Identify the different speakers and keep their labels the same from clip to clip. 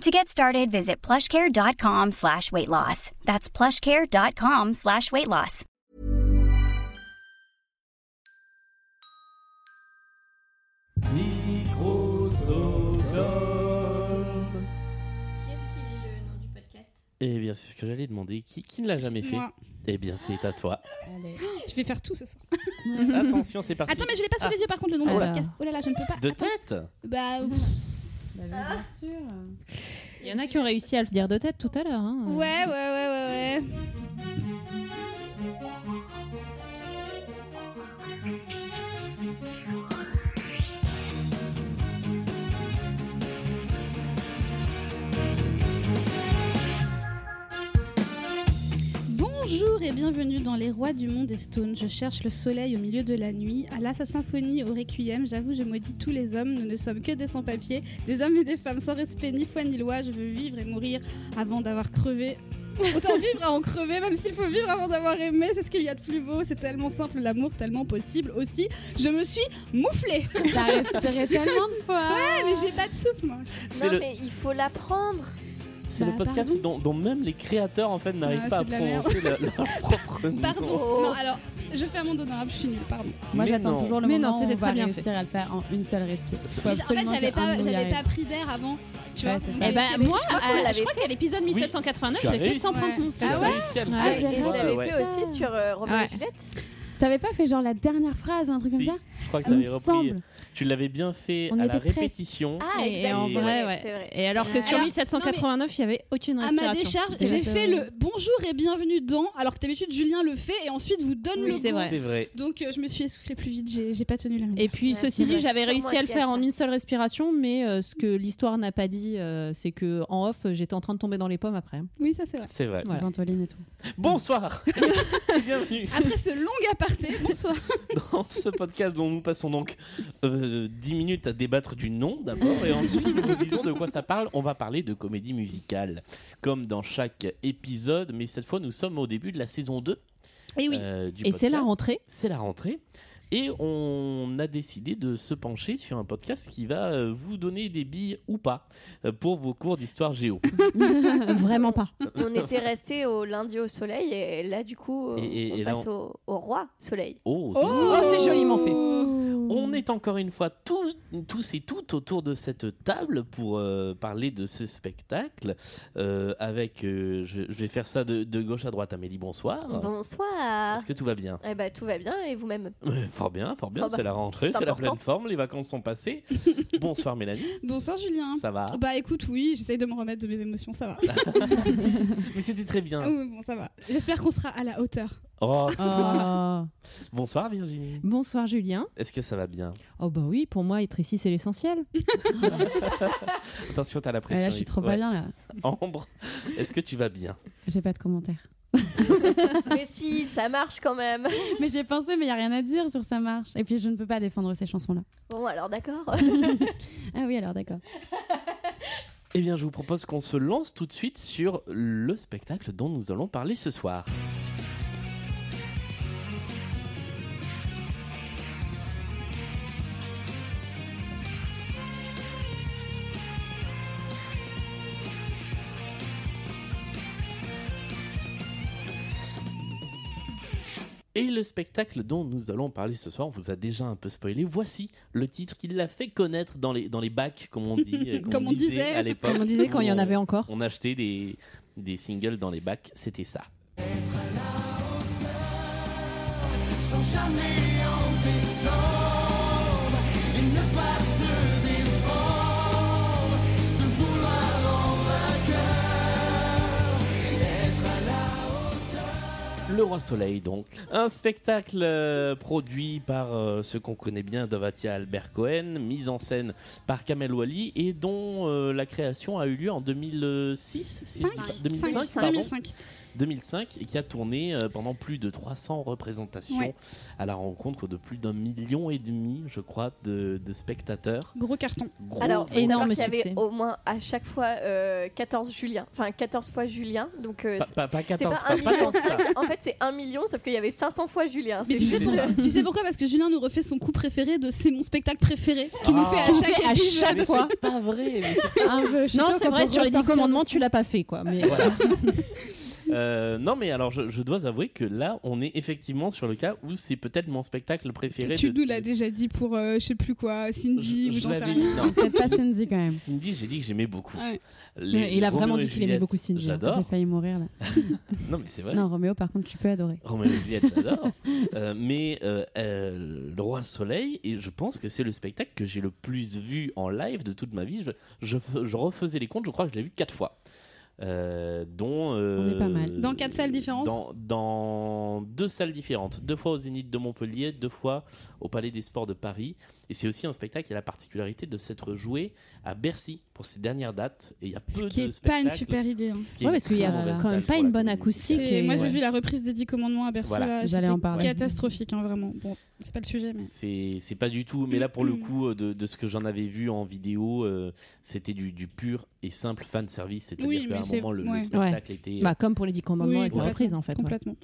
Speaker 1: To get started, visit plushcare.com slash weight loss. That's plushcare.com slash weight loss.
Speaker 2: Qui est-ce qui lit le nom du podcast
Speaker 3: Eh bien, c'est ce que j'allais demander. Qui, qui ne l'a jamais fait
Speaker 4: Moi.
Speaker 3: Eh bien, c'est à toi.
Speaker 4: Allez. Je vais faire tout ce soir.
Speaker 3: Attention, c'est parti.
Speaker 4: Attends, mais je l'ai pas sous
Speaker 3: Ah.
Speaker 4: les yeux par contre le nom du
Speaker 3: Oh là.
Speaker 4: podcast. Oh là là, je ne peux pas.
Speaker 3: De tête
Speaker 4: Bah, ouf. Ah.
Speaker 5: bien sûr. Bah, Il y en a qui ont réussi à le dire de tête tout à l'heure. hein.
Speaker 4: ouais, ouais, ouais, ouais, ouais. Bonjour et bienvenue dans Les Rois du Monde et Stone. Je cherche le soleil au milieu de la nuit, à la sa symphonie, au requiem. J'avoue, je maudis tous les hommes. Nous ne sommes que des sans-papiers, des hommes et des femmes sans respect, ni foi ni loi. Je veux vivre et mourir avant d'avoir crevé. Autant vivre à en crever, même s'il faut vivre avant d'avoir aimé, c'est ce qu'il y a de plus beau. C'est tellement simple l'amour, tellement possible aussi. Je me suis mouflée.
Speaker 5: T'as respiré tellement de fois.
Speaker 4: Ouais, mais j'ai pas de souffle moi.
Speaker 3: C'est
Speaker 2: Non,
Speaker 3: le,
Speaker 2: mais il faut l'apprendre.
Speaker 3: c'est
Speaker 4: Bah,
Speaker 3: le podcast dont, dont même les créateurs en fait n'arrivent
Speaker 4: Ouais,
Speaker 3: pas à
Speaker 4: c'est de la merde.
Speaker 3: prononcer le- leur propre nom.
Speaker 4: Pardon.
Speaker 2: Oh.
Speaker 4: Non, alors je fais un monde honorable, je suis nulle, pardon.
Speaker 5: Moi,
Speaker 3: Mais
Speaker 5: j'attends
Speaker 3: non.
Speaker 5: toujours le
Speaker 4: Mais
Speaker 5: moment
Speaker 4: non,
Speaker 5: où
Speaker 4: c'était
Speaker 5: on va
Speaker 4: très bien
Speaker 5: réussir à le faire en une seule respire. Faut
Speaker 4: Mais j- en fait,
Speaker 5: absolument
Speaker 4: j'avais
Speaker 5: qu'un de
Speaker 4: pas,
Speaker 5: nous y
Speaker 4: j'avais
Speaker 5: arrive.
Speaker 4: pas pris d'air avant. Tu
Speaker 5: Ouais,
Speaker 4: vois
Speaker 5: c'est
Speaker 4: donc
Speaker 5: ça. Eh
Speaker 4: j'ai essayé,
Speaker 6: ben,
Speaker 4: mais
Speaker 6: moi,
Speaker 4: je-
Speaker 3: ah,
Speaker 2: crois qu'on
Speaker 6: euh,
Speaker 2: l'avait
Speaker 6: je crois qu'à l'épisode 1789,
Speaker 3: Tu as
Speaker 6: je l'ai fait sans
Speaker 3: réussi.
Speaker 6: prendre mon
Speaker 3: Tu
Speaker 6: souffle.
Speaker 3: as
Speaker 2: Ah ouais
Speaker 3: réussi à le
Speaker 5: Ah,
Speaker 2: Et-
Speaker 3: faire.
Speaker 2: et
Speaker 5: j'ai
Speaker 2: je l'avais
Speaker 5: raté
Speaker 2: fait
Speaker 5: ça.
Speaker 2: aussi sur euh, Roméo
Speaker 5: Ouais.
Speaker 2: et Juliette.
Speaker 5: T'avais pas fait genre la dernière phrase ou un truc
Speaker 3: Si,
Speaker 5: comme ça
Speaker 3: Je crois que
Speaker 5: Il
Speaker 3: tu
Speaker 5: me
Speaker 3: avais repris.
Speaker 5: semble.
Speaker 3: Tu l'avais bien fait
Speaker 5: On
Speaker 3: à la
Speaker 5: était presque.
Speaker 3: répétition.
Speaker 2: Ah,
Speaker 6: et, et
Speaker 2: exactement.
Speaker 6: en
Speaker 3: c'est
Speaker 6: vrai, ouais.
Speaker 2: C'est vrai.
Speaker 6: Et alors que sur
Speaker 4: Alors,
Speaker 6: 1789, il y avait aucune
Speaker 4: À ma
Speaker 6: respiration.
Speaker 4: décharge,
Speaker 5: C'est
Speaker 4: j'ai
Speaker 5: vrai.
Speaker 4: fait le bonjour et bienvenue dans, alors que d'habitude Julien le fait et ensuite vous donne
Speaker 6: Oui,
Speaker 4: le
Speaker 6: c'est
Speaker 4: goût.
Speaker 6: vrai.
Speaker 3: C'est vrai.
Speaker 4: Donc euh, je me suis essoufflée plus vite, j'ai j'ai pas tenu la langue.
Speaker 6: Et puis,
Speaker 2: Ouais,
Speaker 6: ceci
Speaker 2: c'est
Speaker 6: dit,
Speaker 2: vrai,
Speaker 6: j'avais
Speaker 2: sûrement
Speaker 6: réussi à le
Speaker 2: efficace,
Speaker 6: faire en
Speaker 2: ça.
Speaker 6: une seule respiration, mais euh, ce que l'histoire n'a pas dit, euh, c'est que en off, j'étais en train de tomber dans les pommes après.
Speaker 4: Oui, ça c'est vrai.
Speaker 3: C'est vrai.
Speaker 6: Voilà.
Speaker 5: Ventoline et tout.
Speaker 3: Bonsoir et bienvenue
Speaker 4: Après ce long aparté, bonsoir.
Speaker 3: dans ce podcast dont nous passons donc euh, 10 minutes à débattre du nom d'abord et ensuite nous vous disons de quoi ça parle. On va parler de comédie musicale comme dans chaque épisode, mais cette fois nous sommes au début de la saison 2
Speaker 4: Et oui,
Speaker 3: euh, du
Speaker 6: Et c'est la
Speaker 3: podcast.
Speaker 6: rentrée.
Speaker 3: C'est la rentrée. Et on a décidé de se pencher sur un podcast qui va euh, vous donner des billes ou pas euh, pour vos cours d'histoire géo.
Speaker 6: Vraiment pas.
Speaker 2: On était resté au lundi au soleil et là du coup euh,
Speaker 3: Et- et-
Speaker 2: on
Speaker 3: et là,
Speaker 2: passe au, au roi soleil.
Speaker 3: Oh, c'est
Speaker 4: Oh,
Speaker 6: c'est joliment fait.
Speaker 3: On est encore une fois tous, tous et toutes autour de cette table pour euh, parler de ce spectacle. Euh, avec, euh, je, je vais faire ça de, de gauche à droite. Amélie, bonsoir.
Speaker 2: Bonsoir.
Speaker 3: Est-ce que tout va bien
Speaker 2: Eh ben tout va bien et vous-même.
Speaker 3: Euh, Fort bien, fort bien.
Speaker 2: Oh bah,
Speaker 3: c'est la rentrée,
Speaker 2: c'est
Speaker 3: c'est la
Speaker 2: important.
Speaker 3: pleine forme. Les vacances sont passées. bonsoir Mélanie,
Speaker 4: bonsoir Julien.
Speaker 3: ça va
Speaker 4: Bah écoute, oui, j'essaye de me remettre de mes émotions, ça va.
Speaker 3: Mais c'était très bien.
Speaker 4: Oui, bon, ça va. J'espère qu'on sera à la hauteur.
Speaker 3: Oh,
Speaker 5: Oh.
Speaker 3: bonsoir Virginie.
Speaker 6: Bonsoir Julien.
Speaker 3: Est-ce que ça va bien
Speaker 6: Oh bah oui, pour moi, être ici, c'est l'essentiel.
Speaker 3: Attention, t'as la
Speaker 5: Ouais,
Speaker 3: pression.
Speaker 5: là, je suis trop pas
Speaker 3: Ouais.
Speaker 5: bien là.
Speaker 3: Ambre, est-ce que tu vas bien
Speaker 5: J'ai pas de commentaire.
Speaker 2: Mais si, ça marche quand même.
Speaker 5: Mais j'ai pensé, mais y a rien à dire sur ça marche. Et puis je ne peux pas défendre ces chansons là.
Speaker 2: Bon alors d'accord.
Speaker 5: Ah oui, alors d'accord.
Speaker 3: Eh bien, je vous propose qu'on se lance tout de suite sur le spectacle dont nous allons parler ce soir. Et le spectacle dont nous allons parler ce soir, on vous a déjà un peu spoilé. Voici le titre qui l'a fait connaître dans les, dans les bacs, comme on dit, euh,
Speaker 4: Comme on disait.
Speaker 3: à l'époque.
Speaker 6: Comme on disait quand il y en
Speaker 3: On-
Speaker 6: avait encore.
Speaker 3: on achetait des, des singles dans les bacs, c'était ça. Le Roi Soleil, donc. Un spectacle euh, produit par euh, ce qu'on connaît bien, Dovatia Albert Cohen, mise en scène par Kamel Wally et dont euh, la création a eu lieu en 2006, si je dis pas- 2005, pardon.
Speaker 4: 2005.
Speaker 3: 2005 et qui a tourné euh, pendant plus de 300 représentations
Speaker 4: Ouais.
Speaker 3: à la rencontre de plus d'un million et demi, je crois, de, de spectateurs.
Speaker 4: Gros carton.
Speaker 3: Gros, gros-
Speaker 2: Alors, faut savoir
Speaker 6: énorme
Speaker 2: qu'il y avait
Speaker 6: succès.
Speaker 2: au moins à chaque fois euh, 14 Julien. Enfin, 14 fois Julien. Donc, euh,
Speaker 3: pas, pas- pas
Speaker 2: c'est
Speaker 3: 14,
Speaker 2: pas 1
Speaker 3: pas, pas
Speaker 2: million.
Speaker 3: tant que ça.
Speaker 2: En fait, c'est 1 million, sauf qu'il y avait 500 fois Julien.
Speaker 4: Mais
Speaker 2: C'est
Speaker 4: tu sais,
Speaker 2: juste-
Speaker 4: pourquoi, tu sais pourquoi Parce que Julien nous refait son coup préféré de C'est mon spectacle préféré, qui nous
Speaker 3: Ah.
Speaker 4: fait à chaque
Speaker 6: à
Speaker 4: épisode.
Speaker 6: chaque
Speaker 3: Mais
Speaker 6: fois.
Speaker 3: c'est pas vrai. mais c'est-
Speaker 5: Ah,
Speaker 6: Non, c'est vrai, sur les 10 commandements, tu l'as pas fait, quoi. Mais
Speaker 3: Voilà. Euh, non, mais alors, je, je dois avouer que là, on est effectivement sur le cas où c'est peut-être mon spectacle préféré.
Speaker 4: Tu
Speaker 3: de-
Speaker 4: nous l'as déjà dit pour euh, je sais plus quoi, Cindy
Speaker 3: Je-
Speaker 4: ou
Speaker 3: je
Speaker 4: j'en sais
Speaker 3: l'avais
Speaker 4: rien.
Speaker 3: dit, non.
Speaker 7: Peut-être pas Cindy quand même.
Speaker 3: Cindy, j'ai dit que j'aimais beaucoup.
Speaker 4: Ouais.
Speaker 3: Les
Speaker 6: il a
Speaker 3: Roméo
Speaker 6: vraiment
Speaker 3: et
Speaker 6: dit qu'il aimait
Speaker 3: Juliette,
Speaker 6: beaucoup Cindy. hein.
Speaker 3: J'adore.
Speaker 7: J'ai failli mourir là.
Speaker 3: Non, mais c'est vrai.
Speaker 7: Non, Roméo, par contre, tu peux adorer.
Speaker 3: Roméo et Juliette, j'adore. Euh, mais euh, euh, Le Roi Soleil, et je pense que c'est le spectacle que j'ai le plus vu en live de toute ma vie. Je, je, f- je refaisais les comptes, je crois que je l'ai vu quatre fois. Euh, dont euh,
Speaker 7: On est pas mal.
Speaker 4: Dans quatre salles différentes
Speaker 3: dans, dans deux salles différentes deux fois au Zénith de Montpellier deux fois au Palais des Sports de Paris et c'est aussi un spectacle qui a la particularité de s'être joué à Bercy pour ses dernières dates et il y a
Speaker 4: Ce
Speaker 3: peu
Speaker 4: qui
Speaker 3: de
Speaker 4: est pas
Speaker 3: spectacles
Speaker 4: une super idée. hein.
Speaker 3: ce qui est
Speaker 6: Ouais, parce qu'il y
Speaker 3: très
Speaker 6: a
Speaker 3: mauvaise
Speaker 6: quand même
Speaker 3: salle
Speaker 6: pas
Speaker 3: pour
Speaker 6: une
Speaker 3: la
Speaker 6: bonne
Speaker 3: comédie.
Speaker 6: acoustique.
Speaker 4: C'est- Moi j'ai
Speaker 3: ouais.
Speaker 4: vu la reprise des 10 commandements à Bercy,
Speaker 3: Voilà.
Speaker 4: là,
Speaker 7: J'allais
Speaker 4: c'était
Speaker 7: en parler.
Speaker 4: catastrophique hein, vraiment. Bon, c'est pas le sujet mais
Speaker 3: C'est c'est pas du tout, mais là pour le coup, euh, de, de ce que j'en avais vu en vidéo, euh, c'était du, du pur et simple fan service.
Speaker 4: Oui,
Speaker 3: C'est-à-dire
Speaker 4: mais
Speaker 3: qu'à un
Speaker 4: c'est-
Speaker 3: moment, le, le
Speaker 4: ouais.
Speaker 3: spectacle était.
Speaker 6: Bah, comme pour les 10 commandements
Speaker 4: Oui,
Speaker 6: et sa
Speaker 4: complètement,
Speaker 6: reprise, en fait. ouais.
Speaker 4: complètement.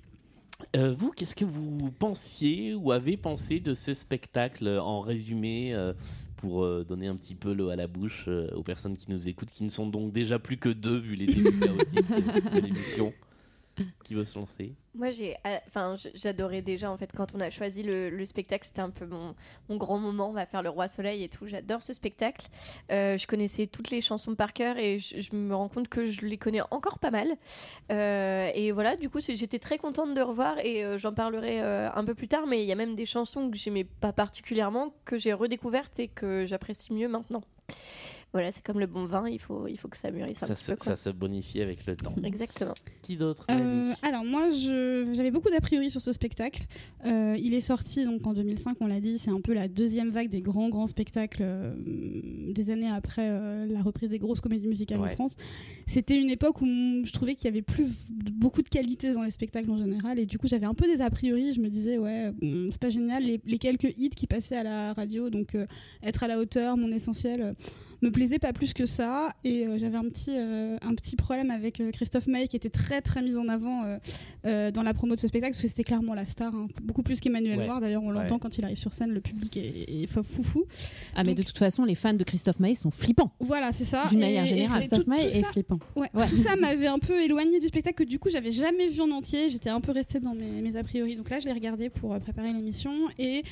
Speaker 3: Euh, vous, qu'est-ce que vous pensiez ou avez pensé de ce spectacle euh, en résumé euh, pour euh, donner un petit peu l'eau à la bouche euh, aux personnes qui nous écoutent, qui ne sont donc déjà plus que deux vu les débuts chaotiques de, de l'émission Qui veut se lancer
Speaker 2: Moi, j'ai, ah, enfin, j- j'adorais déjà en fait quand on a choisi le, le spectacle, c'était un peu mon, mon grand moment. On va faire le Roi Soleil et tout. J'adore ce spectacle. Euh, je connaissais toutes les chansons par cœur et je, je me rends compte que je les connais encore pas mal. Euh, et voilà, du coup, c'est- j'étais très contente de revoir et euh, j'en parlerai euh, un peu plus tard. Mais il y a même des chansons que j'aimais pas particulièrement que j'ai redécouvertes et que j'apprécie mieux maintenant. Voilà, c'est comme le bon vin, il faut, il faut que ça mûrisse un
Speaker 3: ça,
Speaker 2: petit
Speaker 3: se-
Speaker 2: peu. quoi.
Speaker 3: ça se bonifie avec le temps.
Speaker 2: Exactement.
Speaker 3: Qui d'autre
Speaker 4: Euh,
Speaker 3: Mélanie
Speaker 4: alors moi, je- j'avais beaucoup d'a priori sur ce spectacle. Euh, il est sorti donc en 2005, on l'a dit, c'est un peu la deuxième vague des grands grands spectacles euh, des années après euh, la reprise des grosses comédies musicales
Speaker 3: Ouais.
Speaker 4: en France. C'était une époque où mm, je trouvais qu'il y avait plus v- beaucoup de qualité dans les spectacles en général, et du coup j'avais un peu des a priori. Je me disais ouais, mm, c'est pas génial les, les quelques hits qui passaient à la radio, donc euh, être à la hauteur, mon essentiel. euh, me plaisait pas plus que ça et euh, j'avais un petit euh, un petit problème avec euh, Christophe Maé qui était très très mis en avant euh, euh, dans la promo de ce spectacle parce que c'était clairement la star hein, beaucoup plus qu'Emmanuel
Speaker 3: Ouais.
Speaker 4: Noir d'ailleurs on l'entend
Speaker 3: Ouais.
Speaker 4: quand il arrive sur scène le public est, est fou- fou fou
Speaker 6: Ah, mais de toute façon, les fans de Christophe Maé sont flippants.
Speaker 4: voilà c'est ça
Speaker 6: D'une
Speaker 4: Et-
Speaker 6: manière
Speaker 4: et-
Speaker 6: générale,
Speaker 4: et tout,
Speaker 7: Christophe Maé
Speaker 4: tout
Speaker 7: est
Speaker 4: ça
Speaker 7: flippant.
Speaker 4: ouais,
Speaker 7: Ouais.
Speaker 4: tout ça m'avait un peu éloigné du spectacle que du coup j'avais jamais vu en entier j'étais un peu restée dans mes, mes a priori donc là je l'ai regardé pour euh, préparer l'émission et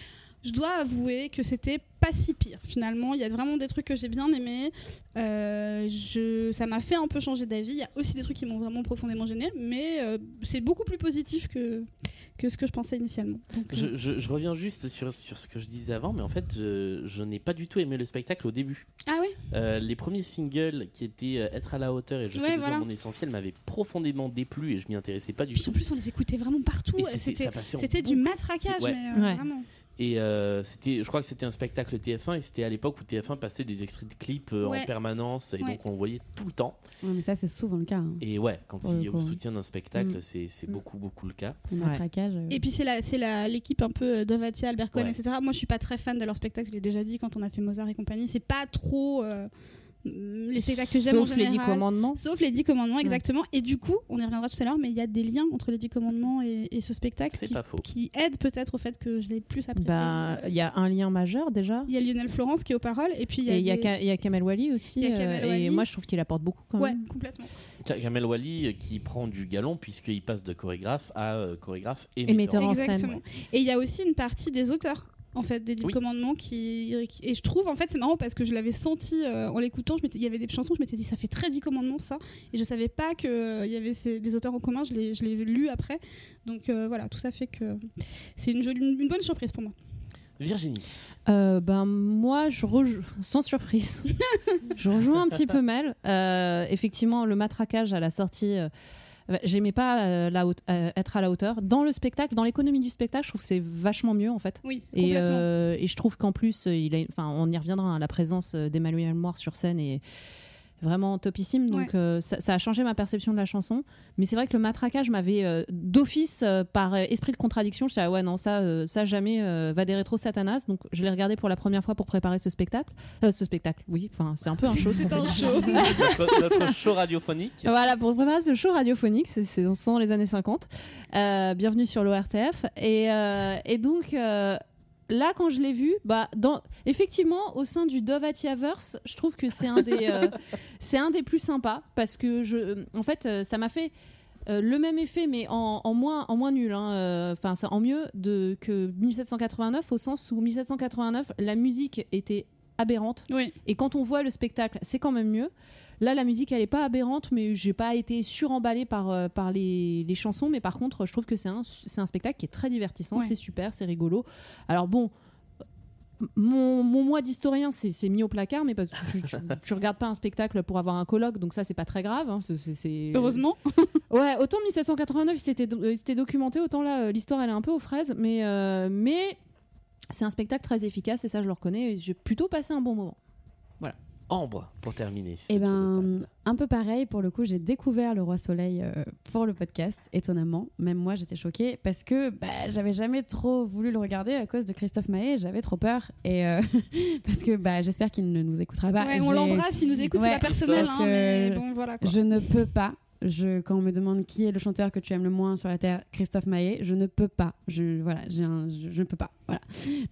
Speaker 4: je dois avouer que c'était pas si pire finalement. Il y a vraiment des trucs que j'ai bien aimés. Euh, je, ça m'a fait un peu changer d'avis. Il y a aussi des trucs qui m'ont vraiment profondément gêné, mais euh, c'est beaucoup plus positif que, que ce que je pensais initialement. Donc, euh,
Speaker 3: Je, je- je reviens juste sur, sur ce que je disais avant, mais en fait, je, je n'ai pas du tout aimé le spectacle au début.
Speaker 4: Ah oui
Speaker 3: Euh, les premiers singles qui étaient euh, Être à la hauteur et Je
Speaker 4: Ouais,
Speaker 3: fais de
Speaker 4: voilà.
Speaker 3: mon essentiel m'avaient profondément déplu et je m'y intéressais pas du
Speaker 4: Puis en
Speaker 3: tout.
Speaker 4: plus, on les écoutait vraiment partout.
Speaker 3: Et c'était-
Speaker 4: C'était
Speaker 3: ça passait en
Speaker 4: c'était du
Speaker 3: boucle.
Speaker 4: matraquage,
Speaker 3: C'est- ouais.
Speaker 4: mais euh,
Speaker 6: Ouais.
Speaker 4: vraiment.
Speaker 3: Et euh, c'était, je crois que c'était un spectacle TF1 et c'était à l'époque où TF1 passait des extraits de clips euh, en
Speaker 4: Ouais.
Speaker 3: permanence et
Speaker 4: Ouais.
Speaker 3: donc on le voyait tout le temps.
Speaker 7: Ouais, mais ça, c'est souvent le cas. hein.
Speaker 3: Et ouais, quand
Speaker 7: Pour
Speaker 3: il
Speaker 7: le
Speaker 3: y a au
Speaker 7: coup, ouais.
Speaker 3: soutien d'un spectacle,
Speaker 7: Mm.
Speaker 3: c'est c'est
Speaker 7: Mm.
Speaker 3: beaucoup, beaucoup le cas.
Speaker 7: Le
Speaker 6: Ouais.
Speaker 7: matraquage. euh,
Speaker 4: Et puis c'est la- c'est la- l'équipe un peu euh, Dovati, Albert Cohen,
Speaker 3: Ouais.
Speaker 4: etc. Moi, je suis pas très fan de leur spectacle, je l'ai déjà dit quand on a fait Mozart et compagnie. C'est pas trop euh, les spectacles que j'aime en
Speaker 6: Sauf les
Speaker 4: général.
Speaker 6: 10 commandements.
Speaker 4: Sauf les dix commandements, exactement. Et du coup, on y reviendra tout à l'heure, mais il y a des liens entre les dix commandements et, et ce spectacle
Speaker 3: C'est
Speaker 4: qui,
Speaker 3: pas faux.
Speaker 4: qui aide peut-être au fait que je l'ai plus apprécié.
Speaker 6: Bah, il y a un lien majeur déjà.
Speaker 4: Il y a Lionel Florence qui est aux paroles, et puis il y a.
Speaker 6: Et il y, a
Speaker 4: des-
Speaker 6: Ka- il y a Kamel Wally aussi.
Speaker 4: Il y a Kamel
Speaker 6: euh,
Speaker 4: Wally.
Speaker 6: Et moi, je trouve qu'il apporte beaucoup quand
Speaker 4: Ouais,
Speaker 6: même.
Speaker 4: complètement.
Speaker 3: Ka- Kamel Wally euh, qui prend du galon puisqu'il passe de chorégraphe à euh, chorégraphe et,
Speaker 6: Et metteur en scène.
Speaker 4: Exactement. Et il y a aussi une partie des auteurs. En fait, des dix
Speaker 3: Oui.
Speaker 4: commandements qui, qui- Et je trouve, en fait, c'est marrant parce que je l'avais senti euh, en l'écoutant. je m'étais- Il y avait des chansons, je m'étais dit, ça fait très dix commandements, ça. Et je savais pas qu'il y avait ces- des auteurs en commun, je l'ai je l'ai lu après. Donc euh, voilà, tout ça fait que c'est une, jolie- une bonne surprise pour moi.
Speaker 3: Virginie,
Speaker 6: Euh, ben, moi, je rejo- sans surprise, je rejoins un petit peu mal. Euh, effectivement, le matraquage à la sortie, euh, j'aimais pas euh, la haute- euh, être à la hauteur. Dans le spectacle, dans l'économie du spectacle, je trouve que c'est vachement mieux en fait.
Speaker 4: Oui,
Speaker 6: Et,
Speaker 4: complètement.
Speaker 6: euh, et je trouve qu'en plus, euh, il a, enfin, on y reviendra, hein, la présence euh, d'Emmanuel Moir sur scène et vraiment topissime. Donc
Speaker 4: Ouais.
Speaker 6: euh, ça, ça a changé ma perception de la chanson. Mais c'est vrai que le matraquage m'avait euh, d'office, euh, par euh, esprit de contradiction, je disais, ah ouais, non, ça, euh, ça jamais, euh, va des rétro Satanas. Donc je l'ai regardé pour la première fois pour préparer ce spectacle. Euh, ce spectacle, oui, enfin, c'est un peu un show.
Speaker 4: C'est un show.
Speaker 3: Notre, notre show radiophonique.
Speaker 6: Voilà, pour préparer ce show radiophonique, c'est- ce sont les années 50. Euh, bienvenue sur l'ORTF. Et, euh, et donc, euh, là, quand je l'ai vu, bah, dans, effectivement, au sein du Dove Atiaverse, je trouve que c'est un, des, euh, c'est un des plus sympas parce que, je, en fait, euh, ça m'a fait. euh, le même effet, mais en, en moins, en moins nul, hein, euh, enfin ça- en mieux de, que 1789, au sens où 1789, la musique était aberrante,
Speaker 4: Oui.
Speaker 6: et quand on voit le spectacle, c'est quand même mieux. Là, la musique, elle est pas aberrante, mais j'ai pas été suremballée par, euh, par les, les chansons. Mais par contre, je trouve que c'est un, c'est un spectacle qui est très divertissant,
Speaker 4: Ouais.
Speaker 6: c'est super, c'est rigolo. Alors bon, m- mon, mon moi d'historien c'est c'est mis au placard, mais parce que tu, tu- tu regardes pas un spectacle pour avoir un colloque, donc ça, c'est pas très grave. hein, c'est- c'est- c'est-
Speaker 4: Heureusement.
Speaker 6: euh, Ouais, autant 1789 il s'était do- euh, il s'était documenté, autant là euh, l'histoire elle est un peu aux fraises, mais, euh, mais c'est un spectacle très efficace et ça je le reconnais. et J'ai plutôt passé un bon moment.
Speaker 3: Ambre, pour terminer. ce
Speaker 7: Eh
Speaker 3: tour de
Speaker 7: ben,
Speaker 3: table.
Speaker 7: un peu pareil, pour le coup, j'ai découvert le Roi Soleil euh, pour le podcast, étonnamment. Même moi, j'étais choquée parce que bah, j'avais jamais trop voulu le regarder à cause de Christophe Maé, j'avais trop peur. Et euh, parce que bah, j'espère qu'il ne nous écoutera pas.
Speaker 4: Ouais, on
Speaker 7: J'ai-
Speaker 4: l'embrasse, il nous écoute, c'est
Speaker 7: Ouais.
Speaker 4: pas personnel,
Speaker 7: Parce
Speaker 4: hein, mais
Speaker 7: que-
Speaker 4: bon, voilà quoi.
Speaker 7: Je ne peux pas. Je, quand on me demande qui est le chanteur que tu aimes le moins sur la terre, Christophe Maé, je ne peux pas. Je voilà, j'ai un- je, je ne peux pas. Voilà.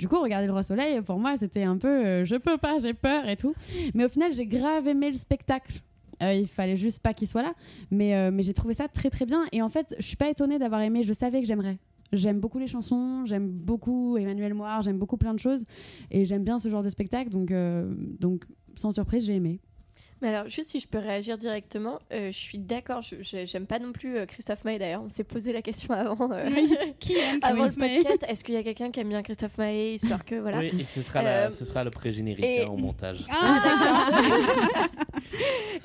Speaker 7: Du coup, regarder le Roi Soleil pour moi, c'était un peu, euh, je peux pas, j'ai peur et tout. Mais au final, j'ai grave aimé le spectacle. Euh, il fallait juste pas qu'il soit là, mais euh, mais j'ai trouvé ça très très bien. Et en fait, je suis pas étonnée d'avoir aimé. Je savais que j'aimerais. J'aime beaucoup les chansons, j'aime beaucoup Emmanuel Moir, j'aime beaucoup plein de choses, et j'aime bien ce genre de spectacle. Donc euh, donc sans surprise, j'ai aimé.
Speaker 2: Mais alors, juste si je peux réagir directement, euh, je suis d'accord, je- je- j'aime pas non plus euh, Christophe Maé d'ailleurs, on s'est posé la question avant, euh,
Speaker 4: Qui aime
Speaker 2: avant le
Speaker 4: Christophe Maé
Speaker 2: podcast, est-ce qu'il y a quelqu'un qui aime bien Christophe Maé, histoire que, voilà.
Speaker 3: Oui, et ce sera, la-
Speaker 2: Euh,
Speaker 3: ce sera le pré-générique
Speaker 2: et-
Speaker 3: hein, au montage.
Speaker 4: Ah,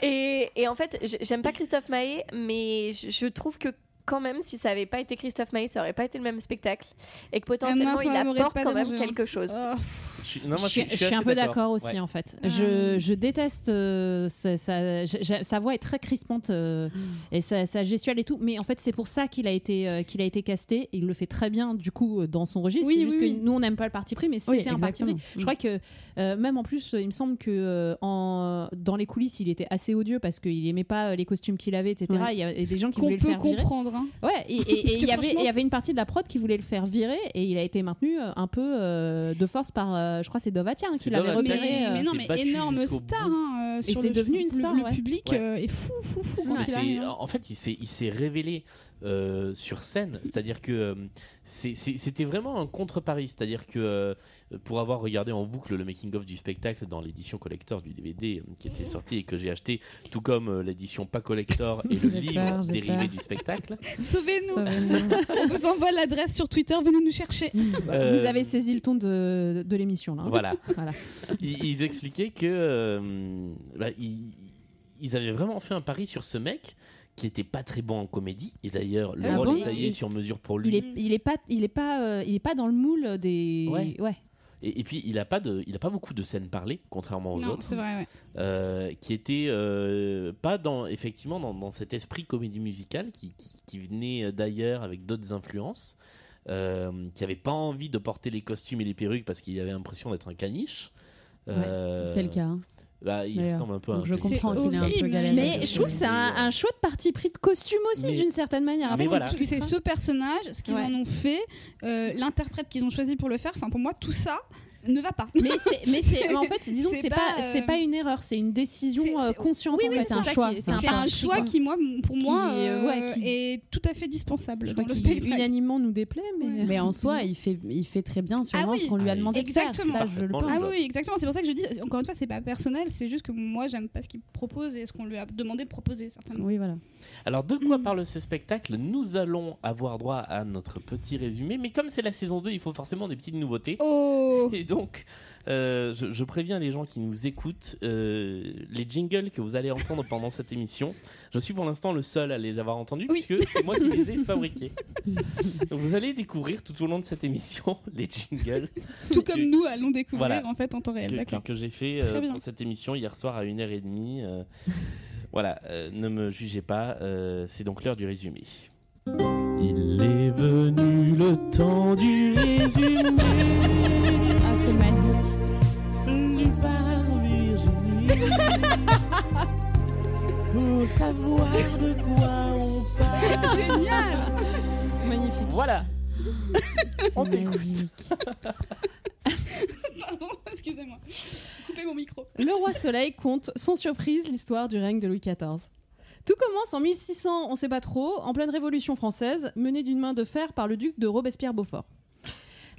Speaker 2: Et, et en fait, j- j'aime pas Christophe Maé, mais je, je trouve que quand même, si ça avait pas été Christophe Maé, ça aurait pas été le même spectacle, et que potentiellement,
Speaker 4: Ah mince,
Speaker 2: il
Speaker 4: ça m'aurait
Speaker 2: apporte
Speaker 4: pas
Speaker 2: quand même
Speaker 4: dérangé, hein.
Speaker 2: quelque chose.
Speaker 4: d'accord.
Speaker 3: Je suis, non, moi,
Speaker 6: je, suis- je suis un
Speaker 3: assez
Speaker 6: peu d'accord aussi
Speaker 3: Ouais.
Speaker 6: en fait.
Speaker 4: Ah.
Speaker 6: Je, je déteste euh, sa, sa- j'ai- j'ai- sa voix est très crispante euh,
Speaker 4: Hmm.
Speaker 6: et sa, sa gestuelle et tout. Mais en fait c'est pour ça qu'il a été euh, qu'il a été casté. Et il le fait très bien du coup euh, dans son registre.
Speaker 4: Oui,
Speaker 6: c'est juste
Speaker 4: oui,
Speaker 6: que
Speaker 4: oui.
Speaker 6: nous on n'aime pas le parti pris, mais
Speaker 7: Oui,
Speaker 6: c'était un parti
Speaker 7: exactement.
Speaker 6: pris. Je crois que euh, même en plus il me semble que euh, en, dans les coulisses il était assez odieux parce qu'il aimait pas euh, les costumes qu'il avait, etc.
Speaker 7: Ouais.
Speaker 6: Il y a des gens qui
Speaker 4: Qu'on
Speaker 6: voulaient le
Speaker 4: peut
Speaker 6: faire virer.
Speaker 4: comprendre. hein.
Speaker 6: Ouais, et- et-
Speaker 4: Parce
Speaker 6: et
Speaker 4: que
Speaker 6: il y avait-
Speaker 4: franchement-
Speaker 6: il y avait une partie de la prod qui voulait le faire virer et il a été maintenu euh, un peu euh, de force par, euh, je crois, c'est Dovatia hein,
Speaker 3: C'est
Speaker 6: qui l'avait
Speaker 3: Dovatia
Speaker 4: Mais,
Speaker 3: qui-
Speaker 6: repéré. euh,
Speaker 4: mais non,
Speaker 3: s'est
Speaker 4: mais
Speaker 3: battu
Speaker 4: énorme
Speaker 3: jusqu'au
Speaker 4: star.
Speaker 3: bout.
Speaker 4: hein, euh,
Speaker 6: Et
Speaker 4: sur
Speaker 6: c'est
Speaker 4: le-
Speaker 6: devenu une
Speaker 4: le-
Speaker 6: star,
Speaker 4: Le
Speaker 6: ouais.
Speaker 4: public
Speaker 3: Ouais.
Speaker 4: euh, est fou, fou, fou quand
Speaker 6: Ouais.
Speaker 4: il
Speaker 3: C'est-
Speaker 4: arrive. hein.
Speaker 3: en fait, il s'est, il s'est révélé euh, sur scène. C'est-à-dire que euh, c'est- c'est- c'était vraiment un contre-pari. C'est-à-dire que euh, pour avoir regardé en boucle le making-of du spectacle dans l'édition collector du DVD euh, qui était sorti et que j'ai acheté, tout comme euh, l'édition pas collector et le
Speaker 7: J'ai
Speaker 3: livre
Speaker 7: peur, j'ai
Speaker 3: dérivé
Speaker 7: peur.
Speaker 3: du spectacle,
Speaker 4: Sauvez-nous.
Speaker 7: Ça-
Speaker 4: On vous envoie l'adresse sur Twitter, venez nous chercher.
Speaker 6: Vous
Speaker 3: euh,
Speaker 6: avez saisi le ton de, de l'émission là. hein.
Speaker 3: Voilà.
Speaker 6: Voilà.
Speaker 3: ils, ils expliquaient que euh, bah, ils, ils avaient vraiment fait un pari sur ce mec qui était pas très bon en comédie et d'ailleurs le
Speaker 6: Ah
Speaker 3: rôle
Speaker 6: bon
Speaker 3: est taillé
Speaker 6: Il-
Speaker 3: sur mesure pour lui
Speaker 6: Il est, il est pas, il est pas, euh, il est pas dans le moule des.
Speaker 3: Ouais. et, et puis il a pas de il a pas beaucoup de scènes parlées contrairement aux
Speaker 4: Non,
Speaker 3: autres
Speaker 4: c'est vrai, ouais.
Speaker 3: euh, qui était euh, pas dans effectivement dans, dans cet esprit comédie musicale qui, qui- qui venait d'ailleurs avec d'autres influences euh, qui avait pas envie de porter les costumes et les perruques parce qu'il avait l'impression d'être un caniche Euh,
Speaker 7: C'est le cas. hein.
Speaker 3: bah, il
Speaker 7: d'ailleurs.
Speaker 3: ressemble un peu à un
Speaker 7: Donc je
Speaker 3: caniche.
Speaker 7: comprends
Speaker 4: C'est
Speaker 7: qu'il est un peu
Speaker 4: horrible.
Speaker 7: galère.
Speaker 6: Mais je trouve que c'est un, un chouette parti pris de costume aussi
Speaker 3: Mais- Ah,
Speaker 6: d'une certaine manière.
Speaker 3: Mais
Speaker 6: En fait,
Speaker 3: voilà.
Speaker 6: c'est-
Speaker 4: C'est ce personnage, ce qu'ils
Speaker 6: Ouais.
Speaker 4: en ont fait, euh, l'interprète qu'ils ont choisi pour le faire. Enfin, pour moi, tout ça ne va pas.
Speaker 6: mais c'est, mais c'est, mais en fait, disons que
Speaker 4: C'est
Speaker 6: c'est
Speaker 4: pas,
Speaker 6: pas,
Speaker 4: euh,
Speaker 6: c'est pas une erreur, c'est une décision
Speaker 4: c'est-
Speaker 6: euh,
Speaker 4: c'est-
Speaker 6: consciente
Speaker 4: Oui,
Speaker 6: en
Speaker 4: oui,
Speaker 6: fait,
Speaker 4: c'est
Speaker 6: un
Speaker 4: ça
Speaker 6: choix.
Speaker 7: qui est-
Speaker 4: C'est un choix qui, moi, pour
Speaker 6: Qui,
Speaker 4: moi,
Speaker 6: euh, ouais,
Speaker 4: euh,
Speaker 6: qui-
Speaker 4: est tout à fait dispensable
Speaker 6: je
Speaker 4: dans
Speaker 6: crois
Speaker 4: le
Speaker 6: qui
Speaker 4: spectacle.
Speaker 6: unanimement nous déplaît, mais.
Speaker 7: Mais en soi, il fait, il fait très bien sûrement
Speaker 4: Ah oui.
Speaker 7: ce qu'on lui
Speaker 3: Ah,
Speaker 7: a demandé de
Speaker 4: exactement.
Speaker 7: faire. Ça, je le pense.
Speaker 4: Ah oui, oui, exactement. C'est pour ça que je dis, encore une fois, c'est pas personnel, c'est juste que moi, j'aime pas ce qu'il propose et ce qu'on lui a demandé de proposer, certainement.
Speaker 7: Oui, voilà.
Speaker 3: Alors, de
Speaker 4: Mm.
Speaker 3: quoi parle ce spectacle Nous allons avoir droit à notre petit résumé, mais comme c'est la saison 2, il faut forcément des petites nouveautés.
Speaker 4: Oh
Speaker 3: Et donc, euh, je, je préviens les gens qui nous écoutent, euh, les jingles que vous allez entendre pendant cette émission, je suis pour l'instant le seul à les avoir entendus,
Speaker 4: Oui.
Speaker 3: puisque c'est moi qui les ai fabriqués. Donc, vous allez découvrir tout au long de cette émission les jingles
Speaker 4: Tout comme nous allons découvrir
Speaker 3: Voilà.
Speaker 4: en fait en temps réel.
Speaker 3: que,
Speaker 4: D'accord.
Speaker 3: que- que j'ai fait
Speaker 4: Très
Speaker 3: euh,
Speaker 4: bien.
Speaker 3: pour cette émission hier soir à 1h30. euh, voilà, euh, ne me jugez pas, euh, c'est donc l'heure du résumé. Il est venu le temps du résumé.
Speaker 7: Ah, c'est magique.
Speaker 3: lu par Virginie pour savoir de quoi on parle.
Speaker 4: Génial
Speaker 6: Magnifique.
Speaker 3: Voilà. On
Speaker 7: C'est
Speaker 3: t'écoute.
Speaker 7: magique.
Speaker 4: Pardon, excusez-moi. Coupez mon micro.
Speaker 6: Le roi Soleil compte sans surprise l'histoire du règne de Louis XIV. Tout commence en 1600, on sait pas trop, en pleine Révolution française, menée d'une main de fer par le duc de Robespierre-Beaufort.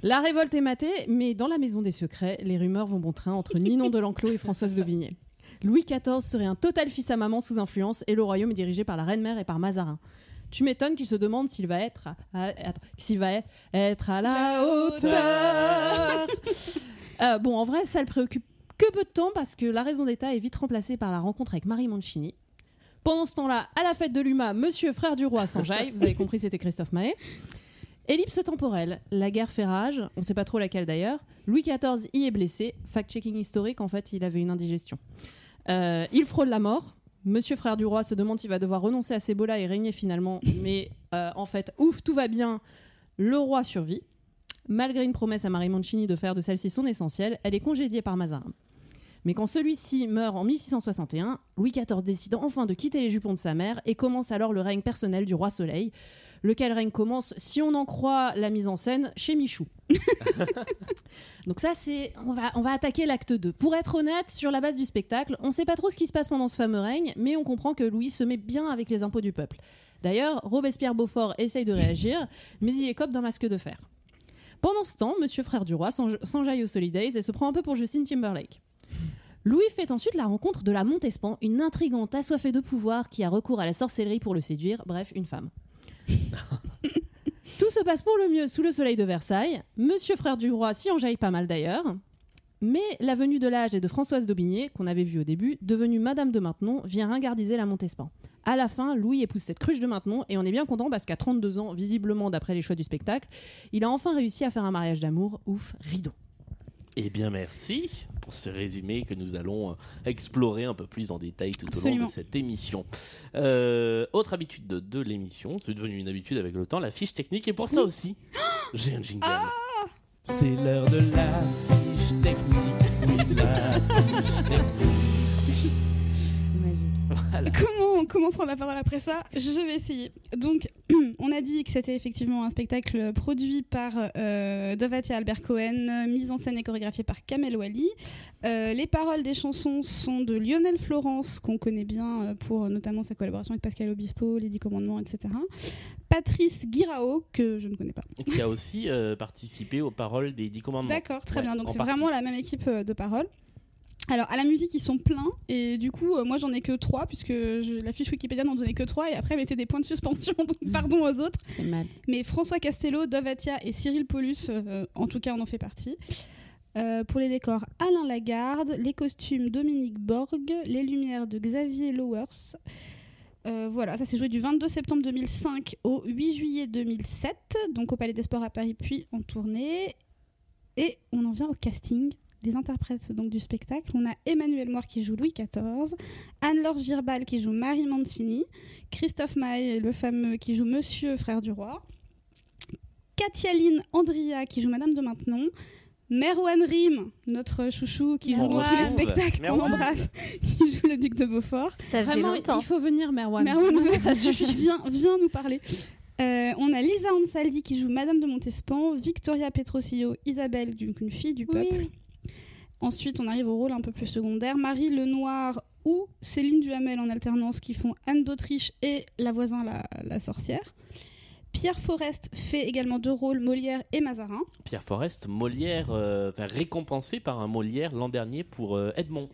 Speaker 6: La révolte est matée, mais dans la maison des secrets, les rumeurs vont bon train entre Ninon de l'Enclos et Françoise d'Aubigné. Louis XIV serait un total fils à maman sous influence et le royaume est dirigé par la reine-mère et par Mazarin. Tu m'étonnes qu'il se demande s'il va être à, à- attends, s'il va être- être à la hauteur. Euh, bon, en vrai, ça le préoccupe que peu de temps parce que la raison d'État est vite remplacée par la rencontre avec Marie Mancini. Pendant ce temps-là, à la fête de l'UMA, monsieur frère du roi s'enjaille. Vous avez compris, c'était Christophe Mahé. Ellipse temporelle. La guerre fait rage. On ne sait pas trop laquelle d'ailleurs. Louis XIV y est blessé. Fact-checking historique, en fait, il avait une indigestion. Euh, il frôle la mort. Monsieur frère du roi se demande s'il va devoir renoncer à ses bolas et régner finalement. Mais euh, en fait, ouf, tout va bien. Le roi survit. Malgré une promesse à Marie Mancini de faire de celle-ci son essentiel, elle est congédiée par Mazarin. Mais quand celui-ci meurt en 1661, Louis XIV décide enfin de quitter les jupons de sa mère et commence alors le règne personnel du roi Soleil, lequel règne commence, si on en croit la mise en scène, chez Michou. Donc ça, c'est on va, on va attaquer l'acte 2. Pour être honnête, sur la base du spectacle, on ne sait pas trop ce qui se passe pendant ce fameux règne, mais on comprend que Louis se met bien avec les impôts du peuple. D'ailleurs, Robespierre-Beaufort essaye de réagir, mais il écope d'un masque de fer. Pendant ce temps, Monsieur Frère du Roi s'enj- s'enjaille au Solidays et se prend un peu pour Justin Timberlake. Louis fait ensuite la rencontre de la Montespan, une intrigante assoiffée de pouvoir qui a recours à la sorcellerie pour le séduire, bref, une femme. Tout se passe pour le mieux sous le soleil de Versailles. Monsieur Frère du Roi s'y enjaille pas mal d'ailleurs. Mais la venue de l'âge et de Françoise d'Aubigné, qu'on avait vue au début, devenue Madame de Maintenon, vient ringardiser la Montespan. À la fin, Louis épouse cette cruche de Maintenon et on est bien content parce qu'à 32 ans, visiblement d'après les choix du spectacle, il a enfin réussi à faire un mariage d'amour. Ouf, rideau.
Speaker 3: Eh bien, merci pour ce résumé que nous allons euh, explorer un peu plus en détail tout au long
Speaker 4: Absolument.
Speaker 3: de cette émission. Euh, autre habitude de, de l'émission, c'est devenu une habitude avec le temps, la fiche technique. Et pour ça aussi, j'ai un jingle.
Speaker 4: Ah.
Speaker 3: c'est l'heure de la fiche technique. Oui, la fiche technique.
Speaker 7: C'est magique.
Speaker 3: Voilà.
Speaker 4: Comment, comment prendre la parole après ça Je vais essayer. Donc, on a dit que c'était effectivement un spectacle produit par euh, Dovatia Albert Cohen, mise en scène et chorégraphié par Kamel Wally. Euh, les paroles des chansons sont de Lionel Florence, qu'on connaît bien euh, pour euh, notamment sa collaboration avec Pascal Obispo, Les Dix Commandements, etc. Patrice Guirao, que je ne connais pas.
Speaker 3: Qui a aussi euh, participé aux paroles des Dix Commandements.
Speaker 4: D'accord, très
Speaker 3: Ouais,
Speaker 4: bien. Donc
Speaker 3: en
Speaker 4: c'est
Speaker 3: partie.
Speaker 4: vraiment la même équipe euh, de paroles. Alors à la musique ils sont pleins et du coup euh, moi j'en ai que trois puisque je- la fiche Wikipédia n'en donnait que trois et après mettait des points de suspension donc
Speaker 3: Mmh.
Speaker 4: pardon aux autres.
Speaker 7: C'est mal.
Speaker 4: Mais François Castello, Dovatia et Cyril Paulus euh, en tout cas on en fait partie. Euh, pour les décors, Alain Lagarde, les costumes Dominique Borg, les lumières de Xavier Lowers. Euh, voilà, ça s'est joué du 22 septembre 2005 au 8 juillet 2007, donc au Palais des Sports à Paris, puis en tournée. Et on en vient au casting des interprètes donc du spectacle. On a Emmanuel Moir qui joue Louis XIV, Anne-Laure Girbal qui joue Marie Mancini, Christophe Maé, le fameux, qui joue Monsieur Frère du Roi, Katialine Andria qui joue Madame de Maintenon, Merwan Rim, notre chouchou qui joue
Speaker 3: On
Speaker 4: dans tous les
Speaker 3: retrouve
Speaker 4: spectacles qu'on
Speaker 3: Merwan.
Speaker 4: embrasse, qui joue le duc de Beaufort.
Speaker 2: Ça faisait
Speaker 6: Vraiment,
Speaker 2: longtemps.
Speaker 6: il faut venir, Merwan.
Speaker 4: Merwan,
Speaker 6: Vraiment, ça suffit.
Speaker 4: viens, viens nous parler. Euh, on a Lisa Ansaldi qui joue Madame de Montespan, Victoria Petrosillo, Isabelle, donc une fille du peuple. Ensuite, on arrive au rôle un peu plus secondaire. Marie Lenoir ou Céline Duhamel en alternance qui font Anne d'Autriche et la voisin, la, la sorcière. Pierre Forest fait également deux rôles, Molière et Mazarin.
Speaker 3: Pierre Forest, Molière, euh, enfin, récompensé par un Molière l'an dernier pour euh, Edmond.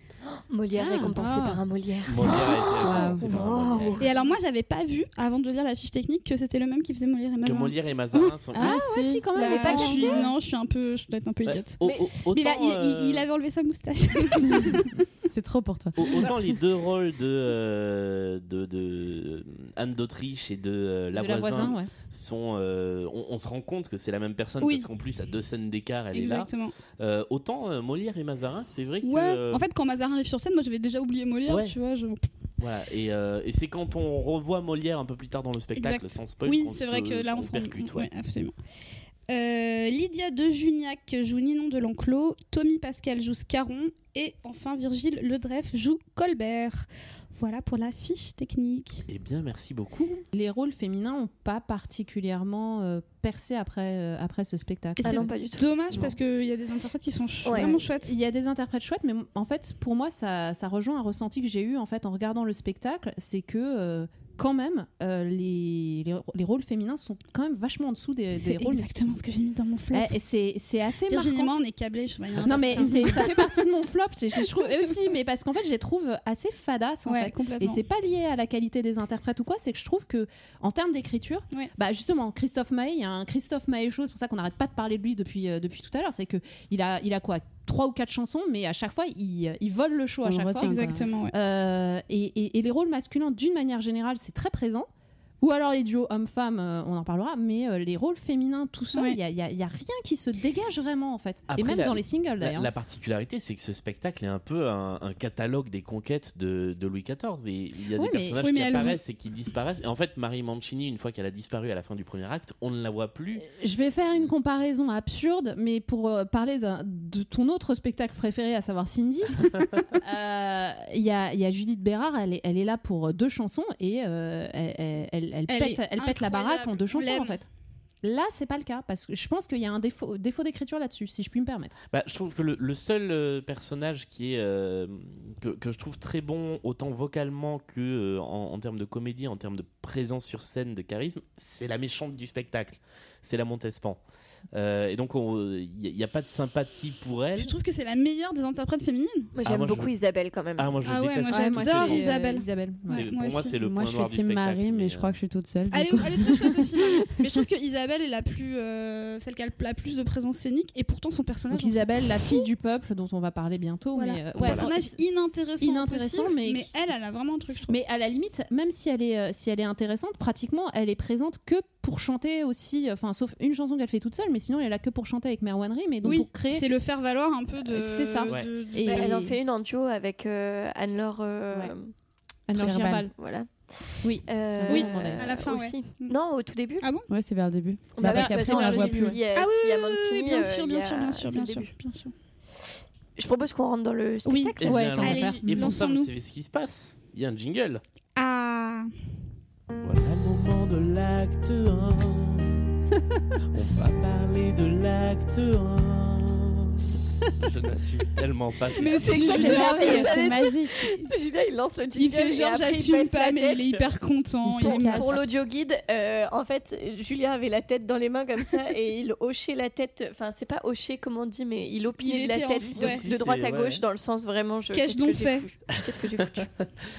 Speaker 2: Molière
Speaker 7: Ah,
Speaker 2: récompensé
Speaker 7: ah.
Speaker 2: par un Molière.
Speaker 3: Molière est récompensé
Speaker 2: wow.
Speaker 3: par un Molière.
Speaker 4: Et alors moi, j'avais pas vu avant de lire la fiche technique que c'était le même qui faisait Molière et
Speaker 3: Que
Speaker 4: Mazarin.
Speaker 3: Molière et Mazarin sont.
Speaker 7: Ah, ouais, si,
Speaker 6: quand
Speaker 2: même.
Speaker 4: Je
Speaker 2: Ah,
Speaker 4: suis- non, je suis un peu, je dois être un peu
Speaker 3: Bah,
Speaker 4: idiote.
Speaker 3: au-
Speaker 2: Mais-
Speaker 3: au-
Speaker 4: Mais là,
Speaker 3: autant,
Speaker 4: il,
Speaker 3: euh,
Speaker 4: il- il avait enlevé sa moustache.
Speaker 7: C'est trop pour toi.
Speaker 3: au- Autant les deux rôles de, euh, de, de euh, Anne d'Autriche et de euh, la,
Speaker 6: de la voisin, ouais.
Speaker 3: sont, euh, on, on se rend compte que c'est la même personne
Speaker 4: Oui.
Speaker 3: parce qu'en plus à deux scènes d'écart elle
Speaker 4: Exactement.
Speaker 3: est là. Euh, autant euh, Molière et Mazarin, c'est vrai que
Speaker 4: Ouais.
Speaker 3: euh,
Speaker 4: En fait, quand Mazarin arrive sur scène, moi, j'avais déjà oublié Molière,
Speaker 3: Ouais.
Speaker 4: tu vois. je-
Speaker 3: voilà et, euh, et c'est quand on revoit Molière un peu plus tard dans le spectacle
Speaker 4: Exact.
Speaker 3: sans spoil.
Speaker 4: oui,
Speaker 3: qu'on
Speaker 4: c'est
Speaker 3: se-
Speaker 4: vrai que là, on se rend
Speaker 3: percute.
Speaker 4: ouais,
Speaker 3: ouais.
Speaker 4: absolument. Euh, Lydia de Juniac joue Ninon de l'Enclos, Tommy Pascal joue Scarron et enfin Virgile Ledreff joue Colbert. Voilà pour la fiche technique.
Speaker 3: Eh bien merci beaucoup.
Speaker 6: Les rôles féminins n'ont pas particulièrement euh, percé après, euh, après ce spectacle.
Speaker 4: Et
Speaker 2: Ah
Speaker 4: c'est
Speaker 2: non, pas du tout.
Speaker 4: Dommage
Speaker 3: Non.
Speaker 4: parce qu'il y a des interprètes qui sont ch-
Speaker 2: Ouais.
Speaker 4: vraiment chouettes.
Speaker 6: Il y a des interprètes chouettes, mais en fait, pour moi, ça, ça rejoint un ressenti que j'ai eu en fait en regardant le spectacle, c'est que euh, quand même, euh, les, les, les rôles féminins sont quand même vachement en dessous des,
Speaker 4: C'est
Speaker 6: des rôles.
Speaker 4: exactement ce que j'ai mis dans mon flop.
Speaker 6: Eh, et c'est c'est assez
Speaker 4: Virginie,
Speaker 6: marquant.
Speaker 4: moi, on est câblés. je sais pas, il y a un
Speaker 6: Non
Speaker 4: truc
Speaker 6: mais
Speaker 4: comme ça.
Speaker 6: c'est- ça fait partie de mon flop, je, je trouve et aussi, mais parce qu'en fait je les trouve assez fadas en
Speaker 4: Ouais,
Speaker 6: fait. Et
Speaker 4: complètement.
Speaker 6: c'est pas lié à la qualité des interprètes ou quoi, c'est que je trouve que en termes d'écriture,
Speaker 4: Ouais.
Speaker 6: bah justement Christophe Maé, il y a un Christophe Maé chose, c'est pour ça qu'on n'arrête pas de parler de lui depuis euh, depuis tout à l'heure, c'est que il a il a quoi trois ou quatre chansons, mais à chaque fois il, il vole le show
Speaker 7: On
Speaker 6: à
Speaker 7: le
Speaker 6: chaque
Speaker 7: retient.
Speaker 6: fois.
Speaker 4: Exactement, ouais.
Speaker 6: Euh, et, et- et les rôles masculins d'une manière générale c'est très présent. Ou alors les duos hommes-femmes, euh, on en parlera, mais euh, les rôles féminins tout seul,
Speaker 4: Ouais.
Speaker 6: il y a- il y, a- il y a rien qui se dégage vraiment en fait.
Speaker 3: Après,
Speaker 6: et même
Speaker 3: la-
Speaker 6: dans les singles
Speaker 3: La,
Speaker 6: d'ailleurs.
Speaker 3: la particularité, c'est que ce spectacle est un peu un, un catalogue des conquêtes de, de Louis XIV. Et il y a
Speaker 6: Ouais,
Speaker 3: des
Speaker 6: mais-
Speaker 3: personnages
Speaker 4: Oui, mais
Speaker 3: qui
Speaker 4: elles ont-
Speaker 3: apparaissent et qui disparaissent. Et en fait, Marie Mancini, une fois qu'elle a disparu à la fin du premier acte, on ne la voit plus.
Speaker 6: Je vais faire une comparaison absurde, mais pour euh, parler d'un- de ton autre spectacle préféré, à savoir Cindy, euh, il y, a, il y a Judith Bérard, elle est, elle est là pour deux chansons et euh, elle, elle- elle- elle
Speaker 4: Elle
Speaker 6: pète,
Speaker 4: est
Speaker 6: elle pète la
Speaker 4: incroyable,
Speaker 6: baraque en deux
Speaker 4: on
Speaker 6: chansons
Speaker 4: l'aime.
Speaker 6: en fait. Là, c'est pas le cas parce que je pense qu'il y a un défaut, défaut d'écriture là-dessus, si je puis me permettre.
Speaker 3: Bah, je trouve que le, le seul euh, personnage qui est euh, que, que je trouve très bon, autant vocalement que euh, en, en termes de comédie, en termes de présence sur scène, de charisme, c'est la méchante du spectacle. C'est la Montespan. Euh, et donc, on- il n'y a, pas de sympathie pour elle.
Speaker 4: Tu trouves que c'est la meilleure des interprètes féminines
Speaker 2: Moi,
Speaker 3: Ah,
Speaker 2: j'aime
Speaker 3: moi, je-
Speaker 2: beaucoup Isabelle quand même.
Speaker 3: Ah, moi, je
Speaker 4: Ah ouais,
Speaker 3: déteste.
Speaker 4: moi,
Speaker 3: ce
Speaker 4: j'adore
Speaker 3: personnage.
Speaker 6: c'est, euh,
Speaker 4: Isabelle.
Speaker 6: Isabelle. ouais.
Speaker 3: C'est-
Speaker 4: Ouais,
Speaker 3: pour
Speaker 4: moi
Speaker 3: moi,
Speaker 4: aussi.
Speaker 3: c'est le
Speaker 7: Moi,
Speaker 3: point
Speaker 7: je suis
Speaker 3: noir du
Speaker 7: Team
Speaker 3: spectacle.
Speaker 7: Marie, mais
Speaker 3: mais,
Speaker 7: je
Speaker 3: euh,
Speaker 7: crois que je suis toute seule. du
Speaker 4: Ah, elle est,
Speaker 7: coup.
Speaker 4: elle est très chouette aussi, Marie. mais je trouve que Isabelle est la plus, euh, celle qui a le- la plus de présence scénique, et pourtant son personnage,
Speaker 6: Donc Isabelle, la fille du peuple, dont on va parler bientôt,
Speaker 4: voilà.
Speaker 6: mais euh,
Speaker 4: Son
Speaker 6: ouais,
Speaker 4: personnage inintéressant,
Speaker 6: inintéressant,
Speaker 4: possible,
Speaker 6: mais-
Speaker 4: elle, elle a vraiment un truc. Je trouve.
Speaker 6: Mais à la limite, même si elle est, euh, si elle est intéressante, pratiquement, elle est présente que pour chanter aussi, euh, enfin, sauf une chanson qu'elle fait toute seule, mais sinon, elle est là que pour chanter avec Merwan Rim et donc
Speaker 4: oui,
Speaker 6: pour créer. Euh,
Speaker 4: c'est le faire valoir un peu de.
Speaker 6: C'est ça.
Speaker 4: Euh, de-
Speaker 3: Ouais.
Speaker 4: de-
Speaker 6: Et- euh,
Speaker 2: Bah, Elle en fait une en duo avec euh, Anne-Laure. euh,
Speaker 6: Anne-Laure
Speaker 7: Très
Speaker 6: Girbal.
Speaker 7: verbal.
Speaker 2: Voilà.
Speaker 6: Oui.
Speaker 2: Euh,
Speaker 6: Oui,
Speaker 4: à la fin, ouais.
Speaker 2: aussi.
Speaker 4: Mm.
Speaker 2: Non, au tout début.
Speaker 7: Ouais, c'est vers le début. C'est
Speaker 2: On va
Speaker 7: parce
Speaker 2: voir,
Speaker 7: qu'après,
Speaker 2: parce
Speaker 7: on la
Speaker 2: que
Speaker 7: voit
Speaker 2: si-
Speaker 7: plus. ouais.
Speaker 2: si, euh,
Speaker 4: Ah
Speaker 2: si
Speaker 4: oui, oui,
Speaker 2: Amantini,
Speaker 4: oui, bien
Speaker 2: euh,
Speaker 4: sûr,
Speaker 2: il y
Speaker 4: bien
Speaker 2: a-
Speaker 4: sûr, bien
Speaker 2: c'est
Speaker 4: sûr,
Speaker 2: le
Speaker 4: bien
Speaker 2: début.
Speaker 4: sûr, bien sûr.
Speaker 2: Je propose qu'on rentre dans le
Speaker 4: Oui.
Speaker 2: spectacle.
Speaker 3: Eh bien,
Speaker 6: Ouais,
Speaker 3: alors,
Speaker 6: tant qu'à
Speaker 3: et
Speaker 6: faire.
Speaker 3: pour ça, vous
Speaker 4: lançons-nous.
Speaker 3: savez ce qui se passe. Il y a un jingle.
Speaker 4: Ah,
Speaker 3: Voilà le moment de l'acte 1. On va parler de l'acte 1. Je n'assume tellement pas.
Speaker 4: Mais c'est
Speaker 7: C'est
Speaker 4: exactement
Speaker 2: ce que
Speaker 7: magique,
Speaker 2: j'allais
Speaker 7: c'est magique.
Speaker 2: Julia, il lance le jingle.
Speaker 4: il fait
Speaker 2: et
Speaker 4: genre
Speaker 2: après, il
Speaker 4: j'assume
Speaker 2: baisse la
Speaker 4: pas, mais
Speaker 2: tête.
Speaker 4: il est hyper content. il
Speaker 7: Il s'en
Speaker 4: est
Speaker 7: cache.
Speaker 4: mignon.
Speaker 2: Pour l'audio guide, euh, en fait, Julien avait la tête dans les mains comme ça et il hochait la tête. Enfin, c'est pas hocher comme on dit, mais il opinait
Speaker 4: Il
Speaker 2: de la
Speaker 4: était en-
Speaker 2: tête
Speaker 4: ouais.
Speaker 2: de, de droite à
Speaker 3: C'est- ouais.
Speaker 2: gauche dans le sens vraiment. je-
Speaker 4: Qu'ai-je
Speaker 2: qu'est-ce que
Speaker 4: donc
Speaker 2: j'ai
Speaker 4: fait
Speaker 2: foutu Qu'est-ce que j'ai foutu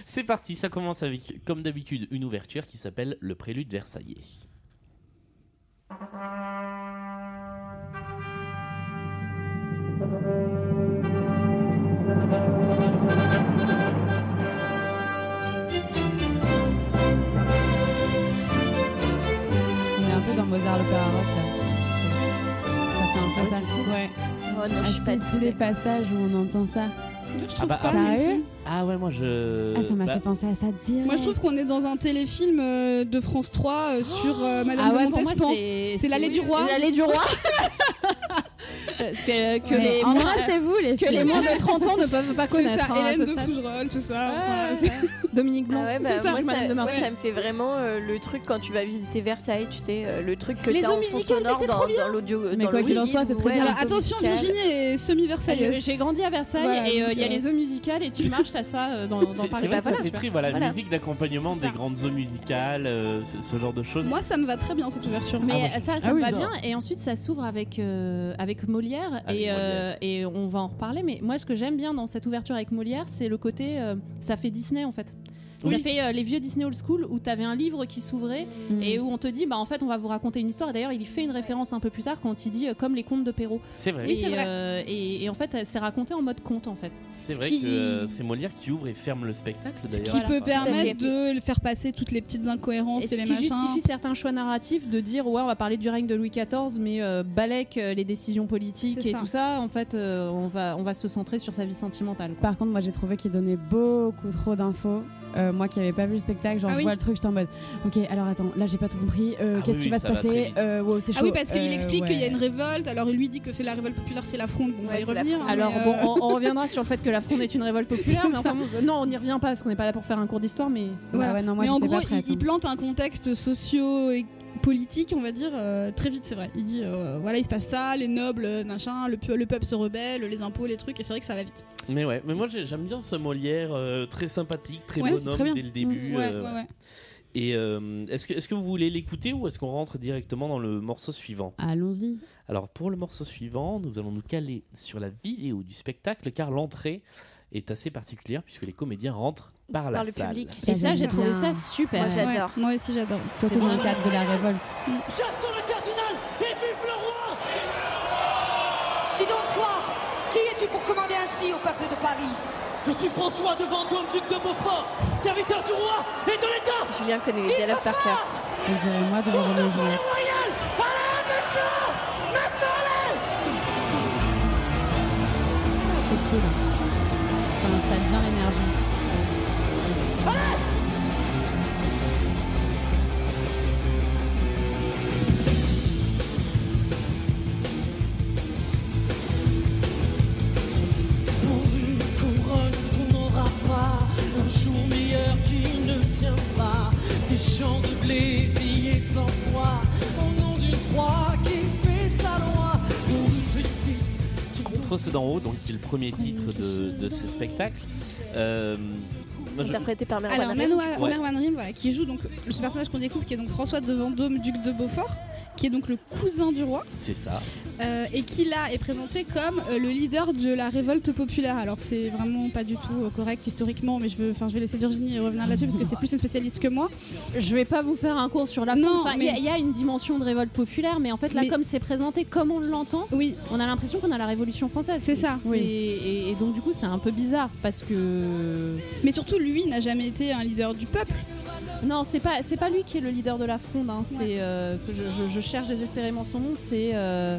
Speaker 3: C'est parti, ça commence avec, comme d'habitude, une ouverture qui s'appelle le prélude versaillais.
Speaker 7: On est un peu dans Mozart l'opéra rock là. Ça fait un peu ça. Ouais.
Speaker 2: Oh non,
Speaker 7: Ah,
Speaker 2: je suis
Speaker 7: si,
Speaker 2: pas
Speaker 7: tous les passages où on entend ça.
Speaker 4: Je trouve
Speaker 3: Ah bah,
Speaker 4: pas.
Speaker 3: ah,
Speaker 4: mais
Speaker 7: sérieux
Speaker 4: si.
Speaker 3: Ah ouais, moi je.
Speaker 7: Ah, ça m'a
Speaker 3: bah,
Speaker 7: fait penser à ça direct.
Speaker 4: Moi, je trouve qu'on est dans un téléfilm euh, de France 3 euh, sur euh, Madame
Speaker 6: Ah ouais,
Speaker 4: de
Speaker 6: pour moi,
Speaker 4: Montespan.
Speaker 6: c'est.
Speaker 4: C'est l'allée du roi.
Speaker 6: L'allée du roi. c'est euh, que,
Speaker 7: Ouais.
Speaker 6: les moins,
Speaker 7: Embrassez-vous les
Speaker 6: que
Speaker 7: filles.
Speaker 6: les moins de 30 ans ne peuvent pas
Speaker 4: C'est
Speaker 6: connaître.
Speaker 4: ça,
Speaker 6: hein, à ce
Speaker 4: Hélène de
Speaker 6: stade.
Speaker 4: Fougerolles, tout ça. enfin,
Speaker 6: Ouais, ouais. Dominique Blanc.
Speaker 2: Ah ouais, bah,
Speaker 6: c'est ça,
Speaker 2: moi,
Speaker 6: Madame
Speaker 2: ça,
Speaker 6: de Martigues.
Speaker 2: moi, ça me fait vraiment euh, le truc quand tu vas visiter Versailles, tu sais, euh, le truc que
Speaker 6: Les
Speaker 2: t'as
Speaker 6: eaux
Speaker 2: en fond
Speaker 6: musicales, mais
Speaker 2: sonore
Speaker 6: c'est
Speaker 2: dans,
Speaker 6: trop bien.
Speaker 2: dans l'audio.
Speaker 7: Mais quoi qu'il en soit, c'est très bien.
Speaker 4: Alors attention, Virginie est
Speaker 6: J'ai-
Speaker 4: semi-versaillaise.
Speaker 6: J'ai grandi à Versailles
Speaker 4: Voilà,
Speaker 6: et euh,
Speaker 4: donc,
Speaker 6: il y a
Speaker 4: euh,
Speaker 6: les eaux musicales et tu marches, t'as ça euh, dans, dans
Speaker 3: C'est
Speaker 6: Paris.
Speaker 3: c'est vrai que ça fait très voilà,
Speaker 2: Voilà.
Speaker 3: musique d'accompagnement
Speaker 6: C'est
Speaker 3: des
Speaker 6: ça.
Speaker 3: grandes eaux musicales, euh, ce, ce genre de choses.
Speaker 4: Moi, ça me va très bien cette ouverture.
Speaker 6: Mais
Speaker 3: Ah, moi, je-
Speaker 6: euh, ça, ça
Speaker 7: Ah
Speaker 6: me
Speaker 7: oui,
Speaker 6: va
Speaker 3: j'adore.
Speaker 6: bien. Et ensuite, ça s'ouvre avec, euh, avec Molière.
Speaker 3: Avec
Speaker 6: et, euh, et on va en reparler. Mais moi, ce que j'aime bien dans cette ouverture avec Molière, c'est le côté. euh, ça fait Disney, en fait. Ça
Speaker 3: Oui.
Speaker 6: fait euh, les vieux Disney Old School où t'avais un livre qui s'ouvrait
Speaker 3: Mm.
Speaker 6: et où on te dit, bah en fait, on va vous raconter une histoire. Et D'ailleurs, il y fait une référence un peu plus tard quand il dit, euh, comme les contes de Perrault.
Speaker 3: C'est vrai.
Speaker 4: Oui, c'est
Speaker 6: et,
Speaker 4: vrai.
Speaker 6: euh, et, et en fait, c'est raconté en mode conte, en fait.
Speaker 3: C'est
Speaker 6: Ce
Speaker 3: vrai
Speaker 6: qui-
Speaker 3: que euh, c'est Molière qui ouvre et ferme le spectacle
Speaker 4: Ce
Speaker 3: d'ailleurs.
Speaker 4: qui
Speaker 6: Voilà.
Speaker 4: peut
Speaker 3: Tout à fait.
Speaker 4: permettre
Speaker 2: Tout à
Speaker 4: de le faire passer toutes les petites incohérences
Speaker 6: Et
Speaker 4: et,
Speaker 6: ce
Speaker 4: les
Speaker 6: qui
Speaker 4: machins.
Speaker 6: justifie certains choix narratifs de dire ouais on va parler du règne de Louis XIV mais euh, balèque euh, les décisions politiques
Speaker 4: C'est
Speaker 6: et
Speaker 4: ça.
Speaker 6: tout ça en fait euh, on va on va se centrer sur sa vie sentimentale. quoi.
Speaker 7: Par contre, moi j'ai trouvé qu'il donnait beaucoup trop d'infos. Euh, moi qui n'avais pas vu le spectacle, genre
Speaker 4: Ah
Speaker 7: je
Speaker 4: oui.
Speaker 7: vois le truc, j'étais en mode Ok, alors attends, là j'ai pas tout compris, euh,
Speaker 3: Ah
Speaker 7: qu'est-ce
Speaker 3: oui,
Speaker 7: qui
Speaker 3: oui,
Speaker 7: va se
Speaker 3: ça va très
Speaker 7: passer
Speaker 3: vite.
Speaker 7: Euh, wow, c'est
Speaker 4: Ah
Speaker 7: chaud.
Speaker 4: oui, parce qu'il
Speaker 7: Euh,
Speaker 4: explique qu'il y a
Speaker 7: ouais.
Speaker 4: une révolte, alors il lui dit que c'est la révolte populaire, c'est la fronde, bon, on va
Speaker 2: Ouais,
Speaker 4: y
Speaker 2: c'est la
Speaker 4: revenir.
Speaker 2: fronde.
Speaker 4: hein,
Speaker 6: Alors
Speaker 4: mais,
Speaker 6: bon,
Speaker 4: euh,
Speaker 6: on, on reviendra sur le fait que la Fronde est une révolte populaire, mais enfin, bon, non, on n'y revient pas parce qu'on n'est pas là pour faire un cours d'histoire, mais
Speaker 4: voilà.
Speaker 7: Ah ouais, non, moi,
Speaker 4: mais en
Speaker 7: j'étais
Speaker 4: gros,
Speaker 7: pas prête,
Speaker 4: il, il
Speaker 7: hein.
Speaker 4: plante un contexte socio et politique, on va dire, euh, très vite, c'est vrai. Il dit, euh, voilà, il se passe ça, les nobles, euh, machin, le, pu- le peuple se rebelle, les impôts, les trucs, et c'est vrai que ça va vite.
Speaker 3: Mais ouais, mais moi j'ai- j'aime bien ce Molière euh, très sympathique, très
Speaker 7: Ouais, c'est
Speaker 3: bonhomme
Speaker 7: très bien. Mm,
Speaker 3: dès le début.
Speaker 4: ouais,
Speaker 3: euh,
Speaker 4: ouais, ouais.
Speaker 3: Et euh, est-ce que, est que vous voulez l'écouter ou est-ce qu'on rentre directement dans le morceau suivant
Speaker 7: Allons-y.
Speaker 3: Alors pour le morceau suivant, nous allons nous caler sur la vidéo du spectacle car l'entrée est assez particulière puisque les comédiens rentrent par, la
Speaker 2: Par le
Speaker 3: salle.
Speaker 2: public.
Speaker 6: et ça
Speaker 7: j'aime
Speaker 6: j'ai
Speaker 7: bien.
Speaker 6: trouvé ça super.
Speaker 2: Moi, j'adore.
Speaker 4: Ouais, moi aussi, j'adore.
Speaker 7: Surtout dans le cadre de la révolte.
Speaker 8: Chassons le cardinal et vive le roi
Speaker 9: Dis donc toi, qui es-tu pour commander ainsi au peuple de Paris
Speaker 8: Je suis François de Vendôme, duc de Beaufort, serviteur du roi et de l'État
Speaker 2: Julien connaît les dialogues par cœur.
Speaker 7: On dirait moi
Speaker 4: Oh,
Speaker 7: devant
Speaker 8: Tous
Speaker 7: Roméo
Speaker 8: pour les
Speaker 7: Juliette.
Speaker 8: royales Allez, maintenant Maintenant, allez
Speaker 7: C'est cool. Ça installe bien l'énergie.
Speaker 4: Ah
Speaker 8: Pour une couronne qu'on n'aura pas, un jour meilleur qui ne viendra, des champs de blé pillés sans foi, au nom d'une croix qui fait sa loi, pour une justice qui
Speaker 3: Contre ceux d'en haut, donc qui est le premier titre de, de ce spectacle. Euh, moi, je-
Speaker 2: Interprété par Merwan
Speaker 4: Alors,
Speaker 2: Arrête.
Speaker 4: Manoir-
Speaker 3: Ouais.
Speaker 4: Merwan Rim, voilà, qui joue donc ce personnage qu'on découvre, qui est donc François de Vendôme, duc de Beaufort, qui est donc le cousin du roi,
Speaker 3: C'est ça.
Speaker 4: euh, et qui là est présenté comme euh, le leader de la révolte populaire. Alors, c'est vraiment pas du tout euh, correct historiquement, mais je, veux, enfin, je vais laisser Virginie euh, revenir là-dessus parce que c'est plus une spécialiste que moi.
Speaker 6: Je vais pas vous faire un cours sur la
Speaker 4: Non,
Speaker 6: Fronde. Enfin, il y a-
Speaker 4: mais-
Speaker 6: il y, a une dimension de révolte populaire, mais en fait là
Speaker 4: Mais-
Speaker 6: comme c'est présenté, comme on l'entend,
Speaker 4: Oui,
Speaker 6: on a l'impression qu'on a la Révolution française.
Speaker 4: C'est ça. Oui.
Speaker 6: Et, et donc du coup c'est un peu bizarre parce que
Speaker 4: mais surtout, lui n'a jamais été un leader du peuple.
Speaker 6: Non, c'est pas c'est pas lui qui est le leader de la fronde. hein, C'est euh, que je, je- je cherche désespérément son nom. C'est euh,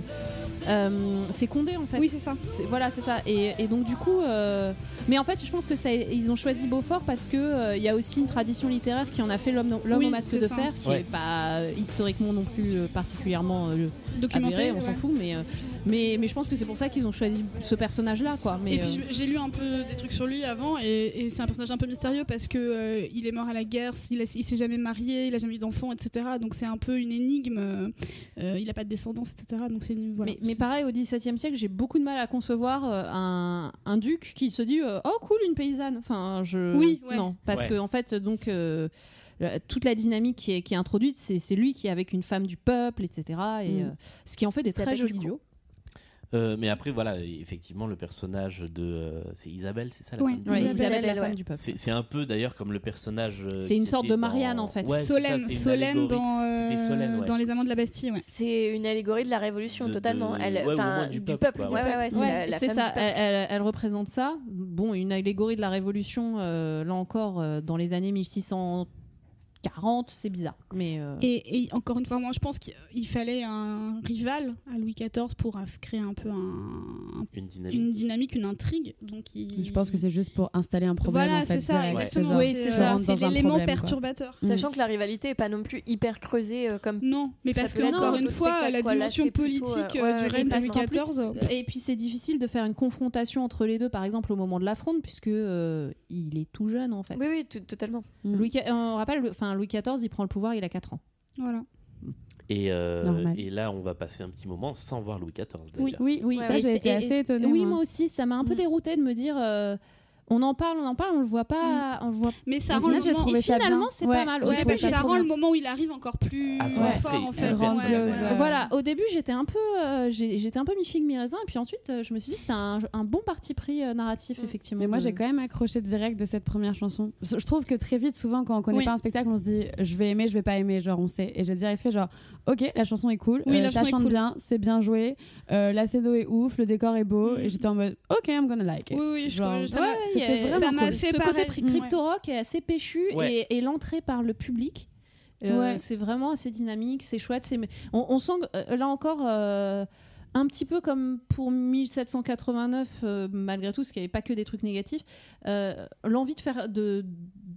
Speaker 6: euh, c'est Condé en fait.
Speaker 4: Oui, c'est ça.
Speaker 6: C'est- Voilà, c'est ça. Et, et donc du coup, euh, mais en fait, je pense que ça, ils ont choisi Beaufort parce que euh, il y a aussi une tradition littéraire qui en a fait l'homme l'homme
Speaker 4: Oui,
Speaker 6: au masque
Speaker 4: c'est
Speaker 6: de
Speaker 4: ça.
Speaker 6: fer, qui
Speaker 3: Ouais.
Speaker 6: est pas euh, historiquement non plus euh, particulièrement euh,
Speaker 4: Documenté.
Speaker 6: avéré, on s'en
Speaker 4: ouais.
Speaker 6: fout. Mais, euh, mais mais je pense que c'est pour ça qu'ils ont choisi ce personnage-là, quoi. Mais
Speaker 4: Et puis
Speaker 6: euh,
Speaker 4: je- j'ai lu un peu des trucs sur lui avant et, et c'est un personnage un peu mystérieux parce que euh, il est mort à la guerre, il, a- il s'est jamais marié, il a jamais eu d'enfant, etc. Donc c'est un peu une énigme. euh, euh, il a pas de descendance, etc. Donc c'est une- voilà.
Speaker 6: Mais, mais pareil, au XVIIe siècle, j'ai beaucoup de mal à concevoir euh, un, un duc qui se dit euh, Oh, cool, une paysanne. Enfin, je.
Speaker 4: Oui, ouais.
Speaker 6: Non, parce
Speaker 3: Ouais.
Speaker 6: que, en fait, donc. euh, la- toute la dynamique qui est, qui est introduite, c'est c'est lui qui est avec une femme du peuple, etc. Et,
Speaker 7: Mm.
Speaker 6: euh, ce qui en fait des
Speaker 2: Ça
Speaker 6: très
Speaker 2: s'appelle
Speaker 6: jolis
Speaker 2: du coup-
Speaker 6: duos.
Speaker 3: Euh, mais après, voilà, effectivement, le personnage de. euh, c'est Isabelle, c'est ça la
Speaker 4: Ouais.
Speaker 3: femme du-
Speaker 4: Ouais.
Speaker 6: Isabelle,
Speaker 2: Isabelle,
Speaker 6: la femme
Speaker 2: ouais.
Speaker 6: du peuple.
Speaker 3: C'est c'est un peu d'ailleurs comme le personnage. euh,
Speaker 6: C'est une
Speaker 3: qui
Speaker 6: sorte
Speaker 3: était
Speaker 6: de Marianne,
Speaker 3: dans-
Speaker 6: en fait.
Speaker 3: Ouais, c'est ça,
Speaker 4: Solène,
Speaker 3: c'est une
Speaker 4: Solène
Speaker 3: allégorie.
Speaker 4: dans, euh,
Speaker 3: C'était Solène, ouais.
Speaker 4: dans Les Amants de la Bastille, ouais.
Speaker 2: C'est une allégorie de la Révolution,
Speaker 3: De-
Speaker 2: totalement.
Speaker 3: de-
Speaker 2: Elle,
Speaker 3: ouais, ou au
Speaker 2: enfin,
Speaker 3: moins du peuple, quoi.
Speaker 2: Ouais, ouais, ouais, c'est
Speaker 6: Ouais,
Speaker 2: la, la
Speaker 6: c'est
Speaker 2: femme
Speaker 6: ça,
Speaker 2: du peuple.
Speaker 6: elle, elle- elle représente ça. Bon, une allégorie de la Révolution, euh, là encore, euh, dans les années 1630 40, c'est bizarre. Mais euh,
Speaker 4: Et, et encore une fois, moi je pense qu'il il fallait un rival à Louis XIV pour euh, créer un peu un-
Speaker 3: Une dynamique.
Speaker 4: une dynamique, une intrigue. Donc il-
Speaker 7: Je pense que c'est juste pour installer un problème.
Speaker 4: Voilà,
Speaker 7: en fait,
Speaker 4: c'est ça,
Speaker 7: direct.
Speaker 4: exactement.
Speaker 7: genre,
Speaker 4: Oui, c'est
Speaker 7: je
Speaker 4: ça,
Speaker 7: rentre
Speaker 4: c'est
Speaker 7: dans un
Speaker 4: l'élément
Speaker 7: problème, quoi. Mm.
Speaker 4: perturbateur.
Speaker 2: Sachant que la rivalité est pas non plus hyper creusée euh, comme.
Speaker 4: Non, mais
Speaker 2: Ça
Speaker 4: parce
Speaker 2: peut
Speaker 4: que
Speaker 2: être
Speaker 4: encore
Speaker 2: dans
Speaker 4: une
Speaker 2: d'autres
Speaker 4: fois,
Speaker 2: spectacles,
Speaker 4: la
Speaker 2: quoi. Là, c'est
Speaker 4: dimension
Speaker 2: plutôt,
Speaker 4: politique
Speaker 2: euh,
Speaker 4: euh,
Speaker 2: ouais, ouais,
Speaker 4: du règne de
Speaker 2: parce
Speaker 4: Louis
Speaker 2: qu'en plus,
Speaker 4: XIV.
Speaker 6: Et puis c'est difficile de faire une confrontation entre les deux, par exemple au moment de la fronde, puisque euh, il est tout jeune en fait.
Speaker 2: Oui, oui, tout- totalement.
Speaker 6: Louis, Qu- euh, on rappelle, le- enfin Louis XIV, il prend le pouvoir, il a 4 ans.
Speaker 4: Voilà.
Speaker 3: Et, euh,
Speaker 7: Normal.
Speaker 3: et là, on va passer un petit moment sans voir Louis XIV.
Speaker 7: Oui,
Speaker 3: d'ailleurs.
Speaker 7: oui, oui.
Speaker 2: Ouais,
Speaker 7: ça,
Speaker 6: Et
Speaker 7: j'ai
Speaker 6: c'est-
Speaker 7: été
Speaker 6: et-
Speaker 7: assez
Speaker 6: et-
Speaker 7: étonnée.
Speaker 6: Oui, moi aussi, ça m'a un peu
Speaker 7: Mm.
Speaker 6: déroutée de me dire. euh, on en parle, on en parle, on le voit pas, on le voit.
Speaker 4: Mais ça
Speaker 7: Au
Speaker 4: rend
Speaker 7: final,
Speaker 4: le
Speaker 7: Mm. j'ai
Speaker 4: moment.
Speaker 7: trouvé
Speaker 6: Et
Speaker 7: ça bien.
Speaker 6: finalement, c'est
Speaker 7: Ouais.
Speaker 6: pas mal. Au
Speaker 7: J'ai
Speaker 4: Ouais,
Speaker 7: trouvé
Speaker 4: parce que
Speaker 7: ça
Speaker 4: ça
Speaker 7: trop
Speaker 4: rend
Speaker 7: bien.
Speaker 4: le moment où il arrive encore plus euh,
Speaker 3: Ah,
Speaker 7: ouais.
Speaker 4: fort en
Speaker 3: Très
Speaker 4: fait.
Speaker 7: grandiose,
Speaker 4: Ouais, ouais.
Speaker 7: euh,
Speaker 6: Voilà, au début j'étais un peu, euh, j'ai- j'étais un peu mi figue mi raisin, et puis ensuite euh, je me suis dit c'est un, un bon parti pris euh, narratif
Speaker 2: Mm.
Speaker 6: effectivement.
Speaker 7: Mais moi,
Speaker 6: de-
Speaker 7: j'ai quand même accroché direct de cette première chanson. Je je trouve que très vite, souvent, quand on connaît
Speaker 4: Oui.
Speaker 7: pas un spectacle, on se dit je vais aimer, je vais pas aimer. Genre, on sait. Et j'ai direct fait genre, ok, la chanson est cool, euh,
Speaker 4: Oui, la
Speaker 7: ça
Speaker 4: chanson est
Speaker 7: chante
Speaker 4: cool.
Speaker 7: bien, c'est bien joué, euh, la scéno est ouf, le décor est beau.
Speaker 4: Mm.
Speaker 7: Et j'étais en mode ok, I'm gonna like it.
Speaker 4: Oui, oui, je
Speaker 7: Genre,
Speaker 4: crois-
Speaker 6: Ouais,
Speaker 4: ça m'a-
Speaker 6: il y a-
Speaker 7: c'était
Speaker 4: ça m'a
Speaker 7: vraiment cool.
Speaker 4: euh, fait
Speaker 6: ce
Speaker 4: pareil.
Speaker 6: côté pri- crypto rock est assez péchu
Speaker 3: Ouais.
Speaker 6: et, et l'entrée par le public. euh,
Speaker 7: Ouais.
Speaker 6: C'est vraiment assez dynamique, c'est chouette. c'est- On, on sent que, euh, là encore euh, un petit peu comme pour 1789, euh, malgré tout, parce qu'il n'y avait pas que des trucs négatifs, euh, l'envie de faire de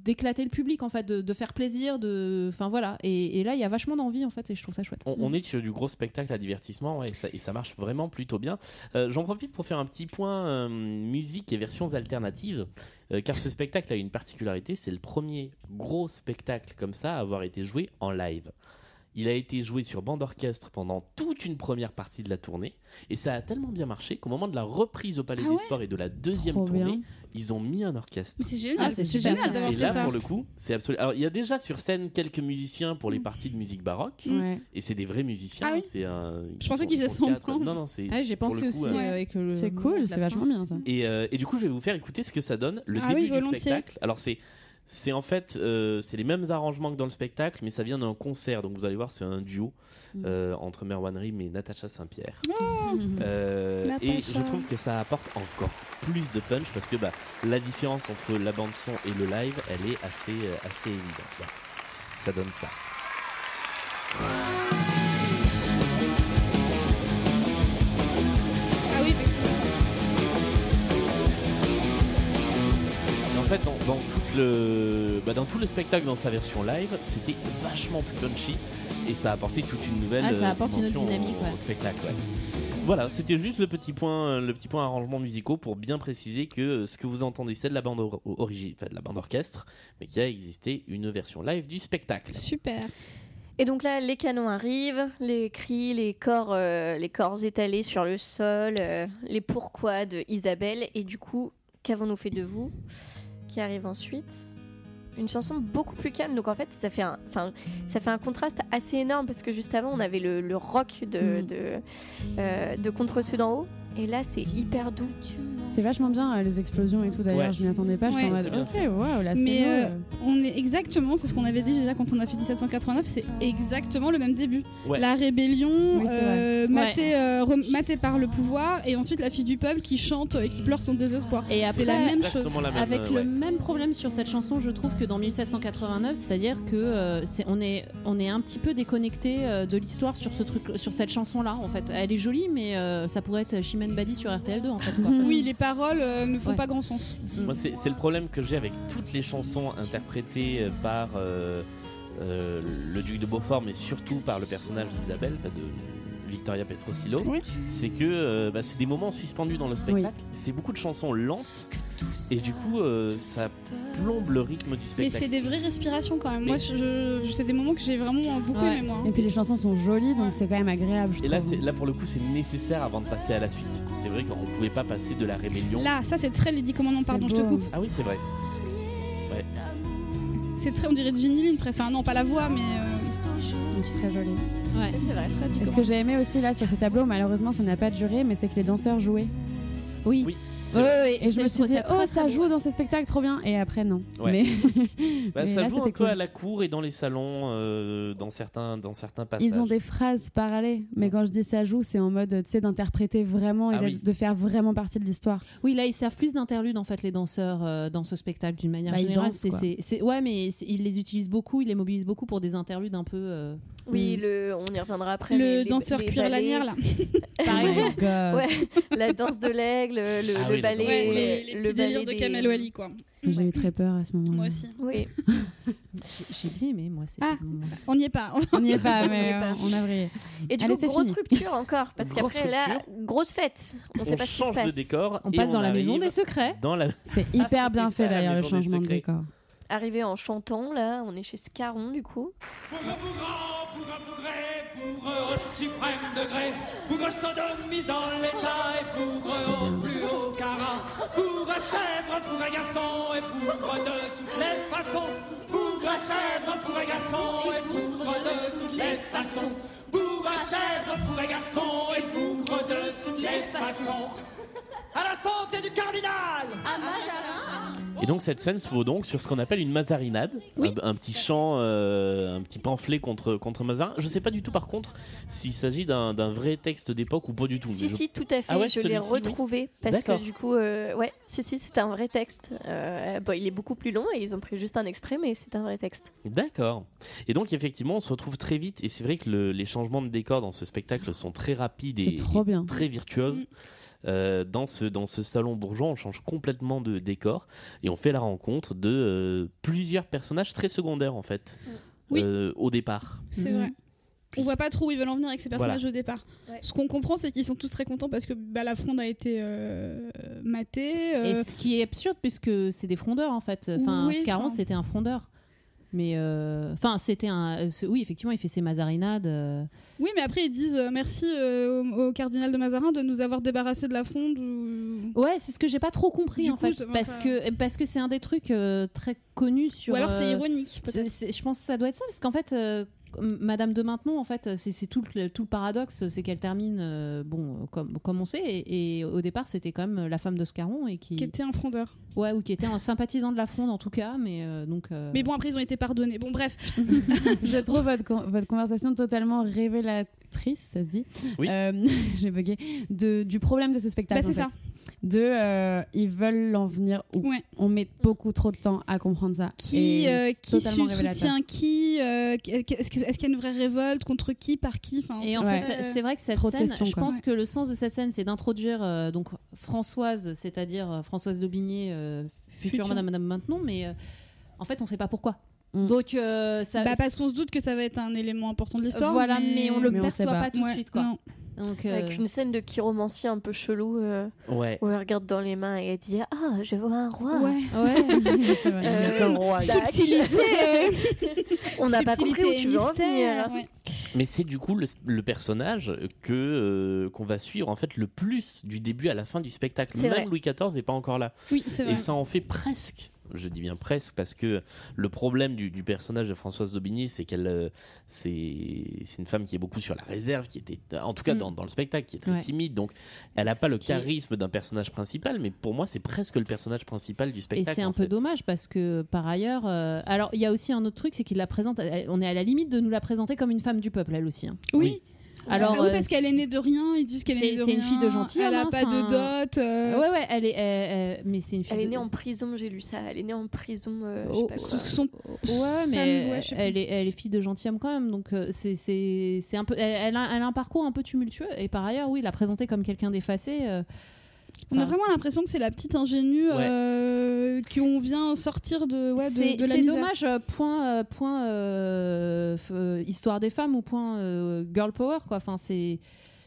Speaker 6: d'éclater le public en fait, de, de faire plaisir, de, enfin voilà. Et, et là, il y a vachement d'envie en fait, et je trouve ça chouette.
Speaker 3: On, on est sur du gros spectacle à divertissement ouais, et, ça, et ça marche vraiment plutôt bien. Euh, J'en profite pour faire un petit point euh, musique et versions alternatives, euh, car ce spectacle a une particularité, c'est le premier gros spectacle comme ça à avoir été joué en live. Il a été joué sur bande orchestre pendant toute une première partie de la tournée, et ça a tellement bien marché qu'au moment de la reprise au Palais
Speaker 4: Ah
Speaker 3: des
Speaker 4: ouais
Speaker 3: Sports et de la deuxième
Speaker 7: Trop bien.
Speaker 3: tournée, ils ont mis un orchestre.
Speaker 4: Mais C'est génial,
Speaker 7: Ah, c'est
Speaker 4: c'est
Speaker 7: super,
Speaker 4: génial
Speaker 7: ça.
Speaker 4: d'avoir
Speaker 3: Et
Speaker 4: fait
Speaker 3: là,
Speaker 4: ça.
Speaker 3: pour le coup, c'est absolument. Alors, il y a déjà sur scène quelques musiciens pour les parties de musique baroque,
Speaker 4: Mm.
Speaker 7: Ouais.
Speaker 3: et c'est des vrais musiciens.
Speaker 4: Ah oui.
Speaker 3: C'est un. ils
Speaker 4: Je pensais
Speaker 3: sont-
Speaker 4: qu'ils
Speaker 3: ils
Speaker 4: se
Speaker 3: sont
Speaker 4: sont
Speaker 3: quatre.
Speaker 4: plaints.
Speaker 3: Non, non, c'est.
Speaker 7: Ah
Speaker 6: j'ai
Speaker 3: pour le
Speaker 6: pensé
Speaker 3: pensé coup, euh,
Speaker 6: aussi
Speaker 3: aussi, ouais.
Speaker 6: avec
Speaker 7: C'est cool, c'est vachement bien ça.
Speaker 3: Et, euh, et du coup, je vais vous faire écouter ce que ça donne, le
Speaker 4: Ah
Speaker 3: début
Speaker 4: oui,
Speaker 3: du
Speaker 4: volontiers.
Speaker 3: spectacle. Alors, c'est. C'est en fait, euh, c'est les mêmes arrangements que dans le spectacle, mais ça vient d'un concert. Donc vous allez voir, c'est un duo
Speaker 7: Mm.
Speaker 3: euh, entre Merwan Rim et Natacha Saint-Pierre.
Speaker 7: Mhm. hein.
Speaker 3: Euh, et
Speaker 4: Natacha.
Speaker 3: je trouve que ça apporte encore plus de punch parce que bah, la différence entre la bande son et le live, elle est assez, euh, assez évidente. Voilà. Ça donne ça.
Speaker 4: Ah oui, effectivement.
Speaker 3: Et en fait, dans, dans tout le, bah, dans tout le spectacle, dans sa version live, c'était vachement plus punchy et ça a apporté toute une nouvelle
Speaker 7: Ah, ça
Speaker 3: euh,
Speaker 7: apporte une autre
Speaker 3: dimension
Speaker 7: dynamique,
Speaker 3: au,
Speaker 7: ouais.
Speaker 3: au spectacle. ouais. Voilà, c'était juste le petit point, euh, le petit point arrangement musicaux pour bien préciser que euh, ce que vous entendez, c'est de la bande or- origi- enfin, de la bande orchestre, mais qu'il a existé une version live du spectacle.
Speaker 4: Super.
Speaker 2: Et donc là, les canons arrivent, les cris, les corps, euh, les corps étalés sur le sol, euh, les pourquoi de Isabelle. Et du coup, qu'avons-nous fait de vous Qui arrive ensuite une chanson beaucoup plus calme, donc en fait ça fait un, enfin, ça fait un contraste assez énorme parce que juste avant on avait le, le rock de,
Speaker 7: Mm.
Speaker 2: de, euh, de Contre ceux d'en haut et là c'est hyper doux.
Speaker 7: C'est vachement bien euh, les explosions et tout d'ailleurs,
Speaker 3: Ouais.
Speaker 7: je m'y attendais pas. J'étais en
Speaker 4: Ouais.
Speaker 7: mode ok, waouh, la
Speaker 4: Mais,
Speaker 7: scéno,
Speaker 4: euh,
Speaker 7: euh,
Speaker 4: On est exactement, c'est ce qu'on avait dit déjà quand on a fait 1789, c'est exactement le même début.
Speaker 3: Ouais.
Speaker 4: La rébellion,
Speaker 7: Oui, c'est
Speaker 4: euh, matée, euh, rem- matée par le pouvoir, et ensuite la fille du peuple qui chante et qui pleure son désespoir.
Speaker 6: Et
Speaker 4: C'est
Speaker 6: après,
Speaker 4: la même chose.
Speaker 3: Exactement la même,
Speaker 6: avec
Speaker 3: euh,
Speaker 6: le
Speaker 3: ouais.
Speaker 6: même problème sur cette chanson, je trouve que dans 1789, c'est-à-dire que euh, c'est on est on est un petit peu déconnecté euh, de l'histoire sur ce truc, sur cette chanson-là. En fait, elle est jolie, mais euh, ça pourrait être Chimène Badi sur RTL2 en fait. Quoi.
Speaker 4: Oui, les paroles euh, ne font
Speaker 6: Ouais.
Speaker 4: pas grand sens.
Speaker 3: Moi, c'est c'est le problème que j'ai avec toutes les chansons interprétées euh, par euh, euh, le duc de Beaufort, mais surtout par le personnage d'Isabelle, enfin, de Victoria Petrosillo.
Speaker 4: Oui.
Speaker 3: C'est que euh, bah, c'est des moments suspendus dans le spectacle. C'est beaucoup de chansons lentes, et du coup, euh, ça plombe le rythme du
Speaker 4: Mais
Speaker 3: spectacle.
Speaker 4: c'est des vraies respirations quand même. Moi,
Speaker 3: Mais-
Speaker 4: je, je- c'est des moments que j'ai vraiment euh, beaucoup
Speaker 6: Ouais.
Speaker 4: aimé moi.
Speaker 7: Et puis les chansons sont jolies, donc c'est quand même agréable. Je
Speaker 3: Et là,
Speaker 7: trouve.
Speaker 3: c'est- là, pour le coup, c'est nécessaire avant de passer à la suite. C'est vrai qu'on pouvait pas passer de la rébellion.
Speaker 4: Là, ça c'est très Lady Commandant, pardon, je te
Speaker 7: beau.
Speaker 4: coupe.
Speaker 3: Ah oui, c'est vrai.
Speaker 4: C'est très, on dirait Ginny Lynn presque. Enfin, non, pas la voix, mais. euh,
Speaker 7: Donc, c'est très joli.
Speaker 2: C'est vrai.
Speaker 4: très
Speaker 7: Et ce que j'ai aimé aussi là sur ce tableau, malheureusement ça n'a pas de durée, mais c'est que les danseurs jouaient.
Speaker 6: Oui.
Speaker 3: Oui. C'est
Speaker 6: Oui,
Speaker 3: vrai.
Speaker 6: oui,
Speaker 7: Et je me suis dit, oh, ça joue
Speaker 6: joue
Speaker 7: dans ce spectacle, trop bien. Et après, non.
Speaker 3: Ouais.
Speaker 7: Mais,
Speaker 3: Bah,
Speaker 7: mais
Speaker 3: ça
Speaker 7: là,
Speaker 3: joue un peu
Speaker 7: c'était cool.
Speaker 3: à la cour et dans les salons, euh, dans, certains, dans certains passages.
Speaker 7: Ils ont des phrases parallèles, mais quand je dis ça joue, c'est en mode, tu sais, d'interpréter vraiment et
Speaker 3: Ah
Speaker 7: d'être-
Speaker 3: oui.
Speaker 7: de faire vraiment partie de l'histoire.
Speaker 6: Oui, là, ils servent plus d'interludes, en fait, les danseurs euh, dans ce spectacle, d'une manière
Speaker 7: Bah, ils
Speaker 6: générale.
Speaker 7: dansent,
Speaker 6: C'est-
Speaker 7: quoi.
Speaker 6: c'est- c'est- ouais, mais c'est- ils les utilisent beaucoup, ils les mobilisent beaucoup pour des interludes un peu. euh,
Speaker 2: Oui,
Speaker 7: Mm.
Speaker 2: le, on y reviendra après. mais
Speaker 4: Le
Speaker 2: les-
Speaker 4: danseur
Speaker 2: les
Speaker 4: cuir
Speaker 2: ballets,
Speaker 4: lanière là.
Speaker 6: Par
Speaker 7: Oh my
Speaker 6: exemple.
Speaker 7: God.
Speaker 2: Ouais, la danse de l'aigle, le,
Speaker 3: Ah oui,
Speaker 2: le
Speaker 3: la
Speaker 2: ballet.
Speaker 3: danse de l'aigle.
Speaker 4: Ouais, les, les
Speaker 2: le
Speaker 4: petits
Speaker 2: ballet
Speaker 4: délires de
Speaker 2: des-
Speaker 4: Kamel Wali quoi.
Speaker 7: J'ai eu très peur à ce moment-là.
Speaker 4: Moi aussi.
Speaker 2: Oui,
Speaker 6: J'ai j'ai bien aimé, moi. c'est-
Speaker 4: Ah. On n'y est pas.
Speaker 7: On n'y est pas, mais
Speaker 2: On y est pas.
Speaker 7: euh, on a vrillé.
Speaker 2: et du
Speaker 7: Allez,
Speaker 2: coup,
Speaker 7: c'est
Speaker 2: grosse
Speaker 7: fini.
Speaker 2: rupture encore, parce
Speaker 3: Grosse
Speaker 2: qu'après là, grosse fête. On,
Speaker 3: On
Speaker 2: sait pas ce qui se
Speaker 3: change de
Speaker 2: passe.
Speaker 3: décor.
Speaker 6: On
Speaker 3: et
Speaker 6: passe dans la
Speaker 3: arrive
Speaker 6: maison des secrets.
Speaker 3: Dans la...
Speaker 7: C'est
Speaker 3: c'était
Speaker 7: hyper bien
Speaker 3: ça, la
Speaker 7: fait d'ailleurs, le
Speaker 3: maison des
Speaker 7: changement de
Speaker 3: secrets.
Speaker 7: décor.
Speaker 2: Arrivé en chantant, là, on est chez Scaron du coup.
Speaker 8: Bougre, bougre, bougre, bougre, bougre au suprême degré, bougre Sodome mise en l'état et bougre au plus haut carat, bougre chèvre, bougre garçon et bougre de toutes les façons, bougre chèvre, bougre garçon et bougre de toutes les façons, bougre chèvre, bougre garçon et bougre de toutes les façons. À la santé du cardinal!
Speaker 3: Et donc cette scène se vaut donc sur ce qu'on appelle une mazarinade, un, un petit chant, euh, un petit pamphlet contre, contre Mazarin. Je sais pas du tout par contre s'il s'agit d'un d'un vrai texte d'époque ou pas du tout.
Speaker 2: Si,
Speaker 3: mais je-
Speaker 2: si, tout à fait.
Speaker 3: Ah ouais,
Speaker 2: je l'ai
Speaker 3: celui-ci, oui.
Speaker 2: retrouvé parce que
Speaker 3: D'accord.
Speaker 2: du coup, euh, ouais, si, si, c'est un vrai texte. Euh, bon, il est beaucoup plus long et ils ont pris juste un extrait, mais c'est un vrai texte.
Speaker 3: D'accord. Et donc effectivement on se retrouve très vite et c'est vrai que le- les changements de décor dans ce spectacle sont très rapides et,
Speaker 7: C'est trop
Speaker 3: et
Speaker 7: bien.
Speaker 3: très virtuoses.
Speaker 4: Mm.
Speaker 3: Euh, dans, ce, dans ce salon bourgeois, on change complètement de décor et on fait la rencontre de euh, plusieurs personnages très secondaires en fait
Speaker 4: Oui.
Speaker 3: euh, au départ.
Speaker 7: Mm.
Speaker 4: C'est
Speaker 7: Mhm.
Speaker 4: vrai. On voit pas trop où ils veulent en venir avec ces
Speaker 3: Voilà.
Speaker 4: personnages au départ.
Speaker 2: Ouais.
Speaker 4: Ce qu'on comprend, c'est qu'ils sont tous très contents parce que bah, la fronde a été euh, matée. euh,
Speaker 6: Et ce qui est absurde, puisque c'est des frondeurs, en fait. Enfin,
Speaker 4: Oui,
Speaker 6: Scarron,
Speaker 4: enfin-
Speaker 6: c'était un frondeur. Mais euh, enfin, c'était un. euh, c'est- Oui, effectivement, il fait ses mazarinades. euh.
Speaker 4: Oui, mais après, ils disent euh, merci euh, au, au cardinal de Mazarin de nous avoir débarrassé de la fronde. Ou,
Speaker 6: Ouais, c'est ce que j'ai pas trop compris
Speaker 4: Du
Speaker 6: en
Speaker 4: coup,
Speaker 6: fait,
Speaker 4: ça-
Speaker 6: parce
Speaker 4: enfin-
Speaker 6: que euh, parce que c'est un des trucs euh, très connus sur.
Speaker 4: ou alors c'est
Speaker 6: euh,
Speaker 4: ironique.
Speaker 6: C'est-
Speaker 4: peut-être.
Speaker 6: c'est- Je pense que ça doit être ça, parce qu'en fait, euh, m- Madame de Maintenon, en fait, c'est c'est tout le, tout le paradoxe, c'est qu'elle termine, euh, bon, comme, comme on sait, et, et au départ, c'était quand même la femme de Scarron et qui,
Speaker 4: Qui était un frondeur.
Speaker 6: ouais, ou qui était un sympathisant de la Fronde en tout cas, mais euh, donc. euh,
Speaker 4: Mais bon, après, ils ont été pardonnés. Bon, bref.
Speaker 7: Je trouve votre, con- votre conversation totalement révélatrice, ça se dit.
Speaker 3: Oui.
Speaker 7: Euh, J'ai bugué. De, du problème de ce spectacle.
Speaker 4: Bah, c'est
Speaker 7: en fait. De euh, ils veulent en venir où
Speaker 4: Ouais.
Speaker 7: On met beaucoup trop de temps à comprendre ça.
Speaker 4: Qui,
Speaker 7: Et
Speaker 4: euh,
Speaker 7: c'est
Speaker 4: qui
Speaker 7: totalement
Speaker 4: sou-
Speaker 7: révélateur.
Speaker 4: soutient qui euh, qu- Est-ce que- est-ce qu'il y a une vraie révolte Contre qui Par qui enfin,
Speaker 6: Et en
Speaker 7: Ouais.
Speaker 6: fait, c'est vrai que cette
Speaker 7: Trop de
Speaker 6: scène,
Speaker 7: questions,
Speaker 6: je
Speaker 7: quoi.
Speaker 6: pense que le sens de cette scène, c'est d'introduire euh, donc Françoise, c'est-à-dire euh, Françoise d'Aubigné, euh, future
Speaker 4: Future.
Speaker 6: Madame Madame Maintenon, mais euh, en fait, on sait pas pourquoi.
Speaker 7: Mm.
Speaker 6: Donc euh, ça.
Speaker 4: Bah, parce qu'on se doute que ça va être un élément important de l'histoire.
Speaker 6: Voilà, mais on le
Speaker 7: Mais on sait
Speaker 6: perçoit
Speaker 7: pas.
Speaker 6: pas, tout de
Speaker 4: Ouais,
Speaker 6: suite, quoi.
Speaker 4: non.
Speaker 6: Donc, euh,
Speaker 2: Avec une scène de chiromancie un peu chelou euh,
Speaker 3: Ouais.
Speaker 2: où elle regarde dans les mains et elle dit Ah, je vois un roi.
Speaker 4: Ouais.
Speaker 6: ouais.
Speaker 7: C'est vrai.
Speaker 2: Euh,
Speaker 3: roi.
Speaker 2: Tac.
Speaker 4: Subtilité
Speaker 2: On n'a pas
Speaker 4: Subtilité
Speaker 2: compris où tu veux en
Speaker 4: mystère,
Speaker 2: venir.
Speaker 4: ouais.
Speaker 3: Mais c'est du coup le, le personnage que euh, qu'on va suivre en fait le plus du début à la fin du spectacle.
Speaker 2: C'est
Speaker 3: Même
Speaker 2: vrai.
Speaker 3: Louis XIV n'est pas encore là.
Speaker 4: Oui, c'est vrai.
Speaker 3: Et ça en fait presque. Je dis bien presque parce que le problème du, du personnage de Françoise d'Aubigny, c'est qu'elle, euh, c'est c'est une femme qui est beaucoup sur la réserve, qui était, en tout cas
Speaker 6: Mm.
Speaker 3: dans, dans le spectacle, qui est très
Speaker 6: Ouais.
Speaker 3: timide. Donc, elle n'a
Speaker 6: Ce
Speaker 3: pas le
Speaker 6: qui est-
Speaker 3: charisme d'un personnage principal, mais pour moi, c'est presque le personnage principal du
Speaker 6: Et
Speaker 3: spectacle.
Speaker 6: c'est un
Speaker 3: en
Speaker 6: peu
Speaker 3: fait.
Speaker 6: dommage parce que par ailleurs, euh, alors il y a aussi un autre truc, c'est qu'il la présente. elle- On est à la limite de nous la présenter comme une femme du peuple, elle aussi. hein.
Speaker 4: Oui.
Speaker 6: Alors,
Speaker 4: Ah oui,
Speaker 6: euh,
Speaker 4: parce qu'elle est née de rien, ils disent qu'elle est,
Speaker 6: c'est-
Speaker 4: née de
Speaker 6: c'est
Speaker 4: rien.
Speaker 6: une fille de gentilhomme,
Speaker 4: Elle n'a
Speaker 6: hein,
Speaker 4: pas de
Speaker 6: enfin,
Speaker 4: dot. euh,
Speaker 6: ouais, ouais, elle est. euh, euh, mais c'est une fille.
Speaker 2: Elle est
Speaker 6: de-
Speaker 2: née en prison, j'ai lu ça. Elle est née en prison. euh, je sais
Speaker 6: Oh,
Speaker 2: pas quoi.
Speaker 4: Son, son-
Speaker 6: Ouais,
Speaker 4: Sam,
Speaker 6: mais
Speaker 4: ouais, je sais
Speaker 6: elle, est, elle est fille de gentilhomme quand même, donc euh, c'est- c'est c'est un peu. Elle, elle a, elle a un parcours un peu tumultueux et par ailleurs, oui, la présenter comme quelqu'un d'effacé. euh,
Speaker 4: on a
Speaker 6: enfin,
Speaker 4: vraiment l'impression que c'est la petite ingénue
Speaker 3: Ouais.
Speaker 4: euh, qu'on vient sortir de, ouais, de-
Speaker 6: c'est
Speaker 4: de la
Speaker 6: c'est
Speaker 4: misère.
Speaker 6: dommage, euh, point, euh, point euh, f- euh, histoire des femmes ou point euh, girl power, quoi. Enfin, c'est.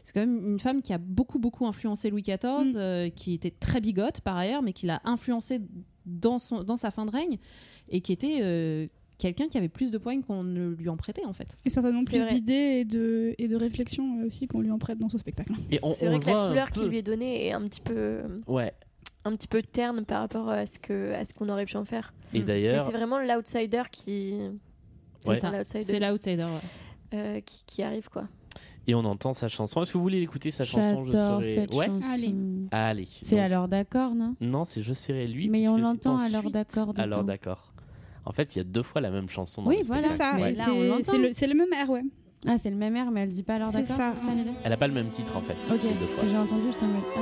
Speaker 6: C'est quand même une femme qui a beaucoup, beaucoup influencé Louis XIV,
Speaker 4: Mm.
Speaker 6: euh, qui était très bigote par ailleurs, mais qui l'a influencé dans, son, dans sa fin de règne et qui était euh, quelqu'un qui avait plus de poigne qu'on ne lui en prêtait en fait.
Speaker 4: Et certainement
Speaker 2: C'est
Speaker 4: plus
Speaker 2: vrai.
Speaker 4: d'idées et de, et de réflexions euh, aussi qu'on lui en prête dans ce spectacle.
Speaker 3: Et on,
Speaker 2: C'est
Speaker 3: on
Speaker 2: vrai
Speaker 3: le
Speaker 2: que la
Speaker 3: voit un
Speaker 2: couleur
Speaker 3: peu.
Speaker 2: qui lui est donnée est un petit peu, euh,
Speaker 3: Ouais.
Speaker 2: un petit peu terne par rapport à ce que, à ce qu'on aurait pu en faire.
Speaker 3: Et
Speaker 6: Mm.
Speaker 2: Mais
Speaker 3: d'ailleurs,
Speaker 2: c'est vraiment l'outsider qui.
Speaker 3: Ouais.
Speaker 2: C'est ça, l'outsider.
Speaker 6: C'est l'outsider. ouais.
Speaker 2: euh, qui, qui arrive quoi.
Speaker 3: Et on entend sa chanson. Est-ce que vous voulez écouter sa chanson Je
Speaker 7: J'adore
Speaker 3: serai-
Speaker 7: cette
Speaker 3: Ouais.
Speaker 7: chanson.
Speaker 4: Allez.
Speaker 3: Allez.
Speaker 7: C'est
Speaker 3: Donc,
Speaker 7: alors d'accord, non
Speaker 3: Non, c'est Je serai lui.
Speaker 7: Mais
Speaker 3: puisque
Speaker 7: on
Speaker 3: c'est
Speaker 7: l'entend
Speaker 3: ensuite-
Speaker 7: alors d'accord. dedans.
Speaker 3: Alors d'accord. En fait, il y a deux fois la même chanson. dans
Speaker 7: Oui,
Speaker 3: le
Speaker 7: voilà.
Speaker 4: C'est ça,
Speaker 3: Ouais.
Speaker 4: et
Speaker 7: Là,
Speaker 4: c'est-
Speaker 7: on l'entend.
Speaker 4: c'est le, c'est le même air, ouais.
Speaker 7: Ah, c'est le même air, mais elle dit pas alors
Speaker 4: C'est
Speaker 7: d'accord.
Speaker 4: ça.
Speaker 7: l'idée
Speaker 3: Elle a pas le même titre en fait.
Speaker 7: Ok,
Speaker 3: les deux
Speaker 7: parce
Speaker 3: fois.
Speaker 7: que j'ai entendu, j'étais en mode. ah.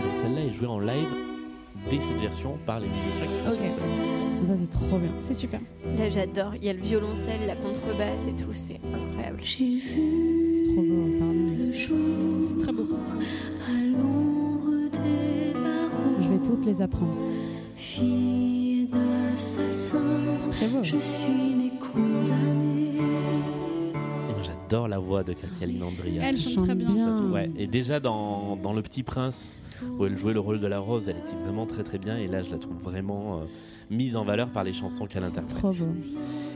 Speaker 3: Et donc celle-là est jouée en live dès cette version par les musiciens qui sont
Speaker 7: Ok.
Speaker 3: sur scène.
Speaker 7: Ça, c'est trop bien.
Speaker 4: C'est super.
Speaker 2: Là, j'adore. Il y a le violoncelle, la contrebasse et tout. C'est incroyable.
Speaker 10: J'ai vu
Speaker 7: C'est trop
Speaker 2: hein,
Speaker 7: beau, pardon.
Speaker 10: le jour
Speaker 4: C'est très beau.
Speaker 10: à l'ombre des
Speaker 7: Je
Speaker 10: barreaux.
Speaker 7: vais toutes les apprendre.
Speaker 10: Fille d'assassin,
Speaker 7: Très beau.
Speaker 10: je suis née condamnée.
Speaker 3: Et moi j'adore la voix de Katia Linandria.
Speaker 4: Elle chante très bien.
Speaker 3: Ouais. Et déjà dans, dans Le Petit Prince, où elle jouait le rôle de la rose, elle était vraiment très très bien. Et là, je la trouve vraiment euh, mise en valeur par les chansons qu'elle interprète.
Speaker 7: Trop beau.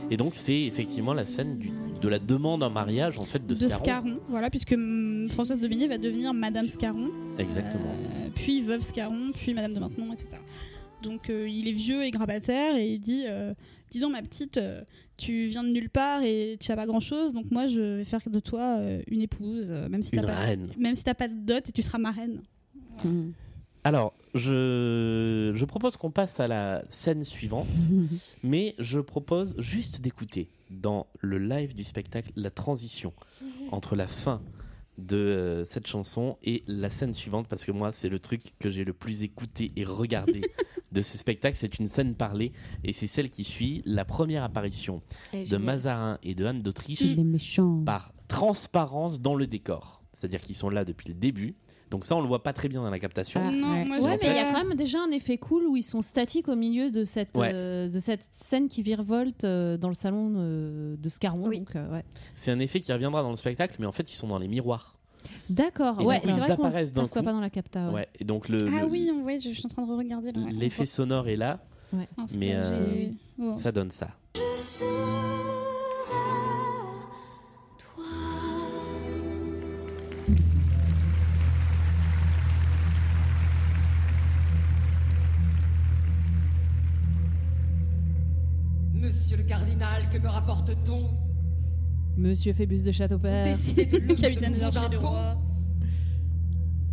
Speaker 3: Et donc, c'est effectivement la scène du- de la demande en mariage en fait de,
Speaker 4: De
Speaker 3: Scarron.
Speaker 4: Scarron, voilà, puisque hum, Françoise de Vigny va devenir Madame Scarron,
Speaker 3: Exactement.
Speaker 4: euh, puis veuve Scarron, puis Madame de Maintenon, etc. Donc euh, il est vieux et grabataire et il dit euh, Dis donc, ma petite, euh, tu viens de nulle part et tu n'as pas grand chose, donc moi je vais faire de toi euh, une épouse, euh, même si t'as
Speaker 3: Une
Speaker 4: pas,
Speaker 3: reine.
Speaker 4: même si t'as pas de dot et tu seras ma reine.
Speaker 7: Mhm.
Speaker 3: Alors, je, je propose qu'on passe à la scène suivante, mais je propose juste d'écouter dans le live du spectacle la transition entre la fin de euh, cette chanson et la scène suivante, parce que moi, c'est le truc que j'ai le plus écouté et regardé de ce spectacle. C'est une scène parlée, et c'est celle qui suit la première apparition
Speaker 2: Et
Speaker 3: de
Speaker 2: génial.
Speaker 3: Mazarin et de Anne d'Autriche
Speaker 7: Il est méchant.
Speaker 3: par transparence dans le décor. C'est-à-dire qu'ils sont là depuis le début. Donc ça, on le voit pas très bien dans la captation.
Speaker 7: Ah,
Speaker 4: non,
Speaker 7: ouais.
Speaker 4: moi,
Speaker 3: Ouais,
Speaker 4: je-
Speaker 3: En
Speaker 6: Ouais, mais il y a
Speaker 4: euh,
Speaker 6: quand même déjà un effet cool où ils sont statiques au milieu de cette,
Speaker 3: Ouais.
Speaker 6: euh, de cette scène qui virevolte euh, dans le salon euh, de Scarron.
Speaker 2: Oui.
Speaker 6: donc, euh, ouais.
Speaker 3: C'est un effet qui reviendra dans le spectacle, mais en fait, ils sont dans les miroirs.
Speaker 6: D'accord,
Speaker 3: Et
Speaker 6: ouais,
Speaker 3: donc,
Speaker 6: c'est
Speaker 3: ils
Speaker 6: vrai qu'on
Speaker 3: apparaissent d'un
Speaker 6: ne soit
Speaker 3: coup.
Speaker 6: pas dans la capta.
Speaker 3: Ouais.
Speaker 6: ouais.
Speaker 3: Et donc le
Speaker 4: Ah
Speaker 3: le-
Speaker 4: oui, on voit, je, je suis en train de regarder là. ouais.
Speaker 3: l'effet sonore est là,
Speaker 4: Ah, c'est
Speaker 3: mais,
Speaker 4: vrai,
Speaker 3: euh,
Speaker 4: j'ai- Oh.
Speaker 3: ça donne ça.
Speaker 9: Monsieur le cardinal, que me rapporte-t-on
Speaker 6: Monsieur Phébus de Châteaupers.
Speaker 9: Décidez de lever
Speaker 4: Capitaine des
Speaker 9: de vos
Speaker 4: archers du
Speaker 9: impôts
Speaker 4: roi.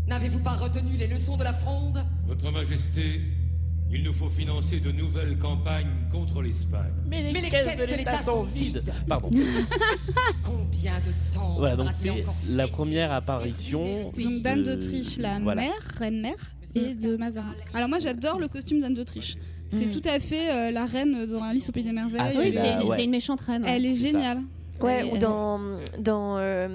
Speaker 9: N'avez-vous pas retenu les leçons de la fronde
Speaker 11: Votre Majesté, il nous faut financer de nouvelles campagnes contre l'Espagne.
Speaker 3: Mais les,
Speaker 9: Mais les caisses caisses de de l'État l'État sont sont vides. vides.
Speaker 3: Pardon.
Speaker 9: Combien de temps
Speaker 3: voilà, donc
Speaker 9: faudra-t-il
Speaker 3: c'est
Speaker 9: encore
Speaker 3: la
Speaker 9: séduire
Speaker 3: première
Speaker 9: et ruiner
Speaker 3: apparition.
Speaker 9: le pays
Speaker 4: Donc d'Anne
Speaker 3: de-
Speaker 4: d'Autriche, la
Speaker 3: voilà.
Speaker 4: mère, reine mère, et
Speaker 9: Mm.
Speaker 4: de Mazarin. Alors moi j'adore le costume d'Anne d'Autriche. C'est tout à fait euh, la reine dans Alice au Pays des Merveilles.
Speaker 3: Ah,
Speaker 6: Mm. Oui,
Speaker 3: c'est
Speaker 6: c'est
Speaker 3: la-
Speaker 6: une,
Speaker 3: ouais.
Speaker 6: c'est une méchante reine. ouais.
Speaker 4: Elle est
Speaker 3: C'est ça.
Speaker 4: géniale.
Speaker 2: Ouais,
Speaker 6: Et-
Speaker 2: ou dans, dans euh,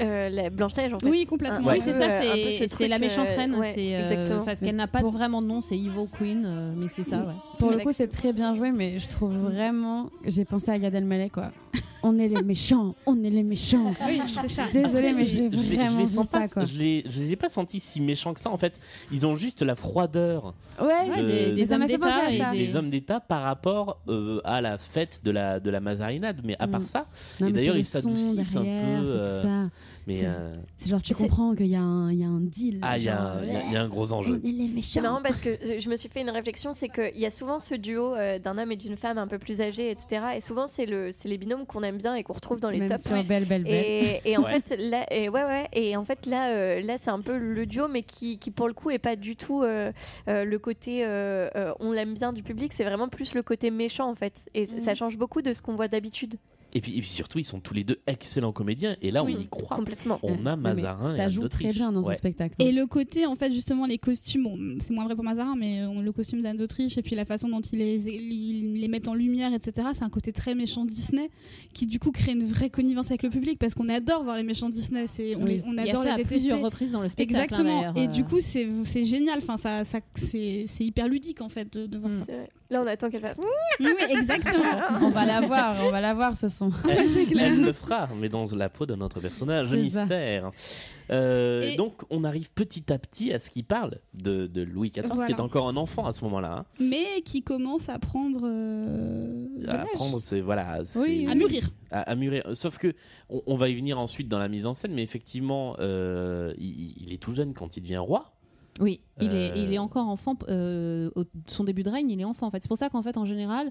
Speaker 2: euh, la Blanche-Neige, en fait.
Speaker 4: Oui, complètement.
Speaker 3: Ouais.
Speaker 6: Oui, c'est ça,
Speaker 2: Un peu, euh, un peu
Speaker 6: c'est
Speaker 2: ce
Speaker 6: c'est la
Speaker 2: truc,
Speaker 6: méchante
Speaker 2: euh,
Speaker 6: reine.
Speaker 2: ouais,
Speaker 6: c'est, euh,
Speaker 2: exactement.
Speaker 6: Parce qu'elle n'a pas vraiment de nom, c'est Evil Queen, euh, mais c'est ça, ouais.
Speaker 7: Pour le
Speaker 2: Mais
Speaker 7: coup, c'est très bien joué, mais je trouve vraiment. J'ai pensé à Gad Elmaleh, quoi. On est les méchants, on est les méchants.
Speaker 4: Oui, c'est ça.
Speaker 7: Désolée, mais j'ai
Speaker 3: Je les- je les
Speaker 7: vraiment vu
Speaker 3: sens pas-
Speaker 7: ça, quoi.
Speaker 3: je les, je les ai pas sentis si méchants que ça en fait. Ils ont juste la froideur
Speaker 7: Ouais,
Speaker 3: de-
Speaker 6: des, des
Speaker 7: Ça
Speaker 6: hommes
Speaker 7: m'a fait penser
Speaker 6: d'État
Speaker 7: à
Speaker 6: et
Speaker 7: ça.
Speaker 6: des...
Speaker 3: des hommes d'État par rapport euh, à la fête de la de la Mazarinade. Mais à part
Speaker 7: Mm.
Speaker 3: ça,
Speaker 7: Non,
Speaker 3: Et
Speaker 7: mais
Speaker 3: d'ailleurs,
Speaker 7: c'est
Speaker 3: ils
Speaker 7: le son
Speaker 3: s'adoucissent un
Speaker 7: derrière,
Speaker 3: peu,
Speaker 7: c'est
Speaker 3: euh,
Speaker 7: tout ça.
Speaker 3: mais
Speaker 7: C'est-
Speaker 3: euh,
Speaker 7: C'est genre, tu
Speaker 2: C'est-
Speaker 7: comprends qu'il y, a un- il y a un deal.
Speaker 3: ah, il y, a
Speaker 7: genre,
Speaker 3: un- il y a- il y a un gros
Speaker 7: On
Speaker 3: enjeu.
Speaker 7: est les
Speaker 2: C'est marrant
Speaker 7: méchants.
Speaker 2: parce que je- je me suis fait une réflexion, c'est qu'il y a souvent ce duo euh, d'un homme et d'une femme un peu plus âgés, etc. Et souvent, c'est le, c'est les binômes qu'on aime bien et qu'on retrouve dans les
Speaker 7: Même
Speaker 2: tops.
Speaker 7: sur Belle, Belle, Belle.
Speaker 2: Et, et en
Speaker 3: Ouais.
Speaker 2: fait, là, et ouais, ouais, et en fait, là, euh, là, c'est un peu le duo, mais qui, qui, pour le coup, est pas du tout euh, euh, le côté euh, euh, on l'aime bien du public. C'est vraiment plus le côté méchant, en fait. Et c- ça change beaucoup de ce qu'on voit d'habitude.
Speaker 3: Et puis, et puis surtout, ils sont tous les deux excellents comédiens. Et là,
Speaker 2: Oui,
Speaker 3: on y croit.
Speaker 2: Complètement.
Speaker 3: On
Speaker 7: Non,
Speaker 3: a
Speaker 7: mais
Speaker 3: Mazarin et
Speaker 7: Ça
Speaker 3: Anne
Speaker 7: joue très
Speaker 3: d'Autriche.
Speaker 7: bien dans ce
Speaker 3: Ouais.
Speaker 7: spectacle.
Speaker 4: Et le côté, en fait, justement, les costumes, bon, c'est moins vrai pour Mazarin, mais euh, le costume d'Anne d'Autriche et puis la façon dont ils les, ils les mettent en lumière, etc., c'est un côté très méchant Disney qui, du coup, crée une vraie connivence avec le public parce qu'on adore voir les méchants Disney. C'est, on,
Speaker 7: Oui.
Speaker 4: les- on
Speaker 6: Il y a
Speaker 4: adore
Speaker 6: ça
Speaker 4: les
Speaker 6: à
Speaker 4: détester.
Speaker 6: plusieurs reprises dans le spectacle. hein,
Speaker 4: Exactement.
Speaker 6: d'ailleurs,
Speaker 4: Et
Speaker 6: euh.
Speaker 4: du coup, c'est c'est génial. Enfin, ça, ça, c'est c'est hyper ludique, en fait, de, de voir
Speaker 6: Mm.
Speaker 4: ça.
Speaker 2: C'est vrai. Là, on attend qu'elle fasse.
Speaker 4: Oui, exactement.
Speaker 7: On va l'avoir, on va l'avoir ce son.
Speaker 4: Ah
Speaker 3: Elle le fera, mais dans la peau de notre personnage
Speaker 7: C'est ça.
Speaker 3: mystère. Euh,
Speaker 4: Et-
Speaker 3: Donc, on arrive petit à petit à ce qui parle de, de Louis XIV, qui
Speaker 4: Voilà.
Speaker 3: est encore un enfant à ce moment-là. hein.
Speaker 4: Mais qui commence à prendre. euh, de
Speaker 3: À
Speaker 4: l'âge.
Speaker 3: prendre, c'est voilà, c'est-
Speaker 4: Oui, à mûrir.
Speaker 3: à- à mûrir. Sauf que on, on va y venir ensuite dans la mise en scène, mais effectivement, euh, il, il est tout jeune quand il devient roi.
Speaker 6: Oui, il, est,
Speaker 3: Euh,
Speaker 6: il est encore enfant. euh, au- son début de règne, il est enfant. En fait, c'est pour ça qu'en fait, en général,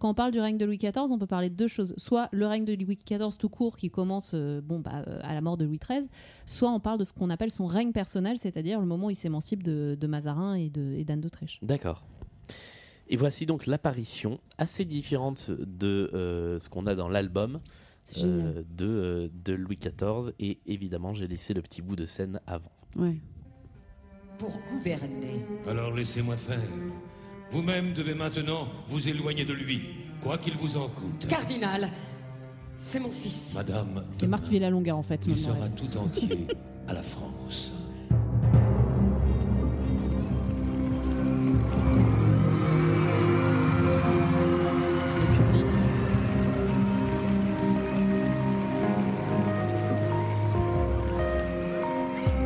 Speaker 6: quand on parle du règne de Louis XIV, on peut parler de deux choses. Soit le règne de Louis XIV tout court, qui commence euh, bon bah, euh, à la mort de Louis XIII. Soit on parle de ce qu'on appelle son règne personnel, c'est-à-dire le moment où il s'émancipe de, de Mazarin et de- et d'Anne d'Autriche.
Speaker 3: D'accord. Et voici donc l'apparition assez différente de euh, ce qu'on a dans l'album
Speaker 7: C'est génial.
Speaker 3: euh, de, euh, de Louis XIV. Et évidemment, j'ai laissé le petit bout de scène avant.
Speaker 7: Ouais.
Speaker 9: Pour gouverner.
Speaker 11: Alors laissez-moi faire. Vous-même devez maintenant vous éloigner de lui, quoi qu'il vous en coûte.
Speaker 9: Cardinal, c'est mon fils.
Speaker 11: Madame,
Speaker 6: C'est Marthe Villalonga en fait.
Speaker 11: il
Speaker 6: maintenant.
Speaker 11: sera tout entier à la France.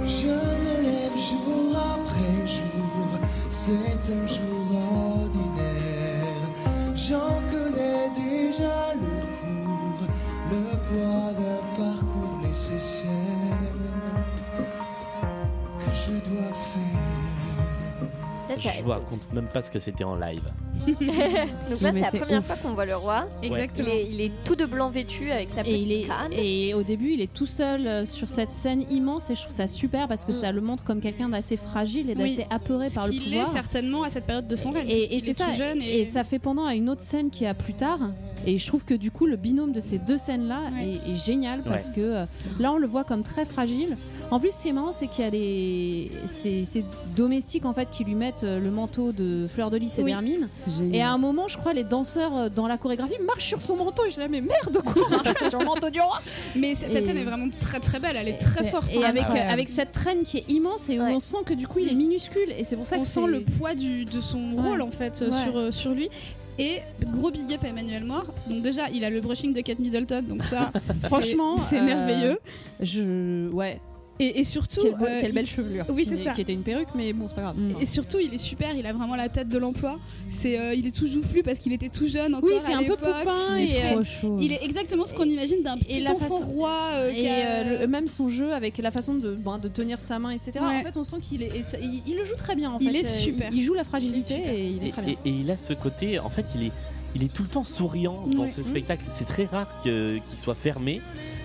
Speaker 8: Je me lève jour après jour, c'est un jour ordinaire. J'en connais déjà le cours, le poids d'un parcours nécessaire que je dois
Speaker 3: Je vous raconte même pas ce que c'était en live.
Speaker 2: Donc là,
Speaker 7: Mais
Speaker 2: c'est la
Speaker 7: c'est
Speaker 2: première
Speaker 7: ouf.
Speaker 2: fois qu'on voit le roi.
Speaker 3: Exactement.
Speaker 2: Il est, il est tout de blanc vêtu avec sa
Speaker 6: Et,
Speaker 2: petite
Speaker 6: il est,
Speaker 2: crâne.
Speaker 6: et au début, il est tout seul euh, sur cette scène immense et je trouve ça super parce que
Speaker 2: Mm.
Speaker 6: ça le montre comme quelqu'un d'assez fragile et
Speaker 4: Oui.
Speaker 6: d'assez apeuré par le
Speaker 4: Il l'est
Speaker 6: pouvoir.
Speaker 4: certainement à cette période de son règne.
Speaker 6: et, et
Speaker 4: puisqu'il
Speaker 6: c'est
Speaker 4: est
Speaker 6: ça
Speaker 4: tout jeune
Speaker 6: et... ça fait pendant à une autre scène qui est à plus tard et je trouve que du coup le binôme de ces deux scènes là est, est génial parce
Speaker 5: Ouais.
Speaker 6: que euh, là on le voit comme très fragile en plus ce qui est marrant c'est qu'il y a des ces, ces domestiques en fait qui lui mettent euh, le manteau de fleur de lys et
Speaker 5: Oui.
Speaker 6: d'hermine
Speaker 5: C'est génial.
Speaker 6: et à un moment je crois les danseurs euh, dans la chorégraphie marchent sur son manteau et je dis Ah, mais merde quoi marche pas sur le manteau du roi
Speaker 4: mais c- cette
Speaker 6: Et-
Speaker 4: scène est vraiment très très belle, elle est très
Speaker 6: et-
Speaker 4: forte.
Speaker 6: et
Speaker 4: hein.
Speaker 6: avec, euh, avec cette traîne qui est immense et où on sent que du coup il est minuscule et c'est pour ça
Speaker 4: Mm. on
Speaker 6: que
Speaker 4: sent
Speaker 6: c'est-
Speaker 4: le poids du- de son
Speaker 6: Ouais.
Speaker 4: rôle en fait euh,
Speaker 6: Ouais.
Speaker 4: sur, euh, sur lui. Et gros big up à Emmanuel Moore. Donc déjà, il a le brushing de Kate Middleton, donc ça, c'est-
Speaker 6: Franchement,
Speaker 4: c'est
Speaker 6: euh,
Speaker 4: merveilleux.
Speaker 6: Je ouais.
Speaker 4: Et, et surtout,
Speaker 6: Quelle beau-
Speaker 4: euh,
Speaker 6: quelle
Speaker 4: il-
Speaker 6: belle chevelure.
Speaker 4: Oui,
Speaker 6: Qui
Speaker 4: c'est
Speaker 6: n'est-
Speaker 4: ça.
Speaker 6: Qui était une perruque, mais bon, c'est pas grave.
Speaker 4: Et surtout, il est super. Il a vraiment la tête de l'emploi. C'est, euh, il est tout joufflu parce qu'il était tout jeune encore
Speaker 6: Oui, il fait
Speaker 4: à
Speaker 6: un peu
Speaker 4: l'époque.
Speaker 6: poupin
Speaker 4: Il
Speaker 6: et,
Speaker 4: est-
Speaker 6: euh, chaud.
Speaker 4: Il est exactement ce qu'on imagine d'un petit enfant roi. euh, qui
Speaker 6: et
Speaker 4: a-
Speaker 6: euh, le- même son jeu avec la façon de, ben, de tenir sa main, etc. En fait, on sent qu'il est, et ça- il, il le joue très bien. En
Speaker 4: Il
Speaker 6: fait.
Speaker 4: est
Speaker 6: Euh,
Speaker 4: super.
Speaker 6: Il, joue la fragilité et il est
Speaker 3: Et,
Speaker 6: très bien.
Speaker 3: et- et il a ce côté, en fait, il est, il est tout le temps souriant dans
Speaker 6: Oui.
Speaker 3: ce
Speaker 6: Mhm.
Speaker 3: spectacle. C'est très rare que- qu'il soit fermé.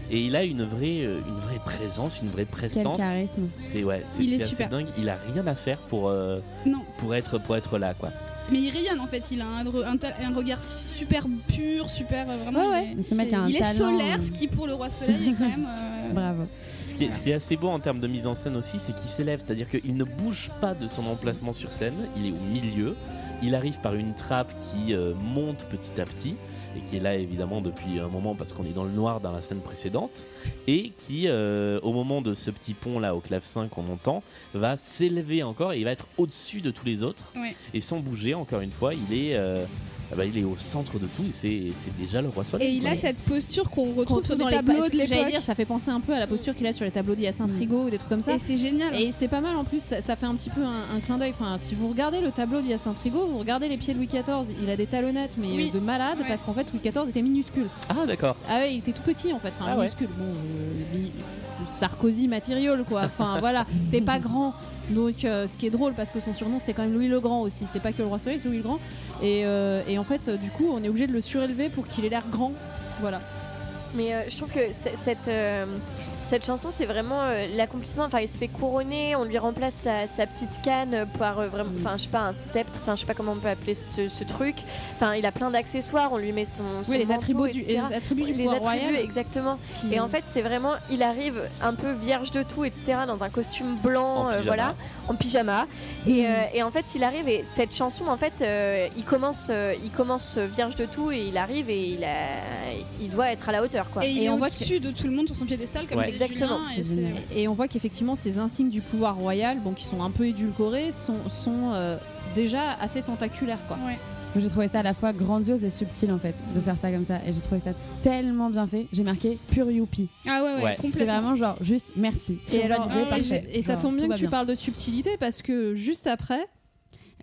Speaker 3: Et il a une vraie, euh, une vraie présence, une vraie prestance.
Speaker 7: charisme.
Speaker 3: C'est ouais, c'est
Speaker 4: Il est
Speaker 3: c'est assez
Speaker 4: super.
Speaker 3: dingue. Il a rien à faire pour, euh,
Speaker 4: Non.
Speaker 3: pour être, pour être là, quoi.
Speaker 4: Mais il rayonne en fait. Il a un, re- un ta- un regard super pur, super euh, vraiment.
Speaker 7: Ouais, ouais.
Speaker 4: Il
Speaker 7: Mais
Speaker 4: est,
Speaker 7: ce mec a un
Speaker 4: il est
Speaker 7: talent.
Speaker 4: solaire, ce qui pour le roi soleil est quand même. euh,
Speaker 7: Bravo.
Speaker 3: Ce qui, est, ce qui est assez beau en termes de mise en scène aussi, c'est qu'il s'élève, c'est-à-dire qu'il ne bouge pas de son emplacement sur scène, il est au milieu, il arrive par une trappe qui euh, monte petit à petit, et qui est là évidemment depuis un moment parce qu'on est dans le noir dans la scène précédente, et qui, euh, au moment de ce petit pont là au clavecin qu'on entend, va s'élever encore et il va être au-dessus de tous les autres,
Speaker 4: Ouais.
Speaker 3: et sans bouger, encore une fois, il est, euh, ah bah, il est au centre de tout, et c'est c'est déjà le roi soleil.
Speaker 4: Et il a
Speaker 3: Ouais.
Speaker 4: cette posture qu'on
Speaker 6: Qu'on
Speaker 4: retrouve sur
Speaker 6: trouve
Speaker 4: des
Speaker 6: dans les
Speaker 4: tableaux
Speaker 6: pa- c'est
Speaker 4: de
Speaker 6: ce que j'allais
Speaker 4: l'époque.
Speaker 6: dire, ça fait penser un peu à la posture qu'il a sur les tableaux d'Hyacinthe Rigaud ou des trucs comme ça.
Speaker 4: Mm. Et c'est génial.
Speaker 6: Et c'est pas mal en plus, ça, ça fait un petit peu un, un clin d'œil. Enfin, si vous regardez le tableau d'Hyacinthe Rigaud, vous regardez les pieds de Louis XIV, il a des talonnettes mais
Speaker 4: Oui.
Speaker 6: euh, de malade parce qu'en fait Louis XIV était minuscule.
Speaker 3: Ah d'accord.
Speaker 6: Ah ouais, il était tout petit en fait, enfin
Speaker 3: Ah ouais.
Speaker 6: minuscule. Bon, euh, bi- Sarkozy matériel quoi. Enfin voilà, t'es pas grand. Donc euh, ce qui est drôle parce que son surnom c'était quand même Louis le Grand aussi. C'est pas que le roi soleil, c'est Louis le Grand. Et, euh, et en fait, euh, du coup, on est obligé de le surélever pour qu'il ait l'air grand. Voilà.
Speaker 2: Mais euh, je trouve que c- cette, euh, cette chanson, c'est vraiment euh, l'accomplissement. Enfin, il se fait couronner, on lui remplace sa, sa petite canne par euh,
Speaker 6: Mm.
Speaker 2: vraiment, enfin, je sais pas, un sceptre. Enfin, je sais pas comment on peut appeler ce, ce truc. Enfin, il a plein d'accessoires. On lui met son, son
Speaker 6: les
Speaker 2: manteau,
Speaker 6: attributs du-
Speaker 2: etc.
Speaker 6: les attributs du
Speaker 2: Les
Speaker 6: pouvoir
Speaker 2: attributs,
Speaker 6: royal.
Speaker 2: exactement.
Speaker 6: Qui-
Speaker 2: Et en fait, c'est vraiment, il arrive un peu vierge de tout, etc. Dans un costume blanc,
Speaker 6: En
Speaker 2: euh,
Speaker 6: pyjama.
Speaker 2: voilà, en pyjama. Et, euh, et en fait, il arrive. Et cette chanson, en fait, euh, il commence, euh, il commence vierge de tout et il arrive et il a, il doit être à la hauteur, quoi.
Speaker 4: Et il est
Speaker 2: on voit que-
Speaker 4: au-dessus de tout le monde sur son piédestal, comme disait Julien, et c'est-
Speaker 6: Et, on voit qu'effectivement, ces insignes du pouvoir royal, bon, qui sont un peu édulcorés, sont, sont euh, déjà assez tentaculaires, quoi.
Speaker 7: Moi, J'ai trouvé ça à la fois grandiose et subtil en fait de faire ça comme ça et j'ai trouvé ça tellement bien fait. J'ai marqué pure youpi.
Speaker 4: Ah ouais,
Speaker 6: ouais, Ouais.
Speaker 7: C'est
Speaker 6: complètement.
Speaker 7: vraiment genre juste merci.
Speaker 6: Et, alors- ah,
Speaker 7: Survalidé,
Speaker 6: et-
Speaker 7: parfait.
Speaker 6: et ça
Speaker 7: Genre,
Speaker 6: tombe bien
Speaker 7: tout
Speaker 6: que
Speaker 7: va
Speaker 6: tu parles de subtilité parce que juste après.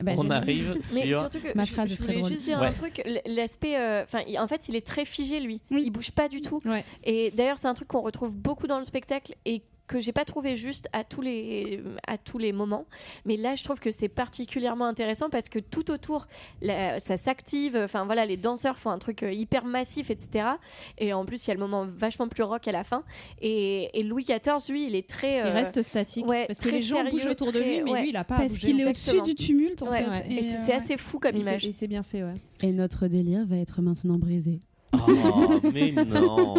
Speaker 7: Bah,
Speaker 3: On arrive
Speaker 2: Mais
Speaker 3: sur
Speaker 2: surtout que je, je voulais juste dire
Speaker 3: Ouais.
Speaker 2: un truc, l- l'aspect, euh, enfin, il- en fait, il est très figé lui, il bouge pas du tout. Et d'ailleurs, c'est un truc qu'on retrouve beaucoup dans le spectacle et que j'ai pas trouvé juste à tous les à tous les moments mais là je trouve que c'est particulièrement intéressant parce que tout autour la- ça s'active enfin voilà les danseurs font un truc euh, hyper massif etc et en plus il y a le moment vachement plus rock à la fin et, et Louis XIV lui il est très
Speaker 6: Il
Speaker 2: euh,
Speaker 6: reste statique.
Speaker 2: ouais,
Speaker 6: parce que
Speaker 2: très
Speaker 6: les gens
Speaker 2: sérieux,
Speaker 6: bougent autour de
Speaker 2: très-
Speaker 6: lui, mais
Speaker 2: ouais.
Speaker 6: lui, il a pas à
Speaker 4: Parce
Speaker 6: bouger.
Speaker 4: qu'il est au-dessus du
Speaker 2: Exactement.
Speaker 4: tumulte en
Speaker 2: Ouais.
Speaker 4: fait.
Speaker 2: Et c'est c'est
Speaker 4: euh,
Speaker 2: assez fou comme
Speaker 6: Et c'est-
Speaker 2: image
Speaker 6: Et c'est bien fait, ouais.
Speaker 7: Et notre délire va être maintenant brisé.
Speaker 3: Oh, mais non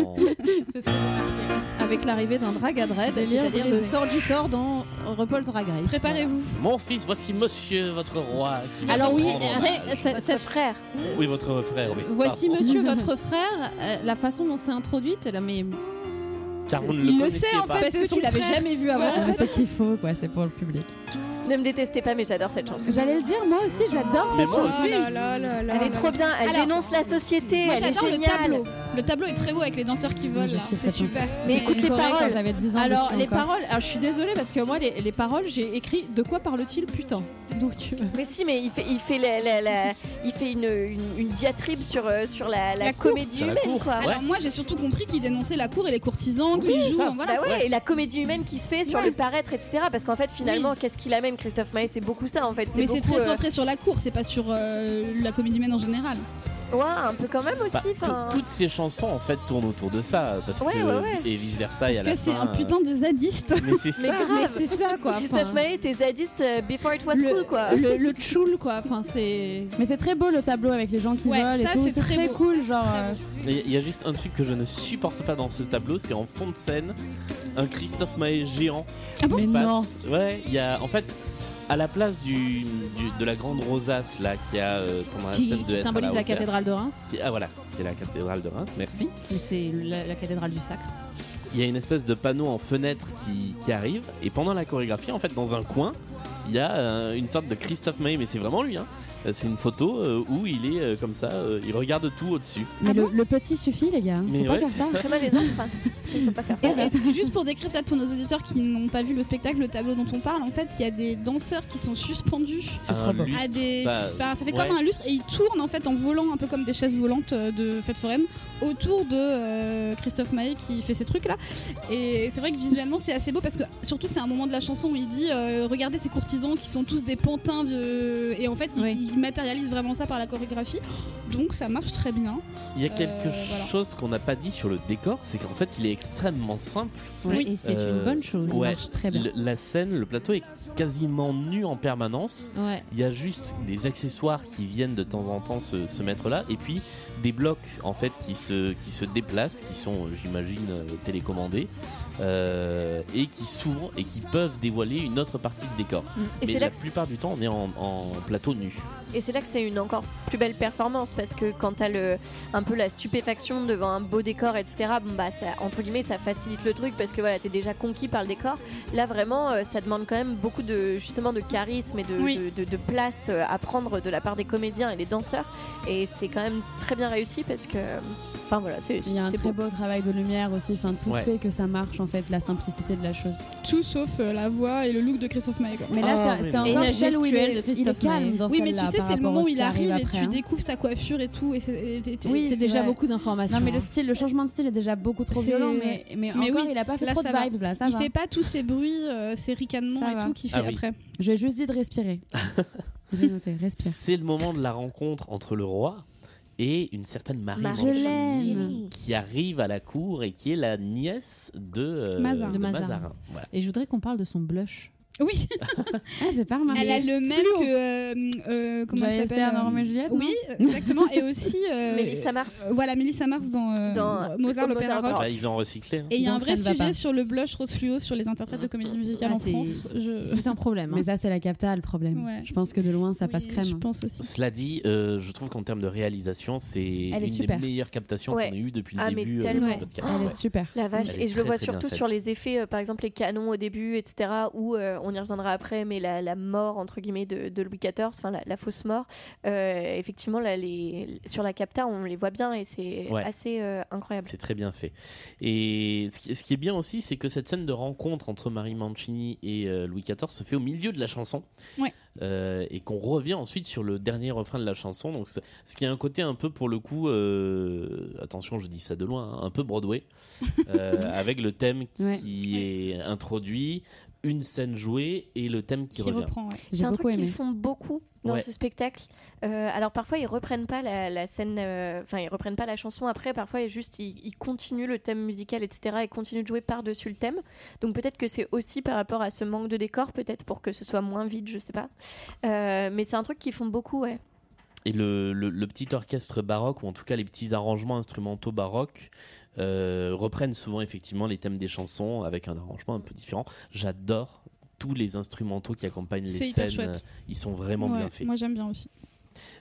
Speaker 6: Avec l'arrivée d'un drag à dread,
Speaker 7: Délire
Speaker 6: c'est-à-dire de
Speaker 7: brisé.
Speaker 6: Sorgitor dans RuPaul's Drag Race.
Speaker 4: Préparez-vous.
Speaker 3: Mon fils, voici monsieur, votre roi. qui va
Speaker 6: Alors
Speaker 3: vous
Speaker 6: oui,
Speaker 3: prendre en main.
Speaker 6: après, ça- ça-
Speaker 2: frère
Speaker 3: Oui, votre frère, oui.
Speaker 6: Voici
Speaker 3: Pardon.
Speaker 6: monsieur votre frère, euh, la façon dont c'est introduite, là, mais
Speaker 3: Car on ne
Speaker 6: il
Speaker 3: le sait en
Speaker 6: parce que tu l'avais jamais vu avant.
Speaker 7: C'est ce qu'il faut, quoi, c'est pour le public.
Speaker 2: ne me détestez pas mais j'adore cette chanson
Speaker 7: J'allais le dire, moi aussi, j'adore
Speaker 3: Mais
Speaker 7: ça.
Speaker 3: moi aussi
Speaker 4: Oh là là là là
Speaker 2: elle
Speaker 4: là
Speaker 2: est trop
Speaker 4: là.
Speaker 2: bien elle
Speaker 4: Alors,
Speaker 2: dénonce la société
Speaker 4: Moi
Speaker 2: elle est
Speaker 4: j'adore le
Speaker 2: géniale
Speaker 4: tableau. Le tableau est très beau avec les danseurs qui volent. là.
Speaker 7: kiffe
Speaker 4: C'est
Speaker 7: cette
Speaker 4: super.
Speaker 2: mais
Speaker 4: J'ai-
Speaker 2: écoute les
Speaker 7: J'aurais quand
Speaker 2: paroles
Speaker 7: j'avais 10 ans.
Speaker 6: Alors les paroles,
Speaker 7: alors
Speaker 6: alors, je suis désolée parce que moi les, les paroles j'ai écrit de quoi parle-t-il putain. Donc euh,
Speaker 2: Mais si, mais il fait, il fait, la, la- la- il fait une, une, une diatribe sur, euh, sur la, la
Speaker 4: La cour.
Speaker 2: comédie
Speaker 3: Sur la
Speaker 2: humaine,
Speaker 3: cour.
Speaker 2: quoi.
Speaker 4: Alors moi j'ai surtout compris qu'ils dénonçaient la cour et les courtisans
Speaker 3: Oui,
Speaker 4: qui
Speaker 3: c'est
Speaker 4: jouent.
Speaker 3: ça.
Speaker 4: en- Voilà.
Speaker 2: Bah ouais, et la comédie humaine qui se fait sur
Speaker 4: Ouais.
Speaker 2: le paraître, etc. Parce qu'en fait, finalement, qu'est-ce qu'il amène, Christophe Maé C'est beaucoup ça, en fait.
Speaker 4: Mais c'est
Speaker 2: beaucoup,
Speaker 4: très
Speaker 2: euh,
Speaker 4: centré sur la cour, c'est pas sur euh, la comédie humaine en général.
Speaker 2: Ouais, un peu quand même
Speaker 3: Bah,
Speaker 2: aussi. enfin.
Speaker 4: hein.
Speaker 3: tout- toutes ces chansons en fait tournent autour de ça parce
Speaker 2: Ouais,
Speaker 3: que
Speaker 2: ouais, ouais.
Speaker 3: et vice versa et à
Speaker 4: Parce
Speaker 3: la
Speaker 4: que c'est
Speaker 3: fin,
Speaker 4: un putain de zadiste.
Speaker 3: euh, mais c'est ça
Speaker 2: Mais
Speaker 6: mais
Speaker 2: grave
Speaker 6: c'est ça quoi.
Speaker 2: Christophe
Speaker 6: enfin,
Speaker 2: Maé était zadiste euh, before it was
Speaker 6: le,
Speaker 2: cool, quoi.
Speaker 6: le, le tchoul quoi. Enfin c'est.
Speaker 7: Mais c'est très beau le tableau avec les gens qui
Speaker 4: Ouais,
Speaker 7: volent et
Speaker 4: ça,
Speaker 7: tout.
Speaker 4: c'est très beau.
Speaker 7: cool, genre.
Speaker 4: Très
Speaker 7: euh,
Speaker 3: Mais il y a juste un truc que je ne supporte pas dans ce tableau c'est en fond de scène un Christophe Maé géant
Speaker 4: Ah bon
Speaker 3: qui
Speaker 7: Mais non.
Speaker 3: passe ouais il y a en fait à la place du, du- de la grande rosace là qui a euh, pendant la
Speaker 6: Qui,
Speaker 3: scène de
Speaker 6: qui
Speaker 3: Être à
Speaker 6: symbolise la
Speaker 3: hauteur,
Speaker 6: cathédrale de Reims.
Speaker 3: qui- ah voilà qui est la cathédrale de Reims merci
Speaker 6: qui C'est la, la cathédrale du sacre.
Speaker 3: il y a une espèce de panneau en fenêtre qui, qui arrive et pendant la chorégraphie en fait dans un coin il y a euh, une sorte de Christophe Maé mais c'est vraiment lui hein. Euh, c'est une photo euh, où il est euh, comme ça euh, il regarde tout au-dessus
Speaker 7: Mais le, le petit suffit, les gars.
Speaker 3: Mais
Speaker 7: Faut
Speaker 3: ouais,
Speaker 7: pas faire
Speaker 3: c'est
Speaker 7: ça.
Speaker 2: Très malaisant, enfin. Il faut pas faire ça.
Speaker 4: Et juste pour décrire peut-être pour nos auditeurs qui n'ont pas vu le spectacle, le tableau dont on parle, en fait, il y a des danseurs qui sont suspendus
Speaker 3: Un
Speaker 7: trop beau.
Speaker 3: lustre,
Speaker 4: à des.
Speaker 3: bah,
Speaker 4: enfin, ça fait
Speaker 3: ouais.
Speaker 4: comme un lustre et ils tournent en fait en volant, un peu comme des chaises volantes euh, de fête foraine, autour de euh, Christophe Maé qui fait ces trucs là. Et c'est vrai que visuellement c'est assez beau parce que surtout c'est un moment de la chanson où il dit euh, Regardez ces courtisans qui sont tous des pantins euh, et en fait il,
Speaker 6: Oui.
Speaker 4: il matérialise vraiment ça par la chorégraphie. Donc ça marche très bien.
Speaker 3: il y a quelque
Speaker 4: Euh, voilà.
Speaker 3: chose qu'on n'a pas dit sur le décor c'est qu'en fait il est extrêmement simple
Speaker 7: Oui.
Speaker 6: Et c'est
Speaker 3: Euh,
Speaker 6: une bonne chose.
Speaker 3: ouais.
Speaker 7: marche très bien.
Speaker 3: Le- la scène le plateau est quasiment nu en permanence
Speaker 6: Ouais.
Speaker 3: il y a juste des accessoires qui viennent de temps en temps se, se mettre là et puis des blocs en fait qui se, qui se déplacent qui sont euh, j'imagine euh, télécommandés euh, et qui s'ouvrent et qui peuvent dévoiler une autre partie du décor
Speaker 2: Et
Speaker 3: mais
Speaker 2: c'est
Speaker 3: la
Speaker 2: là que
Speaker 3: plupart du temps on est en, en plateau nu
Speaker 2: Et c'est là que c'est une encore plus belle performance parce que quand t'as le un peu la stupéfaction devant un beau décor, etc. Bon bah ça entre guillemets ça facilite le truc parce que voilà t'es déjà conquis par le décor. Là vraiment euh, ça demande quand même beaucoup de justement de charisme et de,
Speaker 4: Oui.
Speaker 2: de, de- de place euh, à prendre de la part des comédiens et des danseurs. Et c'est quand même très bien réussi parce que enfin voilà c'est
Speaker 7: Il y a un
Speaker 2: c'est
Speaker 7: très
Speaker 2: beau.
Speaker 7: beau travail de lumière aussi. Enfin, tout
Speaker 3: Ouais.
Speaker 7: fait que ça marche en fait, la simplicité de la chose.
Speaker 4: Tout sauf euh, la voix et le look de Christophe Maé. quoi.
Speaker 7: Mais là,
Speaker 3: Ah,
Speaker 7: ça-
Speaker 3: mais
Speaker 7: c'est
Speaker 3: non.
Speaker 7: encore
Speaker 3: Et
Speaker 6: la
Speaker 7: celle où il
Speaker 6: gestuelle de
Speaker 7: est- Il est
Speaker 6: Christophe
Speaker 7: calme
Speaker 6: Maé.
Speaker 7: dans
Speaker 4: Oui, mais tu
Speaker 7: celle-là
Speaker 4: sais,
Speaker 7: par
Speaker 4: c'est le
Speaker 7: rapport
Speaker 4: moment
Speaker 7: au
Speaker 4: où
Speaker 7: ce
Speaker 4: il
Speaker 7: qui
Speaker 4: arrive et
Speaker 7: après,
Speaker 4: tu
Speaker 7: hein.
Speaker 4: découvres sa coiffure et tout. Et c'est- et- et- et-
Speaker 7: Oui,
Speaker 6: C'est
Speaker 7: c'est
Speaker 6: déjà
Speaker 7: vrai.
Speaker 6: beaucoup d'informations.
Speaker 7: Non, mais le style, le changement de style est déjà beaucoup trop
Speaker 4: C'est-
Speaker 7: violent. Mais, mais,
Speaker 4: Mais
Speaker 7: encore,
Speaker 4: oui,
Speaker 7: il a pas fait
Speaker 4: là,
Speaker 7: trop de
Speaker 4: ça va.
Speaker 7: vibes là. Ça
Speaker 4: il
Speaker 7: va.
Speaker 4: fait pas tous ces bruits, euh, ces ricanements
Speaker 7: Ça
Speaker 4: et
Speaker 7: va.
Speaker 4: tout qu'il fait
Speaker 3: Ah oui.
Speaker 4: après. Euh,
Speaker 7: Je vais juste dit de respirer.
Speaker 6: Ah,
Speaker 7: J'ai noté, respire.
Speaker 3: c'est le moment de la rencontre entre le roi et une certaine Marie
Speaker 2: Marie.
Speaker 7: Je
Speaker 3: Mancini
Speaker 7: l'aime.
Speaker 3: qui arrive à la cour et qui est la nièce de, euh,
Speaker 4: Mazarin.
Speaker 3: de
Speaker 6: De Mazarin.
Speaker 3: Mazarin. Voilà.
Speaker 6: Et je voudrais qu'on parle de son blush.
Speaker 4: Oui,
Speaker 7: Ah, j'ai pas remarqué.
Speaker 4: elle a le même que. euh, euh, comment elle
Speaker 7: J'allais
Speaker 4: s'appelle
Speaker 7: faire
Speaker 4: euh,
Speaker 7: Roméo et Juliette,
Speaker 4: Oui, exactement. Et aussi. euh,
Speaker 2: Mélissa Mars.
Speaker 4: euh, Voilà, Mélissa Mars dans, euh,
Speaker 2: Dans,
Speaker 4: Mozart,
Speaker 2: euh,
Speaker 4: l'opéra
Speaker 2: Mozart.
Speaker 4: rock.
Speaker 3: Bah, ils ont recyclé hein.
Speaker 4: Et il y a un
Speaker 7: Donc,
Speaker 4: vrai
Speaker 7: ça ne va
Speaker 4: sujet
Speaker 7: pas.
Speaker 4: sur le blush rose fluo sur les interprètes de comédie musicale
Speaker 6: Ah,
Speaker 4: en
Speaker 6: c'est-
Speaker 4: France. Je...
Speaker 6: C'est un problème. hein.
Speaker 7: Mais ça, c'est la capta, le problème.
Speaker 4: Ouais.
Speaker 7: Je pense que de loin, ça
Speaker 4: Oui,
Speaker 7: passe crème.
Speaker 4: Je pense aussi.
Speaker 3: Cela dit, euh, je trouve qu'en termes de réalisation, c'est
Speaker 7: Elle est
Speaker 3: une
Speaker 7: super.
Speaker 3: des meilleures captations
Speaker 2: Ouais.
Speaker 3: qu'on ait eues depuis le
Speaker 2: Ah, mais
Speaker 3: début euh,
Speaker 2: tellement.
Speaker 3: du podcast.
Speaker 7: Elle
Speaker 3: ouais.
Speaker 7: est super.
Speaker 2: La vache,
Speaker 3: Elle est
Speaker 2: et je le
Speaker 3: très,
Speaker 2: vois
Speaker 3: très bien
Speaker 2: surtout
Speaker 3: faite.
Speaker 2: sur les effets, euh, par exemple les canons au début, etc., où euh, on y reviendra après, mais la, la mort, entre guillemets, de, de Louis XIV, enfin la, la fausse mort, euh, effectivement, là, les, sur la capta, on les voit bien et c'est
Speaker 3: Ouais.
Speaker 2: assez euh, incroyable.
Speaker 3: C'est très bien fait. Et ce qui, ce qui est bien aussi, c'est que cette scène de rencontre entre Marie Mancini et euh, Louis XIV se fait au milieu de la chanson.
Speaker 4: Ouais.
Speaker 3: euh, et qu'on revient ensuite sur le dernier refrain de la chanson. Donc, c'est- ce qui a un côté un peu pour le coup, euh, attention, je dis ça de loin, hein, un peu Broadway, euh, avec le thème qui est introduit, une scène jouée et le thème qui, revient.
Speaker 2: C'est un truc qu'ils font beaucoup dans
Speaker 3: Ouais.
Speaker 2: ce spectacle. Euh, alors parfois ils reprennent pas la, la scène, euh, enfin ils reprennent pas la chanson après. Parfois ils juste ils, ils continuent le thème musical, etc. Et continuent de jouer par dessus le thème. Donc peut-être que c'est aussi par rapport à ce manque de décor, peut-être pour que ce soit moins vide, je sais pas. Euh, mais c'est un truc qu'ils font beaucoup, ouais.
Speaker 3: Et le, le- le petit orchestre baroque, ou en tout cas les petits arrangements instrumentaux baroques, euh, reprennent souvent effectivement les thèmes des chansons avec un arrangement un peu différent. J'adore tous les instrumentaux qui accompagnent les
Speaker 4: C'est hyper
Speaker 3: scènes. euh,
Speaker 4: chouette.
Speaker 3: Ils sont vraiment
Speaker 4: Ouais,
Speaker 3: bien faits.
Speaker 4: Moi j'aime bien aussi.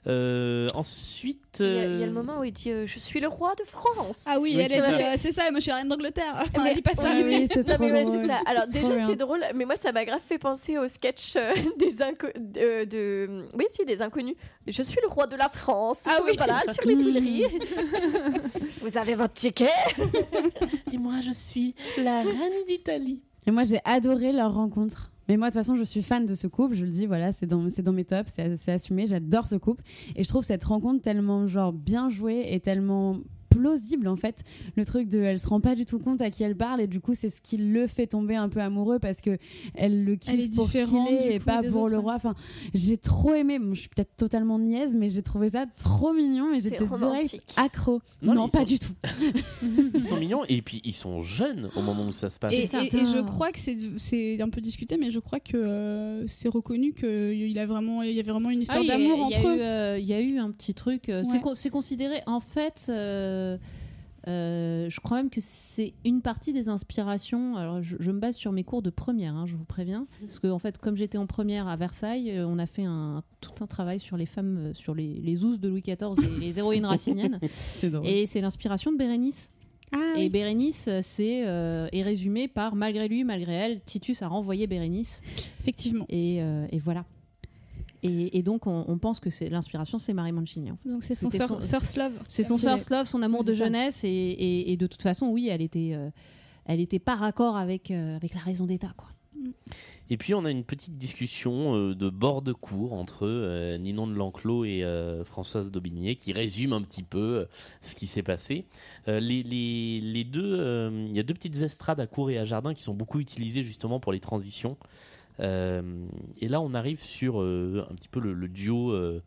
Speaker 3: Euh, ensuite.
Speaker 2: Il y, a- il y a
Speaker 3: euh,
Speaker 2: le moment où il dit euh, je suis le roi de France.
Speaker 4: Ah oui,
Speaker 3: Oui,
Speaker 4: elle
Speaker 3: c'est
Speaker 4: a dit,
Speaker 3: ça.
Speaker 4: euh, c'est ça, moi je suis la reine d'Angleterre. Enfin,
Speaker 2: Mais-
Speaker 4: elle dit pas ça.
Speaker 2: oui, oui. Non, mais ouais, c'est ça. Alors
Speaker 4: C'est trop
Speaker 2: déjà
Speaker 4: bien.
Speaker 2: c'est drôle, mais moi ça m'a grave fait penser au sketch euh, des inco- euh, de oui si des inconnus. Je suis le roi de la France.
Speaker 4: Ah
Speaker 2: Je me
Speaker 4: oui.
Speaker 2: balade sur les Tuileries. Vous avez votre ticket.
Speaker 3: Et moi je suis la reine d'Italie.
Speaker 7: Et moi, j'ai adoré leur rencontre. Mais moi, de toute façon, je suis fan de ce couple. Je le dis, voilà, c'est dans, c'est dans mes tops, c'est c'est assumé. J'adore ce couple. Et je trouve cette rencontre tellement, genre, bien jouée et tellement plausible en fait le truc de elle se rend pas du tout compte à qui elle parle et du coup c'est ce qui le fait tomber un peu amoureux parce que elle le kiffe
Speaker 4: Elle est
Speaker 7: pour ce qu'il
Speaker 4: différente, du
Speaker 7: est et
Speaker 4: coup,
Speaker 7: pas
Speaker 4: des
Speaker 7: pour
Speaker 4: autres,
Speaker 7: le
Speaker 4: ouais.
Speaker 7: roi enfin j'ai trop aimé bon, je suis peut-être totalement niaise mais j'ai trouvé ça trop mignon et
Speaker 2: C'est
Speaker 7: j'étais direct
Speaker 2: romantique.
Speaker 7: accro
Speaker 3: Non,
Speaker 7: non,
Speaker 3: mais ils
Speaker 7: pas
Speaker 3: sont-
Speaker 7: du tout
Speaker 3: Ils sont mignons et puis ils sont jeunes au moment où ça se passe.
Speaker 4: Et, et- et je crois que c'est- c'est un peu discuté, mais je crois que euh, c'est reconnu qu'il a vraiment, il y avait vraiment une histoire
Speaker 6: Ah, il y a-
Speaker 4: d'amour
Speaker 6: il y a
Speaker 4: entre
Speaker 6: eu,
Speaker 4: eux.
Speaker 6: euh, Il y a eu un petit truc. euh, c'est
Speaker 4: Ouais.
Speaker 6: con- C'est considéré, en fait, euh, euh, je crois même que c'est une partie des inspirations. Alors, je, je me base sur mes cours de première, hein, je vous préviens. Parce que, en fait, comme j'étais en première à Versailles, euh, on a fait un, tout un travail sur les femmes, euh, sur les, les ouzes de Louis XIV et les héroïnes raciniennes.
Speaker 7: drôle.
Speaker 6: Et c'est l'inspiration de Bérénice.
Speaker 4: Ah,
Speaker 6: et Bérénice, euh, c'est euh, est résumé par malgré lui, malgré elle, Titus a renvoyé Bérénice.
Speaker 4: Effectivement.
Speaker 6: Et, euh, et voilà. Et, et donc on, on pense que c'est l'inspiration, c'est Marie Mancini. en fait.
Speaker 4: Donc c'est son,
Speaker 6: C'était
Speaker 4: fir- first love.
Speaker 6: C'est son first love, son amour de jeunesse, et, et- et de toute façon, oui, elle était, euh, elle était par accord avec euh, avec la raison d'État, quoi.
Speaker 3: Et puis on a une petite discussion euh, de bord de cours entre euh, Ninon de L'Enclos et euh, Françoise d'Aubigné qui résume un petit peu euh, ce qui s'est passé. Euh, les, les- les deux, euh, il y a deux petites estrades à cours et à jardin qui sont beaucoup utilisées justement pour les transitions. Euh, et là on arrive sur euh, un petit peu le, le duo, euh,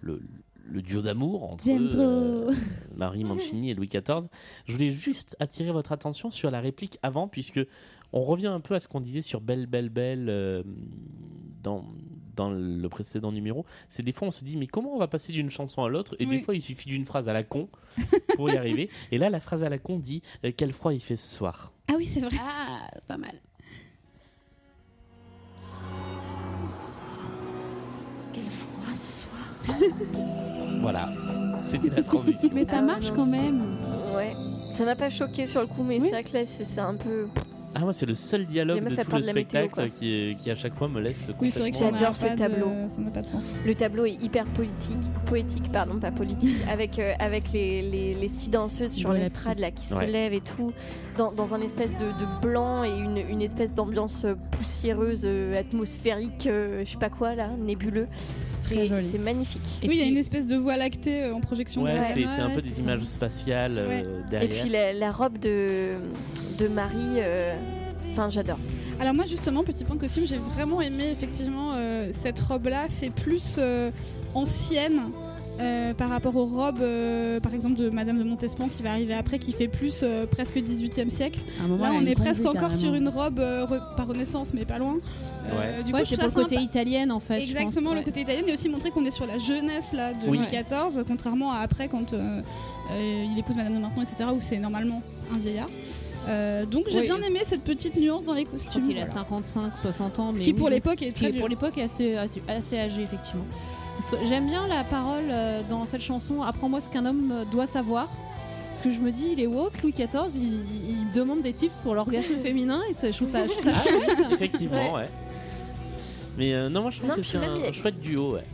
Speaker 3: le, le duo d'amour entre
Speaker 7: J'aime
Speaker 3: euh,
Speaker 7: trop.
Speaker 3: Marie Mancini et Louis XIV. Je voulais juste attirer votre attention sur la réplique avant, puisque on revient un peu à ce qu'on disait sur Belle, Belle, Belle euh, dans, dans le précédent numéro. C'est des fois on se dit, mais comment on va passer d'une chanson à l'autre Et des
Speaker 4: Oui.
Speaker 3: fois il suffit d'une phrase à la con pour y arriver. Et là, la phrase à la con dit, euh, quel froid il fait ce soir
Speaker 4: Ah oui, c'est vrai.
Speaker 7: Ah, pas mal.
Speaker 10: Quel froid ce soir.
Speaker 3: Voilà, c'était la transition.
Speaker 7: mais ça
Speaker 2: Ah,
Speaker 7: marche
Speaker 2: non,
Speaker 7: quand
Speaker 2: c'est-
Speaker 7: même
Speaker 2: Ouais. Ça m'a pas choqué sur le coup, mais c'est vrai que là c'est c'est un peu.
Speaker 3: Ah, moi, c'est le seul
Speaker 2: Les
Speaker 3: dialogue
Speaker 2: meufs,
Speaker 3: de tout
Speaker 2: elles
Speaker 3: le
Speaker 2: parlent de la météo,
Speaker 3: spectacle
Speaker 2: quoi.
Speaker 3: qui, est- qui, à chaque fois, me laisse
Speaker 4: Oui, c'est vrai que
Speaker 3: complètement-
Speaker 2: J'adore
Speaker 4: ça n'a
Speaker 2: ce
Speaker 4: pas de-
Speaker 2: tableau.
Speaker 4: Ça n'a pas de sens.
Speaker 2: Le tableau est hyper politique, poétique, pardon, pas politique, avec, euh, avec les, les, les six danseuses sur
Speaker 7: Brûlée
Speaker 2: l'estrade là qui
Speaker 3: Ouais.
Speaker 2: se lèvent et tout, dans, dans un espèce de, de blanc et une, une espèce d'ambiance euh, poussiéreuse, euh, atmosphérique, euh, je sais pas quoi là, nébuleux.
Speaker 7: très
Speaker 2: C'est
Speaker 7: joli.
Speaker 2: c'est magnifique.
Speaker 4: oui, il y a une espèce de voie lactée euh, en projection.
Speaker 3: Ouais,
Speaker 4: de-
Speaker 3: c'est c'est un
Speaker 7: ouais,
Speaker 3: peu
Speaker 7: c'est
Speaker 3: des
Speaker 7: ça.
Speaker 3: images spatiales euh,
Speaker 2: Et
Speaker 3: derrière.
Speaker 2: puis la, la robe de, de Marie, euh, enfin j'adore.
Speaker 4: Alors moi justement, petit point costume, j'ai vraiment aimé effectivement euh, cette robe-là, fait plus euh, ancienne euh, par rapport aux robes, euh, par exemple de Madame de Montespan qui va arriver après, qui fait plus euh, presque 18e siècle.
Speaker 7: À un moment,
Speaker 4: Là,
Speaker 7: elle a
Speaker 4: on
Speaker 7: une
Speaker 4: est presque
Speaker 7: grande vie,
Speaker 4: encore sur
Speaker 7: carrément.
Speaker 4: une robe euh, re- par Renaissance, mais pas loin. Euh, du
Speaker 6: Ouais,
Speaker 4: coup, je
Speaker 6: c'est
Speaker 4: trouve
Speaker 6: pour le
Speaker 4: ça
Speaker 6: côté
Speaker 4: sympa.
Speaker 6: italienne, en fait. je pense.
Speaker 4: Exactement, le
Speaker 6: Ouais.
Speaker 4: côté italien, mais aussi montrer qu'on est sur la jeunesse là, de
Speaker 3: Oui.
Speaker 4: Louis XIV, contrairement à après quand euh, euh, il épouse Madame de Maintenon, etc., où c'est normalement un vieillard. Euh, donc j'ai
Speaker 6: Oui.
Speaker 4: bien aimé cette petite nuance dans les
Speaker 6: Je crois
Speaker 4: costumes.
Speaker 6: qu'il a
Speaker 4: voilà.
Speaker 6: 55, 60 ans.
Speaker 4: Ce
Speaker 6: mais
Speaker 4: qui,
Speaker 6: oui,
Speaker 4: pour
Speaker 6: oui,
Speaker 4: l'époque, est
Speaker 6: ce qui
Speaker 4: très
Speaker 6: pour l'époque est assez, assez, assez âgé, effectivement. Parce que J'aime bien la parole euh, dans cette chanson Apprends-moi ce qu'un homme euh, doit savoir. Parce que je me dis, il est woke, Louis XIV, il, il demande des tips pour l'orgasme féminin et c'est- je trouve ça, je trouve
Speaker 4: Ah.
Speaker 6: ça chouette.
Speaker 3: Effectivement, ouais. Mais euh, non, moi, je trouve
Speaker 2: Non,
Speaker 3: que
Speaker 2: puis
Speaker 3: c'est
Speaker 2: même,
Speaker 3: un,
Speaker 2: il y a-
Speaker 3: un chouette duo, ouais.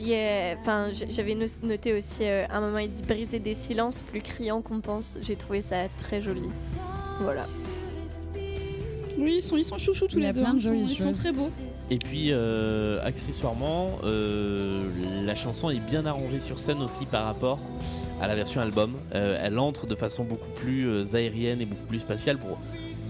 Speaker 2: Il y a- Enfin, j- j'avais no- noté aussi euh, à un moment il dit briser des silences plus criants qu'on pense. J'ai trouvé ça très joli. Voilà.
Speaker 4: Oui, ils sont, ils sont chouchous tous
Speaker 7: Il y
Speaker 4: les
Speaker 7: a
Speaker 4: deux.
Speaker 7: plein de
Speaker 4: ils, sont,
Speaker 7: jolies
Speaker 4: ils sont
Speaker 7: choses.
Speaker 4: très beaux.
Speaker 3: Et puis, euh, accessoirement, euh, la chanson est bien arrangée sur scène aussi par rapport à la version album. Euh, elle entre de façon beaucoup plus euh, aérienne et beaucoup plus spatiale pour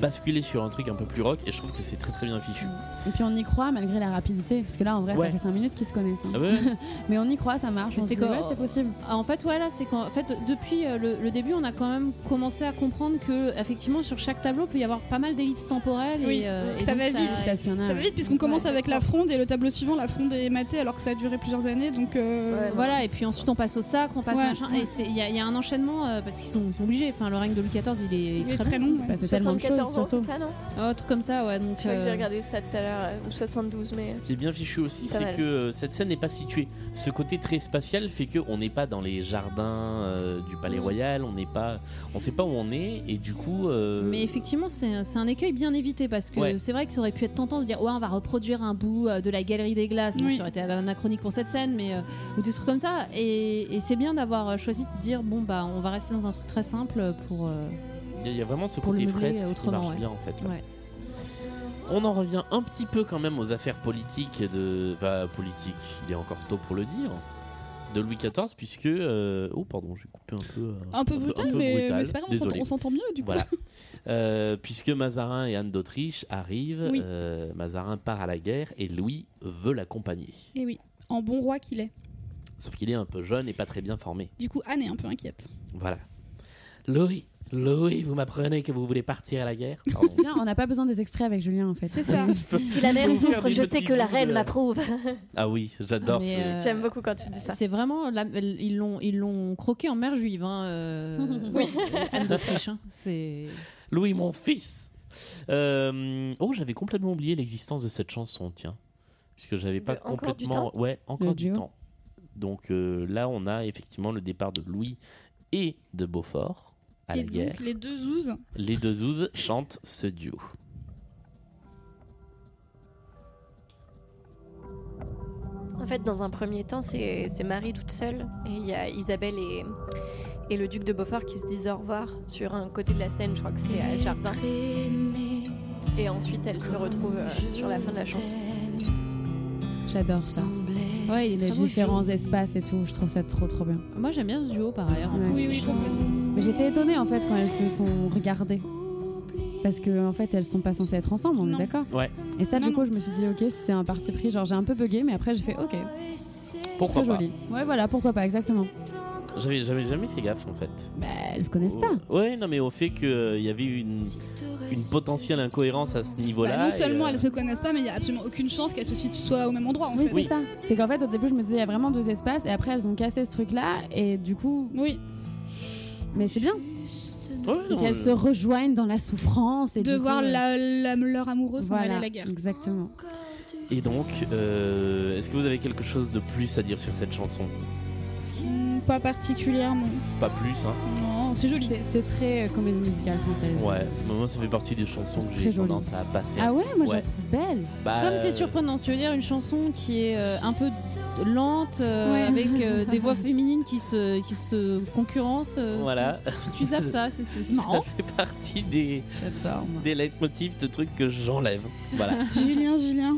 Speaker 3: basculer sur un truc un peu plus rock. Et je trouve que c'est très très bien fichu.
Speaker 7: Et puis on y croit malgré la rapidité, parce que là en vrai
Speaker 3: Ouais.
Speaker 7: ça fait 5 minutes qu'ils se connaissent. hein.
Speaker 3: Ah ouais.
Speaker 7: Mais on y croit, ça marche.
Speaker 6: Mais
Speaker 7: on se
Speaker 6: c'est
Speaker 7: dit,
Speaker 6: quand-
Speaker 7: ouais, c'est possible.
Speaker 6: Ah, en fait, voilà, c'est qu'en fait, depuis euh, le, le début, on a quand même commencé à comprendre que, effectivement, sur chaque tableau, peut y avoir pas mal d'ellipses temporelles.
Speaker 4: Oui,
Speaker 6: et, euh, et
Speaker 4: ça
Speaker 6: donc,
Speaker 4: va vite.
Speaker 7: Ça se
Speaker 4: Ça va vite puisqu'on commence
Speaker 6: Ouais,
Speaker 4: avec la fronde et le tableau suivant, la fronde est matée alors que ça a duré plusieurs années. Donc euh,
Speaker 6: Euh, voilà, et puis ensuite on passe au sac, on passe
Speaker 4: Ouais.
Speaker 6: machin. Et c'est- il y, a- il y a un enchaînement euh, parce qu'ils sont, ils sont obligés. Enfin, le règne de Louis XIV, il est,
Speaker 4: Il est très long, ouais.
Speaker 7: Bah, c'est tellement de choses
Speaker 2: 74 ans, c'est
Speaker 7: surtout.
Speaker 2: ça, non
Speaker 6: Oh, un truc comme ça, ouais. Donc,
Speaker 2: Je crois que
Speaker 6: euh,
Speaker 2: j'ai regardé ça tout à l'heure, euh, ou 72, mais.
Speaker 3: Ce qui est bien fichu aussi,
Speaker 2: Pas
Speaker 3: c'est
Speaker 2: mal.
Speaker 3: que euh, cette scène n'est pas située. Ce côté très spatial fait que on n'est pas dans les jardins euh, du Palais
Speaker 6: Mm.
Speaker 3: Royal, on n'est pas, on sait pas où on est, et du coup, euh,
Speaker 6: Mais effectivement, c'est c'est un écueil bien évité parce que
Speaker 3: Ouais.
Speaker 6: c'est vrai que ça aurait pu être tentant de dire ouais, on va reproduire un bout euh, de la galerie des glaces, bon,
Speaker 4: Oui.
Speaker 6: ce qui aurait été anachronique pour cette scène, mais euh, ou des trucs comme ça. Et, et c'est bien d'avoir euh, choisi de dire bon bah on va rester dans un truc très simple pour. euh,
Speaker 3: il y, a- il y a vraiment ce
Speaker 6: Pour le
Speaker 3: côté
Speaker 6: meubler,
Speaker 3: fresque qui
Speaker 6: autrement,
Speaker 3: marche
Speaker 6: ouais.
Speaker 3: bien en fait. là.
Speaker 6: ouais.
Speaker 3: On en revient un petit peu quand même aux affaires politiques de. Enfin, politique, il est encore tôt pour le dire. De Louis XIV, puisque. euh, Oh, pardon, j'ai coupé un peu. euh,
Speaker 4: un peu brutal,
Speaker 3: un peu
Speaker 4: mais,
Speaker 3: brutal,
Speaker 4: mais c'est pas grave, on s'entend-
Speaker 3: désolé.
Speaker 4: on s'entend mieux du coup.
Speaker 3: Voilà. Euh, puisque Mazarin et Anne d'Autriche arrivent,
Speaker 4: Oui.
Speaker 3: euh, Mazarin part à la guerre et Louis veut l'accompagner.
Speaker 4: Et oui, en bon roi qu'il est.
Speaker 3: Sauf qu'il est un peu jeune et pas très bien formé.
Speaker 4: Du coup, Anne est un peu inquiète.
Speaker 3: Voilà. Louis, Louis, vous m'apprenez que vous voulez partir à la guerre Pardon.
Speaker 7: Bien, on n'a pas besoin des extraits avec Julien en fait.
Speaker 4: C'est ça.
Speaker 2: Si la mère
Speaker 3: Faut faire
Speaker 2: souffre,
Speaker 3: des
Speaker 2: je sais
Speaker 3: petits
Speaker 2: que la
Speaker 3: bouts de
Speaker 2: reine
Speaker 3: la-
Speaker 2: m'approuve.
Speaker 3: Ah oui, j'adore.
Speaker 6: Mais,
Speaker 3: ce-
Speaker 6: euh,
Speaker 2: J'aime beaucoup quand il dit ça.
Speaker 6: C'est vraiment la- ils l'ont ils l'ont croqué en mer juive. Hein, euh, euh, Anne d'Autriche. hein. C'est
Speaker 3: Louis, mon fils Euh, Oh, j'avais complètement oublié l'existence de cette chanson, tiens. Puisque j'avais pas
Speaker 2: De- encore du
Speaker 3: complètement. ouais, encore
Speaker 7: Le
Speaker 3: du
Speaker 7: duo.
Speaker 3: temps. Donc euh, là, on a effectivement le départ de Louis et de Beaufort à
Speaker 4: et
Speaker 3: la guerre.
Speaker 4: donc, les deux zouzes.
Speaker 3: Les deux zouzes chantent ce duo.
Speaker 2: En fait, dans un premier temps, c'est c'est Marie toute seule et il y a Isabelle et, et le duc de Beaufort qui se disent au revoir sur un côté de la scène, je crois que c'est à Jardin. Et ensuite, elles se retrouvent euh, sur la fin de la chanson.
Speaker 7: J'adore ça.
Speaker 6: ouais, il
Speaker 7: Les
Speaker 6: est très beau.
Speaker 7: différents espaces et tout, je trouve ça trop trop bien.
Speaker 6: Moi j'aime bien ce duo par ailleurs. en
Speaker 7: Ouais.
Speaker 6: plus.
Speaker 4: Oui, oui, complètement.
Speaker 7: Mais j'étais étonnée en fait quand elles se sont regardées. Parce que en fait elles sont pas censées être ensemble, on
Speaker 4: Non.
Speaker 7: est d'accord
Speaker 3: Ouais.
Speaker 7: Et ça
Speaker 4: Non,
Speaker 7: du coup je me suis dit ok c'est un parti pris, genre j'ai un peu bugué mais après j'ai fait ok,
Speaker 3: Pourquoi
Speaker 7: très
Speaker 3: pas
Speaker 7: joli. Ouais voilà pourquoi pas exactement.
Speaker 3: J'avais j'avais jamais fait gaffe en fait.
Speaker 7: Bah elles se connaissent pas.
Speaker 3: Au- Ouais, non, mais au fait qu'il y avait une, une potentielle incohérence à ce niveau-là.
Speaker 4: Bah, non
Speaker 3: et,
Speaker 4: seulement
Speaker 3: euh,
Speaker 4: elles se connaissent pas, mais il y a absolument aucune chance qu'elles se situent soient au même endroit en
Speaker 7: Oui,
Speaker 4: fait.
Speaker 7: c'est ça. C'est qu'en fait, au début, je me disais, il y a vraiment deux espaces, et après, elles ont cassé ce truc-là, et du coup.
Speaker 4: Oui.
Speaker 7: Mais c'est bien.
Speaker 4: Oh.
Speaker 3: ouais,
Speaker 7: C'est
Speaker 3: non,
Speaker 7: qu'elles
Speaker 3: je-
Speaker 7: se rejoignent dans la souffrance. Et
Speaker 4: De
Speaker 7: du coup,
Speaker 4: voir
Speaker 7: euh,
Speaker 4: la, la- leur amoureux s'en aller
Speaker 7: Voilà,
Speaker 4: à la guerre.
Speaker 7: exactement.
Speaker 3: Et donc, euh, est-ce que vous avez quelque chose de plus à dire sur cette chanson
Speaker 4: Hmm, Pas particulièrement.
Speaker 3: Pas plus, hein
Speaker 4: Non, c'est joli.
Speaker 7: C'est- C'est très euh, comédie musicale française.
Speaker 3: Ouais, mais moi ça fait partie des chansons
Speaker 7: C'est
Speaker 3: que j'ai
Speaker 7: très joli.
Speaker 3: tendance à passer.
Speaker 7: Ah ouais, moi je
Speaker 3: Ouais.
Speaker 7: la trouve belle.
Speaker 3: Bah,
Speaker 6: Comme
Speaker 3: euh,
Speaker 6: c'est surprenant, tu veux dire une chanson qui est euh, un peu lente, euh,
Speaker 7: Ouais.
Speaker 6: avec euh, des voix féminines qui se, qui se concurrencent. euh,
Speaker 3: Voilà,
Speaker 6: Tu zappes ça, c'est- c'est c'est
Speaker 3: ça
Speaker 6: marrant.
Speaker 3: fait partie des,
Speaker 7: J'adore.
Speaker 3: des leitmotifs de trucs que j'enlève. Voilà,
Speaker 4: Julien, Julien.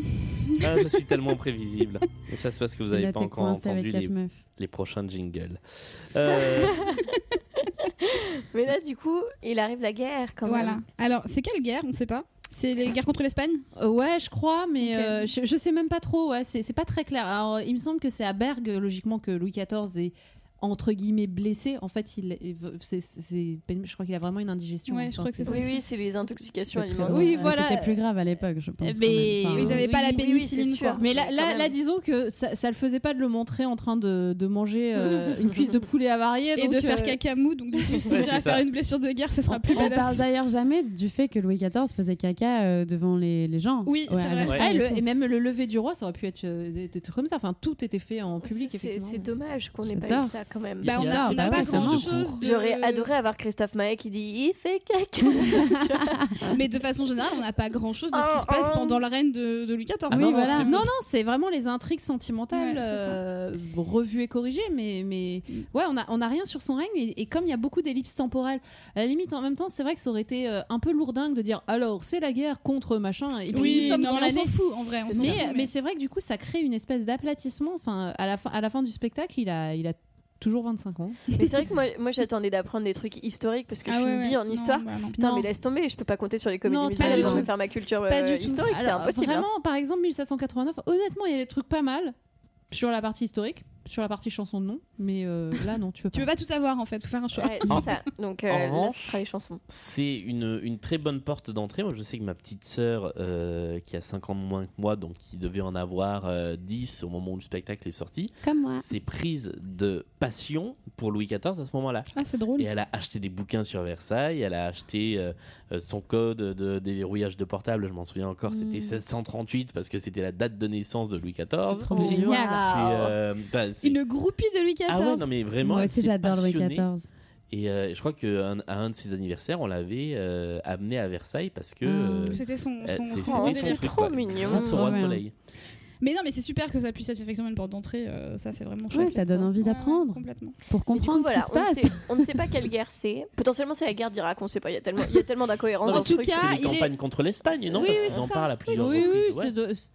Speaker 3: ah, je suis tellement prévisible. Et ça, c'est parce que vous n'avez pas encore entendu
Speaker 7: avec quatre
Speaker 3: les,
Speaker 7: meufs.
Speaker 3: les prochains jingles. Euh,
Speaker 2: Mais là, du coup, il arrive la guerre quand
Speaker 4: Voilà.
Speaker 2: même.
Speaker 4: Alors, c'est quelle guerre On sait pas. C'est les guerres contre l'Espagne
Speaker 6: Euh, ouais, je crois, mais
Speaker 4: Ok.
Speaker 6: euh, je, je sais même pas trop. Ouais, c'est c'est pas très clair. Alors, il me semble que c'est à Bergue, logiquement, que Louis XIV est entre guillemets blessé. En fait, il, est- c'est- c'est- je crois qu'il a vraiment une indigestion.
Speaker 4: Ouais, je crois que c'est ça.
Speaker 2: Oui, oui, c'est les intoxications
Speaker 7: C'est très
Speaker 2: alimentaires.
Speaker 7: drôle.
Speaker 6: Oui,
Speaker 7: Ouais,
Speaker 6: voilà.
Speaker 7: C'était plus grave à l'époque, je pense. quand
Speaker 6: Mais-
Speaker 7: même. Enfin,
Speaker 4: Ils n'avaient
Speaker 2: oui,
Speaker 4: pas la
Speaker 2: oui, oui,
Speaker 4: pénicilline,
Speaker 2: c'est
Speaker 4: quoi.
Speaker 2: sûr.
Speaker 6: Mais là,
Speaker 2: Quand
Speaker 6: là,
Speaker 2: même.
Speaker 6: là, disons que ça, ça le faisait pas de le montrer en train de, de manger euh, une cuisse de poulet avariée.
Speaker 4: Et
Speaker 6: donc,
Speaker 4: de
Speaker 6: euh,
Speaker 4: faire caca mou, donc du coup, ils se sont
Speaker 3: Ouais,
Speaker 4: dit,
Speaker 3: c'est
Speaker 4: à
Speaker 3: ça.
Speaker 4: faire une blessure de guerre, ce sera plus
Speaker 7: On parle
Speaker 4: badass.
Speaker 7: d'ailleurs jamais du fait que Louis XIV faisait caca euh, devant les, les gens.
Speaker 4: Oui, c'est
Speaker 7: à
Speaker 4: vrai.
Speaker 7: la
Speaker 3: Ouais.
Speaker 7: salle
Speaker 6: Ah,
Speaker 7: et
Speaker 6: le-
Speaker 7: tout.
Speaker 6: et même le lever du roi, ça aurait pu être euh, des, des trucs comme ça. Enfin, tout était fait en public,
Speaker 2: C'est- C'est
Speaker 6: effectivement.
Speaker 2: dommage qu'on n'ait pas eu
Speaker 7: J'adore.
Speaker 2: ça quand même.
Speaker 4: Bah, on
Speaker 7: Ah,
Speaker 4: a- on n'a pas grand-chose de-
Speaker 2: J'aurais adoré avoir Christophe Maé qui dit il fait caca.
Speaker 4: Mais de façon générale, on n'a pas grand chose de ce qui se passe pendant la reine de, de Louis XIV.
Speaker 6: oui, Ah voilà. Non, non, c'est vraiment les intrigues sentimentales
Speaker 4: Ouais, c'est ça. Mm.
Speaker 6: euh, revues et corrigées, mais, mais ouais, on a, on a rien sur son règne. Et, et comme il y a beaucoup d'ellipses temporelles, à la limite, en même temps, c'est vrai que ça aurait été euh, un peu lourdingue de dire alors c'est la guerre contre machin. Et puis,
Speaker 4: Oui,
Speaker 6: nous sommes
Speaker 4: non,
Speaker 6: dans
Speaker 4: mais on
Speaker 6: l'année.
Speaker 4: s'en fout, en vrai, on s'en
Speaker 6: Mais,
Speaker 4: fout, mais-
Speaker 6: mais c'est vrai que du coup, ça crée une espèce d'aplatissement. Enfin, à la fin, à la fin du spectacle, il a, il a toujours 25 ans.
Speaker 2: Mais c'est vrai que moi, moi j'attendais d'apprendre des trucs historiques parce que
Speaker 6: Ah
Speaker 2: je suis
Speaker 6: ouais,
Speaker 2: une
Speaker 6: ouais.
Speaker 2: bille en
Speaker 6: Non,
Speaker 2: histoire.
Speaker 6: bah non.
Speaker 2: Putain,
Speaker 6: Non.
Speaker 2: mais laisse tomber, je peux pas compter sur les comédies
Speaker 6: Non, pas
Speaker 2: musicales
Speaker 6: du
Speaker 2: dans
Speaker 6: tout.
Speaker 2: me faire ma culture
Speaker 6: Pas
Speaker 2: euh,
Speaker 6: du tout.
Speaker 2: historique, c'est
Speaker 6: Alors,
Speaker 2: impossible. hein.
Speaker 6: Vraiment, par exemple, 1789, honnêtement, il y a des trucs pas mal sur la partie historique, sur la partie chanson de nom, mais euh, là, non, tu peux pas.
Speaker 4: Tu peux pas tout avoir en fait, faut faire un choix.
Speaker 2: Ouais,
Speaker 3: En- en
Speaker 2: euh,
Speaker 3: revanche,
Speaker 2: les chansons.
Speaker 3: C'est une, une très bonne porte d'entrée. Moi, je sais que ma petite sœur, euh, qui a 5 ans de moins que moi, donc qui devait en avoir euh, 10 au moment où le spectacle est sorti,
Speaker 7: Comme moi.
Speaker 3: s'est prise de passion pour Louis XIV à ce moment-là.
Speaker 6: Ah, c'est drôle.
Speaker 3: Et elle a acheté des bouquins sur Versailles, elle a acheté euh, euh, son code de déverrouillage de portable, je m'en souviens encore, c'était
Speaker 6: Mm.
Speaker 3: 1638 parce que c'était la date de naissance de Louis XIV.
Speaker 6: trop
Speaker 2: Oh,
Speaker 6: bien. Génial.
Speaker 3: C'est, euh, bah, c'est-
Speaker 4: Une groupie de Louis XIV.
Speaker 3: Ah ouais, non mais vraiment.
Speaker 7: Moi
Speaker 3: elle
Speaker 7: aussi,
Speaker 3: s'est
Speaker 7: j'adore Louis
Speaker 3: passionnée.
Speaker 7: XIV.
Speaker 3: Et euh, je crois qu'à un, à un de ses anniversaires, on l'avait euh, amené à Versailles parce que.
Speaker 4: Ah.
Speaker 3: euh,
Speaker 4: C'était son-
Speaker 3: euh,
Speaker 4: son
Speaker 3: c'est-
Speaker 4: grand
Speaker 3: c'était son
Speaker 4: délire.
Speaker 3: truc,
Speaker 4: Trop
Speaker 3: ouais.
Speaker 4: mignon.
Speaker 3: Grâce au
Speaker 4: Ah
Speaker 3: Roi
Speaker 4: ouais.
Speaker 3: Soleil.
Speaker 4: Mais non, mais c'est super que ça puisse être effectivement une porte d'entrée. euh, ça, c'est vraiment chouette.
Speaker 7: Ouais, ça donne envie d'apprendre.
Speaker 4: complètement.
Speaker 7: Pour
Speaker 2: Du coup,
Speaker 7: comprendre
Speaker 2: voilà,
Speaker 7: ce
Speaker 2: on,
Speaker 7: qui
Speaker 2: ne
Speaker 7: se
Speaker 2: sait,
Speaker 7: passe.
Speaker 2: on ne sait pas quelle guerre c'est. Potentiellement, c'est la guerre d'Irak, on ne sait pas. Il y a tellement, il y a tellement d'incohérences
Speaker 3: Non,
Speaker 2: dans
Speaker 3: en
Speaker 2: ce
Speaker 3: tout
Speaker 2: truc.
Speaker 3: cas, C'est des il campagnes est- contre l'Espagne, non
Speaker 2: Oui,
Speaker 3: Parce
Speaker 2: oui,
Speaker 3: qu'ils en
Speaker 2: c'est
Speaker 3: parlent à
Speaker 2: ça.
Speaker 3: plusieurs Oui, oui, reprises, ouais. c'est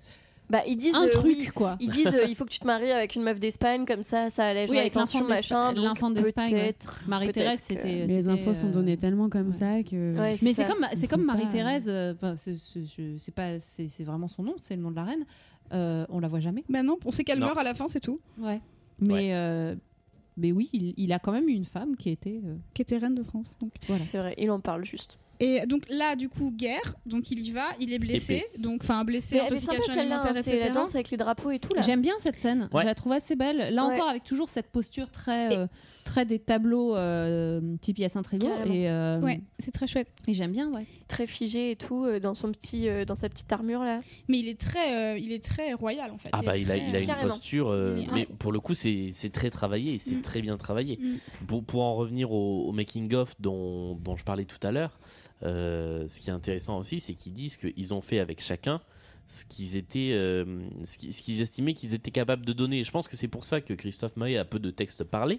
Speaker 2: Bah, ils disent
Speaker 6: Un
Speaker 2: euh,
Speaker 6: truc,
Speaker 2: oui,
Speaker 6: quoi.
Speaker 2: Ils disent euh, il faut que tu te maries avec une meuf d'Espagne comme ça, ça allège
Speaker 6: Oui,
Speaker 2: la
Speaker 6: avec
Speaker 2: tension,
Speaker 6: l'enfant d'Espa-
Speaker 2: machin. donc
Speaker 6: l'enfant d'Espagne, ouais.
Speaker 2: peut-être-
Speaker 6: Marie-Thérèse,
Speaker 2: peut-être que-
Speaker 6: c'était-
Speaker 7: Mais les infos
Speaker 2: euh,
Speaker 7: sont données tellement comme ça que.
Speaker 6: mais c'est comme c'est comme Marie-Thérèse, euh, enfin, c'est- c'est je- c'est pas c'est c'est vraiment son nom, c'est le nom de la reine. Euh, on la voit jamais.
Speaker 4: Bah non, on sait qu'elle
Speaker 6: Non.
Speaker 4: meurt à la fin, c'est tout.
Speaker 6: Ouais. Mais euh, mais oui, il, il a quand même eu une femme qui était euh,
Speaker 4: Qui était reine de France. Donc.
Speaker 6: voilà.
Speaker 2: C'est vrai, il en parle juste.
Speaker 4: Et donc là, du coup, guerre. Donc il y va, il est blessé.
Speaker 6: Épée.
Speaker 4: Donc, enfin, blessé,
Speaker 2: Mais elle est sympa,
Speaker 4: intoxication
Speaker 2: celle-là,
Speaker 4: alimentaire,
Speaker 2: hein, c'est
Speaker 4: etc.
Speaker 2: la danse avec les drapeaux et tout là.
Speaker 6: J'aime bien cette scène,
Speaker 2: Ouais.
Speaker 6: je la trouve assez belle. Là
Speaker 2: Ouais.
Speaker 6: encore, avec toujours cette posture très, euh, très des tableaux euh, type Hyacinthe Rigaud.
Speaker 2: Carrément.
Speaker 6: Et, euh,
Speaker 4: c'est très chouette.
Speaker 6: Et j'aime bien, ouais.
Speaker 2: Très figé et tout, euh, dans, son petit, euh, dans sa petite armure là.
Speaker 4: Mais il est très, euh, il est très royal en fait.
Speaker 3: Ah bah il a, il a une
Speaker 4: Carrément.
Speaker 3: posture, euh,
Speaker 4: Il est
Speaker 3: mais
Speaker 4: un-
Speaker 3: pour le coup c'est c'est très travaillé et c'est
Speaker 4: Mm.
Speaker 3: très bien travaillé.
Speaker 4: Mm.
Speaker 3: Pour, pour en revenir au, au making of dont, dont je parlais tout à l'heure, euh, ce qui est intéressant aussi c'est qu'ils disent qu'ils ont fait avec chacun ce qu'ils étaient, euh, ce qui- ce qu'ils estimaient qu'ils étaient capables de donner. Et je pense que c'est pour ça que Christophe Maé a peu de textes parlés,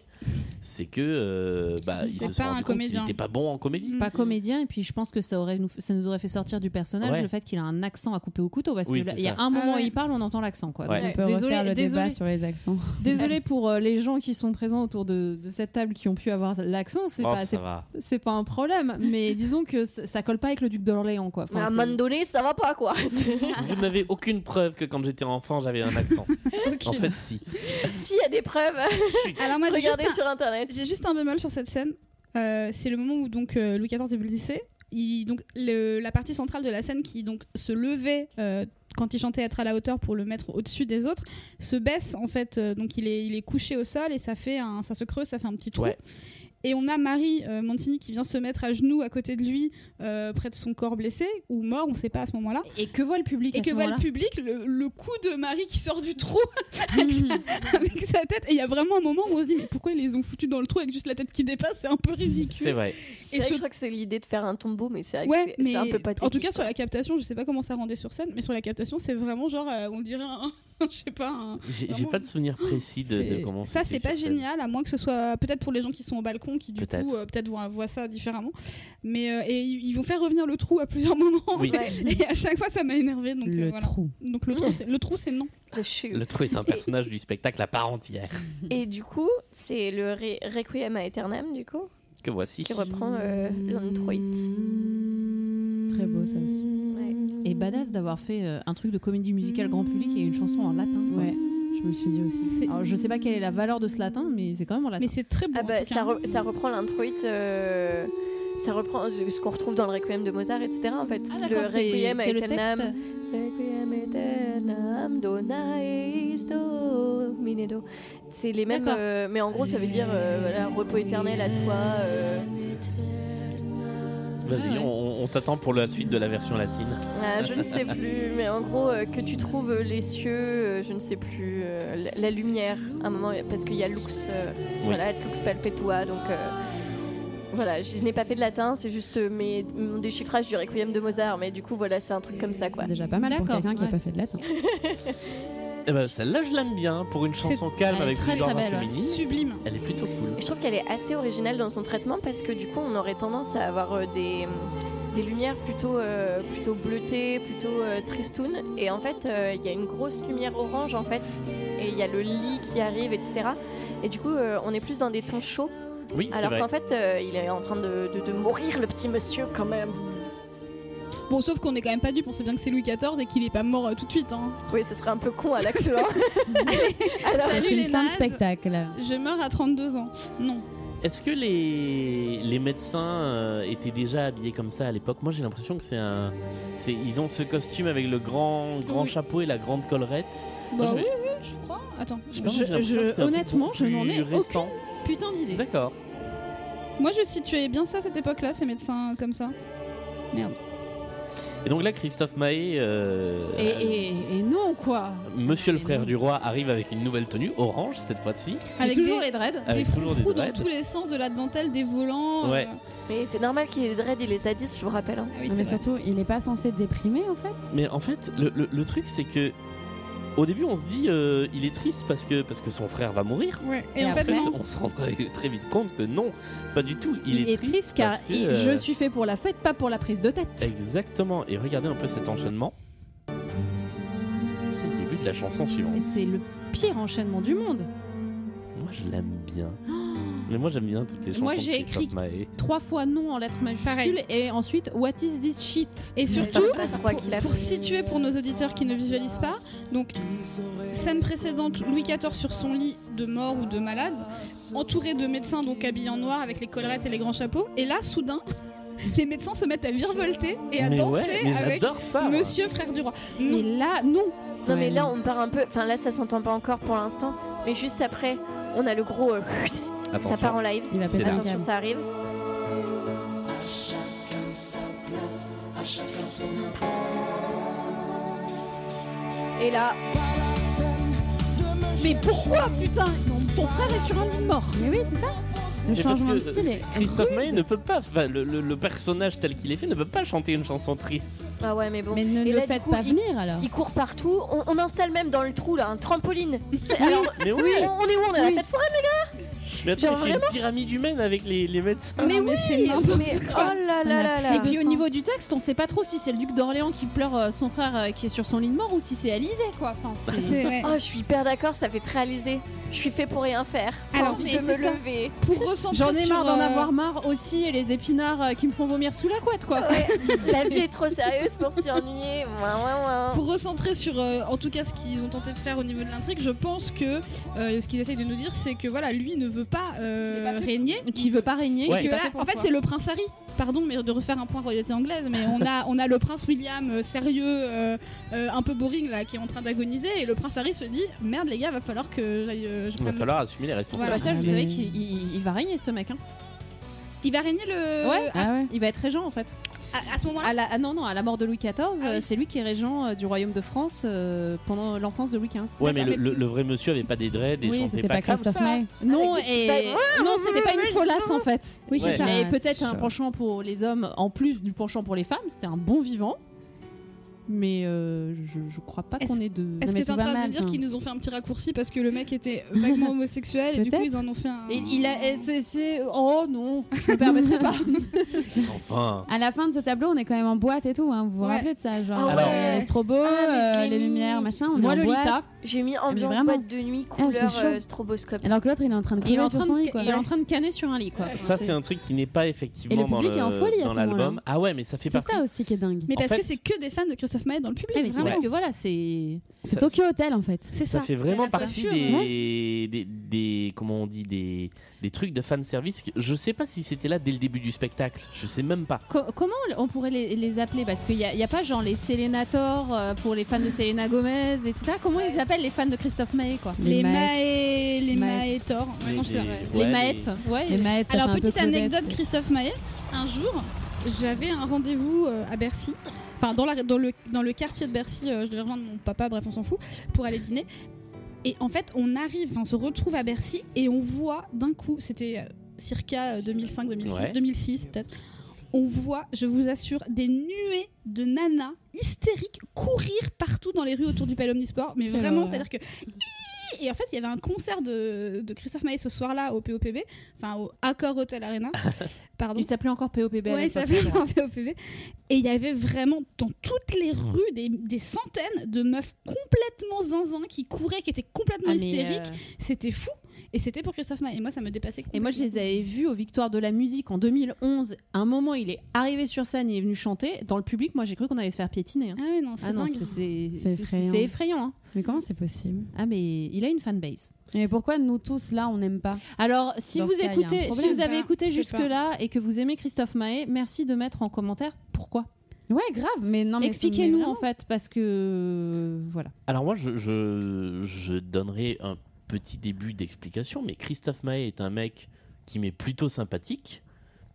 Speaker 3: c'est que euh, bah, ils
Speaker 6: C'est
Speaker 3: se sont
Speaker 6: pas un
Speaker 3: rendu compte qu'il
Speaker 6: comédien.
Speaker 3: n'était pas bon en
Speaker 2: Mm.
Speaker 3: comédie.
Speaker 6: Pas comédien, et puis je pense que ça, aurait nous, ça nous aurait fait sortir du personnage
Speaker 3: Ouais.
Speaker 6: le fait qu'il a un accent à couper au couteau. Parce
Speaker 3: Oui,
Speaker 6: que là,
Speaker 3: c'est
Speaker 6: il y a
Speaker 3: ça.
Speaker 6: un moment
Speaker 7: Ah ouais.
Speaker 6: où il parle, on entend l'accent. quoi.
Speaker 7: euh, On
Speaker 6: Donc,
Speaker 7: peut refaire
Speaker 6: désolé,
Speaker 7: le débat
Speaker 6: désolé,
Speaker 7: sur les accents.
Speaker 6: désolé pour euh, les gens qui sont présents autour de, de cette table qui ont pu avoir l'accent, c'est
Speaker 7: Oh,
Speaker 6: pas,
Speaker 7: ça
Speaker 6: c'est-
Speaker 7: va.
Speaker 6: c'est pas un problème, mais disons que ça, ça colle pas avec le duc d'Orléans. quoi.
Speaker 2: Mais à un
Speaker 6: c'est-
Speaker 2: moment donné, ça va pas quoi.
Speaker 3: Vous n'avez aucune preuve que quand j'étais enfant j'avais un accent. En fait si.
Speaker 2: S'il y a des preuves,
Speaker 4: Alors moi, j'ai
Speaker 2: regardez
Speaker 4: juste un-
Speaker 2: sur internet.
Speaker 4: J'ai juste un bémol sur cette scène. Euh, c'est le moment où donc euh, Louis XIV est blessé. Il, donc le- la partie centrale de la scène qui donc se levait euh, quand il chantait être à la hauteur pour le mettre au-dessus des autres se baisse en fait. Euh, donc il est, il est couché au sol et ça fait un, ça se creuse, ça fait un petit trou.
Speaker 3: Ouais.
Speaker 4: Et on a Marie euh, Mancini qui vient se mettre à genoux à côté de lui, euh, près de son corps blessé ou mort, on ne sait pas à ce moment-là.
Speaker 6: Et que voit le public
Speaker 4: Et
Speaker 6: à
Speaker 4: que
Speaker 6: ce
Speaker 4: voit le
Speaker 6: moment-là
Speaker 4: public le, le coup de Marie qui sort du trou avec, sa, avec sa tête. Et il y a vraiment un moment où on se dit mais pourquoi ils les ont foutus dans le trou avec juste la tête qui dépasse C'est un peu ridicule.
Speaker 3: C'est vrai.
Speaker 2: C'est vrai que je crois que c'est l'idée de faire un tombeau, mais c'est vrai que
Speaker 4: Ouais,
Speaker 2: c'est-
Speaker 4: mais
Speaker 2: c'est un peu pathétique.
Speaker 4: en tout cas sur la captation, je sais pas comment ça rendait sur scène, mais sur la captation, c'est vraiment genre euh, on dirait un, je sais pas. un-
Speaker 3: J'ai j'ai
Speaker 4: vraiment-
Speaker 3: pas de souvenir précis de, de
Speaker 4: C'est-
Speaker 3: comment
Speaker 4: ça
Speaker 3: c'était
Speaker 4: c'est pas
Speaker 3: sur scène.
Speaker 4: génial à moins que ce soit peut-être pour les gens qui sont au balcon qui du
Speaker 3: Peut-être.
Speaker 4: coup euh, peut-être voient, voient ça différemment mais euh, et ils ils vont faire revenir le trou à plusieurs moments
Speaker 3: Oui.
Speaker 4: et à chaque fois ça m'a énervé donc
Speaker 3: Le
Speaker 4: euh, voilà.
Speaker 3: trou.
Speaker 4: donc le trou c'est- le trou c'est non
Speaker 3: Le trou est un personnage du spectacle à part entière.
Speaker 2: Et du coup, c'est le Re- Requiem à Eternam, du coup,
Speaker 3: Que voici.
Speaker 2: qui reprend euh, l'introit.
Speaker 6: Très beau ça aussi. Et badass d'avoir fait euh, un truc de comédie musicale grand public et une chanson en latin. quoi.
Speaker 7: Je me suis dit aussi.
Speaker 6: Alors, je sais pas quelle est la valeur de ce latin, mais c'est quand même en latin.
Speaker 4: Mais c'est très beau.
Speaker 2: Ah bah, ça, re- ça reprend l'introit. euh, Ça reprend ce ce qu'on retrouve dans le Requiem de Mozart, etc. En
Speaker 8: Ah,
Speaker 2: fait,
Speaker 6: Ah, d'accord,
Speaker 2: le
Speaker 6: c'est-
Speaker 2: Requiem à
Speaker 6: c'est le
Speaker 2: Eternam.
Speaker 6: texte.
Speaker 2: Requiem aeternam donaeis domine do. C'est les mêmes,
Speaker 6: D'accord.
Speaker 2: euh, mais en gros, ça veut dire euh, voilà, repos éternel à toi. euh,
Speaker 3: Vas-y, on, on t'attend pour la suite de la version latine.
Speaker 2: Ah, je ne sais plus, mais en gros, euh, que tu trouves euh, les cieux, euh, je ne sais plus, euh, la, la lumière, à un moment, parce qu'il y a Lux, euh, voilà, Lux Palpetua, donc euh, voilà, je, je n'ai pas fait de latin, c'est juste euh, mes, mon déchiffrage du Requiem de Mozart, mais du coup, voilà, c'est un truc comme ça, quoi.
Speaker 7: déjà pas mal pour quelqu'un qui n'a pas fait de latin.
Speaker 3: Eh ben, celle-là, je l'aime bien pour une chanson calme
Speaker 2: elle est
Speaker 3: avec
Speaker 2: très,
Speaker 3: plusieurs
Speaker 2: très
Speaker 3: mains
Speaker 2: belle,
Speaker 3: féminines.
Speaker 4: Sublime.
Speaker 3: Elle est plutôt cool.
Speaker 2: Et je trouve qu'elle est assez originale dans son traitement parce que du coup, on aurait tendance à avoir euh, des, des lumières plutôt, euh, plutôt bleutées, plutôt euh, tristounes. Et en fait, euh, il y a une grosse lumière orange en fait, et il y a le lit qui arrive, etc. Et du coup, euh, on est plus dans des tons chauds.
Speaker 3: Oui, c'est
Speaker 2: Alors
Speaker 3: vrai.
Speaker 2: qu'en fait, euh, il est en train de, de- de mourir, le petit monsieur, quand même.
Speaker 4: Bon, sauf qu'on est quand même pas dupes, on sait bien que c'est Louis XIV et qu'il est pas mort euh, tout de suite. Hein.
Speaker 2: Oui, ce serait un peu con à l'acte. hein.
Speaker 4: Alors,
Speaker 7: C'est
Speaker 4: salut les
Speaker 7: une fin de
Speaker 4: nazes.
Speaker 7: spectacle.
Speaker 4: Je meurs à 32 ans. Non.
Speaker 3: Est-ce que les, les médecins euh, étaient déjà habillés comme ça à l'époque Moi, j'ai l'impression que c'est un. c'est- Ils ont ce costume avec le grand, grand
Speaker 4: Oui.
Speaker 3: chapeau et la grande collerette.
Speaker 4: Bah
Speaker 3: Moi,
Speaker 4: oui,
Speaker 3: j'ai-
Speaker 4: oui, je crois. Attends.
Speaker 3: Ah, je sais pas, moi, j'ai l'impression que c'était un truc
Speaker 12: honnêtement, je
Speaker 3: plus
Speaker 12: n'en ai
Speaker 3: récent.
Speaker 12: Putain d'idée.
Speaker 3: D'accord.
Speaker 4: Moi, je situais bien ça à cette époque-là, ces médecins euh, comme ça. Merde.
Speaker 3: Et donc là, Christophe Maé, euh,
Speaker 12: Et, et- et non, quoi.
Speaker 3: Monsieur le frère du roi, arrive avec une nouvelle tenue orange cette fois-ci.
Speaker 4: Avec
Speaker 12: toujours
Speaker 4: des-
Speaker 12: les dreads.
Speaker 3: Avec
Speaker 4: des
Speaker 3: toujours des
Speaker 4: froufrous dans
Speaker 3: dreads.
Speaker 4: tous les sens de la dentelle, des volants. euh.
Speaker 3: Ouais.
Speaker 2: Mais c'est normal qu'il ait des dreads, il les a 10, je vous rappelle. hein.
Speaker 7: Non, mais surtout, il n'est pas censé déprimer en fait.
Speaker 3: Mais en fait, le, le- le truc, c'est que. Au début, on se dit, euh, il est triste parce que, parce que son frère va mourir.
Speaker 4: Ouais. Et, en
Speaker 3: Très
Speaker 4: fait,
Speaker 3: vite,
Speaker 4: non.
Speaker 3: on se rend très, très vite compte que non, pas du tout. Il, est, triste,
Speaker 6: car
Speaker 3: parce que,
Speaker 6: il-
Speaker 3: euh,
Speaker 6: je suis fait pour la fête, pas pour la prise de tête.
Speaker 3: Exactement. Et regardez un peu cet enchaînement. C'est le début de la chanson
Speaker 6: Et
Speaker 3: suivante.
Speaker 6: c'est le pire enchaînement du monde.
Speaker 3: Moi, je l'aime bien. Mais moi, j'aime bien toutes les chansons.
Speaker 6: Moi,
Speaker 3: de
Speaker 6: j'ai
Speaker 3: Christophe
Speaker 6: écrit
Speaker 3: Maé.
Speaker 6: Trois fois non en lettres majuscules et ensuite What is this shit
Speaker 4: Et surtout,
Speaker 2: pas trois qu'il a
Speaker 4: pour, pour situer pour nos auditeurs qui ne visualisent pas, donc scène précédente, Louis XIV sur son lit de mort ou de malade, entouré de médecins donc habillés en noir avec les collerettes et les grands chapeaux, et là soudain. Les médecins se mettent à virevolter et à
Speaker 3: Mais
Speaker 4: danser
Speaker 3: ouais, mais
Speaker 4: avec
Speaker 3: j'adore ça, moi.
Speaker 4: Ah, Monsieur Frère du Roi.
Speaker 6: Et
Speaker 4: Non,
Speaker 6: là, non.
Speaker 2: Non mais là on part un peu, enfin là ça s'entend pas encore pour l'instant, mais juste après on a le gros euh, ça
Speaker 3: Attention.
Speaker 2: part en live.
Speaker 7: Il va
Speaker 3: C'est là.
Speaker 7: péter un
Speaker 2: Attention
Speaker 7: câble.
Speaker 2: ça arrive. Et là,
Speaker 6: Mais pourquoi, putain Non, Ton frère est sur un lit de mort.
Speaker 7: Mais oui, c'est ça. Le
Speaker 3: Mais parce
Speaker 7: changement
Speaker 3: que,
Speaker 7: de style est.
Speaker 3: Christophe Maé ne peut pas, enfin, le, le- le personnage tel qu'il est fait ne peut pas chanter une chanson triste.
Speaker 2: ah ouais mais bon.
Speaker 7: Mais ne
Speaker 2: Et
Speaker 7: le
Speaker 2: là, du
Speaker 7: faites
Speaker 2: coup,
Speaker 7: pas
Speaker 2: il-
Speaker 7: venir alors.
Speaker 2: Il court partout, on, on installe même dans le trou là un trampoline. C'est- Alors,
Speaker 3: Mais oui,
Speaker 2: oui, on, on est où On est à la fête foraine
Speaker 3: mais attends,
Speaker 2: Genre
Speaker 3: il fait une pyramide humaine avec les, les médecins.
Speaker 4: Ah mais, oui, c'est n'importe
Speaker 2: mais-
Speaker 4: quoi.
Speaker 2: Oh là là là là.
Speaker 6: Et puis au niveau du texte, on sait pas trop si c'est le duc d'Orléans qui pleure euh, son frère euh, qui est sur son lit de mort ou si c'est Alizé quoi. Enfin, c'est
Speaker 4: C'est- ouais.
Speaker 2: Oh, je suis hyper d'accord, ça fait très réaliser. Je suis fait pour rien faire.
Speaker 4: Alors,
Speaker 2: Alors, envie
Speaker 4: mais
Speaker 2: de me
Speaker 4: c'est ça.
Speaker 2: lever.
Speaker 4: Pour recentrer
Speaker 6: J'en ai
Speaker 4: sur,
Speaker 6: marre d'en
Speaker 4: euh,
Speaker 6: avoir marre aussi et les épinards euh, qui me font vomir sous la couette quoi.
Speaker 2: Ouais, la vie est trop sérieuse pour s'y ennuyer. Ouin, ouin, ouin.
Speaker 4: Pour recentrer sur, euh, en tout cas, ce qu'ils ont tenté de faire au niveau de l'intrigue, je pense que euh, ce qu'ils essayent de nous dire, c'est que voilà, lui ne veut pas euh,
Speaker 6: Il est pas fait.
Speaker 4: régner.
Speaker 6: Qui veut pas régner
Speaker 4: Et
Speaker 6: qui
Speaker 4: que
Speaker 6: est pas
Speaker 4: là,
Speaker 6: fait pour
Speaker 4: en fait,
Speaker 6: toi.
Speaker 4: c'est le prince Harry. Pardon, mais de refaire un point royauté anglaise, mais on a, on a le prince William euh, sérieux, euh, euh, un peu boring là, qui est en train d'agoniser, et le prince Harry se dit merde les gars, va falloir que j'aille. euh, je
Speaker 3: Il va
Speaker 4: prenne-
Speaker 3: falloir assumer les
Speaker 6: Sur le
Speaker 3: responsabilités.
Speaker 6: passage, vous
Speaker 7: Ah, mais-
Speaker 6: savez qu'il il- il va régner ce mec. hein.
Speaker 4: Il va régner le.
Speaker 6: Ouais.
Speaker 7: Ah ouais.
Speaker 6: Il va être régent en fait.
Speaker 4: À, à ce moment-là. Ah
Speaker 6: À la, ah non, non, à la mort de Louis XIV, euh, c'est lui qui est régent euh, du royaume de France euh, pendant l'enfance de Louis XV.
Speaker 3: Ouais, mais le, le- le vrai monsieur avait pas des dreads et
Speaker 7: Oui,
Speaker 3: chantait
Speaker 7: c'était
Speaker 3: pas,
Speaker 7: pas
Speaker 3: comme
Speaker 7: Christophe
Speaker 3: ça.
Speaker 7: May.
Speaker 4: Ah,
Speaker 6: Non,
Speaker 2: Avec des petites
Speaker 6: et...
Speaker 2: bagues.
Speaker 6: non c'était pas une folasse en fait.
Speaker 7: Oui,
Speaker 3: Ouais.
Speaker 7: c'est ça.
Speaker 6: mais
Speaker 7: ouais,
Speaker 6: peut-être
Speaker 7: c'est
Speaker 6: un
Speaker 7: sûr.
Speaker 6: penchant pour les hommes, en plus du penchant pour les femmes. C'était un bon vivant. Mais euh, je, je crois pas
Speaker 4: Est-ce-
Speaker 6: qu'on est de.
Speaker 4: Est-ce que
Speaker 7: Non, mais
Speaker 4: t'es en
Speaker 7: tout va
Speaker 4: train
Speaker 7: mal,
Speaker 4: de dire
Speaker 7: enfin.
Speaker 4: qu'ils nous ont fait un petit raccourci parce que le mec était vaguement homosexuel et du coup
Speaker 7: Peut-être.
Speaker 4: ils en ont fait un.
Speaker 6: Il, il a. eh, c'est- c'est- Oh non, je me permettrai pas.
Speaker 3: Enfin.
Speaker 7: À la fin de ce tableau, on est quand même en boîte et tout. hein. Vous vous
Speaker 4: Ouais.
Speaker 7: rappelez de ça Genre,
Speaker 2: Ah
Speaker 7: euh,
Speaker 2: ouais.
Speaker 7: le strobo,
Speaker 2: Ah, mais je
Speaker 7: euh,
Speaker 2: l'ai
Speaker 7: les
Speaker 2: mis.
Speaker 7: lumières, machin. On
Speaker 6: Moi,
Speaker 7: est en boîte. Ah,
Speaker 6: Lolita.
Speaker 2: J'ai mis ambiance
Speaker 7: vraiment.
Speaker 2: boîte de
Speaker 6: Eh,
Speaker 2: nuit, couleur
Speaker 7: c'est chaud.
Speaker 2: euh, stroboscope.
Speaker 7: Alors que l'autre, il est en train de
Speaker 6: Il est,
Speaker 7: couler
Speaker 6: en
Speaker 7: sur
Speaker 6: train
Speaker 7: son
Speaker 6: de,
Speaker 7: lit. Quoi.
Speaker 6: il est en train de canner sur un lit quoi.
Speaker 3: Ça, c'est un truc qui n'est pas effectivement dans
Speaker 7: public
Speaker 3: le-
Speaker 7: est en folie à
Speaker 3: dans
Speaker 7: ce moment-là.
Speaker 3: l'album. Ah ouais, mais ça fait
Speaker 7: C'est
Speaker 3: partie.
Speaker 7: ça aussi qui est dingue.
Speaker 4: Mais
Speaker 3: En
Speaker 4: parce
Speaker 3: fait-
Speaker 4: que c'est que des fans de Christophe Maé dans le public.
Speaker 6: Ouais, Ah, mais c'est
Speaker 4: vraiment.
Speaker 6: parce que voilà, c'est.
Speaker 7: C'est
Speaker 3: ça-
Speaker 7: Tokyo Hotel en fait.
Speaker 4: C'est
Speaker 3: ça,
Speaker 4: ça.
Speaker 3: fait vraiment
Speaker 4: Ça, ça
Speaker 3: partie
Speaker 4: fume,
Speaker 3: des,
Speaker 4: ouais.
Speaker 3: des, des- comment on dit des, des trucs de fan service. Je sais pas si c'était là dès le début du spectacle. Je sais même pas.
Speaker 6: Co- comment on pourrait les, les appeler Parce qu'il n'y a, y a pas genre les Sélénators euh, pour les fans de Selena Gomez, etc. Comment ils appellent les fans de Christophe Maé quoi
Speaker 4: Les
Speaker 7: maîtres.
Speaker 4: Maé, les
Speaker 7: Maët.
Speaker 4: Maé Thor. Ouais,
Speaker 3: Les-
Speaker 4: non, je sais,
Speaker 3: les-
Speaker 4: ouais.
Speaker 3: ouais,
Speaker 6: Les Maettes. Ouais.
Speaker 7: Les maîtres, ça
Speaker 4: Alors
Speaker 7: fait un peu
Speaker 4: petite
Speaker 7: Claudette.
Speaker 4: anecdote Christophe Maé, un jour J'avais un rendez-vous euh, à Bercy, enfin dans, la- dans, le, dans le quartier de Bercy, euh, je devais rejoindre mon papa, bref, on s'en fout, pour aller dîner. Et en fait, on arrive, on se retrouve à Bercy et on voit d'un coup, c'était euh, circa euh, 2005, 2006,
Speaker 13: Ouais.
Speaker 4: 2006 peut-être, on voit, je vous assure, des nuées de nanas hystériques courir partout dans les rues autour du Palais Omnisport. Mais
Speaker 13: Quelle
Speaker 4: vraiment,
Speaker 13: horreur.
Speaker 4: c'est-à-dire que et en fait, il y avait un concert de, de Christophe Maé ce soir-là au POPB, enfin au Accor Hotel Arena. Pardon. Il
Speaker 6: s'appelait encore POPB. à
Speaker 4: Ouais, il
Speaker 6: l'époque,
Speaker 4: s'appelait
Speaker 6: je
Speaker 4: encore POPB. Et il y avait vraiment dans toutes les rues des, des centaines de meufs complètement zinzin qui couraient, qui étaient complètement
Speaker 6: Ah, mais,
Speaker 4: hystériques.
Speaker 6: euh,
Speaker 4: C'était fou. Et c'était pour Christophe Maé. Et moi, ça me dépassait
Speaker 6: Et moi, je les avais vus aux Victoires de la musique en 2011. À un moment, il est arrivé sur scène, il est venu chanter. Dans le public, moi, j'ai cru qu'on allait se faire piétiner. hein.
Speaker 4: Ah ouais, non, c'est dingue.
Speaker 6: c'est- c'est
Speaker 7: C'est
Speaker 6: c'est-
Speaker 7: effrayant.
Speaker 6: c'est effrayant. hein.
Speaker 7: Mais comment c'est possible
Speaker 6: Ah, mais il a une fanbase.
Speaker 7: Mais pourquoi nous tous là on n'aime pas
Speaker 6: Alors, Oh, si
Speaker 7: Dans
Speaker 6: vous
Speaker 7: ce cas, il y a un
Speaker 6: écoutez, si
Speaker 7: problème.
Speaker 6: vous avez écouté
Speaker 7: Je sais pas.
Speaker 6: jusque-là et que vous aimez Christophe Maé, merci de mettre en commentaire pourquoi.
Speaker 7: Ouais, grave, mais non, mais
Speaker 6: Expliquez-nous
Speaker 7: mais
Speaker 6: en fait, parce que voilà.
Speaker 3: Alors moi, je, je, je donnerai un petit début d'explication, mais Christophe Maé est un mec qui m'est plutôt sympathique,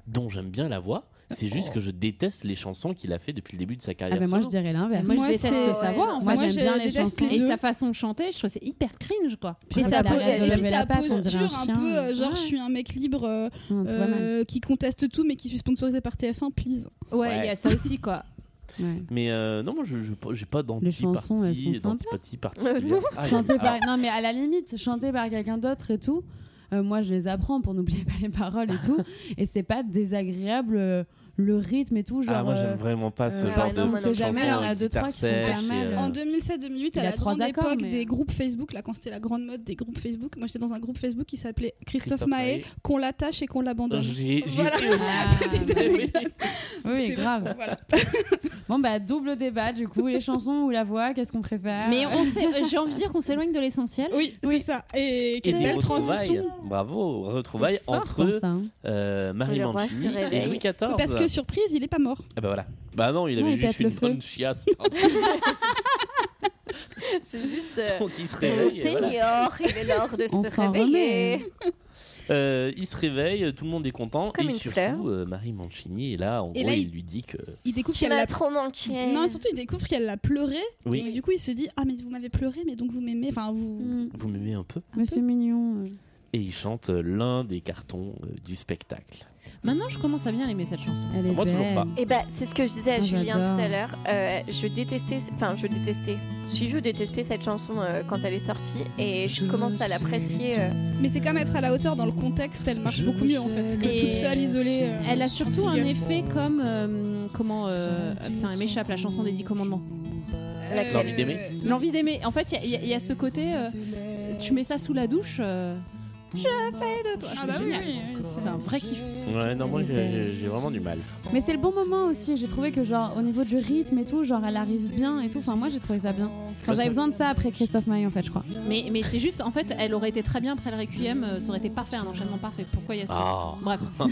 Speaker 3: dont j'aime bien la voix. C'est juste que je déteste les chansons qu'il a fait depuis le début de sa
Speaker 7: Ah
Speaker 3: carrière.
Speaker 7: ben moi je
Speaker 3: solo.
Speaker 7: dirais l'inverse.
Speaker 6: Moi, je déteste sa voix. en fait.
Speaker 7: Moi j'aime bien les chansons.
Speaker 6: Et sa façon de chanter, je trouve c'est hyper cringe quoi.
Speaker 4: Et
Speaker 7: Ah,
Speaker 4: sa,
Speaker 7: bah,
Speaker 4: po-
Speaker 7: arrête de
Speaker 4: et puis
Speaker 7: lever la
Speaker 4: sa
Speaker 7: patte, on dirait
Speaker 4: posture
Speaker 7: un
Speaker 4: un,
Speaker 7: chien.
Speaker 4: peu euh,
Speaker 7: bah,
Speaker 4: genre je suis un mec libre euh,
Speaker 7: Non, tu vois mal.
Speaker 4: euh, qui conteste tout mais qui suis sponsorisé par TF1 please
Speaker 6: Ouais, il y a ça aussi quoi.
Speaker 3: Mais euh, non, moi je je- j'ai pas
Speaker 7: chansons, elles
Speaker 3: d'antipathie,
Speaker 7: sont sympas.
Speaker 3: d'antipathie particulière. Ah, il y a-
Speaker 7: chanter par...
Speaker 3: alors,
Speaker 7: Non, mais à la limite, chanter par quelqu'un d'autre et tout, euh, moi je les apprends pour n'oublier pas les paroles et tout. et c'est pas désagréable euh, le rythme et tout. Genre,
Speaker 3: ah, moi
Speaker 7: euh,
Speaker 3: j'aime vraiment pas ce
Speaker 7: euh,
Speaker 3: genre
Speaker 7: ouais,
Speaker 3: de
Speaker 7: non, moi non
Speaker 3: chansons.
Speaker 7: plus. Jamais, alors, il y en a
Speaker 3: euh,
Speaker 7: deux, trois
Speaker 3: guitare
Speaker 7: qui sont pas
Speaker 3: sèche et,
Speaker 7: mal. hein.
Speaker 3: euh,
Speaker 4: En 2007-2008,
Speaker 7: Il
Speaker 4: à
Speaker 7: a
Speaker 4: la
Speaker 7: trois
Speaker 4: grande
Speaker 7: accords,
Speaker 4: époque
Speaker 7: mais-
Speaker 4: des groupes Facebook, là quand c'était la grande mode des groupes Facebook, moi j'étais dans un groupe Facebook qui s'appelait Christophe,
Speaker 3: Christophe
Speaker 4: Maé,
Speaker 3: Maé.
Speaker 4: qu'on l'attache et qu'on l'abandonne.
Speaker 3: J'ai j'ai
Speaker 4: Voilà.
Speaker 3: été aussi.
Speaker 4: Petite anecdote.
Speaker 7: Oui,
Speaker 4: C'est
Speaker 7: grave.
Speaker 4: Voilà.
Speaker 7: Bon, bah, double débat du coup. les chansons ou la voix, qu'est-ce qu'on préfère
Speaker 6: Mais on s'est- euh, j'ai envie de dire qu'on s'éloigne de l'essentiel.
Speaker 4: Oui, c'est ça. Et
Speaker 3: Et
Speaker 4: quelle
Speaker 3: des
Speaker 4: belle
Speaker 3: retrouvailles,
Speaker 4: transition
Speaker 3: bravo, retrouvailles
Speaker 7: fort,
Speaker 3: entre
Speaker 7: ça, hein.
Speaker 3: euh, Marie
Speaker 2: Le roi
Speaker 3: Mancini
Speaker 2: se
Speaker 3: et
Speaker 2: réveille.
Speaker 3: Louis XIV.
Speaker 4: Parce que surprise, il est pas mort.
Speaker 3: Ah bah voilà. Bah non, il
Speaker 7: Non,
Speaker 3: avait
Speaker 7: il pète
Speaker 3: juste
Speaker 7: le
Speaker 3: une
Speaker 7: feu.
Speaker 3: bonne chiasse.
Speaker 2: C'est juste. euh,
Speaker 3: Donc il se
Speaker 2: le
Speaker 3: réveille. et voilà.
Speaker 2: Seigneur, il est l'heure de
Speaker 7: On
Speaker 2: se
Speaker 7: s'en remet.
Speaker 2: réveiller.
Speaker 3: Euh, il se réveille, tout le monde est content.
Speaker 2: Comme
Speaker 3: et
Speaker 2: une
Speaker 3: surtout,
Speaker 2: fleur.
Speaker 3: euh, Marie Mancini est là. En
Speaker 4: Et
Speaker 3: gros,
Speaker 4: là,
Speaker 3: il...
Speaker 4: il-
Speaker 3: lui dit que.
Speaker 4: Il découvre
Speaker 2: Tu
Speaker 4: qu'elle l'a
Speaker 2: m'as trop manqué.
Speaker 4: Non, et surtout il découvre qu'elle l'a pleuré.
Speaker 3: Oui.
Speaker 4: Donc, du coup, il se dit ah mais vous m'avez pleuré, mais donc vous m'aimez, enfin vous.
Speaker 7: Mm.
Speaker 3: Vous m'aimez un peu
Speaker 7: Mais c'est mignon. euh.
Speaker 3: Et il chante euh, l'un des cartons euh, du spectacle.
Speaker 6: Maintenant, je commence à bien aimer cette chanson.
Speaker 7: Elle est
Speaker 3: Moi, toujours
Speaker 7: belle.
Speaker 3: pas.
Speaker 2: Et bah, c'est ce que je disais à
Speaker 7: Ah,
Speaker 2: Julien
Speaker 7: j'adore.
Speaker 2: tout à l'heure. Euh, je détestais, enfin, je détestais. Si je détestais cette chanson euh, quand elle est sortie, et je commence à l'apprécier. euh,
Speaker 4: Mais c'est comme être à la hauteur dans le contexte, elle marche beaucoup mieux hein. en fait que
Speaker 2: Et-
Speaker 4: toute seule isolée. euh,
Speaker 6: Elle a surtout
Speaker 4: en
Speaker 6: un
Speaker 4: single.
Speaker 6: effet comme euh, comment euh, ah, putain, elle m'échappe la chanson des 10 commandements.
Speaker 4: Euh,
Speaker 2: laquelle-
Speaker 3: T'as envie d'aimer
Speaker 6: L'envie d'aimer. En fait, il y a- il y, a- il y a ce côté. euh, tu mets ça sous la douche. euh, je fais de toi.
Speaker 4: Ah
Speaker 6: C'est
Speaker 4: bah oui,
Speaker 6: génial.
Speaker 4: oui, oui,
Speaker 6: C'est un vrai kiff.
Speaker 2: euh,
Speaker 3: Ouais, non, moi j'ai- j'ai j'ai vraiment du mal.
Speaker 7: Mais c'est le bon moment aussi. J'ai trouvé que, genre, au niveau du rythme et tout, genre, elle arrive bien et tout. Enfin, moi j'ai trouvé ça bien. Enfin, j'avais besoin de ça après Christophe Maé, en fait, je crois.
Speaker 6: Mais, mais c'est juste, en fait, elle aurait été très bien après le Requiem. euh, ça aurait été parfait, un enchaînement parfait. Pourquoi il y a ça
Speaker 3: Ah.
Speaker 6: Bref.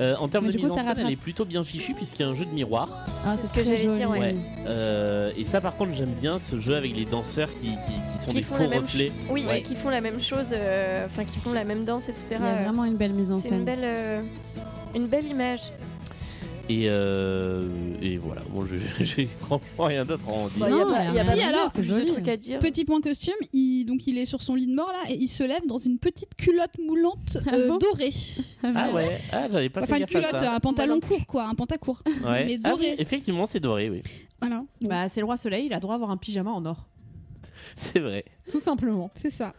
Speaker 3: Euh, en termes
Speaker 7: Mais
Speaker 3: de
Speaker 7: du
Speaker 3: mise
Speaker 7: coup,
Speaker 3: en
Speaker 7: ça
Speaker 3: scène,
Speaker 7: rattrape.
Speaker 3: elle est plutôt bien fichue puisqu'il y a un jeu de miroir.
Speaker 7: Ah,
Speaker 2: c'est ce que
Speaker 7: très
Speaker 2: j'allais dire,
Speaker 7: joli.
Speaker 2: ouais.
Speaker 3: Euh, et ça, par contre, j'aime bien ce jeu avec les danseurs qui, qui- qui sont
Speaker 2: Qui
Speaker 3: des
Speaker 2: font
Speaker 3: faux
Speaker 2: la même
Speaker 3: reflets.
Speaker 2: Oui,
Speaker 3: Ouais.
Speaker 2: qui font la même chose, euh, enfin, qui font la même danse, etc.
Speaker 7: Il y a vraiment une belle mise en
Speaker 2: C'est une
Speaker 7: scène.
Speaker 2: belle, euh, une belle image.
Speaker 3: Et, euh, et voilà, bon, je- j'ai franchement rien d'autre à en dire.
Speaker 2: Bah, Il y a
Speaker 7: Non,
Speaker 2: pas- il y a
Speaker 7: mais
Speaker 2: pas
Speaker 7: si,
Speaker 2: de-
Speaker 4: alors,
Speaker 7: c'est
Speaker 2: plus de
Speaker 7: joli.
Speaker 2: trucs à dire.
Speaker 4: Petit point costume, il, donc il est sur son lit de mort là et il se lève dans une petite culotte moulante euh,
Speaker 7: bon
Speaker 4: dorée.
Speaker 3: Ah ouais, ah, j'avais pas
Speaker 4: enfin
Speaker 3: fait
Speaker 4: une
Speaker 3: gaffe à
Speaker 4: culotte,
Speaker 3: ça.
Speaker 4: un pantalon court quoi, un pantacourt.
Speaker 3: Ouais.
Speaker 4: mais
Speaker 3: Ah oui,
Speaker 4: doré.
Speaker 3: effectivement, c'est doré, oui.
Speaker 4: Voilà, Bon,
Speaker 6: Bah, c'est le roi soleil, il a droit à avoir un pyjama en or.
Speaker 3: C'est vrai.
Speaker 6: Tout simplement.
Speaker 4: c'est ça.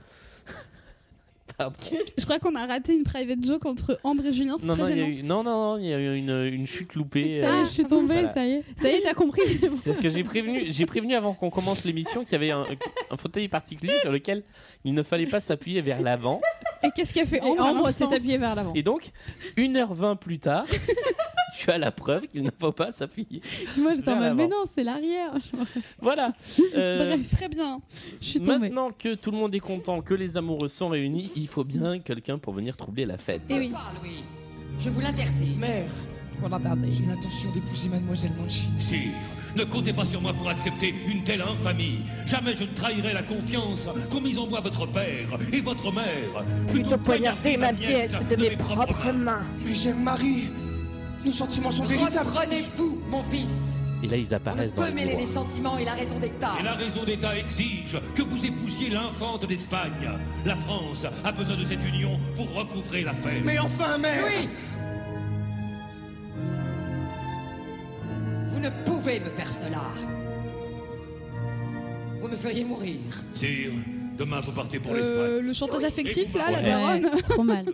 Speaker 3: Pardon.
Speaker 4: Je crois qu'on a raté une private joke entre Ambre et Julien, c'est
Speaker 3: Non,
Speaker 4: très
Speaker 3: non, il y a
Speaker 4: gênant.
Speaker 3: eu, non, non, non, il y a eu une, une chute loupée.
Speaker 7: Ça y
Speaker 3: euh,
Speaker 7: est, je suis tombée,
Speaker 3: Voilà.
Speaker 7: ça y est.
Speaker 6: Ah, Ça y est, t'as compris
Speaker 3: parce que j'ai prévenu, j'ai prévenu avant qu'on commence l'émission qu'il y avait un, un fauteuil particulier sur lequel il ne fallait pas s'appuyer vers l'avant.
Speaker 4: Et qu'est-ce qu'a fait Ambre, à
Speaker 6: Ambre
Speaker 4: l'instant
Speaker 6: s'est appuyée vers l'avant.
Speaker 3: Et donc, 1h20 plus tard, tu as la preuve qu'il ne faut pas s'appuyer.
Speaker 7: Moi j'étais en
Speaker 3: Vers
Speaker 7: mode, mais
Speaker 3: l'avant.
Speaker 7: non, c'est l'arrière.
Speaker 3: Voilà. Euh,
Speaker 4: Bref, très bien.
Speaker 7: Je suis tombée.
Speaker 3: maintenant que tout le monde est content, que les amoureux sont réunis, il faut bien quelqu'un pour venir troubler la fête.
Speaker 4: Et oui.
Speaker 9: Pas, Louis. Je vous l'interdis.
Speaker 11: Mère,
Speaker 13: J'ai l'intention d'épouser Mademoiselle Mancini.
Speaker 11: sire, ne comptez pas sur moi pour accepter une telle infamie. Jamais je ne trahirai la confiance qu'ont mise en moi votre père et votre mère.
Speaker 13: Mais j'aime Marie. Nos sentiments sont véritables.
Speaker 9: Reprenez-vous, mon fils.
Speaker 3: Et là, ils apparaissent
Speaker 9: On
Speaker 3: dans
Speaker 9: peut
Speaker 3: le
Speaker 9: mêler
Speaker 3: miroir.
Speaker 9: les sentiments et la raison d'État.
Speaker 11: Et la raison d'État exige que vous épousiez l'infante d'Espagne. La France a besoin de cette union pour recouvrer la paix.
Speaker 13: Mais enfin, mère
Speaker 9: Oui Vous ne pouvez me faire cela. Vous me feriez mourir.
Speaker 11: Sire, demain vous partez pour
Speaker 4: Euh,
Speaker 11: l'Espagne.
Speaker 4: le chantage affectif, là, la
Speaker 3: Ouais.
Speaker 4: daronne.
Speaker 7: Trop mal.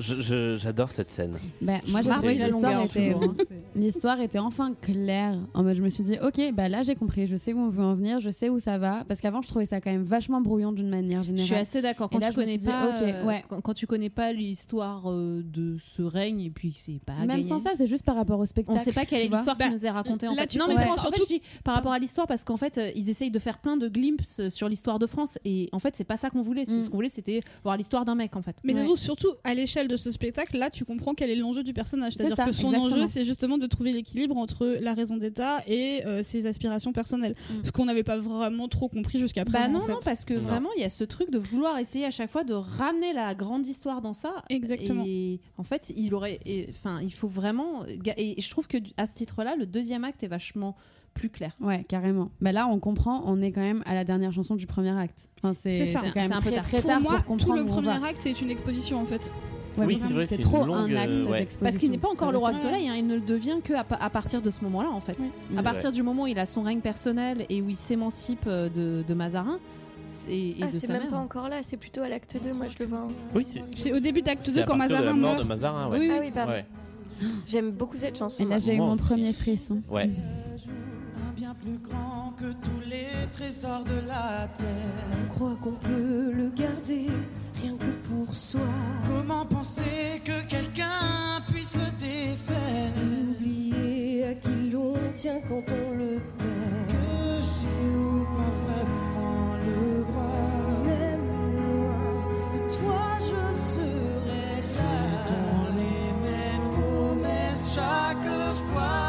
Speaker 3: Je- je- J'adore cette scène.
Speaker 7: Bah,
Speaker 3: Je
Speaker 7: moi, j'ai
Speaker 3: trouve
Speaker 7: trouvé
Speaker 3: que
Speaker 7: que
Speaker 3: c'est-
Speaker 7: l'histoire
Speaker 3: c'est-
Speaker 7: était,
Speaker 6: hein,
Speaker 7: l'histoire était enfin claire. En mode, je me suis dit, ok, bah là, j'ai compris. Je sais où on veut en venir, je sais où ça va. Parce qu'avant, je trouvais ça quand même vachement brouillon d'une manière
Speaker 6: Je
Speaker 7: générale.
Speaker 6: suis assez d'accord.
Speaker 7: Et
Speaker 6: Quand,
Speaker 7: là,
Speaker 6: tu
Speaker 7: je me
Speaker 6: connais
Speaker 7: suis
Speaker 6: pas,
Speaker 7: dit,
Speaker 6: euh,
Speaker 7: ok, ouais.
Speaker 6: quand, quand tu connais pas l'histoire euh, de ce règne, et puis c'est pas.
Speaker 7: Même
Speaker 6: gagné.
Speaker 7: sans ça, c'est juste par rapport au spectacle.
Speaker 6: On sait pas quelle
Speaker 7: tu
Speaker 6: est
Speaker 7: vois. Bah,
Speaker 6: l'histoire qui nous est racontée en
Speaker 7: là,
Speaker 6: fait.
Speaker 7: tu
Speaker 6: non, mais
Speaker 7: comprends.
Speaker 6: parce qu'en fait, je dis par rapport à l'histoire, parce qu'en fait, euh, ils essayent de faire plein de glimpses euh, sur l'histoire de France, et en fait, c'est pas ça qu'on voulait.
Speaker 7: Mm.
Speaker 6: C'est- Ce qu'on voulait, c'était voir l'histoire d'un mec, en fait.
Speaker 4: Mais surtout- surtout, à l'échelle de ce spectacle, là, tu comprends quel est l'enjeu du personnage. C'est-à-dire
Speaker 6: ça,
Speaker 4: que son
Speaker 6: exactement.
Speaker 4: enjeu, c'est justement de trouver l'équilibre entre la raison d'État et euh, ses aspirations personnelles. Ce qu'on n'avait pas vraiment trop compris jusqu'à présent.
Speaker 6: Bah non,
Speaker 4: en fait.
Speaker 6: non, parce que vraiment, il y a ce truc de vouloir essayer à chaque fois de ramener la grande histoire dans ça.
Speaker 4: Exactement.
Speaker 6: Et en fait, il aurait, et- enfin, il faut vraiment. ga- Et je trouve que du- à ce titre-là, le deuxième acte est vachement plus clair.
Speaker 7: Ouais, carrément. Bah là, on comprend, on est quand même à la dernière chanson du premier acte. Enfin, c'est
Speaker 6: C'est ça.
Speaker 7: c'est quand même
Speaker 6: C'est un peu
Speaker 7: très,
Speaker 6: tard.
Speaker 7: très
Speaker 4: Pour
Speaker 7: tard
Speaker 4: moi,
Speaker 7: pour
Speaker 4: tout
Speaker 7: comprendre
Speaker 4: le
Speaker 7: où on
Speaker 4: premier
Speaker 7: va.
Speaker 4: acte est une exposition, en fait.
Speaker 7: Ouais,
Speaker 3: Oui,
Speaker 7: vraiment,
Speaker 3: c'est vrai, c'est une
Speaker 7: trop
Speaker 3: longue,
Speaker 7: un acte
Speaker 3: euh, ouais.
Speaker 7: d'exposition.
Speaker 6: Parce qu'il n'est pas encore le
Speaker 7: C'est
Speaker 6: roi
Speaker 7: vrai.
Speaker 6: soleil, hein, il ne le devient que à, pa- à partir de ce moment-là en fait.
Speaker 3: C'est
Speaker 6: À partir
Speaker 3: vrai.
Speaker 6: du moment où il a son règne personnel et où il s'émancipe euh, de, de Mazarin c'est- et,
Speaker 2: Ah,
Speaker 6: de
Speaker 2: c'est
Speaker 6: sa
Speaker 2: même
Speaker 6: mère.
Speaker 7: hein.
Speaker 2: pas encore là, c'est plutôt à l'acte 2, moi je le vois. hein.
Speaker 3: Oui, c'est
Speaker 4: C'est au début d'acte
Speaker 3: c'est à
Speaker 4: 2 quand
Speaker 3: partir de la
Speaker 4: Mazarin
Speaker 3: mort de
Speaker 4: meurt.
Speaker 3: Mazarin.
Speaker 4: Oui,
Speaker 3: Ouais.
Speaker 4: oui.
Speaker 2: Ah oui, pardon.
Speaker 3: Ouais.
Speaker 2: J'aime beaucoup cette
Speaker 7: Et
Speaker 2: chanson.
Speaker 7: là,
Speaker 2: moi.
Speaker 7: j'ai eu
Speaker 3: Moi
Speaker 7: mon
Speaker 3: aussi.
Speaker 7: premier frisson. Mmh,
Speaker 3: Ouais.
Speaker 8: Un bien plus grand que tous les trésors de la terre. On croit qu'on peut le garder rien que pour soi. Comment penser que quelqu'un puisse le défaire Oublier à qui l'on tient quand on le perd. Que j'ai ou pas vraiment le droit. Même loin de toi, je serai là. Dans les mêmes promesses chaque fois.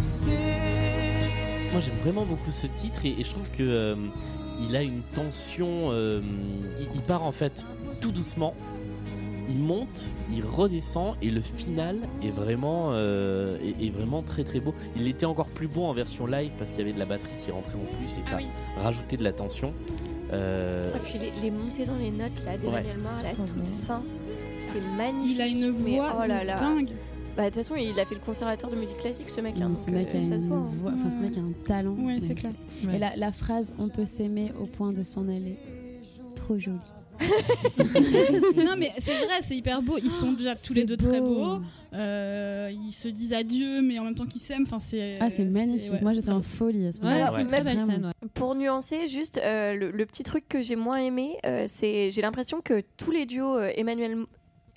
Speaker 8: C'est
Speaker 3: Moi j'aime vraiment beaucoup ce titre et, et je trouve que euh, il a une tension. euh, il, il part en fait tout doucement, il monte, il redescend et le final est vraiment euh, est, est vraiment très très beau. Il était encore plus beau en version live parce qu'il y avait de la batterie qui rentrait en plus et ça rajoutait de la tension. Euh,
Speaker 2: Et Ah, puis les, les montées dans les notes là,
Speaker 3: Ouais.
Speaker 2: d'Emmanuel Mar, à la toute fin, c'est magnifique.
Speaker 4: Il a une
Speaker 2: mais
Speaker 4: voix
Speaker 2: oh là
Speaker 4: de
Speaker 2: là.
Speaker 4: dingue.
Speaker 2: Bah, de toute façon, il a fait le conservatoire de musique classique, ce mec. hein,
Speaker 7: Non,
Speaker 2: donc,
Speaker 7: ce mec
Speaker 2: euh,
Speaker 7: a
Speaker 2: ça se
Speaker 7: une
Speaker 2: voit. hein.
Speaker 7: voix- enfin, ce mec a un talent.
Speaker 4: Ouais,
Speaker 7: Mais-
Speaker 4: c'est clair.
Speaker 7: Et la, la phrase on peut s'aimer au point de s'en aller. Trop jolie.
Speaker 4: non mais c'est vrai, c'est hyper beau. Ils sont déjà tous les
Speaker 7: c'est
Speaker 4: deux très
Speaker 7: beau.
Speaker 4: beaux. Euh, ils se disent adieu, mais en même temps qu'ils s'aiment. Enfin, c'est.
Speaker 7: Ah, c'est magnifique.
Speaker 4: ouais,
Speaker 7: Moi,
Speaker 4: c'est
Speaker 7: j'étais en folie à ce moment-là.
Speaker 3: c'est une
Speaker 2: très
Speaker 7: belle scène,
Speaker 2: Pour nuancer, juste euh, le, le petit truc que j'ai moins aimé, euh, c'est j'ai l'impression que tous les duos euh, Emmanuel.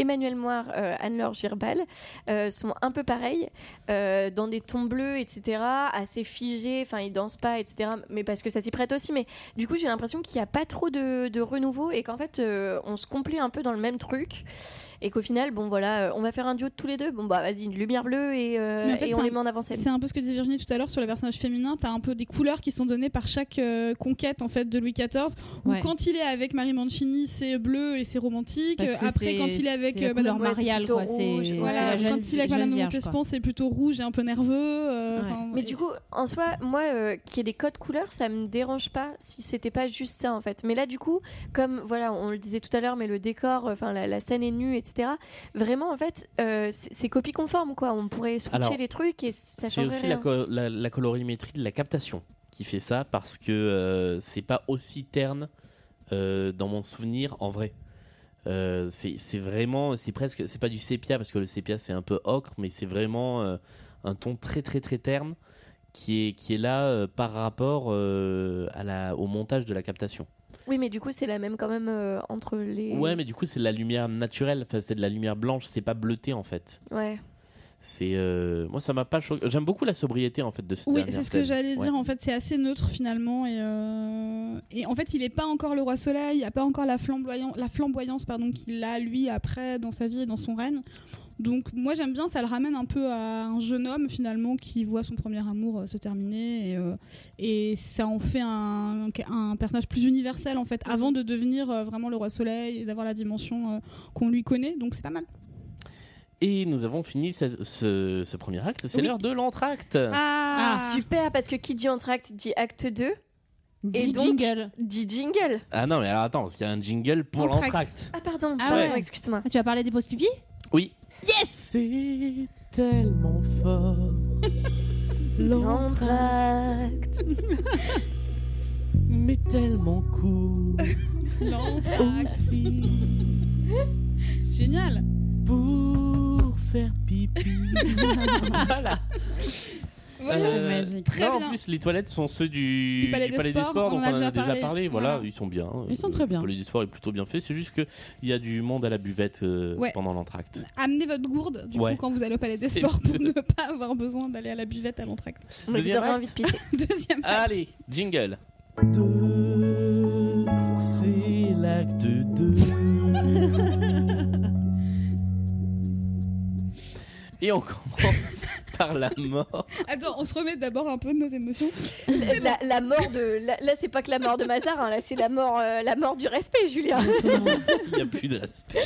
Speaker 2: Emmanuel Moir, euh, Anne-Laure Girbal euh, sont un peu pareils, euh, dans des tons bleus, etc., assez figés, enfin ils dansent pas, etc., mais parce que ça s'y prête aussi. Mais du coup, j'ai l'impression qu'il n'y a pas trop de, de renouveau et qu'en fait, euh, on se complaît un peu dans le même truc. Et qu'au final, bon voilà, euh, on va faire un duo de tous les deux. Bon bah vas-y, une lumière bleue et, euh,
Speaker 4: Mais en fait,
Speaker 2: et on
Speaker 4: c'est
Speaker 2: les
Speaker 4: un-
Speaker 2: met en avant
Speaker 4: C'est un peu ce que disait Virginie tout à l'heure sur les personnages féminins. T'as un peu des couleurs qui sont données par chaque euh, conquête en fait de Louis XIV. Où
Speaker 6: Ouais.
Speaker 4: quand il est avec Marie Mancini, c'est bleu et c'est romantique.
Speaker 6: Parce que
Speaker 4: Euh, Après,
Speaker 6: c'est-
Speaker 4: quand il est avec
Speaker 6: c'est la
Speaker 4: euh, Madame
Speaker 6: couleur
Speaker 2: Ouais, c'est
Speaker 6: mariale,
Speaker 2: plutôt
Speaker 6: quoi. C'est
Speaker 2: rouge,
Speaker 6: c'est
Speaker 4: voilà,
Speaker 6: la jeune-
Speaker 4: quand il est avec
Speaker 6: jeune
Speaker 4: Madame de
Speaker 6: vierge, quoi.
Speaker 4: Montespan, c'est plutôt rouge et un peu nerveux. euh,
Speaker 6: Ouais.
Speaker 4: enfin,
Speaker 2: Mais
Speaker 4: et-
Speaker 2: du coup, en soi, moi, euh, qu'il y ait des codes couleurs, ça me dérange pas si c'était pas juste ça en fait. Mais là, du coup, comme voilà, on le disait tout à l'heure, mais le décor, euh, enfin la, la scène est nue, etc. Vraiment, en fait, euh, c'est c'est copie conforme quoi. On pourrait switcher
Speaker 3: Alors,
Speaker 2: les trucs et ça
Speaker 3: C'est
Speaker 2: changerait
Speaker 3: aussi la,
Speaker 2: rien.
Speaker 3: co- la- la colorimétrie de la captation qui fait ça parce que euh, c'est pas aussi terne euh, dans mon souvenir en vrai. Euh, c'est c'est vraiment, c'est presque, c'est pas du sépia parce que le sépia c'est un peu ocre, mais c'est vraiment euh, un ton très très très terne qui est, qui est là euh, par rapport euh, à la, au montage de la captation.
Speaker 2: Oui, mais du coup, c'est la même quand même euh, entre les.
Speaker 3: Ouais, mais du coup c'est de la lumière naturelle, enfin, c'est de la lumière blanche, c'est pas bleuté en fait.
Speaker 2: Ouais.
Speaker 3: C'est euh, moi ça m'a pas choqué. J'aime beaucoup la sobriété en fait de cette
Speaker 4: Oui,
Speaker 3: dernière
Speaker 4: c'est ce que
Speaker 3: scène.
Speaker 4: j'allais
Speaker 3: Ouais.
Speaker 4: dire. En fait, c'est assez neutre finalement. Et, euh, et en fait, il n'est pas encore le roi soleil. Il n'y a pas encore la, flamboyance, la flamboyance pardon, qu'il a lui après dans sa vie et dans son règne. Donc, moi, j'aime bien. Ça le ramène un peu à un jeune homme finalement qui voit son premier amour euh, se terminer. Et, euh, et ça en fait un, un personnage plus universel en fait, avant de devenir euh, vraiment le roi soleil et d'avoir la dimension euh, qu'on lui connaît. Donc, c'est pas mal.
Speaker 3: Et nous avons fini ce, ce- ce premier acte. C'est
Speaker 2: Oui.
Speaker 3: l'heure de l'entracte.
Speaker 2: Ah, super, parce que qui dit entracte dit acte 2. et
Speaker 5: Dit
Speaker 2: donc,
Speaker 5: jingle.
Speaker 2: Dit jingle.
Speaker 3: Ah non mais alors attends parce qu'il y a un jingle pour l'entracte.
Speaker 2: Ah pardon,
Speaker 5: Ah
Speaker 2: pardon,
Speaker 5: ouais.
Speaker 2: excuse-moi.
Speaker 5: Tu vas parler des pauses pipi
Speaker 3: Oui.
Speaker 5: Yes
Speaker 3: C'est tellement fort.
Speaker 2: L'entracte.
Speaker 3: Mais tellement court.
Speaker 4: L'entracte. Génial.
Speaker 3: Pour faire pipi. voilà. Euh,
Speaker 7: Très
Speaker 3: non,
Speaker 7: bien.
Speaker 3: En plus, les toilettes sont ceux du,
Speaker 7: Du Palais des Sports, on
Speaker 3: donc
Speaker 7: en a
Speaker 3: on en a
Speaker 7: déjà
Speaker 3: déjà
Speaker 7: parlé.
Speaker 3: parlé. Voilà,
Speaker 7: Voilà.
Speaker 3: ils sont bien. Euh,
Speaker 7: Ils sont très bien.
Speaker 3: Le Palais des Sports est plutôt bien fait. C'est juste que il y a du monde à la buvette euh,
Speaker 4: Ouais.
Speaker 3: pendant l'entracte.
Speaker 4: Amenez votre gourde du
Speaker 3: Ouais.
Speaker 4: coup quand vous allez au palais des
Speaker 3: C'est
Speaker 4: sports pour
Speaker 3: mieux.
Speaker 4: ne pas avoir besoin d'aller à la buvette à l'entracte.
Speaker 3: Mais vous Deuxième aurez acte envie de
Speaker 2: pisser.
Speaker 4: Deuxième acte.
Speaker 3: Allez, jingle. C'est l'acte 2. Et on commence par la mort.
Speaker 4: Attends, on se remet d'abord un peu de nos émotions.
Speaker 2: La, la mort de. la- là, c'est pas que la mort de Mazar, hein, là, c'est la mort, euh, la mort du respect, Julien.
Speaker 3: Il n'y a plus de respect.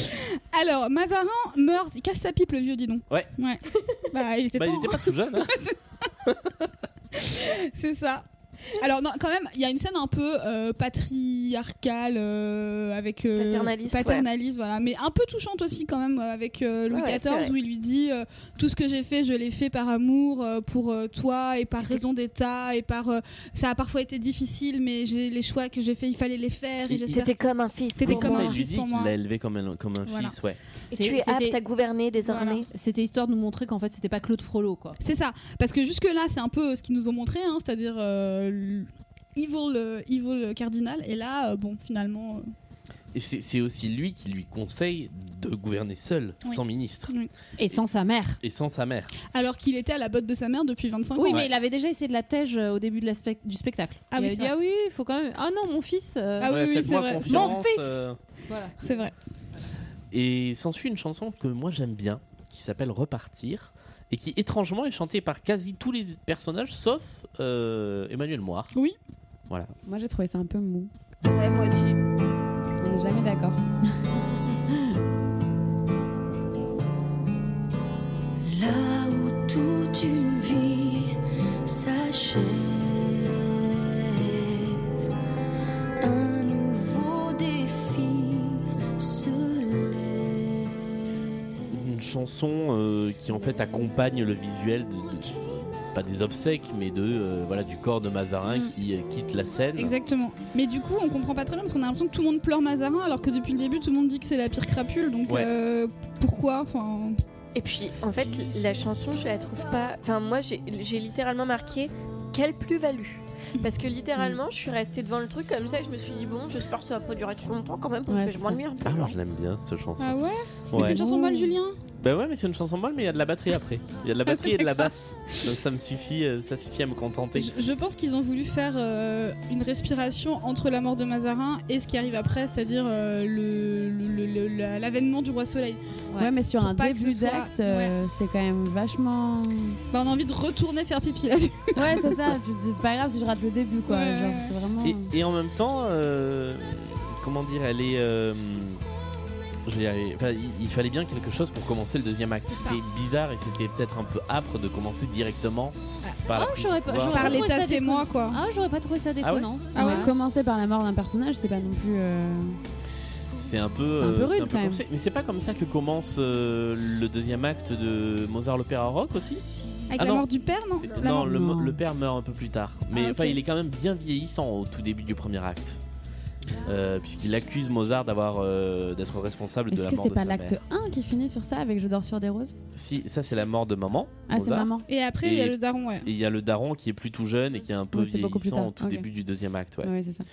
Speaker 4: Alors, Mazarin meurt, il casse sa pipe le vieux, dis donc.
Speaker 3: Ouais.
Speaker 4: Ouais. Bah, il était
Speaker 3: Bah, il
Speaker 4: temps,
Speaker 3: n'était
Speaker 4: hein.
Speaker 3: pas tout jeune. hein.
Speaker 4: C'est ça. Alors, non, quand même, il y a une scène un peu euh, patriarcale euh, avec. euh,
Speaker 2: Paternaliste,
Speaker 4: paternaliste, voilà. Mais un peu touchante aussi, quand même, euh, avec euh, Louis
Speaker 2: Ouais, ouais, c'est vrai.
Speaker 4: XIV, où il lui dit euh, Tout ce que j'ai fait, je l'ai fait par amour euh, pour euh, toi et par raison d'État et par. euh, ça a parfois été difficile, mais j'ai- les choix que j'ai faits, il fallait les faire. Et
Speaker 2: Il- il-
Speaker 4: j'espère-
Speaker 2: T'étais comme un fils
Speaker 4: T'étais
Speaker 2: pour
Speaker 4: comme
Speaker 3: Ça,
Speaker 4: un
Speaker 3: il lui
Speaker 4: fils
Speaker 3: dit
Speaker 4: pour
Speaker 3: qu'il
Speaker 4: moi.
Speaker 3: l'a élevé comme un, comme un
Speaker 4: Voilà.
Speaker 3: fils, ouais.
Speaker 2: Et
Speaker 5: C'est-
Speaker 2: tu es apte
Speaker 5: c'était-
Speaker 2: à gouverner désormais.
Speaker 5: C'était histoire de nous montrer qu'en fait, c'était pas Claude Frollo, quoi.
Speaker 4: C'est ça. Parce que jusque-là, c'est un peu ce qu'ils nous ont montré, hein, c'est-à-dire euh, l- evil, euh, evil cardinal. Et là, euh, bon, finalement. euh,
Speaker 3: Et c'est c'est aussi lui qui lui conseille de gouverner seul,
Speaker 4: Oui.
Speaker 3: sans ministre.
Speaker 4: oui.
Speaker 5: Et sans sa mère.
Speaker 3: Et sans sa mère.
Speaker 4: Alors qu'il était à la botte de sa mère depuis 25
Speaker 5: Oui,
Speaker 4: ans.
Speaker 5: mais il avait déjà essayé de la tège euh, au début de la spec- du spectacle.
Speaker 4: Ah
Speaker 5: il
Speaker 4: oui,
Speaker 5: avait
Speaker 4: c'est
Speaker 5: dit
Speaker 4: vrai.
Speaker 5: ah oui, il faut quand même. Ah non, mon fils. euh,
Speaker 4: Ah oui, oui,
Speaker 3: faites-moi
Speaker 4: c'est vrai.
Speaker 3: confiance,
Speaker 5: Mon fils
Speaker 3: euh,
Speaker 5: Voilà.
Speaker 4: C'est vrai.
Speaker 3: Et s'ensuit une chanson que moi j'aime bien, qui s'appelle Repartir, et qui étrangement est chantée par quasi tous les personnages, sauf euh, Emmanuel Moir.
Speaker 4: Oui.
Speaker 3: Voilà.
Speaker 7: Moi, j'ai trouvé ça un peu mou.
Speaker 2: Ouais, moi aussi.
Speaker 7: On n'est jamais d'accord.
Speaker 10: Là où toute une vie s'achève, un nouveau défi se lève.
Speaker 3: Une chanson euh, qui en fait accompagne le visuel de, de- pas des obsèques, mais de euh, voilà du corps de Mazarin
Speaker 4: Mm.
Speaker 3: qui euh, quitte la scène.
Speaker 4: Exactement. Mais du coup, on comprend pas très bien parce qu'on a l'impression que tout le monde pleure Mazarin, alors que depuis le début, tout le monde dit que c'est la pire crapule. Donc
Speaker 3: Ouais.
Speaker 4: euh, pourquoi Enfin,
Speaker 2: Et puis, en fait, la chanson, je la trouve pas. Enfin, moi, j'ai j'ai littéralement marqué quelle plus-value. Parce que littéralement, je suis restée devant le truc comme ça et je me suis dit, bon, j'espère que ça va pas durer trop longtemps quand même, parce
Speaker 7: Ouais,
Speaker 2: que
Speaker 7: c'est
Speaker 2: je
Speaker 7: ça.
Speaker 2: m'ennuie un peu.
Speaker 3: Ah, moi je l'aime bien cette chanson.
Speaker 4: ah ouais. Mais
Speaker 3: Ouais.
Speaker 4: C'est une chanson molle, Julien.
Speaker 3: Bah ouais, mais c'est une chanson molle, mais il y a de la batterie après. Il y a de la batterie et de la basse. Donc ça me suffit, euh, ça suffit à me contenter.
Speaker 4: Je, je pense qu'ils ont voulu faire euh, une respiration entre la mort de Mazarin et ce qui arrive après, c'est-à-dire euh, le- le- le- le- l'avènement du roi soleil.
Speaker 7: Ouais, mais sur
Speaker 4: Pour
Speaker 7: un
Speaker 4: pas que ce
Speaker 7: début
Speaker 4: soit-
Speaker 7: d'acte, euh, c'est quand même vachement.
Speaker 4: Bah, on a envie de retourner faire pipi là-dessus.
Speaker 7: Ouais, c'est ça. Tu te dis, c'est pas grave si je rate le début, quoi.
Speaker 4: Ouais.
Speaker 7: Genre, c'est vraiment.
Speaker 3: Et, et en même temps, euh, comment dire, elle est. euh, je vais y arriver. Enfin, il, il fallait bien quelque chose pour commencer le deuxième acte.
Speaker 4: C'est ça.
Speaker 3: C'était bizarre et c'était peut-être un peu âpre de commencer directement
Speaker 4: Ah.
Speaker 3: par la
Speaker 5: Oh,
Speaker 3: prise
Speaker 5: j'aurais
Speaker 3: de
Speaker 5: pas-
Speaker 3: pouvoir.
Speaker 5: j'aurais
Speaker 4: Par
Speaker 5: Ouais, ouais,
Speaker 4: l'état,
Speaker 5: ça
Speaker 4: c'est
Speaker 5: déconne.
Speaker 4: moi quoi.
Speaker 5: Ah, j'aurais pas trouvé ça déconnant.
Speaker 4: Ah ouais.
Speaker 7: Commencer par la mort d'un personnage, c'est pas non plus. euh,
Speaker 3: C'est un peu,
Speaker 7: C'est un peu
Speaker 3: euh,
Speaker 7: rude, quand même.
Speaker 3: comme ça. Mais c'est pas comme ça que commence euh, le deuxième acte de Mozart l'opéra rock aussi.
Speaker 4: Avec
Speaker 3: Ah
Speaker 4: la
Speaker 3: non.
Speaker 4: mort du père, non
Speaker 3: C'est-
Speaker 4: La
Speaker 3: non,
Speaker 4: mort-
Speaker 3: le,
Speaker 7: Non.
Speaker 3: le père meurt un peu plus tard. Mais
Speaker 4: Ah, ok.
Speaker 3: enfin, il est quand même bien vieillissant au tout début du premier acte.
Speaker 7: Ah.
Speaker 3: Euh, puisqu'il accuse Mozart d'avoir euh, d'être responsable de
Speaker 7: Est-ce
Speaker 3: la
Speaker 7: que
Speaker 3: mort
Speaker 7: c'est
Speaker 3: de
Speaker 7: pas
Speaker 3: sa mère.
Speaker 7: l'acte 1 qui finit sur ça avec Je dors sur des roses
Speaker 3: Si, ça c'est la mort de maman.
Speaker 7: Ah, c'est
Speaker 3: Mozart.
Speaker 7: maman.
Speaker 4: Et après, il y a
Speaker 3: Et-
Speaker 4: le daron, ouais.
Speaker 3: Et il y a le daron qui est plus tout jeune et qui est un peu
Speaker 7: Ouais, c'est beaucoup plus
Speaker 3: vieillissant au tout
Speaker 7: tard, ok.
Speaker 3: début du deuxième acte. ouais.
Speaker 7: Ouais, c'est ça.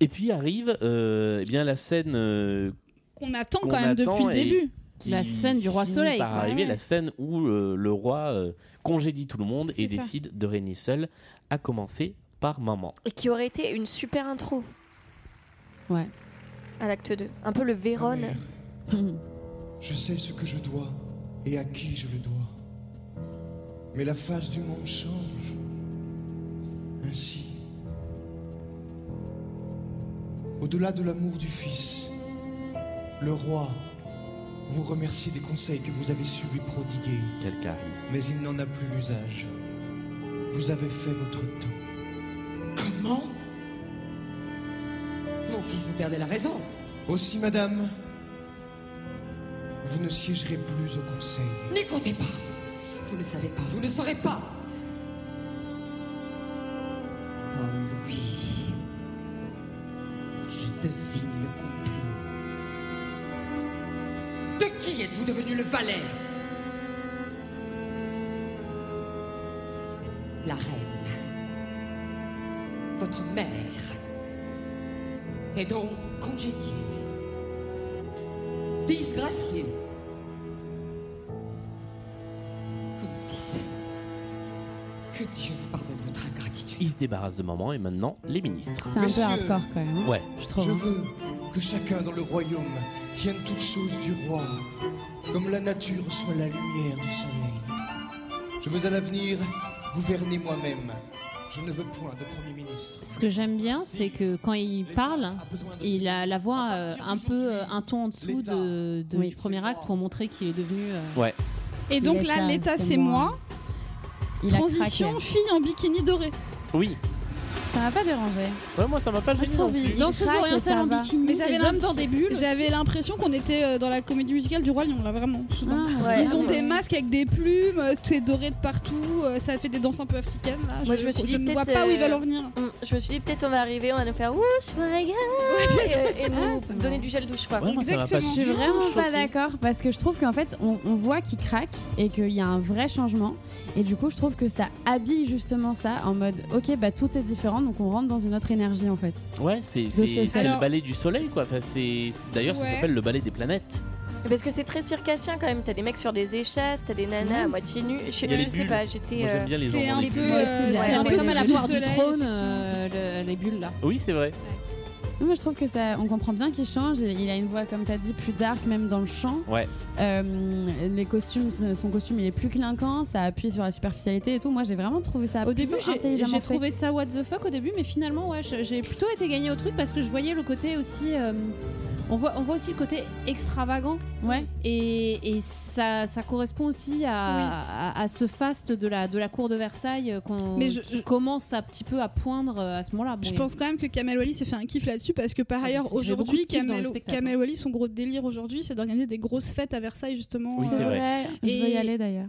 Speaker 3: Et puis arrive euh, eh bien la scène euh,
Speaker 4: Qu'on attend
Speaker 3: qu'on
Speaker 4: quand même depuis
Speaker 3: attend
Speaker 4: le
Speaker 3: et-
Speaker 4: début.
Speaker 3: qui
Speaker 6: La scène du roi
Speaker 3: finit
Speaker 6: soleil,
Speaker 3: Par
Speaker 6: quoi.
Speaker 3: arriver
Speaker 6: Ouais.
Speaker 3: la scène où euh, le roi euh, congédie tout le monde et
Speaker 2: C'est ça.
Speaker 3: décide de régner seul, à commencer par maman.
Speaker 2: Et qui aurait été une super intro.
Speaker 7: Ouais.
Speaker 2: À l'acte 2. Un peu le Vérone.
Speaker 3: Ah,
Speaker 13: Je sais ce que je dois et à qui je le dois. Mais la face du monde change. Ainsi, au-delà de l'amour du Fils, le roi vous remercie des conseils que vous avez su lui prodiguer.
Speaker 3: Quel charisme.
Speaker 13: Mais il n'en a plus l'usage. Vous avez fait votre temps. Comment
Speaker 9: Mon fils, vous perdez la raison.
Speaker 13: Aussi, madame, vous ne siégerez plus au conseil.
Speaker 9: N'y comptez pas. Vous ne savez pas, vous ne saurez pas. Oh Louis, je devine le complot. De qui êtes-vous devenu le valet La reine. Votre mère. est donc congédiée. Disgraciée. Mon fils, que Dieu vous pardonne votre ingratitude.
Speaker 3: Il se débarrasse de maman et maintenant les ministres.
Speaker 7: C'est un peu hardcore quand même. hein.
Speaker 3: Ouais.
Speaker 7: Je trouve.
Speaker 13: Mm. veux que chacun dans le royaume tienne toutes choses du roi, comme la nature soit la lumière du soleil. Je veux à l'avenir gouverner moi-même. Je ne veux point de premier ministre.
Speaker 6: Ce que j'aime bien, c'est que quand il parle, il a la voix euh, un peu euh, un ton en dessous de, de- du premier acte pour montrer qu'il est devenu. euh,
Speaker 3: Ouais.
Speaker 4: Et donc là, l'État, c'est moi.
Speaker 6: Il a
Speaker 4: Transition,
Speaker 6: craqué.
Speaker 4: fille en bikini doré.
Speaker 3: Oui.
Speaker 7: Ça m'a pas dérangé.
Speaker 3: Ouais, moi ça m'a pas gêné. non plus.
Speaker 4: Mais j'avais
Speaker 7: les hommes
Speaker 4: l'impression-
Speaker 7: dans des bulles.
Speaker 4: J'avais l'impression qu'on était euh, dans la comédie musicale du Roi Lion, là, vraiment. soudain.
Speaker 2: ouais.
Speaker 4: Ils ont
Speaker 2: Ah, ouais.
Speaker 4: des masques avec des plumes, euh, c'est doré de partout, euh, ça fait des danses un peu africaines, là.
Speaker 2: Moi, je, me suis dit,
Speaker 4: ne vois
Speaker 2: peut-être,
Speaker 4: pas où
Speaker 2: euh,
Speaker 4: ils veulent en venir.
Speaker 2: mm, Je me suis dit, peut-être on va arriver, on va nous faire Wouh, my God
Speaker 4: c'est ça.
Speaker 2: et, et nous donner du gel douche, quoi.
Speaker 3: Ouais, moi, ça m'a pas
Speaker 7: Je suis
Speaker 3: du tout
Speaker 7: vraiment pas
Speaker 3: choqué.
Speaker 7: d'accord parce que je trouve qu'en fait on, on voit qu'il craque et qu'il y a un vrai changement et du coup je trouve que ça habille justement ça en mode ok bah tout est différent donc on rentre dans une autre énergie en fait.
Speaker 3: Ouais, c'est
Speaker 7: ce
Speaker 3: c'est-
Speaker 7: fait.
Speaker 3: c'est le
Speaker 7: Alors-
Speaker 3: ballet du soleil quoi. Enfin, c'est c'est- d'ailleurs ça
Speaker 2: Ouais.
Speaker 3: s'appelle le ballet des planètes.
Speaker 2: Parce que c'est très circassien quand même. T'as des mecs sur des échasses, t'as des nanas à moitié nues. Je,
Speaker 3: Il y a les
Speaker 2: je sais
Speaker 3: bulles.
Speaker 2: pas, j'étais.
Speaker 3: Moi, j'aime
Speaker 2: euh,
Speaker 3: bien les
Speaker 2: c'est
Speaker 3: gens dans
Speaker 2: un
Speaker 3: les
Speaker 2: peu,
Speaker 3: bulles.
Speaker 2: euh,
Speaker 6: C'est
Speaker 2: ouais,
Speaker 6: un
Speaker 2: mais
Speaker 6: peu comme à la
Speaker 4: du
Speaker 6: foire du
Speaker 4: soleil,
Speaker 6: trône, euh, le- les bulles là.
Speaker 3: Oui, c'est vrai.
Speaker 7: Non, Moi je trouve que ça on comprend bien qu'il change et il a une voix comme t'as dit plus dark même dans le chant.
Speaker 3: Ouais.
Speaker 7: Euh, les costumes son costume il est plus clinquant ça appuie sur la superficialité et tout moi j'ai vraiment trouvé ça
Speaker 6: Au début,
Speaker 7: plutôt
Speaker 6: j'ai
Speaker 7: intelligemment
Speaker 6: j'ai
Speaker 7: fait.
Speaker 6: trouvé ça what the fuck au début, mais finalement, ouais, je- j'ai plutôt été gagné au truc parce que je voyais le côté aussi. euh, on, voit, on voit aussi le côté extravagant.
Speaker 7: Ouais.
Speaker 6: Et, et ça, ça correspond aussi à, à- à ce faste de la, de la cour de Versailles euh, qu'on
Speaker 4: Mais je-
Speaker 6: qui commence un petit peu à poindre euh, à ce moment-là. Bon, Ah,
Speaker 4: Je
Speaker 6: il-
Speaker 4: pense quand même que Kamel Wally s'est fait un kiff là-dessus parce que par ailleurs,
Speaker 6: il se fait beaucoup de
Speaker 4: aujourd'hui,
Speaker 6: kiff dans le
Speaker 4: Kamel,
Speaker 6: spectacle.
Speaker 4: Kamel Wally, son gros délire aujourd'hui, c'est d'organiser des grosses fêtes à Versailles justement.
Speaker 3: Oui, c'est
Speaker 4: euh,
Speaker 3: vrai.
Speaker 7: Je veux y
Speaker 4: Et-
Speaker 7: aller d'ailleurs.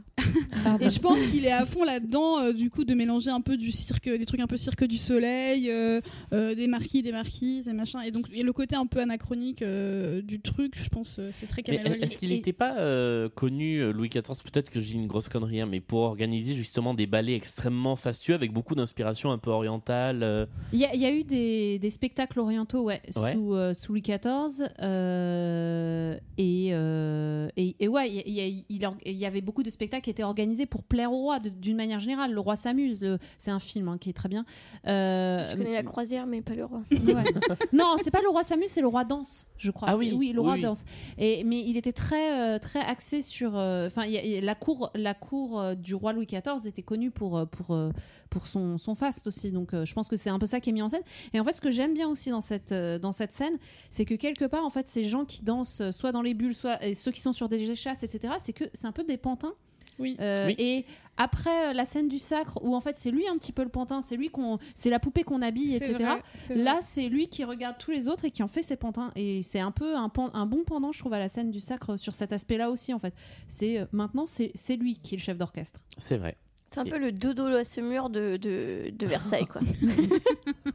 Speaker 4: Et je pense qu'il est à fond là-dedans, euh, du coup, de mélanger un peu du cirque, des trucs un peu cirque du soleil, euh, euh, des marquis, des marquises, et machin. Et donc, et le côté un peu anachronique euh, du truc, je pense, euh, c'est très
Speaker 3: Mais
Speaker 4: Kamel Wally.
Speaker 3: est-ce qu'il n'était pas euh, connu, euh, Louis XIV Peut-être que je dis une grosse connerie, hein, mais pour organiser justement des ballets extrêmement fastueux avec beaucoup d'inspiration un peu orientale. euh,
Speaker 6: Il y, a- il y a eu des, des spectacles orientaux, ouais,
Speaker 3: Ouais.
Speaker 6: Sous, euh, sous Louis XIV. euh, et, euh, et, et ouais, il y a- il y, a- il or- il y avait beaucoup de spectacles qui étaient organisés pour plaire au roi, de- d'une manière générale. Le roi s'amuse, le- c'est un film hein, qui est très bien. Euh,
Speaker 2: Je connais la croisière, mais pas le roi.
Speaker 6: non, c'est pas le roi s'amuse, c'est le roi danse, je crois.
Speaker 3: Ah
Speaker 6: C'est-
Speaker 3: oui, oui,
Speaker 6: le roi
Speaker 3: oui.
Speaker 6: danse. Et mais il était très euh, très axé sur. euh, Enfin, il y a- il y a la cour la cour euh, du roi Louis XIV était connue pour euh, pour euh, pour son son faste aussi. Donc, euh, je pense que c'est un peu ça qui est mis en scène. Et en fait, ce que j'aime bien aussi dans cette euh, dans cette scène, c'est que quelque part, en fait, ces gens qui dansent euh, soit dans les bulles, soit et ceux qui sont sur des échasses, etc. C'est que c'est un peu des pantins.
Speaker 4: Oui.
Speaker 6: Euh,
Speaker 3: Oui.
Speaker 6: Et après euh, la scène du sacre, où en fait c'est lui un petit peu le pantin, c'est lui qu'on, c'est la poupée qu'on habille,
Speaker 4: C'est
Speaker 6: etc.
Speaker 4: vrai, c'est vrai.
Speaker 6: Là, c'est lui qui regarde tous les autres et qui en fait ses pantins. Et c'est un peu un, pan- un bon pendant, je trouve, à la scène du sacre sur cet aspect-là aussi, en fait. C'est euh, maintenant, c'est c'est lui qui est le chef d'orchestre.
Speaker 3: C'est vrai.
Speaker 2: C'est un peu le dodo à ce mur de, de, de Versailles, quoi.
Speaker 3: Oh,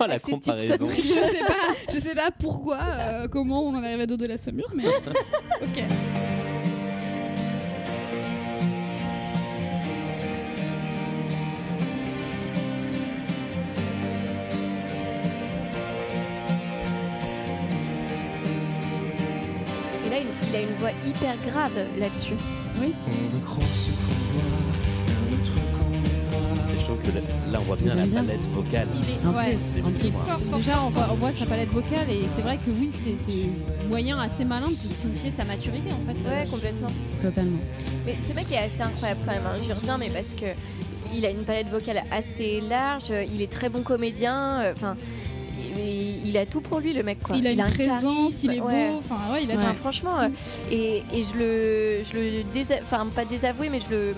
Speaker 3: la
Speaker 2: Avec ses petites
Speaker 3: comparaison.
Speaker 2: sonneries.
Speaker 4: je sais pas, je sais pas pourquoi, euh, comment on en arrive à dos de la saumure, mais ok.
Speaker 2: Et là, il, il a une voix hyper grave là-dessus. Oui.
Speaker 8: On veut croire ce qu'on voit, un autre qu'on
Speaker 3: Et je trouve que là, là, on voit bien la
Speaker 6: J'aime bien.
Speaker 3: palette vocale.
Speaker 6: ouais,
Speaker 3: C'est
Speaker 6: il est
Speaker 3: mignon, hein.
Speaker 6: fort, fort, Déjà, on voit, on voit sa palette vocale et c'est vrai que oui, c'est c'est moyen assez malin de signifier sa maturité en fait.
Speaker 2: Ouais, complètement.
Speaker 7: Totalement.
Speaker 2: Mais ce mec est assez incroyable quand même, hein. j'y reviens, mais parce que il a une palette vocale assez large, euh, il est très bon comédien, euh, enfin, il, il a tout pour lui le mec quoi.
Speaker 4: Il a une
Speaker 2: un
Speaker 4: présence, il est
Speaker 2: charisme,
Speaker 4: beau, enfin, ouais, il a-
Speaker 2: franchement, euh, et, et je le, je le désa- enfin pas désavoué, mais je le.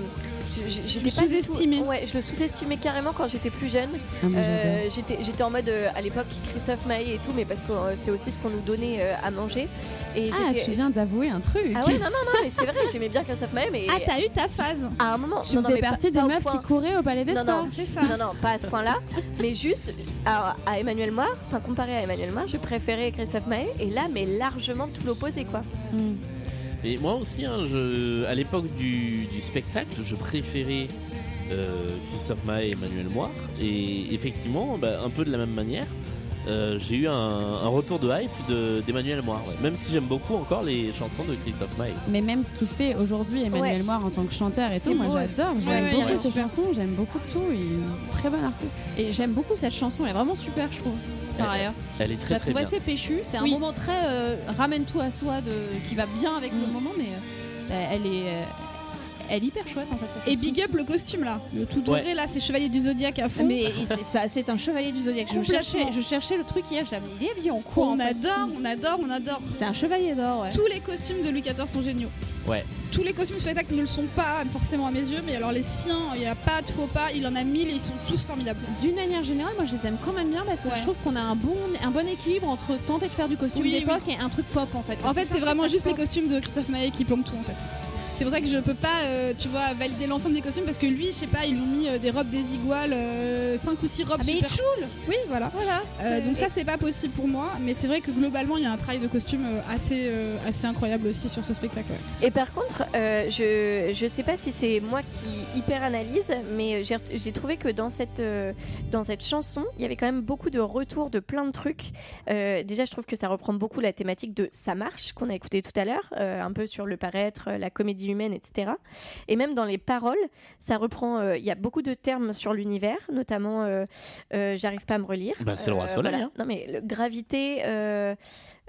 Speaker 2: je- je- J'étais pas du tout- Ouais, je le sous-estimais carrément quand j'étais plus jeune.
Speaker 7: Ah, moi,
Speaker 2: Euh, j'étais, j'étais en mode euh, à l'époque Christophe Maé et tout, mais parce que euh, c'est aussi ce qu'on nous donnait euh, à manger. Et
Speaker 7: Ah,
Speaker 2: j'étais,
Speaker 7: tu viens d'avouer un truc.
Speaker 2: ah ouais, non, non, non, mais c'est vrai, j'aimais bien Christophe Maé, mais...
Speaker 4: Ah, t'as eu ta phase
Speaker 2: À un moment,
Speaker 7: Tu
Speaker 2: non, non,
Speaker 7: faisais
Speaker 2: mais pas-
Speaker 7: partie des
Speaker 2: pas au
Speaker 7: meufs qui
Speaker 2: point.
Speaker 7: couraient au palais des
Speaker 2: Non,
Speaker 7: sports.
Speaker 2: non, non, non, pas à ce point-là, mais juste à, à Emmanuel Moir, enfin comparé à Emmanuel Moir, je préférais Christophe Maé, et là, mais largement tout l'opposé, quoi.
Speaker 3: Et moi aussi, hein, je, à l'époque du, du spectacle, je préférais euh, Christophe Maé et Emmanuel Moir. Et effectivement, bah, un peu de la même manière, euh, j'ai eu un, un retour de hype de- d'Emmanuel Moir. ouais. Même si j'aime beaucoup encore les chansons de Christophe Maé.
Speaker 7: Mais même ce qu'il fait aujourd'hui, Emmanuel
Speaker 2: Ouais.
Speaker 7: Moir en tant que chanteur et
Speaker 2: C'est
Speaker 7: tout, moi
Speaker 2: beau.
Speaker 7: j'adore.
Speaker 2: Ouais,
Speaker 7: J'aime
Speaker 2: ouais, il
Speaker 7: beaucoup
Speaker 2: est
Speaker 7: ce garçon, j'aime beaucoup tout. Il c'est un très bon artiste.
Speaker 6: Et j'aime beaucoup cette chanson, elle est vraiment super, je trouve. Par ailleurs,
Speaker 3: Elle est
Speaker 6: je
Speaker 3: très
Speaker 6: la
Speaker 3: très
Speaker 6: trouve
Speaker 3: bien.
Speaker 6: assez péchue. C'est
Speaker 7: Oui.
Speaker 6: un moment très euh, ramène tout à soi de qui va bien avec
Speaker 4: Mm.
Speaker 6: le moment, mais euh, bah, elle est euh, elle est hyper chouette en fait. cette
Speaker 4: Et
Speaker 6: chanson.
Speaker 4: big up le costume là, le tout doré
Speaker 6: Ouais.
Speaker 4: là, c'est Chevalier du Zodiac à fond.
Speaker 6: Mais c'est- ça, c'est un Chevalier du Zodiaque.
Speaker 7: Je cherchais- je
Speaker 6: cherchais le truc hier, j'avais il est habillé en
Speaker 4: quoi On adore, on adore, on adore.
Speaker 6: C'est un Chevalier d'or, ouais.
Speaker 4: Tous les costumes de Louis XIV sont géniaux.
Speaker 3: Ouais.
Speaker 4: Tous les costumes spectacles ne le sont pas forcément à mes yeux, mais alors les siens, il n'y a pas de faux pas, il en a mille et ils sont tous formidables.
Speaker 6: D'une manière générale, moi je les aime quand même bien parce que je trouve qu'on a un bon, un bon équilibre entre tenter de faire du costume
Speaker 4: Oui,
Speaker 6: d'époque et un truc pop en fait.
Speaker 4: En fait, c'est vraiment juste les costumes de Christophe Maé qui plombent tout en fait. C'est pour ça que je peux pas, euh, tu vois, valider l'ensemble des costumes parce que lui, je sais pas, ils lui ont mis euh, des robes désiguales, 5 ou 6 robes.
Speaker 6: Ah, mais il
Speaker 4: super-
Speaker 6: choule
Speaker 4: Oui, voilà.
Speaker 6: Voilà.
Speaker 4: Euh, donc
Speaker 6: C'est-
Speaker 4: ça, c'est pas possible pour moi, mais c'est vrai que globalement, il y a un travail de costume euh, assez, euh, assez incroyable aussi sur ce spectacle. ouais.
Speaker 2: Et par contre, euh, je, je sais pas si c'est moi qui hyper analyse, mais euh, j'ai- j'ai trouvé que dans cette, euh, dans cette chanson, il y avait quand même beaucoup de retours de plein de trucs. Euh, déjà, je trouve que ça reprend beaucoup la thématique de Ça marche, qu'on a écouté tout à l'heure, euh, un peu sur le paraître, euh, la comédie humaine, etc. Et même dans les paroles, ça reprend. euh, Il y a beaucoup de termes sur l'univers, notamment euh, euh, J'arrive pas à me relire. Euh,
Speaker 3: Bah, c'est le roi soleil, hein.
Speaker 2: Non, mais le- gravité. euh,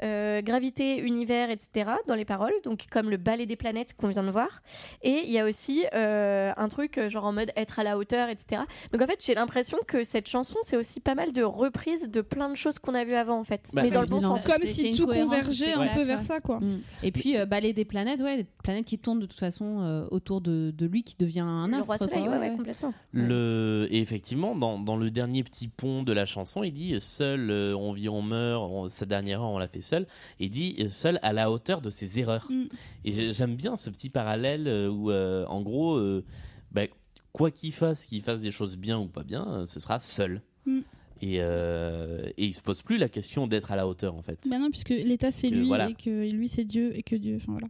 Speaker 2: euh, gravité, univers, etc. dans les paroles, donc comme le ballet des planètes qu'on vient de voir. Et il y a aussi euh, un truc euh, genre en mode être à la hauteur, etc. Donc en fait, j'ai l'impression que cette chanson, c'est aussi pas mal de reprises de plein de choses qu'on a vues avant en fait.
Speaker 6: Bah,
Speaker 2: Mais dans
Speaker 6: c'est
Speaker 2: le bon
Speaker 6: évident.
Speaker 2: sens.
Speaker 4: Comme
Speaker 6: C'est- c'est
Speaker 4: si
Speaker 6: une
Speaker 4: tout
Speaker 6: cohérence,
Speaker 4: convergeait un
Speaker 6: ouais.
Speaker 4: peu vers ça, quoi.
Speaker 6: Et puis euh, balai des planètes, ouais, des planètes qui tournent de toute façon euh, autour de, de lui qui devient un
Speaker 2: Le
Speaker 6: astre.
Speaker 2: roi soleil,
Speaker 6: quoi,
Speaker 2: ouais, ouais, complètement.
Speaker 3: Le... Et effectivement, dans, dans le dernier petit pont de la chanson, il dit Seul euh, on vit, on meurt, on- sa dernière heure on l'a fait seul. Il dit Seul à la hauteur de ses erreurs.
Speaker 4: Mm.
Speaker 3: Et j'ai- j'aime bien ce petit parallèle euh, où, euh, en gros, euh, bah, quoi qu'il fasse, qu'il fasse des choses bien ou pas bien, euh, ce sera seul.
Speaker 4: Mm.
Speaker 3: Et, euh, et il se pose plus la question d'être à la hauteur en fait.
Speaker 4: Bah non, puisque l'État c'est
Speaker 3: Que
Speaker 4: lui
Speaker 3: voilà.
Speaker 4: et que lui c'est Dieu et que Dieu. Enfin voilà.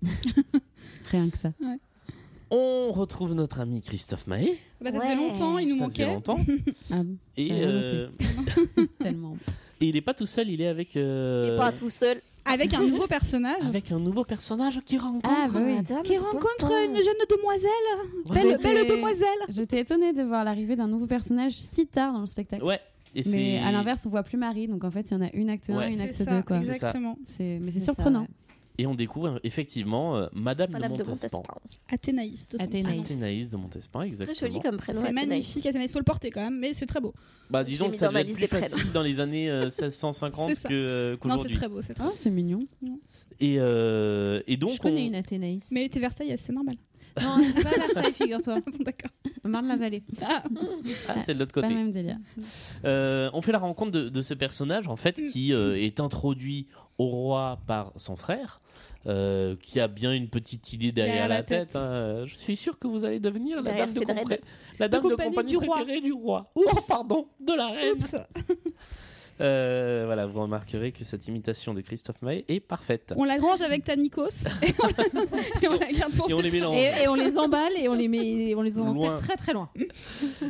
Speaker 7: Rien que ça.
Speaker 3: On retrouve notre ami Christophe Maé.
Speaker 4: Bah, ça faisait longtemps, il nous
Speaker 3: Ça
Speaker 4: manquait. Ah
Speaker 3: faisait longtemps. Et, euh,
Speaker 7: Tellement.
Speaker 3: et il est pas tout seul, il est avec. euh,
Speaker 2: Pas tout seul.
Speaker 4: Avec un nouveau personnage.
Speaker 3: Avec un nouveau personnage qui rencontre.
Speaker 7: Ah bah oui.
Speaker 2: Madame,
Speaker 4: Qui
Speaker 2: tout
Speaker 4: rencontre
Speaker 2: content.
Speaker 4: une jeune demoiselle. Belle,
Speaker 7: J'étais-
Speaker 4: belle demoiselle.
Speaker 7: J'étais étonnée de voir l'arrivée d'un nouveau personnage si tard dans le spectacle.
Speaker 3: Ouais. Et
Speaker 7: Mais
Speaker 3: c'est-
Speaker 7: à l'inverse, on voit plus Marie, donc en fait, il y en a une acte 1,
Speaker 3: Ouais.
Speaker 7: une
Speaker 4: C'est
Speaker 7: acte
Speaker 4: ça,
Speaker 7: 2. Quoi.
Speaker 3: C'est ça.
Speaker 4: Exactement.
Speaker 7: C'est- Mais c'est
Speaker 6: C'est ça,
Speaker 7: surprenant.
Speaker 6: ouais.
Speaker 3: Et on découvre effectivement euh, Madame,
Speaker 2: Madame
Speaker 3: de
Speaker 2: de
Speaker 3: Montespan.
Speaker 2: Montespan.
Speaker 4: Athénaïs. de son
Speaker 6: Athénaïs.
Speaker 4: prénom.
Speaker 3: Athénaïs de Montespan,
Speaker 2: Très
Speaker 3: exactement.
Speaker 2: joli comme prénom.
Speaker 4: C'est
Speaker 2: Athénaïs.
Speaker 4: magnifique, Athénaïs. Faut le porter quand même, mais c'est très beau.
Speaker 3: Bah,
Speaker 2: Je l'ai
Speaker 3: disons que
Speaker 2: mis
Speaker 3: ça
Speaker 2: dans ma
Speaker 3: devait être
Speaker 2: liste
Speaker 3: plus
Speaker 2: des prénoms.
Speaker 3: facile dans les années euh, 1650
Speaker 4: C'est ça.
Speaker 3: que, euh,
Speaker 4: Non, c'est
Speaker 3: qu'aujourd'hui.
Speaker 4: très beau, c'est très
Speaker 7: Oh,
Speaker 4: beau.
Speaker 7: c'est mignon.
Speaker 3: et, euh, et donc,
Speaker 6: Je connais
Speaker 3: on-
Speaker 6: une Athénaïs.
Speaker 4: Mais t'es Versailles, c'est normal.
Speaker 6: Non, pas Versailles, figure-toi.
Speaker 4: Bon, D'accord.
Speaker 6: Marne-la-Vallée.
Speaker 3: Ah, c'est de l'autre
Speaker 7: Pas le
Speaker 3: côté.
Speaker 7: même délire.
Speaker 3: Euh, on fait la rencontre de, de ce personnage en fait qui euh, est introduit au roi par son frère. euh, qui a bien une petite idée derrière,
Speaker 4: Derrière
Speaker 3: la
Speaker 4: la
Speaker 3: tête.
Speaker 4: tête.
Speaker 3: hein. Je suis sûr que vous allez devenir Bah, la
Speaker 2: Derrière
Speaker 3: dame, de,
Speaker 2: ses dreads.
Speaker 3: compré- la dame de compagnie,
Speaker 4: compagnie du roi.
Speaker 3: Oh, préférée du roi.
Speaker 4: Oups.
Speaker 3: Oh, pardon, de la reine.
Speaker 4: Oups.
Speaker 3: Euh, voilà, vous remarquerez que cette imitation de Christophe Maé est parfaite.
Speaker 4: On la range avec Tanikos et on la, et on la garde pour
Speaker 3: Et on les
Speaker 4: plus tard.
Speaker 3: mélange. Et- et
Speaker 6: on les emballe et on les met, on les
Speaker 3: Loin.
Speaker 6: enterre très très loin.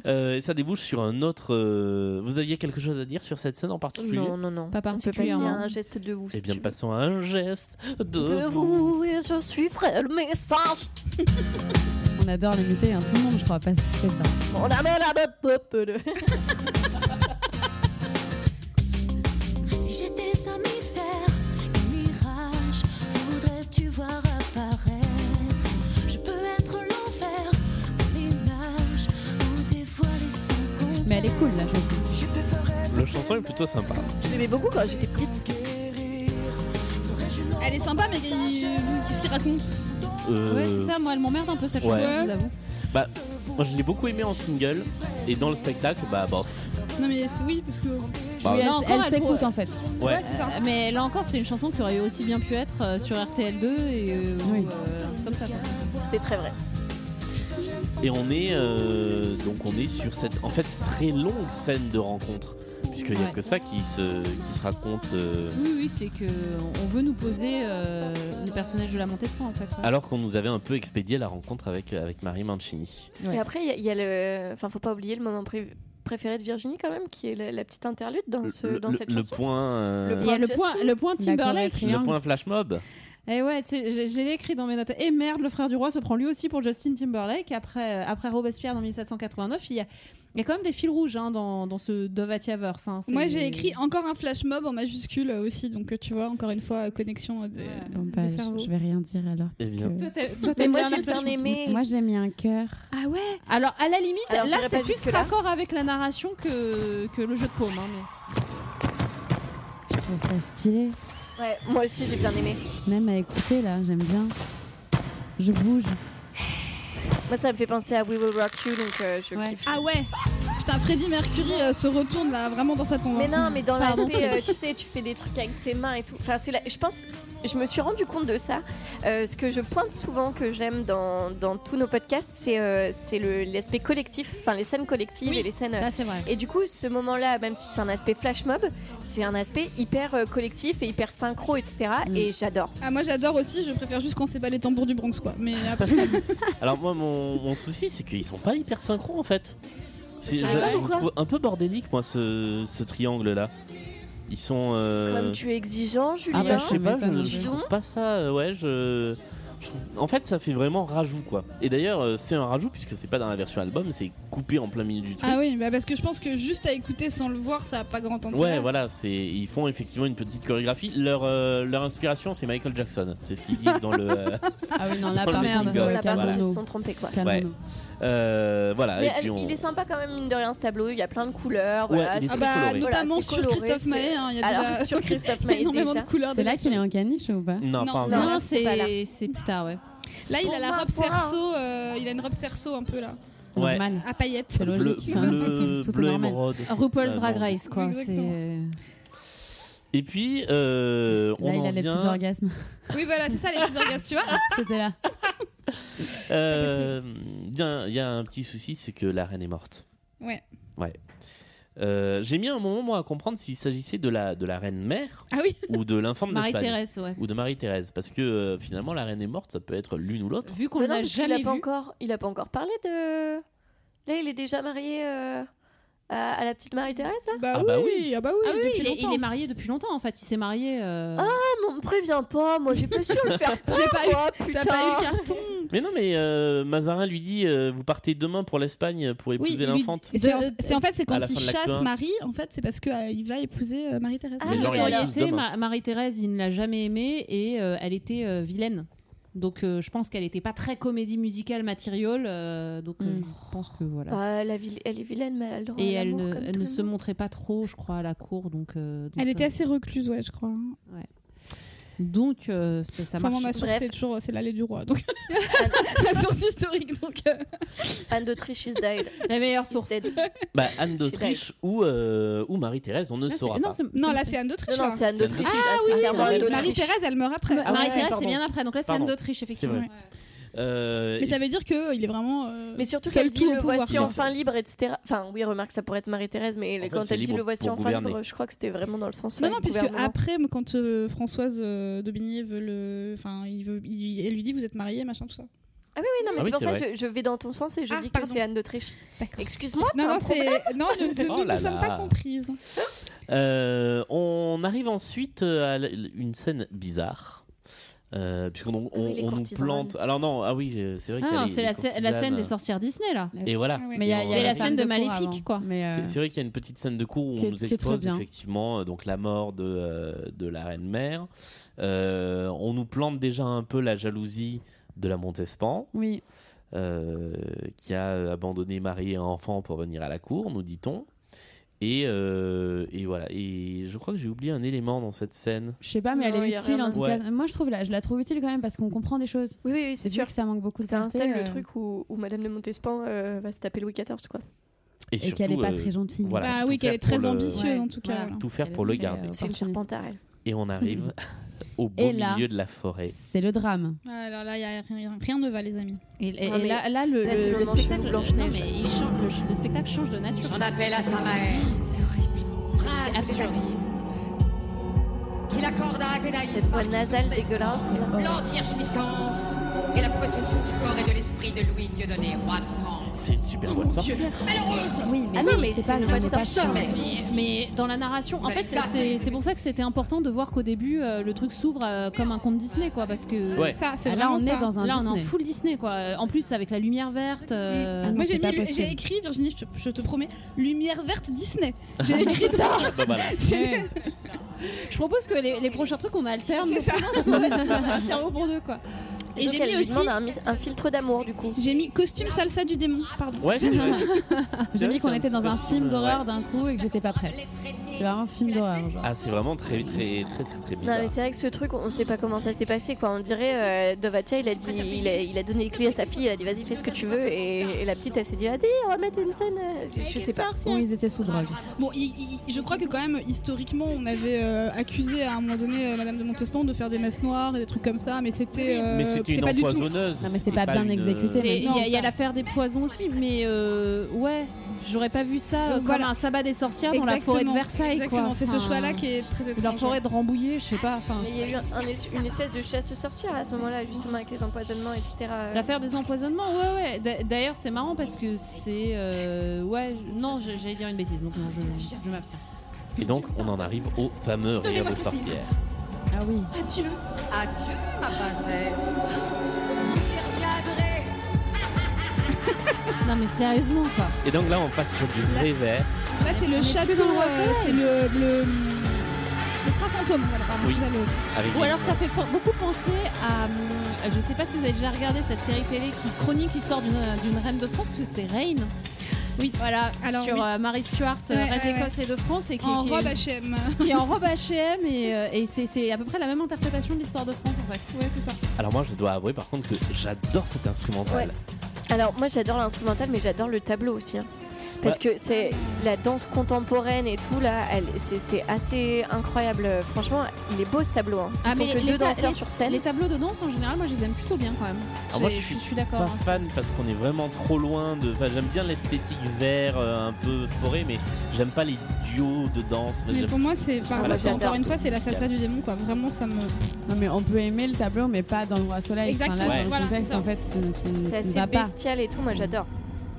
Speaker 3: Euh, et ça débouche sur un autre. euh, Vous aviez quelque chose à dire sur cette scène en particulier
Speaker 2: Non, non, non.
Speaker 6: Pas
Speaker 2: On peut
Speaker 6: particulièrement.
Speaker 2: passer à un geste de ouf.
Speaker 3: Eh bien, passons à un geste de,
Speaker 2: De
Speaker 3: vous.
Speaker 2: vous, et je suivrai le message.
Speaker 7: On adore l'imiter, hein, tout le monde, je crois, pas c'est ça.
Speaker 2: On la met la bop, bop, le-
Speaker 10: Si j'étais un mystère, un mirage, voudrais-tu voir apparaître Je peux être l'enfer, l'image, ou dévoiler sans compte.
Speaker 7: Mais elle est cool la chanson.
Speaker 10: Si j'étais un rêve,
Speaker 3: La chanson est plutôt sympa.
Speaker 2: Je l'aimais beaucoup quand j'étais petite.
Speaker 4: Elle est sympa, mais il- qu'est-ce qu'il raconte
Speaker 3: Euh,
Speaker 6: Ouais, c'est ça, moi elle m'emmerde un peu cette
Speaker 3: Ouais.
Speaker 6: chanson, je vous avoue.
Speaker 3: Bah, moi je l'ai beaucoup aimé en single et dans le spectacle, bah bof.
Speaker 4: Non, mais c'est- oui, parce que.
Speaker 3: Bah,
Speaker 7: elle
Speaker 3: ouais.
Speaker 7: elle
Speaker 6: elle
Speaker 7: s'écoute
Speaker 6: pourrait-
Speaker 7: en fait.
Speaker 3: Ouais.
Speaker 6: Euh, mais là encore, c'est une chanson qui aurait aussi bien pu être euh, sur RTL2 et euh, ou, euh, comme ça. quoi.
Speaker 2: C'est très vrai.
Speaker 3: Et on est euh, donc on est sur cette en fait très longue scène de rencontre puisqu'il n'y a
Speaker 6: Ouais.
Speaker 3: que ça qui se qui se raconte. euh,
Speaker 6: Oui, oui, c'est que on veut nous poser euh, le personnage de la Montespan en fait. ouais.
Speaker 3: Alors qu'on nous avait un peu expédié la rencontre avec euh, avec Marie Mancini.
Speaker 2: Et après, il y a- il y, a le. Enfin, faut pas oublier le moment pré- préféré de Virginie, quand même, qui est la, la petite interlude dans, ce,
Speaker 3: le,
Speaker 2: dans
Speaker 3: le-
Speaker 2: cette
Speaker 3: le
Speaker 2: chanson.
Speaker 3: point. euh,
Speaker 2: Le
Speaker 6: Il y a le
Speaker 2: Justin.
Speaker 6: point, le point
Speaker 7: D'accord,
Speaker 6: Timberlake.
Speaker 7: et
Speaker 3: le point flash mob.
Speaker 6: Et ouais, tu sais, j'ai- j'ai écrit dans mes notes. Et merde, le frère du roi se prend lui aussi pour Justin Timberlake. Après, euh, après Robespierre dans 1789, il y a, il y a quand même des fils rouges hein, dans, dans ce Dovatiaverse. Hein, C'est-
Speaker 4: Moi, j'ai écrit encore un flash mob en majuscule euh, aussi, donc euh, tu vois, encore une fois, euh, connexion euh, des,
Speaker 7: Bon bah,
Speaker 4: des
Speaker 7: je,
Speaker 4: cerveaux.
Speaker 7: je vais rien dire alors.
Speaker 3: Eh bien.
Speaker 6: Toi, t'as- toi,
Speaker 2: Mais
Speaker 6: t'aimes
Speaker 2: moi,
Speaker 6: bien
Speaker 2: j'ai
Speaker 6: la
Speaker 2: bien
Speaker 6: flash-
Speaker 2: aimé.
Speaker 7: Moi j'ai mis un cœur.
Speaker 4: Ah ouais
Speaker 6: Alors, à la limite,
Speaker 2: Alors,
Speaker 6: là,
Speaker 2: j'irai
Speaker 6: c'est
Speaker 2: pas
Speaker 6: plus
Speaker 2: jusque-là.
Speaker 6: raccord avec la narration que, que le jeu de paume. hein, mais-
Speaker 7: Je trouve ça stylé.
Speaker 2: Ouais, moi aussi, j'ai bien aimé.
Speaker 7: Même à écouter là, j'aime bien. Je bouge.
Speaker 2: Moi, ça me fait penser à We Will Rock You, donc euh, je
Speaker 7: Ouais.
Speaker 2: kiffe.
Speaker 4: Ah ouais Putain, Freddie Mercury euh, se retourne là, vraiment dans sa tombe.
Speaker 2: Mais
Speaker 4: hein.
Speaker 2: non, mais dans
Speaker 7: Pardon,
Speaker 2: l'aspect, euh,
Speaker 7: Frédéric.
Speaker 2: tu sais, tu fais des trucs avec tes mains et tout. Enfin, c'est la- je pense, je me suis rendu compte de ça. Euh, ce que je pointe souvent, que j'aime dans, dans tous nos podcasts, c'est euh, c'est le- l'aspect collectif, enfin les scènes collectives
Speaker 4: Oui,
Speaker 2: et les scènes.
Speaker 7: Ça c'est vrai.
Speaker 2: Et du coup, ce moment-là, même si c'est un aspect flash mob, c'est un aspect hyper euh, collectif et hyper synchro, etc.
Speaker 7: Mm.
Speaker 2: Et j'adore.
Speaker 4: Ah, moi j'adore aussi, je préfère juste quand c'est pas les tambours du Bronx quoi. Mais euh, après,
Speaker 3: Alors moi mon, mon souci c'est qu'ils sont pas hyper synchro en fait. C'est- je,
Speaker 2: Ah
Speaker 3: je
Speaker 2: ouais,
Speaker 3: le
Speaker 2: pourquoi
Speaker 3: trouve un peu bordélique moi ce, triangle là. Ils sont. euh,
Speaker 2: Comme tu es exigeant, Julien.
Speaker 3: Ah bah je sais
Speaker 7: Ça
Speaker 3: pas,
Speaker 7: m'étonne
Speaker 3: je,
Speaker 7: un
Speaker 3: je
Speaker 2: peu.
Speaker 3: trouve pas ça. euh, ouais, je. je trouve- En fait, ça fait vraiment rajout quoi. Et d'ailleurs, euh, c'est un rajout puisque c'est pas dans la version album, c'est coupé en plein milieu du truc.
Speaker 4: ah oui, bah parce que je pense que juste à écouter sans le voir, ça a pas grand intérêt.
Speaker 3: Ouais, voilà, c'est ils font effectivement une petite chorégraphie. Leur euh, leur inspiration, c'est Michael Jackson. C'est ce qu'ils disent dans le euh,
Speaker 7: Ah oui non là
Speaker 3: Dans
Speaker 7: par
Speaker 3: le
Speaker 7: contre,
Speaker 3: making of,
Speaker 7: ouais,
Speaker 3: voilà.
Speaker 2: Là, par contre, ils
Speaker 7: calmons-nous.
Speaker 2: se sont trompés, quoi.
Speaker 7: Calmons-nous.
Speaker 3: euh, voilà.
Speaker 2: Mais
Speaker 3: et puis
Speaker 2: elle-
Speaker 3: on...
Speaker 2: il est sympa quand même, mine de rien, ce tableau. Il y a plein de couleurs.
Speaker 3: Ouais,
Speaker 2: voilà.
Speaker 3: il est
Speaker 4: Ah
Speaker 3: très
Speaker 4: bah
Speaker 3: coloré.
Speaker 4: notamment
Speaker 2: Voilà, c'est
Speaker 4: sur
Speaker 2: coloré,
Speaker 4: Christophe
Speaker 2: c'est-
Speaker 4: Maé, hein, il y a
Speaker 2: Alors,
Speaker 4: déjà
Speaker 2: sur Christophe Maé,
Speaker 4: énormément
Speaker 2: déjà.
Speaker 4: de couleurs.
Speaker 7: C'est
Speaker 4: déjà
Speaker 7: là qu'il est en caniche ou pas
Speaker 3: Non, pas
Speaker 4: Non, non.
Speaker 3: encore.
Speaker 6: Non,
Speaker 2: là, c'est pas là.
Speaker 6: c'est c'est plus tard, ouais.
Speaker 4: Là, il a
Speaker 2: Bon,
Speaker 4: la
Speaker 2: bah,
Speaker 4: robe
Speaker 2: voilà.
Speaker 4: cerceau, euh, il a une robe cerceau un peu là,
Speaker 3: Ouais.
Speaker 7: Normal.
Speaker 4: à paillettes.
Speaker 7: C'est
Speaker 3: Bleu,
Speaker 7: logique.
Speaker 2: hein.
Speaker 3: bleu,
Speaker 7: Tout- tout est
Speaker 3: bleu
Speaker 7: normal.
Speaker 3: émeraude.
Speaker 6: RuPaul's
Speaker 3: Ah,
Speaker 6: Drag
Speaker 3: bon.
Speaker 6: Race, quoi. c'est-
Speaker 4: Exactement.
Speaker 3: Et puis, euh, on
Speaker 7: euh, Là il
Speaker 3: en
Speaker 7: a les petits
Speaker 3: vient.
Speaker 7: orgasmes.
Speaker 4: Oui, voilà, c'est ça les petits orgasmes, tu vois.
Speaker 7: C'était là.
Speaker 3: Euh, bien, il y a un petit souci, c'est que la reine est morte.
Speaker 4: Ouais.
Speaker 3: Ouais. Euh, J'ai mis un moment moi à comprendre s'il s'agissait de la de la reine mère
Speaker 4: Ah oui,
Speaker 3: ou de l'infante d'Espagne
Speaker 6: Marie-Thérèse, ouais.
Speaker 3: ou de Marie-Thérèse, parce que euh, finalement la reine est morte, ça peut être l'une ou l'autre.
Speaker 6: Vu qu'on
Speaker 2: Mais non,
Speaker 6: l'a
Speaker 2: parce qu'il a
Speaker 6: jamais
Speaker 2: pas
Speaker 6: vu.
Speaker 2: encore, il a pas encore parlé de. Là, il est déjà marié euh, à, à la petite Marie-Thérèse. Là,
Speaker 4: bah,
Speaker 3: Ah
Speaker 4: oui,
Speaker 3: bah
Speaker 4: ah bah oui,
Speaker 6: Ah oui,
Speaker 4: depuis
Speaker 6: il est, il
Speaker 4: longtemps.
Speaker 6: est marié depuis longtemps en fait. Il s'est marié. euh,
Speaker 2: Ah, mais on me prévient pas. Moi, j'ai pas su le faire.
Speaker 4: J'ai pas eu-
Speaker 2: Moi,
Speaker 4: T'as pas eu le
Speaker 2: putain.
Speaker 4: carton
Speaker 3: Mais non, mais euh, Mazarin lui dit euh, vous partez demain pour l'Espagne pour
Speaker 4: Oui,
Speaker 3: épouser
Speaker 4: il lui
Speaker 3: l'infante.
Speaker 4: dit- C'est en- c'est en fait c'est
Speaker 3: À
Speaker 4: quand
Speaker 3: la
Speaker 4: il
Speaker 3: fin de l'acte
Speaker 4: chasse
Speaker 3: un.
Speaker 4: Marie, en fait c'est parce que euh, il va épouser euh, Marie-Thérèse.
Speaker 2: Ah,
Speaker 3: Mais
Speaker 2: oui,
Speaker 3: genre,
Speaker 6: En
Speaker 3: il
Speaker 2: alors-
Speaker 3: refuse
Speaker 6: réalité,
Speaker 3: d'homme.
Speaker 6: Ma- Marie-Thérèse, il ne l'a jamais aimée et euh, elle était euh, vilaine. Donc euh, je pense qu'elle n'était pas très comédie musicale matérielle. euh, donc euh,
Speaker 7: Mm.
Speaker 6: je pense que voilà.
Speaker 4: Ah,
Speaker 2: Ouais, la ville- elle est vilaine, mais elle a le droit
Speaker 6: et
Speaker 2: à
Speaker 6: elle
Speaker 2: l'amour
Speaker 6: ne,
Speaker 2: comme
Speaker 6: elle
Speaker 2: tout
Speaker 6: ne
Speaker 2: le
Speaker 6: se
Speaker 2: monde.
Speaker 6: montrait pas trop, je crois, à la cour. Donc, euh, donc
Speaker 4: Elle
Speaker 6: ça-
Speaker 4: était assez recluse, ouais, je crois. hein.
Speaker 6: donc euh, ça, ça
Speaker 4: Enfin, moi,
Speaker 6: marche.
Speaker 4: ma source,
Speaker 2: Bref.
Speaker 4: c'est toujours c'est l'allée du roi, donc la source historique. Donc, euh,
Speaker 2: Anne d'Autriche is dead.
Speaker 7: La meilleure
Speaker 2: Is
Speaker 7: source.
Speaker 2: dead.
Speaker 3: Bah, Anne d'Autriche ou euh, ou Marie-Thérèse, on ne
Speaker 6: Là, c'est-
Speaker 3: saura
Speaker 6: non,
Speaker 3: pas.
Speaker 6: c'est-
Speaker 4: non,
Speaker 6: c'est-
Speaker 4: là, c'est Anne d'Autriche.
Speaker 2: Non, non,
Speaker 4: hein.
Speaker 2: c'est Anne
Speaker 3: Anne
Speaker 2: d'Autriche.
Speaker 3: d'Autriche.
Speaker 2: là,
Speaker 4: Ah oui,
Speaker 2: c'est clairement Anne d'Autriche.
Speaker 4: Marie-Thérèse, elle meurt après.
Speaker 2: Ah ouais,
Speaker 6: Marie-Thérèse, c'est
Speaker 2: pardon.
Speaker 6: bien après. Donc là, c'est
Speaker 3: Pardon.
Speaker 6: Anne d'Autriche,
Speaker 3: C'est vrai.
Speaker 6: effectivement.
Speaker 3: Euh,
Speaker 4: Mais ça
Speaker 3: et-
Speaker 4: veut dire qu'il est vraiment. euh,
Speaker 2: Mais surtout
Speaker 4: seul
Speaker 2: qu'elle dit
Speaker 4: tout au
Speaker 2: le
Speaker 4: pouvoir,
Speaker 2: voici
Speaker 4: quoi.
Speaker 2: enfin libre, etc. Enfin, oui, remarque, ça pourrait être Marie-Thérèse, mais
Speaker 3: fait,
Speaker 2: quand
Speaker 3: c'est
Speaker 2: elle dit
Speaker 3: libre
Speaker 2: le voici
Speaker 3: pour
Speaker 2: enfin
Speaker 3: gouverner.
Speaker 2: libre, je crois que c'était vraiment dans le sens.
Speaker 4: Non,
Speaker 2: ouais,
Speaker 4: non, puisque
Speaker 2: gouvernement.
Speaker 4: après, quand euh, Françoise euh, d'Aubigné veut le. Enfin, il veut, il- elle lui dit Vous êtes mariés, machin, tout ça.
Speaker 2: Ah, oui, oui, non, mais
Speaker 4: Ah oui,
Speaker 2: c'est pour
Speaker 4: c'est
Speaker 2: ça
Speaker 4: vrai.
Speaker 2: que je, je vais dans ton sens et je dis que c'est Anne d'Autriche. Excuse-moi,
Speaker 4: Ah, Non,
Speaker 2: t'as un
Speaker 4: non, c'est-
Speaker 2: problème
Speaker 4: non, nous- nous-
Speaker 3: Oh là nous sommes là. pas
Speaker 4: comprises.
Speaker 3: Euh, on arrive ensuite euh, à l- une scène bizarre. Euh, puisqu'on on,
Speaker 6: Ah oui, les
Speaker 3: on nous
Speaker 6: courtisanes.
Speaker 3: plante alors non ah oui j'ai- c'est vrai qu'il y a
Speaker 6: Ah,
Speaker 3: les-
Speaker 6: c'est
Speaker 3: les
Speaker 6: la, scè- la scène
Speaker 3: courtisanes. euh,
Speaker 6: des sorcières Disney là.
Speaker 3: Et voilà.
Speaker 6: Mais il y a- il y a
Speaker 3: C'est
Speaker 6: la
Speaker 3: la
Speaker 6: scène
Speaker 3: scène
Speaker 6: de
Speaker 3: de cours
Speaker 6: Maléfique
Speaker 7: quoi. Mais
Speaker 3: C'est
Speaker 6: euh,
Speaker 3: c'est vrai qu'il y a une petite scène de cours où
Speaker 7: Euh, qui est-
Speaker 3: on nous
Speaker 7: qui est
Speaker 3: expose
Speaker 7: très bien.
Speaker 3: effectivement euh, donc la mort de, euh, de la reine mère. Euh, on nous plante déjà un peu la jalousie de la Montespan.
Speaker 7: Oui.
Speaker 3: euh, qui a abandonné mari et enfant pour venir à la cour, nous dit-on. Et, euh, et voilà. Et je crois que j'ai oublié un élément dans cette scène.
Speaker 7: Je sais pas, mais
Speaker 2: Non,
Speaker 7: elle
Speaker 2: y
Speaker 7: est
Speaker 2: a
Speaker 7: utile
Speaker 2: rien
Speaker 7: en tout
Speaker 3: d'autre.
Speaker 7: cas. Moi, je trouve la, je la trouve utile quand même parce qu'on comprend des choses.
Speaker 2: Oui, oui, oui, c'est
Speaker 7: Vu
Speaker 2: sûr.
Speaker 7: que ça manque beaucoup de
Speaker 2: Ça installe
Speaker 7: clarté,
Speaker 2: le
Speaker 7: euh,
Speaker 2: truc où, où Madame de Montespan euh, va se taper Louis XIV, quoi.
Speaker 3: Et,
Speaker 7: Et qu'elle est
Speaker 3: surtout,
Speaker 7: pas
Speaker 3: euh,
Speaker 7: très gentille.
Speaker 3: voilà,
Speaker 4: Bah
Speaker 3: tout
Speaker 4: oui, qu'elle
Speaker 3: faire
Speaker 4: est très
Speaker 3: pour le-
Speaker 4: ambitieuse en tout cas.
Speaker 3: Tout faire pour le
Speaker 4: euh,
Speaker 3: garder.
Speaker 2: C'est une serpentard, elle.
Speaker 3: Et on arrive au beau
Speaker 4: Et là,
Speaker 3: milieu de la forêt.
Speaker 7: C'est le drame.
Speaker 4: voilà. Ah, Alors là, y a rien, rien ne va, les amis.
Speaker 6: Et, et-
Speaker 4: Ah,
Speaker 6: et là, là, le, le- le spectacle, non, mais il change, le, ch- le spectacle change de nature.
Speaker 9: On appelle à sa mère. Prince des abîmes. Qu'il accorde à Athénaïs. Cette voix nasale dégueulasse. L'entière jouissance et la possession du corps et de l'esprit de Louis Dieudonné, roi de France.
Speaker 3: C'est une super bonne sorcière.
Speaker 9: Malheureuse
Speaker 7: Oui,
Speaker 9: mais Ah non, oui, mais c'est c'est pas une le voix de voix de sorcière, sorcière, mais-
Speaker 6: Mais, mais dans la narration, en
Speaker 9: Vous
Speaker 6: fait,
Speaker 9: allez zapper
Speaker 6: c'est
Speaker 9: les
Speaker 6: c'est pour ça que c'était important de voir qu'au début, euh, le truc s'ouvre euh, comme un conte Disney, quoi, parce que Ah,
Speaker 7: Ouais. Ça, c'est
Speaker 6: là,
Speaker 7: vraiment
Speaker 6: on
Speaker 7: ça.
Speaker 6: est dans un,
Speaker 7: Là, on est en
Speaker 6: en
Speaker 7: full
Speaker 6: full Disney, Ah, quoi. Euh, En plus, avec la lumière verte. euh,
Speaker 4: Ah, Moi, j'ai mis- j'ai écrit, Virginie, je te, je te promets, Lumière verte Disney. J'ai écrit ça.
Speaker 3: Bah voilà.
Speaker 4: C'est-
Speaker 6: Je propose que les, les prochains trucs, on alterne.
Speaker 4: C'est ça.
Speaker 6: cerveau pour deux, quoi.
Speaker 4: Et,
Speaker 2: donc,
Speaker 4: j'ai
Speaker 2: elle
Speaker 4: mis
Speaker 2: lui
Speaker 4: aussi.
Speaker 2: demande un mi- un filtre d'amour, du coup.
Speaker 4: J'ai mis costume salsa du démon, pardon.
Speaker 3: Ouais, c'est vrai.
Speaker 7: J'ai mis qu'on était dans un film
Speaker 3: euh,
Speaker 7: d'horreur d'un coup et que j'étais pas prête. C'est vraiment un
Speaker 2: Euh,
Speaker 7: film d'horreur. genre.
Speaker 3: Ah, c'est vraiment très, très, très, très, très
Speaker 2: Non,
Speaker 3: bizarre.
Speaker 2: mais c'est vrai que ce truc, on sait pas comment ça s'est passé, quoi. On dirait euh, Dovatia, il a dit, il a, il a donné les clés à sa fille, il a dit vas-y, fais ce que tu veux, et, et la petite, elle s'est dit, vas-y, on va mettre une scène, euh, je, je sais pas.
Speaker 7: Ou ils étaient sous drogue.
Speaker 4: Bon, il- il- je crois que quand même, historiquement, on avait euh, accusé à un moment donné euh, Madame de Montespan de faire des masses noires et des trucs comme ça, mais c'était. euh,
Speaker 3: Mais c'était une
Speaker 4: pas du tout-
Speaker 3: empoisonneuse.
Speaker 7: Non, mais c'est pas bien
Speaker 3: une- euh,
Speaker 7: exécuté,
Speaker 6: C'est- Il y
Speaker 7: Non,
Speaker 6: a, il y a
Speaker 7: ça.
Speaker 6: l'affaire des poisons aussi, mais euh, ouais, j'aurais pas vu ça euh,
Speaker 4: Donc
Speaker 6: comme
Speaker 4: voilà.
Speaker 6: un sabbat des sorcières dans la
Speaker 4: Exactement.
Speaker 6: forêt de Versailles.
Speaker 4: Exactement,
Speaker 6: quoi.
Speaker 4: c'est ce
Speaker 6: Enfin,
Speaker 4: choix-là qui est très
Speaker 6: Dans la
Speaker 4: étrange.
Speaker 6: forêt de Rambouillet, je sais pas. enfin,
Speaker 2: Mais il y a eu un- un- une espèce de chasse aux sorcières à ce moment-là, justement, avec les empoisonnements, etc. euh.
Speaker 6: L'affaire des empoisonnements, ouais, ouais. D'a- D'ailleurs, c'est marrant parce que c'est. euh, ouais, je- non, je- j'allais dire une bêtise, donc non, je, je m'abstiens.
Speaker 3: Et donc, on en arrive au fameux rire de sorcière.
Speaker 7: Ah oui.
Speaker 9: Adieu. Adieu, ma princesse. Vous y reviendrez.
Speaker 6: Non, mais sérieusement, quoi.
Speaker 3: Et donc là, on passe sur du vrai verre.
Speaker 4: Là, c'est le château, euh, c'est le. le... Le train fantôme, voilà, pardon,
Speaker 3: Oui.
Speaker 4: c'est ça, le-
Speaker 3: Avec
Speaker 6: Ou
Speaker 3: des-
Speaker 6: alors ça fait trop- beaucoup penser à. hum, Je sais pas si vous avez déjà regardé cette série télé qui chronique l'histoire d'une euh, d'une reine de France, parce que c'est Reine. Oui, voilà,
Speaker 4: Alors,
Speaker 6: sur
Speaker 4: oui.
Speaker 6: euh, Marie Stuart, euh,
Speaker 4: Ouais,
Speaker 6: reine
Speaker 4: ouais,
Speaker 6: d'Écosse
Speaker 4: ouais.
Speaker 6: et de France. Et qui,
Speaker 4: en
Speaker 6: qui est-
Speaker 4: robe HM.
Speaker 6: qui est en robe HM, et, euh, et c'est- c'est à peu près la même interprétation de l'histoire de France en fait.
Speaker 4: Ouais, c'est ça.
Speaker 3: Alors moi, je dois avouer par contre que j'adore cet instrumental.
Speaker 2: Ouais. Alors moi j'adore l'instrumental mais j'adore le tableau aussi. hein. Parce que c'est la danse contemporaine et tout là, elle, c'est, c'est assez incroyable. Euh, Franchement, il est beau ce tableau. Hein. Ils sont que deux
Speaker 6: ta-
Speaker 2: danseurs
Speaker 6: Ah, les-
Speaker 2: sur scène.
Speaker 6: les tableaux de danse en général, moi je les aime plutôt bien quand même.
Speaker 3: Alors Ah, moi,
Speaker 6: J'ai-
Speaker 3: je suis,
Speaker 6: d'accord.
Speaker 3: pas
Speaker 6: hein.
Speaker 3: fan parce qu'on est vraiment trop loin de. Enfin, j'aime bien l'esthétique vert, euh, un peu forêt, mais j'aime pas les duos de danse.
Speaker 4: Mais
Speaker 3: J'aime- Ah,
Speaker 4: pour moi, c'est. enfin,
Speaker 3: Voilà,
Speaker 4: c'est- encore
Speaker 3: j'adore.
Speaker 4: une fois, c'est la salsa du démon, quoi. Vraiment, ça me.
Speaker 7: Non, mais on peut aimer le tableau, mais pas dans le roi soleil. Enfin,
Speaker 4: Exactement,
Speaker 7: là, dans
Speaker 4: voilà,
Speaker 7: le contexte,
Speaker 4: c'est ça.
Speaker 7: en fait, c'est- c'est-
Speaker 2: C'est
Speaker 7: ça ne
Speaker 2: assez
Speaker 7: va pas.
Speaker 2: bestial et tout, moi j'adore.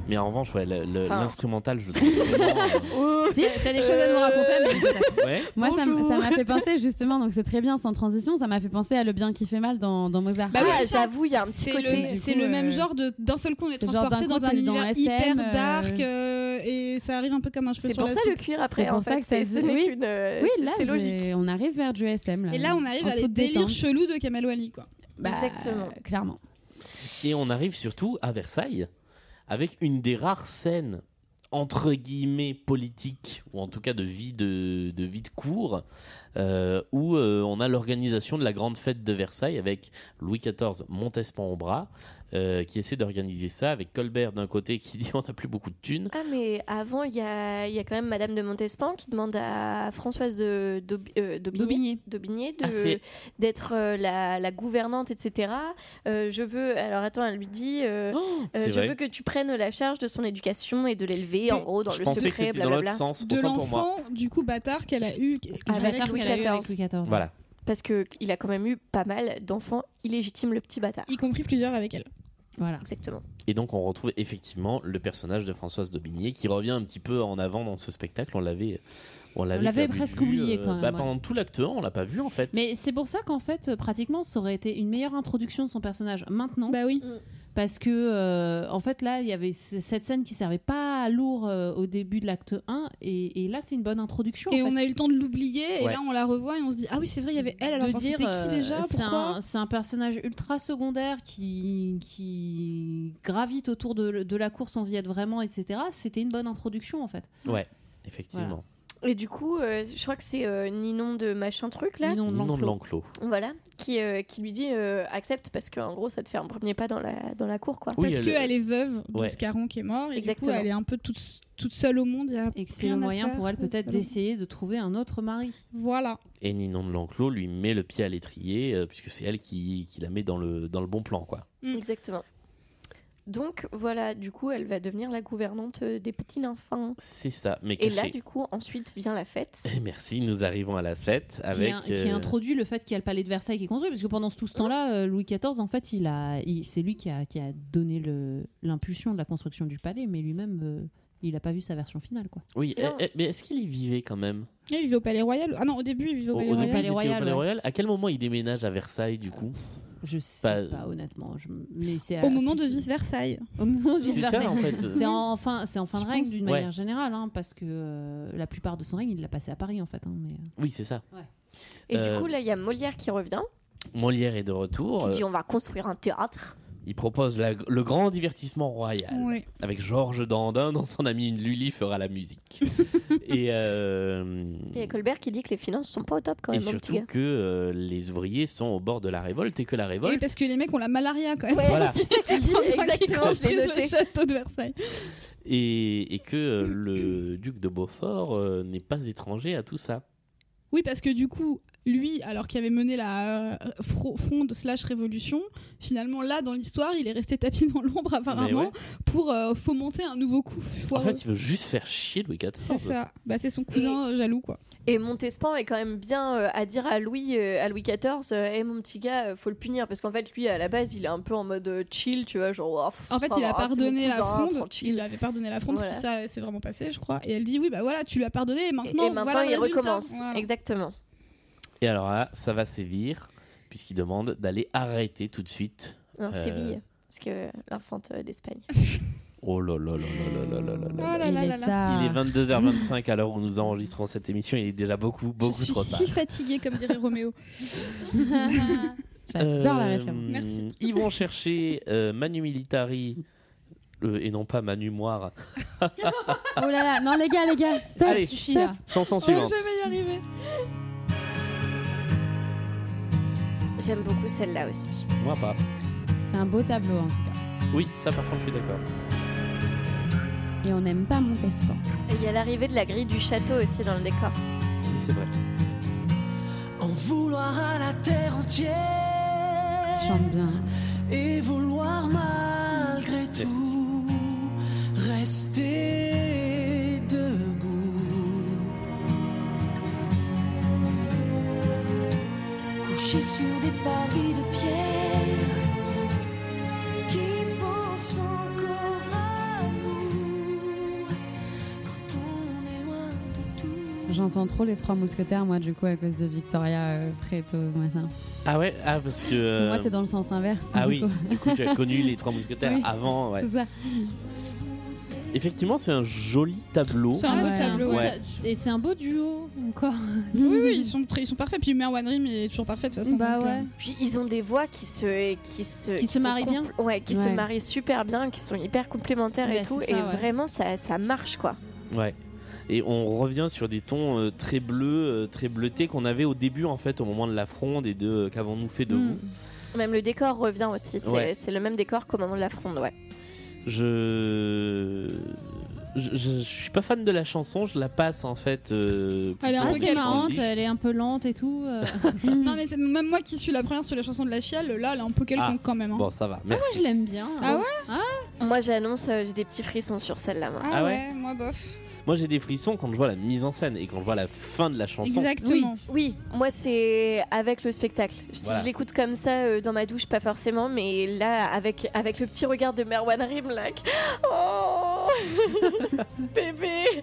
Speaker 3: Mais en revanche, ouais, le- le-
Speaker 2: Enfin.
Speaker 3: l'instrumental, je trouve. vraiment, euh,
Speaker 6: Si, T'as des choses à nous raconter, mais
Speaker 3: ouais.
Speaker 7: Oh, Euh, Moi, ça m-
Speaker 6: Bonjour.
Speaker 7: ça m'a fait penser justement, donc c'est très bien sans transition, ça m'a fait penser à Le bien qui fait mal dans, dans Mozart.
Speaker 2: Bah oui, j'avoue, il y a un petit
Speaker 4: C'est
Speaker 2: côté.
Speaker 4: le,
Speaker 7: Du
Speaker 4: c'est
Speaker 7: coup,
Speaker 4: le
Speaker 7: euh,
Speaker 4: même genre de d'un seul coup on est
Speaker 7: c'est genre d'un
Speaker 4: transporté
Speaker 7: coup,
Speaker 4: dans un
Speaker 7: t'es dans
Speaker 4: univers
Speaker 7: SM,
Speaker 4: hyper
Speaker 7: euh,
Speaker 4: dark euh, et ça arrive un peu comme un cheveu
Speaker 2: C'est
Speaker 4: sur
Speaker 2: pour
Speaker 4: la
Speaker 2: ça
Speaker 4: soupe.
Speaker 2: le cuir après.
Speaker 7: C'est pour
Speaker 2: en
Speaker 7: ça
Speaker 2: fait,
Speaker 7: que ça
Speaker 2: c'est-
Speaker 7: se-
Speaker 2: ce n'est
Speaker 7: oui.
Speaker 2: qu'une. euh,
Speaker 7: Oui,
Speaker 2: c'est-
Speaker 7: là,
Speaker 2: c'est logique.
Speaker 7: j'ai- on arrive vers du SM. Là,
Speaker 4: Et là on arrive
Speaker 7: En
Speaker 4: à les
Speaker 7: toute
Speaker 4: délires
Speaker 7: détente.
Speaker 4: chelous de Kamal Wally quoi.
Speaker 7: Bah,
Speaker 2: Exactement.
Speaker 7: Clairement.
Speaker 3: Et on arrive surtout à Versailles avec une des rares scènes entre guillemets politiques ou en tout cas de vie de, de vie de cour euh, où euh, on a l'organisation de la grande fête de Versailles avec Louis XIV Montespan au bras, euh, qui essaie d'organiser ça avec Colbert d'un côté qui dit on n'a plus beaucoup de thunes.
Speaker 2: Ah, mais avant, il y a, il y a quand même Madame de Montespan qui demande à Françoise de, d'Aub- euh, d'Aubigné d'Aubigné de-
Speaker 3: Ah, c'est-
Speaker 2: d'être euh, la, la gouvernante, etc. Euh, je veux. Alors, attends, elle lui dit euh, euh,
Speaker 3: Oh, c'est
Speaker 2: Je
Speaker 3: vrai.
Speaker 2: veux que tu prennes la charge de son éducation et de l'élever, en gros, dans
Speaker 3: je
Speaker 2: le
Speaker 3: pensais que
Speaker 2: secret,
Speaker 3: c'était dans l'autre
Speaker 2: blablabla.
Speaker 3: sens,
Speaker 4: De
Speaker 3: autant pour moi. Ah,
Speaker 4: l'enfant, du coup, bâtard qu'elle a eu.
Speaker 2: Avec Louis XIV.
Speaker 3: Voilà.
Speaker 2: Parce qu'il a quand même eu pas mal d'enfants illégitimes, le petit bâtard.
Speaker 4: Y compris plusieurs avec elle.
Speaker 7: Voilà.
Speaker 2: Exactement.
Speaker 3: Et donc on retrouve effectivement le personnage de Françoise d'Aubigné qui revient un petit peu en avant dans ce spectacle. On l'avait, on l'avait,
Speaker 6: l'avait
Speaker 3: pas
Speaker 6: presque
Speaker 3: vu,
Speaker 6: oublié,
Speaker 3: euh,
Speaker 6: quand même,
Speaker 3: bah,
Speaker 6: ouais.
Speaker 3: Pendant tout l'acte 1, on l'a pas vu en fait.
Speaker 6: Mais c'est pour ça qu'en fait, euh, pratiquement, ça aurait été une meilleure introduction de son personnage maintenant. Mm.
Speaker 4: Bah oui.
Speaker 6: Parce que, euh, en fait, là, il y avait c- cette scène qui servait pas à lourd euh, au début de l'acte 1. Et, et là, c'est une bonne introduction.
Speaker 4: Et
Speaker 6: en
Speaker 4: on
Speaker 6: fait.
Speaker 4: a eu le temps de l'oublier, et
Speaker 6: Ouais.
Speaker 4: là on la revoit et on se dit Ah oui, c'est vrai, il y avait elle, alors
Speaker 6: de
Speaker 4: attends, c'était
Speaker 6: dire
Speaker 4: qui
Speaker 6: euh,
Speaker 4: déjà
Speaker 6: c'est
Speaker 4: Pourquoi
Speaker 6: un, c'est un personnage ultra secondaire qui, qui gravite autour de, de la cour sans y être vraiment, etc. C'était une bonne introduction, en fait.
Speaker 3: Ouais, effectivement.
Speaker 2: Et du coup, euh, je crois que c'est euh, Ninon de machin truc là.
Speaker 3: Ninon de Ninon de l'enclos.
Speaker 2: Voilà, qui, euh, qui lui dit euh, accepte parce qu'en gros, ça te fait un premier pas dans la, dans la cour quoi.
Speaker 3: Oui,
Speaker 4: Parce
Speaker 3: elle-
Speaker 4: qu'elle est veuve de
Speaker 3: Ouais.
Speaker 4: Scarron qui est mort, et
Speaker 2: Exactement.
Speaker 4: du coup elle est un peu toute, toute seule au monde.
Speaker 6: Et que c'est le moyen pour elle peut-être d'essayer de trouver un autre mari.
Speaker 4: Voilà.
Speaker 3: Et Ninon de l'enclos lui met le pied à l'étrier euh, puisque c'est elle qui, qui la met dans le, dans le bon plan quoi.
Speaker 4: hmm.
Speaker 2: Exactement. Donc voilà, du coup, elle va devenir la gouvernante euh, des petits enfants.
Speaker 3: C'est ça. Mais
Speaker 2: Et là,
Speaker 3: caché.
Speaker 2: du coup, ensuite vient la fête.
Speaker 3: Et merci, nous arrivons à la fête
Speaker 6: qui,
Speaker 3: avec.
Speaker 6: a- qui
Speaker 3: euh,
Speaker 6: introduit le fait qu'il y a le palais de Versailles qui est construit, parce que pendant tout ce temps-là, euh, Louis XIV, en fait, il a, il- c'est lui qui a, qui a donné le- l'impulsion de la construction du palais, mais lui-même, euh, il n'a pas vu sa version finale, quoi.
Speaker 3: Oui,
Speaker 6: Non.
Speaker 3: eh, eh, mais est-ce qu'il y vivait quand même
Speaker 4: Il vivait au Palais Royal. Ah non, au début il vivait au
Speaker 3: Au-
Speaker 4: Palais
Speaker 3: au
Speaker 4: Royal.
Speaker 3: début, ils étaient au Palais Royal. À quel moment il déménage à Versailles du coup
Speaker 6: Je sais pas honnêtement. Je... Mais c'est
Speaker 4: Au moment de Vice Versailles.
Speaker 6: Au moment de
Speaker 3: C'est
Speaker 6: Vice
Speaker 3: ça,
Speaker 6: Versailles.
Speaker 3: en fait.
Speaker 6: C'est en fin, c'est en fin de
Speaker 4: Je
Speaker 6: règne
Speaker 4: pense.
Speaker 6: d'une
Speaker 3: Ouais.
Speaker 6: manière générale, hein, parce que euh, la plupart de son règne, il l'a passé à Paris, en fait. hein, mais...
Speaker 3: Oui, c'est ça.
Speaker 2: Et
Speaker 3: Euh,
Speaker 2: du coup, là, il y a Molière qui revient,
Speaker 3: Molière est de retour.
Speaker 2: qui dit
Speaker 3: euh,
Speaker 2: on va construire un théâtre.
Speaker 3: Il propose la- le grand divertissement royal
Speaker 2: Oui.
Speaker 3: avec Georges Dandin dont son ami Lully fera la musique. et euh,
Speaker 2: Et il y a Colbert qui dit que les finances sont pas au top quand
Speaker 3: et
Speaker 2: même, mon petit
Speaker 3: surtout
Speaker 2: gars.
Speaker 3: que euh, les ouvriers sont au bord de la révolte et que la
Speaker 4: Et
Speaker 2: Eh
Speaker 3: révolte
Speaker 4: parce que les mecs ont la malaria quand même.
Speaker 3: Ouais, Voilà. c'est
Speaker 4: ça qu'il dit.
Speaker 2: Exactement, je l'ai
Speaker 4: le
Speaker 2: noté.
Speaker 4: château de Versailles.
Speaker 2: ben.
Speaker 3: et, et que euh, le duc de Beaufort euh, n'est pas étranger à tout ça.
Speaker 4: Oui, parce que du coup, lui, alors qu'il avait mené la euh, fro- fronde slash révolution, finalement là dans l'histoire, il est resté tapis dans l'ombre apparemment
Speaker 3: ouais.
Speaker 4: pour euh, fomenter un nouveau coup.
Speaker 3: En
Speaker 4: foireux.
Speaker 3: fait, il veut juste faire chier Louis XIV.
Speaker 4: C'est ça. Bah, c'est son cousin euh, jaloux, quoi.
Speaker 2: Et Montespan est quand même bien euh, à dire à Louis, euh, à Louis XIV, euh, Eh, mon petit gars, euh, faut le punir parce qu'en fait lui à la base il est un peu en mode euh, chill, tu vois, genre. Oh, pff,
Speaker 4: En fait,
Speaker 2: ça
Speaker 4: il a
Speaker 2: va, c'est mon
Speaker 4: pardonné la
Speaker 2: cousin,
Speaker 4: fronde.
Speaker 2: tranquille.
Speaker 4: Il avait pardonné la fronde, parce que ça s'est vraiment passé, je crois. Et elle dit oui, bah voilà, tu lui as pardonné, et
Speaker 2: Et, et
Speaker 4: maintenant,
Speaker 2: maintenant
Speaker 4: voilà le
Speaker 2: il
Speaker 4: résultat.
Speaker 2: recommence,
Speaker 4: Voilà.
Speaker 2: exactement.
Speaker 3: Et alors là, ça va sévir puisqu'il demande d'aller arrêter tout de suite.
Speaker 2: Non,
Speaker 3: euh,
Speaker 2: Séville, parce que l'infante euh, d'Espagne.
Speaker 3: Oh là là là là là là là là là.
Speaker 2: là Ah là là là.
Speaker 3: Il est 22h25 à l'heure où nous enregistrons cette émission. Il est déjà beaucoup, beaucoup
Speaker 4: Je suis
Speaker 3: trop tard.
Speaker 4: si fatiguée, comme dirait Roméo.
Speaker 3: Euh,
Speaker 4: Merci.
Speaker 3: Ils vont chercher euh, Manu Militari euh, et non pas Manu Moire.
Speaker 7: Oh là là, non les gars, les gars, stop,
Speaker 3: Allez,
Speaker 7: suffit
Speaker 3: stop.
Speaker 7: là.
Speaker 3: Chanson suivante.
Speaker 4: y arriver.
Speaker 2: J'aime beaucoup celle-là aussi.
Speaker 3: Moi pas.
Speaker 7: C'est un beau tableau en tout cas.
Speaker 3: Oui, ça par contre, je suis d'accord.
Speaker 7: Et on n'aime pas Montespan.
Speaker 2: Et il y a l'arrivée de la grille du château aussi dans le décor.
Speaker 3: C'est vrai.
Speaker 8: En vouloir à la terre entière. Et vouloir malgré tout rester debout.
Speaker 10: Couché sur des paris de pierre qui pense encore à nous quand on est loin de tout.
Speaker 7: J'entends trop les trois mousquetaires moi du coup à cause de Victoria euh, Preto machin.
Speaker 3: Ah ouais, ah parce que.
Speaker 7: Parce que moi
Speaker 3: euh,
Speaker 7: c'est dans le sens inverse.
Speaker 3: Ah
Speaker 7: du
Speaker 3: oui,
Speaker 7: coup.
Speaker 3: du coup, tu as connu les Trois Mousquetaires
Speaker 7: Oui,
Speaker 3: avant. ouais.
Speaker 7: C'est ça.
Speaker 3: Effectivement, c'est un joli tableau.
Speaker 6: Ouais, un beau
Speaker 3: Ouais.
Speaker 6: ta- Et c'est un beau duo, encore.
Speaker 4: Oui, oui, ils sont, très- ils sont parfaits. Puis Merwan Rim il est toujours parfait de toute façon.
Speaker 6: Bah
Speaker 4: donc, euh,
Speaker 6: ouais.
Speaker 2: Puis ils ont des voix qui se qui se
Speaker 6: Qui se
Speaker 2: sont
Speaker 6: marient
Speaker 2: compl- Ouais, qui se
Speaker 6: Ouais.
Speaker 2: marient super bien, qui sont hyper complémentaires
Speaker 6: Bah,
Speaker 2: et tout
Speaker 6: c'est
Speaker 2: et
Speaker 6: ça, ouais.
Speaker 2: vraiment ça ça marche quoi.
Speaker 3: Ouais. et on revient sur des tons euh, très bleus, euh, très bleutés qu'on avait au début en fait au moment de la fronde et de euh, qu'avons-nous fait de vous.
Speaker 7: Hmm.
Speaker 2: Même le décor revient aussi. C'est
Speaker 3: Ouais.
Speaker 2: c'est le même décor qu'au moment de la fronde, ouais.
Speaker 3: Je... Je, je- je suis pas fan de la chanson, je la passe en fait. euh,
Speaker 4: Elle
Speaker 3: plutôt
Speaker 4: est un peu
Speaker 3: en
Speaker 4: galante,
Speaker 3: disque.
Speaker 6: Elle est un peu lente et tout. euh.
Speaker 4: non, mais c'est- même moi qui suis la première sur les chansons de la chiale, là, elle est un peu quelconque
Speaker 3: Ah,
Speaker 4: quand même. hein.
Speaker 3: Bon, ça va. Merci.
Speaker 6: je l'aime bien.
Speaker 4: Ah ouais
Speaker 2: Moi, j'annonce, euh, j'ai des petits frissons sur celle-là. moi.
Speaker 4: Ah,
Speaker 3: Ah
Speaker 4: ouais,
Speaker 3: ouais
Speaker 4: moi bof.
Speaker 3: Moi j'ai des frissons quand je vois la mise en scène et quand je vois la fin de la chanson.
Speaker 2: Oui, oui. moi c'est avec le spectacle. Si
Speaker 3: Voilà.
Speaker 2: je l'écoute comme ça euh, dans ma douche, pas forcément, mais là avec, avec le petit regard de Merwan Rimlak. Oh Bébé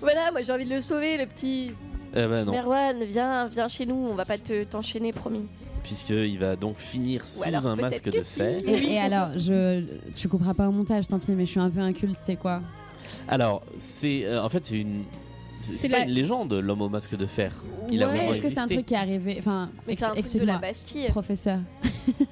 Speaker 2: Voilà, moi j'ai envie de le sauver, le petit.
Speaker 3: Eh ben non,
Speaker 2: Merwan, viens, viens chez nous, on va pas te t'enchaîner,
Speaker 4: Euh,
Speaker 2: promis.
Speaker 3: puisqu'il va donc finir sous
Speaker 2: alors
Speaker 3: un
Speaker 2: peut-être
Speaker 3: masque
Speaker 2: que
Speaker 3: de
Speaker 2: si.
Speaker 3: fer.
Speaker 7: Et, et alors, je, tu couperas pas au montage, tant pis, mais je suis un peu inculte, c'est quoi
Speaker 3: Alors, c'est euh, en fait c'est une c'est
Speaker 7: C'est
Speaker 3: c'est pas
Speaker 7: la-
Speaker 3: une légende l'homme au masque de fer. Il a
Speaker 7: Ouais,
Speaker 3: vraiment
Speaker 7: Est-ce que c'est un
Speaker 3: existé.
Speaker 7: truc qui est arrivé Enfin,
Speaker 2: Mais c'est un truc de
Speaker 7: explique-moi,
Speaker 2: la Bastille.
Speaker 7: Professeur.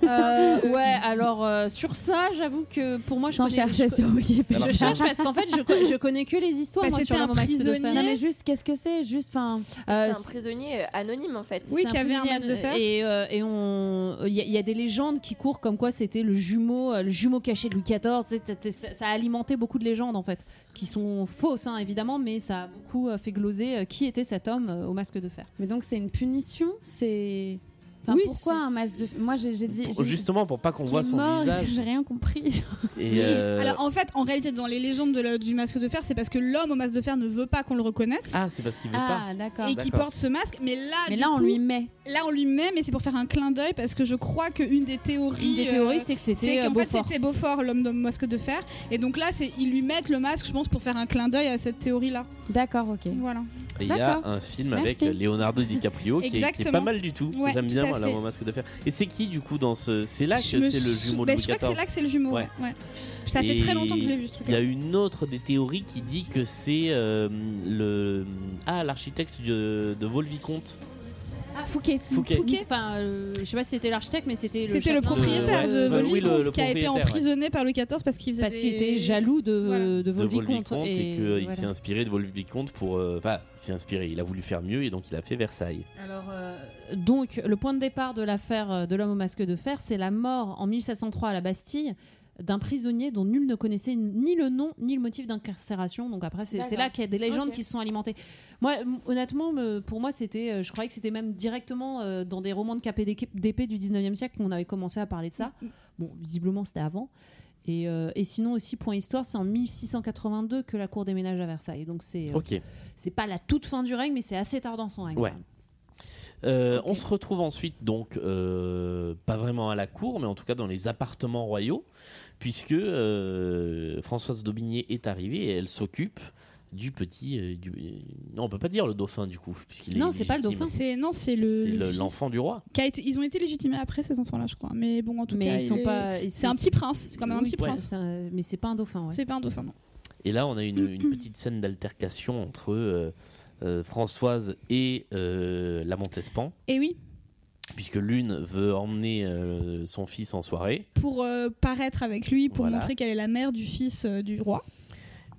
Speaker 6: Euh, ouais, alors euh, sur ça, j'avoue que pour moi, je
Speaker 7: Sans
Speaker 6: connais-
Speaker 7: chercher
Speaker 6: je,
Speaker 7: sur Wikipédia.
Speaker 6: Je cherche parce qu'en fait, je, co- je connais que les histoires.
Speaker 7: Bah,
Speaker 6: moi,
Speaker 7: c'était
Speaker 6: sur
Speaker 7: un
Speaker 6: le moment Max Pedophile.
Speaker 7: prisonnier. Non, mais juste, qu'est-ce que c'est Juste, enfin.
Speaker 2: C'est
Speaker 6: euh,
Speaker 2: un prisonnier euh, anonyme en fait.
Speaker 6: C'est prisonnier
Speaker 2: prisonnier
Speaker 6: anonyme. Et, euh, et on, euh, il y, a- il y a des légendes qui courent comme quoi c'était le jumeau, euh, le jumeau caché de Louis XIV. C'est- c'est- c'est- ça a alimenté beaucoup de légendes en fait, qui sont fausses hein, évidemment, mais ça a beaucoup euh, fait gloser euh, qui était cet homme euh, au masque de fer.
Speaker 7: Mais donc, c'est une punition C'est. Enfin,
Speaker 6: Oui,
Speaker 7: pourquoi
Speaker 6: c'est-
Speaker 7: un masque de. Moi, j'ai j'ai dit. j'ai dit
Speaker 3: Justement pour pas qu'on
Speaker 7: qu'il
Speaker 3: voit
Speaker 7: est
Speaker 3: son
Speaker 7: mort,
Speaker 3: visage.
Speaker 7: J'ai rien compris.
Speaker 3: Et euh,
Speaker 4: Alors en fait, en réalité, dans les légendes de la- du masque de fer, c'est parce que l'homme au masque de fer ne veut pas qu'on le reconnaisse.
Speaker 3: Ah, c'est parce qu'il veut
Speaker 7: Ah,
Speaker 3: pas.
Speaker 7: d'accord.
Speaker 4: Et qui porte ce masque, mais là,
Speaker 7: Mais
Speaker 4: du
Speaker 7: là, on
Speaker 4: coup,
Speaker 7: lui met.
Speaker 4: Là, on lui met, mais c'est pour faire un clin d'œil parce que je crois qu'une des théories.
Speaker 6: Une des
Speaker 4: euh,
Speaker 6: théories, c'est que c'était,
Speaker 4: c'est qu'en
Speaker 6: euh,
Speaker 4: fait,
Speaker 6: Beaufort.
Speaker 4: c'était Beaufort, l'homme de masque de fer. Et donc là, c'est ils lui mettent le masque, je pense, pour faire un clin d'œil à cette théorie-là.
Speaker 7: D'accord, ok.
Speaker 4: Voilà.
Speaker 3: Et il y a
Speaker 4: D'accord.
Speaker 3: un film
Speaker 4: Merci.
Speaker 3: avec Leonardo DiCaprio qui, est- qui est,
Speaker 4: Exactement.
Speaker 3: pas mal du tout.
Speaker 4: Ouais,
Speaker 3: J'aime
Speaker 4: tout
Speaker 3: bien
Speaker 4: à
Speaker 3: moi,
Speaker 4: fait.
Speaker 3: l'homme au masque de fer. Et c'est qui du coup dans ce C'est là
Speaker 4: Je
Speaker 3: que
Speaker 4: me
Speaker 3: c'est le
Speaker 4: sou-
Speaker 3: jumeau de
Speaker 4: Bah,
Speaker 3: Louis
Speaker 4: Je crois que
Speaker 3: XIV.
Speaker 4: c'est là que c'est le jumeau. ouais, ouais. Ça fait
Speaker 3: Et
Speaker 4: très longtemps que je l'ai vu ce truc.
Speaker 3: Il y a une autre des théories qui dit que c'est euh, le ah l'architecte de, de Volvicomte.
Speaker 6: Ah, Fouquet.
Speaker 3: Fouquet.
Speaker 6: Enfin, euh, je sais pas si c'était l'architecte, mais c'était le.
Speaker 4: C'était le
Speaker 6: chef-
Speaker 4: propriétaire
Speaker 3: Le-
Speaker 4: de
Speaker 3: ouais,
Speaker 4: Volvicomte
Speaker 3: oui, le- le
Speaker 4: qui a été
Speaker 3: propriétaire, ouais.
Speaker 4: emprisonné par Louis XIV parce qu'il faisait
Speaker 6: Parce qu'il
Speaker 4: des-
Speaker 6: était jaloux de,
Speaker 4: Voilà.
Speaker 6: de
Speaker 3: de
Speaker 6: Volvicomte.
Speaker 3: Volvicomte et, qu'il
Speaker 6: voilà.
Speaker 3: s'est inspiré de Volvicomte pour euh, enfin il s'est inspiré, il a voulu faire mieux et donc il a fait Versailles.
Speaker 6: Alors, euh, donc, le point de départ de l'affaire euh, de l'homme au masque de fer, c'est la mort en 1703 à la Bastille d'un prisonnier dont nul ne connaissait ni le nom ni le motif d'incarcération. Donc après, c'est c'est
Speaker 5: D'accord.
Speaker 6: là qu'il y a des légendes
Speaker 5: Ok.
Speaker 6: qui se sont alimentées. Moi, m- honnêtement, me- pour moi, c'était, euh, je croyais que c'était même directement euh, dans des romans de cap et d'ép- d'épée du 19e siècle qu'on avait commencé à parler de ça.
Speaker 5: Mm.
Speaker 6: Bon, visiblement, c'était avant. Et, euh, et sinon aussi, point histoire, c'est en 1682 que la cour déménage à Versailles. Donc c'est euh,
Speaker 3: Ok.
Speaker 6: c'est pas la toute fin du règne, mais c'est assez tard dans son règne.
Speaker 3: Ouais. Euh, On se retrouve ensuite donc euh, pas vraiment à la cour, mais en tout cas dans les appartements royaux, puisque euh, Françoise d'Aubigné est arrivée et elle s'occupe du petit. euh, du- Non, on peut pas dire le dauphin du coup, puisqu'il est
Speaker 4: Non, c'est pas le
Speaker 3: illégitime.
Speaker 4: dauphin. C'est- non, c'est le-
Speaker 3: C'est
Speaker 4: le
Speaker 3: le-
Speaker 4: fils.
Speaker 3: l'enfant du roi.
Speaker 4: qui a été- ils ont été légitimés après ces enfants-là, je crois. Mais bon, en tout
Speaker 6: Mais
Speaker 4: cas,
Speaker 6: ils
Speaker 4: il
Speaker 6: sont
Speaker 4: est-
Speaker 6: pas- ils-
Speaker 4: C'est un petit prince. C'est quand même un
Speaker 6: Oui,
Speaker 4: petit
Speaker 6: c'est-
Speaker 4: prince.
Speaker 6: c'est un- mais c'est pas un dauphin, ouais.
Speaker 4: C'est pas un dauphin, non.
Speaker 3: Et là, on a une, une petite scène d'altercation entre euh, euh, Françoise et euh, la Montespan,
Speaker 4: Et oui,
Speaker 3: puisque l'une veut emmener euh, son fils en soirée
Speaker 4: pour euh, paraître avec lui, pour
Speaker 3: Voilà.
Speaker 4: montrer qu'elle est la mère du fils euh, du roi,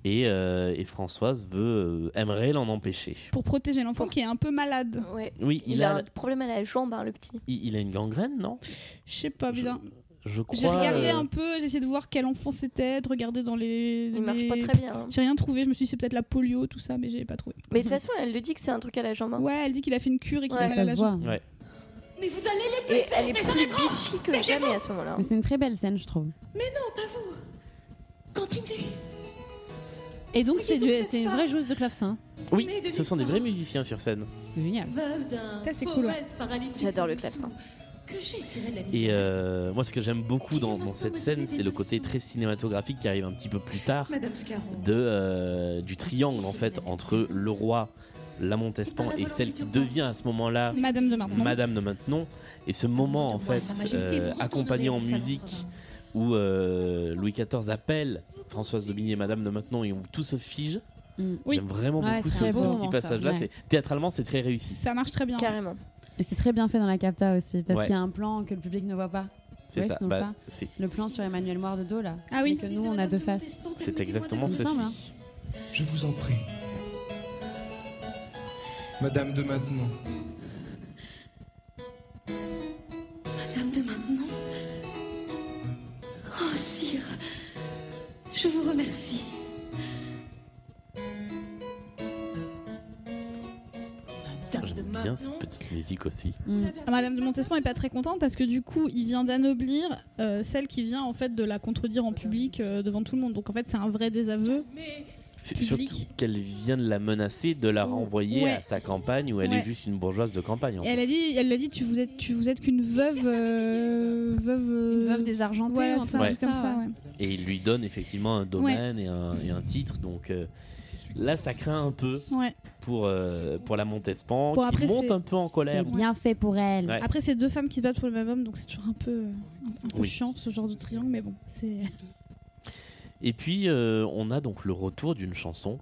Speaker 3: et, euh, et Françoise veut euh, aimerait l'en empêcher.
Speaker 4: pour protéger l'enfant qui est un peu malade.
Speaker 3: Oui, il, a,
Speaker 2: problème à la jambe, hein, le petit.
Speaker 3: il, il a une gangrène, non
Speaker 4: Je sais pas bien.
Speaker 3: Je
Speaker 4: J'ai
Speaker 3: crois.
Speaker 4: regardé
Speaker 3: euh,
Speaker 4: un peu, j'ai essayé de voir quel enfant c'était, de regarder dans les.
Speaker 2: Il marche pas
Speaker 4: les-
Speaker 2: très bien, hein.
Speaker 4: J'ai rien trouvé, je me suis dit c'est peut-être la polio, tout ça, mais j'ai pas trouvé.
Speaker 2: Mais de toute façon, elle le dit que c'est un truc à la jambe. hein.
Speaker 4: euh, Ouais, elle dit qu'il a fait une cure et qu'il
Speaker 2: Ouais.
Speaker 4: a mal à la jambe.
Speaker 3: Ouais.
Speaker 9: Mais vous allez les
Speaker 2: Et
Speaker 9: blesser,
Speaker 2: elle est
Speaker 9: mais
Speaker 2: plus
Speaker 9: ça m'énerve.
Speaker 2: bitchy que jamais à ce moment-là.
Speaker 7: Mais c'est une très belle scène, je trouve.
Speaker 9: Mais non, pas vous. Continuez.
Speaker 6: Et donc, c'est
Speaker 9: donc
Speaker 6: du-
Speaker 9: cette
Speaker 6: c'est une
Speaker 9: femme.
Speaker 6: vraie joueuse de clavecin.
Speaker 3: Oui, ce sont des vrais musiciens sur scène.
Speaker 6: Génial.
Speaker 9: Veuve d'un
Speaker 4: Ça, c'est cool, ouais.
Speaker 9: poète paralytique
Speaker 2: J'adore
Speaker 9: sans
Speaker 2: le
Speaker 9: dessous,
Speaker 2: clavecin.
Speaker 9: Que j'ai tiré de la
Speaker 3: Et
Speaker 9: misère.
Speaker 3: euh, moi, ce que j'aime beaucoup dans, dans cette scène, c'est le côté très cinématographique qui arrive un petit peu plus tard
Speaker 9: Madame Scarron.
Speaker 3: de, euh, du triangle en fait entre le roi, la Montespan et celle qui devient à ce moment-là
Speaker 4: Madame de Martin.
Speaker 3: Madame de Maintenon. Et ce moment en
Speaker 9: Moi,
Speaker 3: fait
Speaker 9: Sa Majesté,
Speaker 3: euh,
Speaker 9: vous retournerez
Speaker 3: accompagné
Speaker 9: au
Speaker 3: en
Speaker 9: salon de
Speaker 3: musique
Speaker 9: province.
Speaker 3: où euh, Louis XIV appelle Françoise d'Aubigné et Madame de Maintenon et où tout se fige.
Speaker 4: Oui.
Speaker 3: J'aime vraiment
Speaker 6: Mm. Ouais,
Speaker 3: beaucoup
Speaker 6: c'est
Speaker 3: ce,
Speaker 6: un
Speaker 3: ce
Speaker 6: beau moment,
Speaker 3: petit
Speaker 6: ça.
Speaker 3: passage-là.
Speaker 6: Ouais.
Speaker 3: C'est- Théâtralement, c'est très réussi.
Speaker 4: Ça marche très bien.
Speaker 2: Carrément.
Speaker 7: Et c'est très bien fait dans la capta aussi, parce
Speaker 3: Ouais.
Speaker 7: qu'il y a un plan que le public ne voit pas.
Speaker 3: C'est
Speaker 7: Ouais,
Speaker 3: ça.
Speaker 7: sinon
Speaker 3: Bah,
Speaker 7: pas.
Speaker 3: c'est
Speaker 7: Le plan sur Emmanuel Moir de dos là.
Speaker 4: Ah oui.
Speaker 7: Et que nous on a deux faces.
Speaker 3: c'est exactement
Speaker 7: Il me hein.
Speaker 3: ceci.
Speaker 7: semble,
Speaker 13: Je vous en prie, Madame de maintenant.
Speaker 10: Madame de maintenant. Oh, sire, je vous remercie.
Speaker 3: J'aime bien cette petite musique aussi.
Speaker 4: Ah, Madame de Montespan n'est pas très contente parce que du coup, il vient d'anoblir euh, celle qui vient en fait de la contredire en public euh, devant tout le monde. Donc en fait, c'est un vrai désaveu.
Speaker 3: S- Surtout qu'elle vient de la menacer, de la renvoyer
Speaker 4: Oh. Ouais.
Speaker 3: à sa campagne où elle
Speaker 4: Ouais.
Speaker 3: est juste une bourgeoise de campagne. en
Speaker 4: Et elle a dit, elle l'a dit, tu vous êtes, tu vous êtes qu'une veuve, euh, veuve, euh,
Speaker 5: veuve désargentée,
Speaker 4: ouais,
Speaker 5: ou un
Speaker 4: c'est
Speaker 3: truc
Speaker 4: un truc
Speaker 3: comme
Speaker 4: comme
Speaker 3: ça,
Speaker 4: ça. ouais.
Speaker 3: Et il lui donne effectivement un domaine et, un, et un titre. Donc euh, là, ça craint un peu
Speaker 4: Ouais.
Speaker 3: pour, euh, pour la Montespan
Speaker 4: Bon,
Speaker 3: qui
Speaker 4: après,
Speaker 3: monte
Speaker 4: c'est-
Speaker 3: un peu en colère.
Speaker 4: c'est bien
Speaker 7: fait pour elle.
Speaker 3: Ouais.
Speaker 4: Après, c'est deux femmes qui se battent pour le même homme, donc c'est toujours un peu, euh, un peu
Speaker 3: Oui.
Speaker 4: chiant ce genre de triangle, mais bon, c'est.
Speaker 3: Et puis, euh, on a donc le retour d'une chanson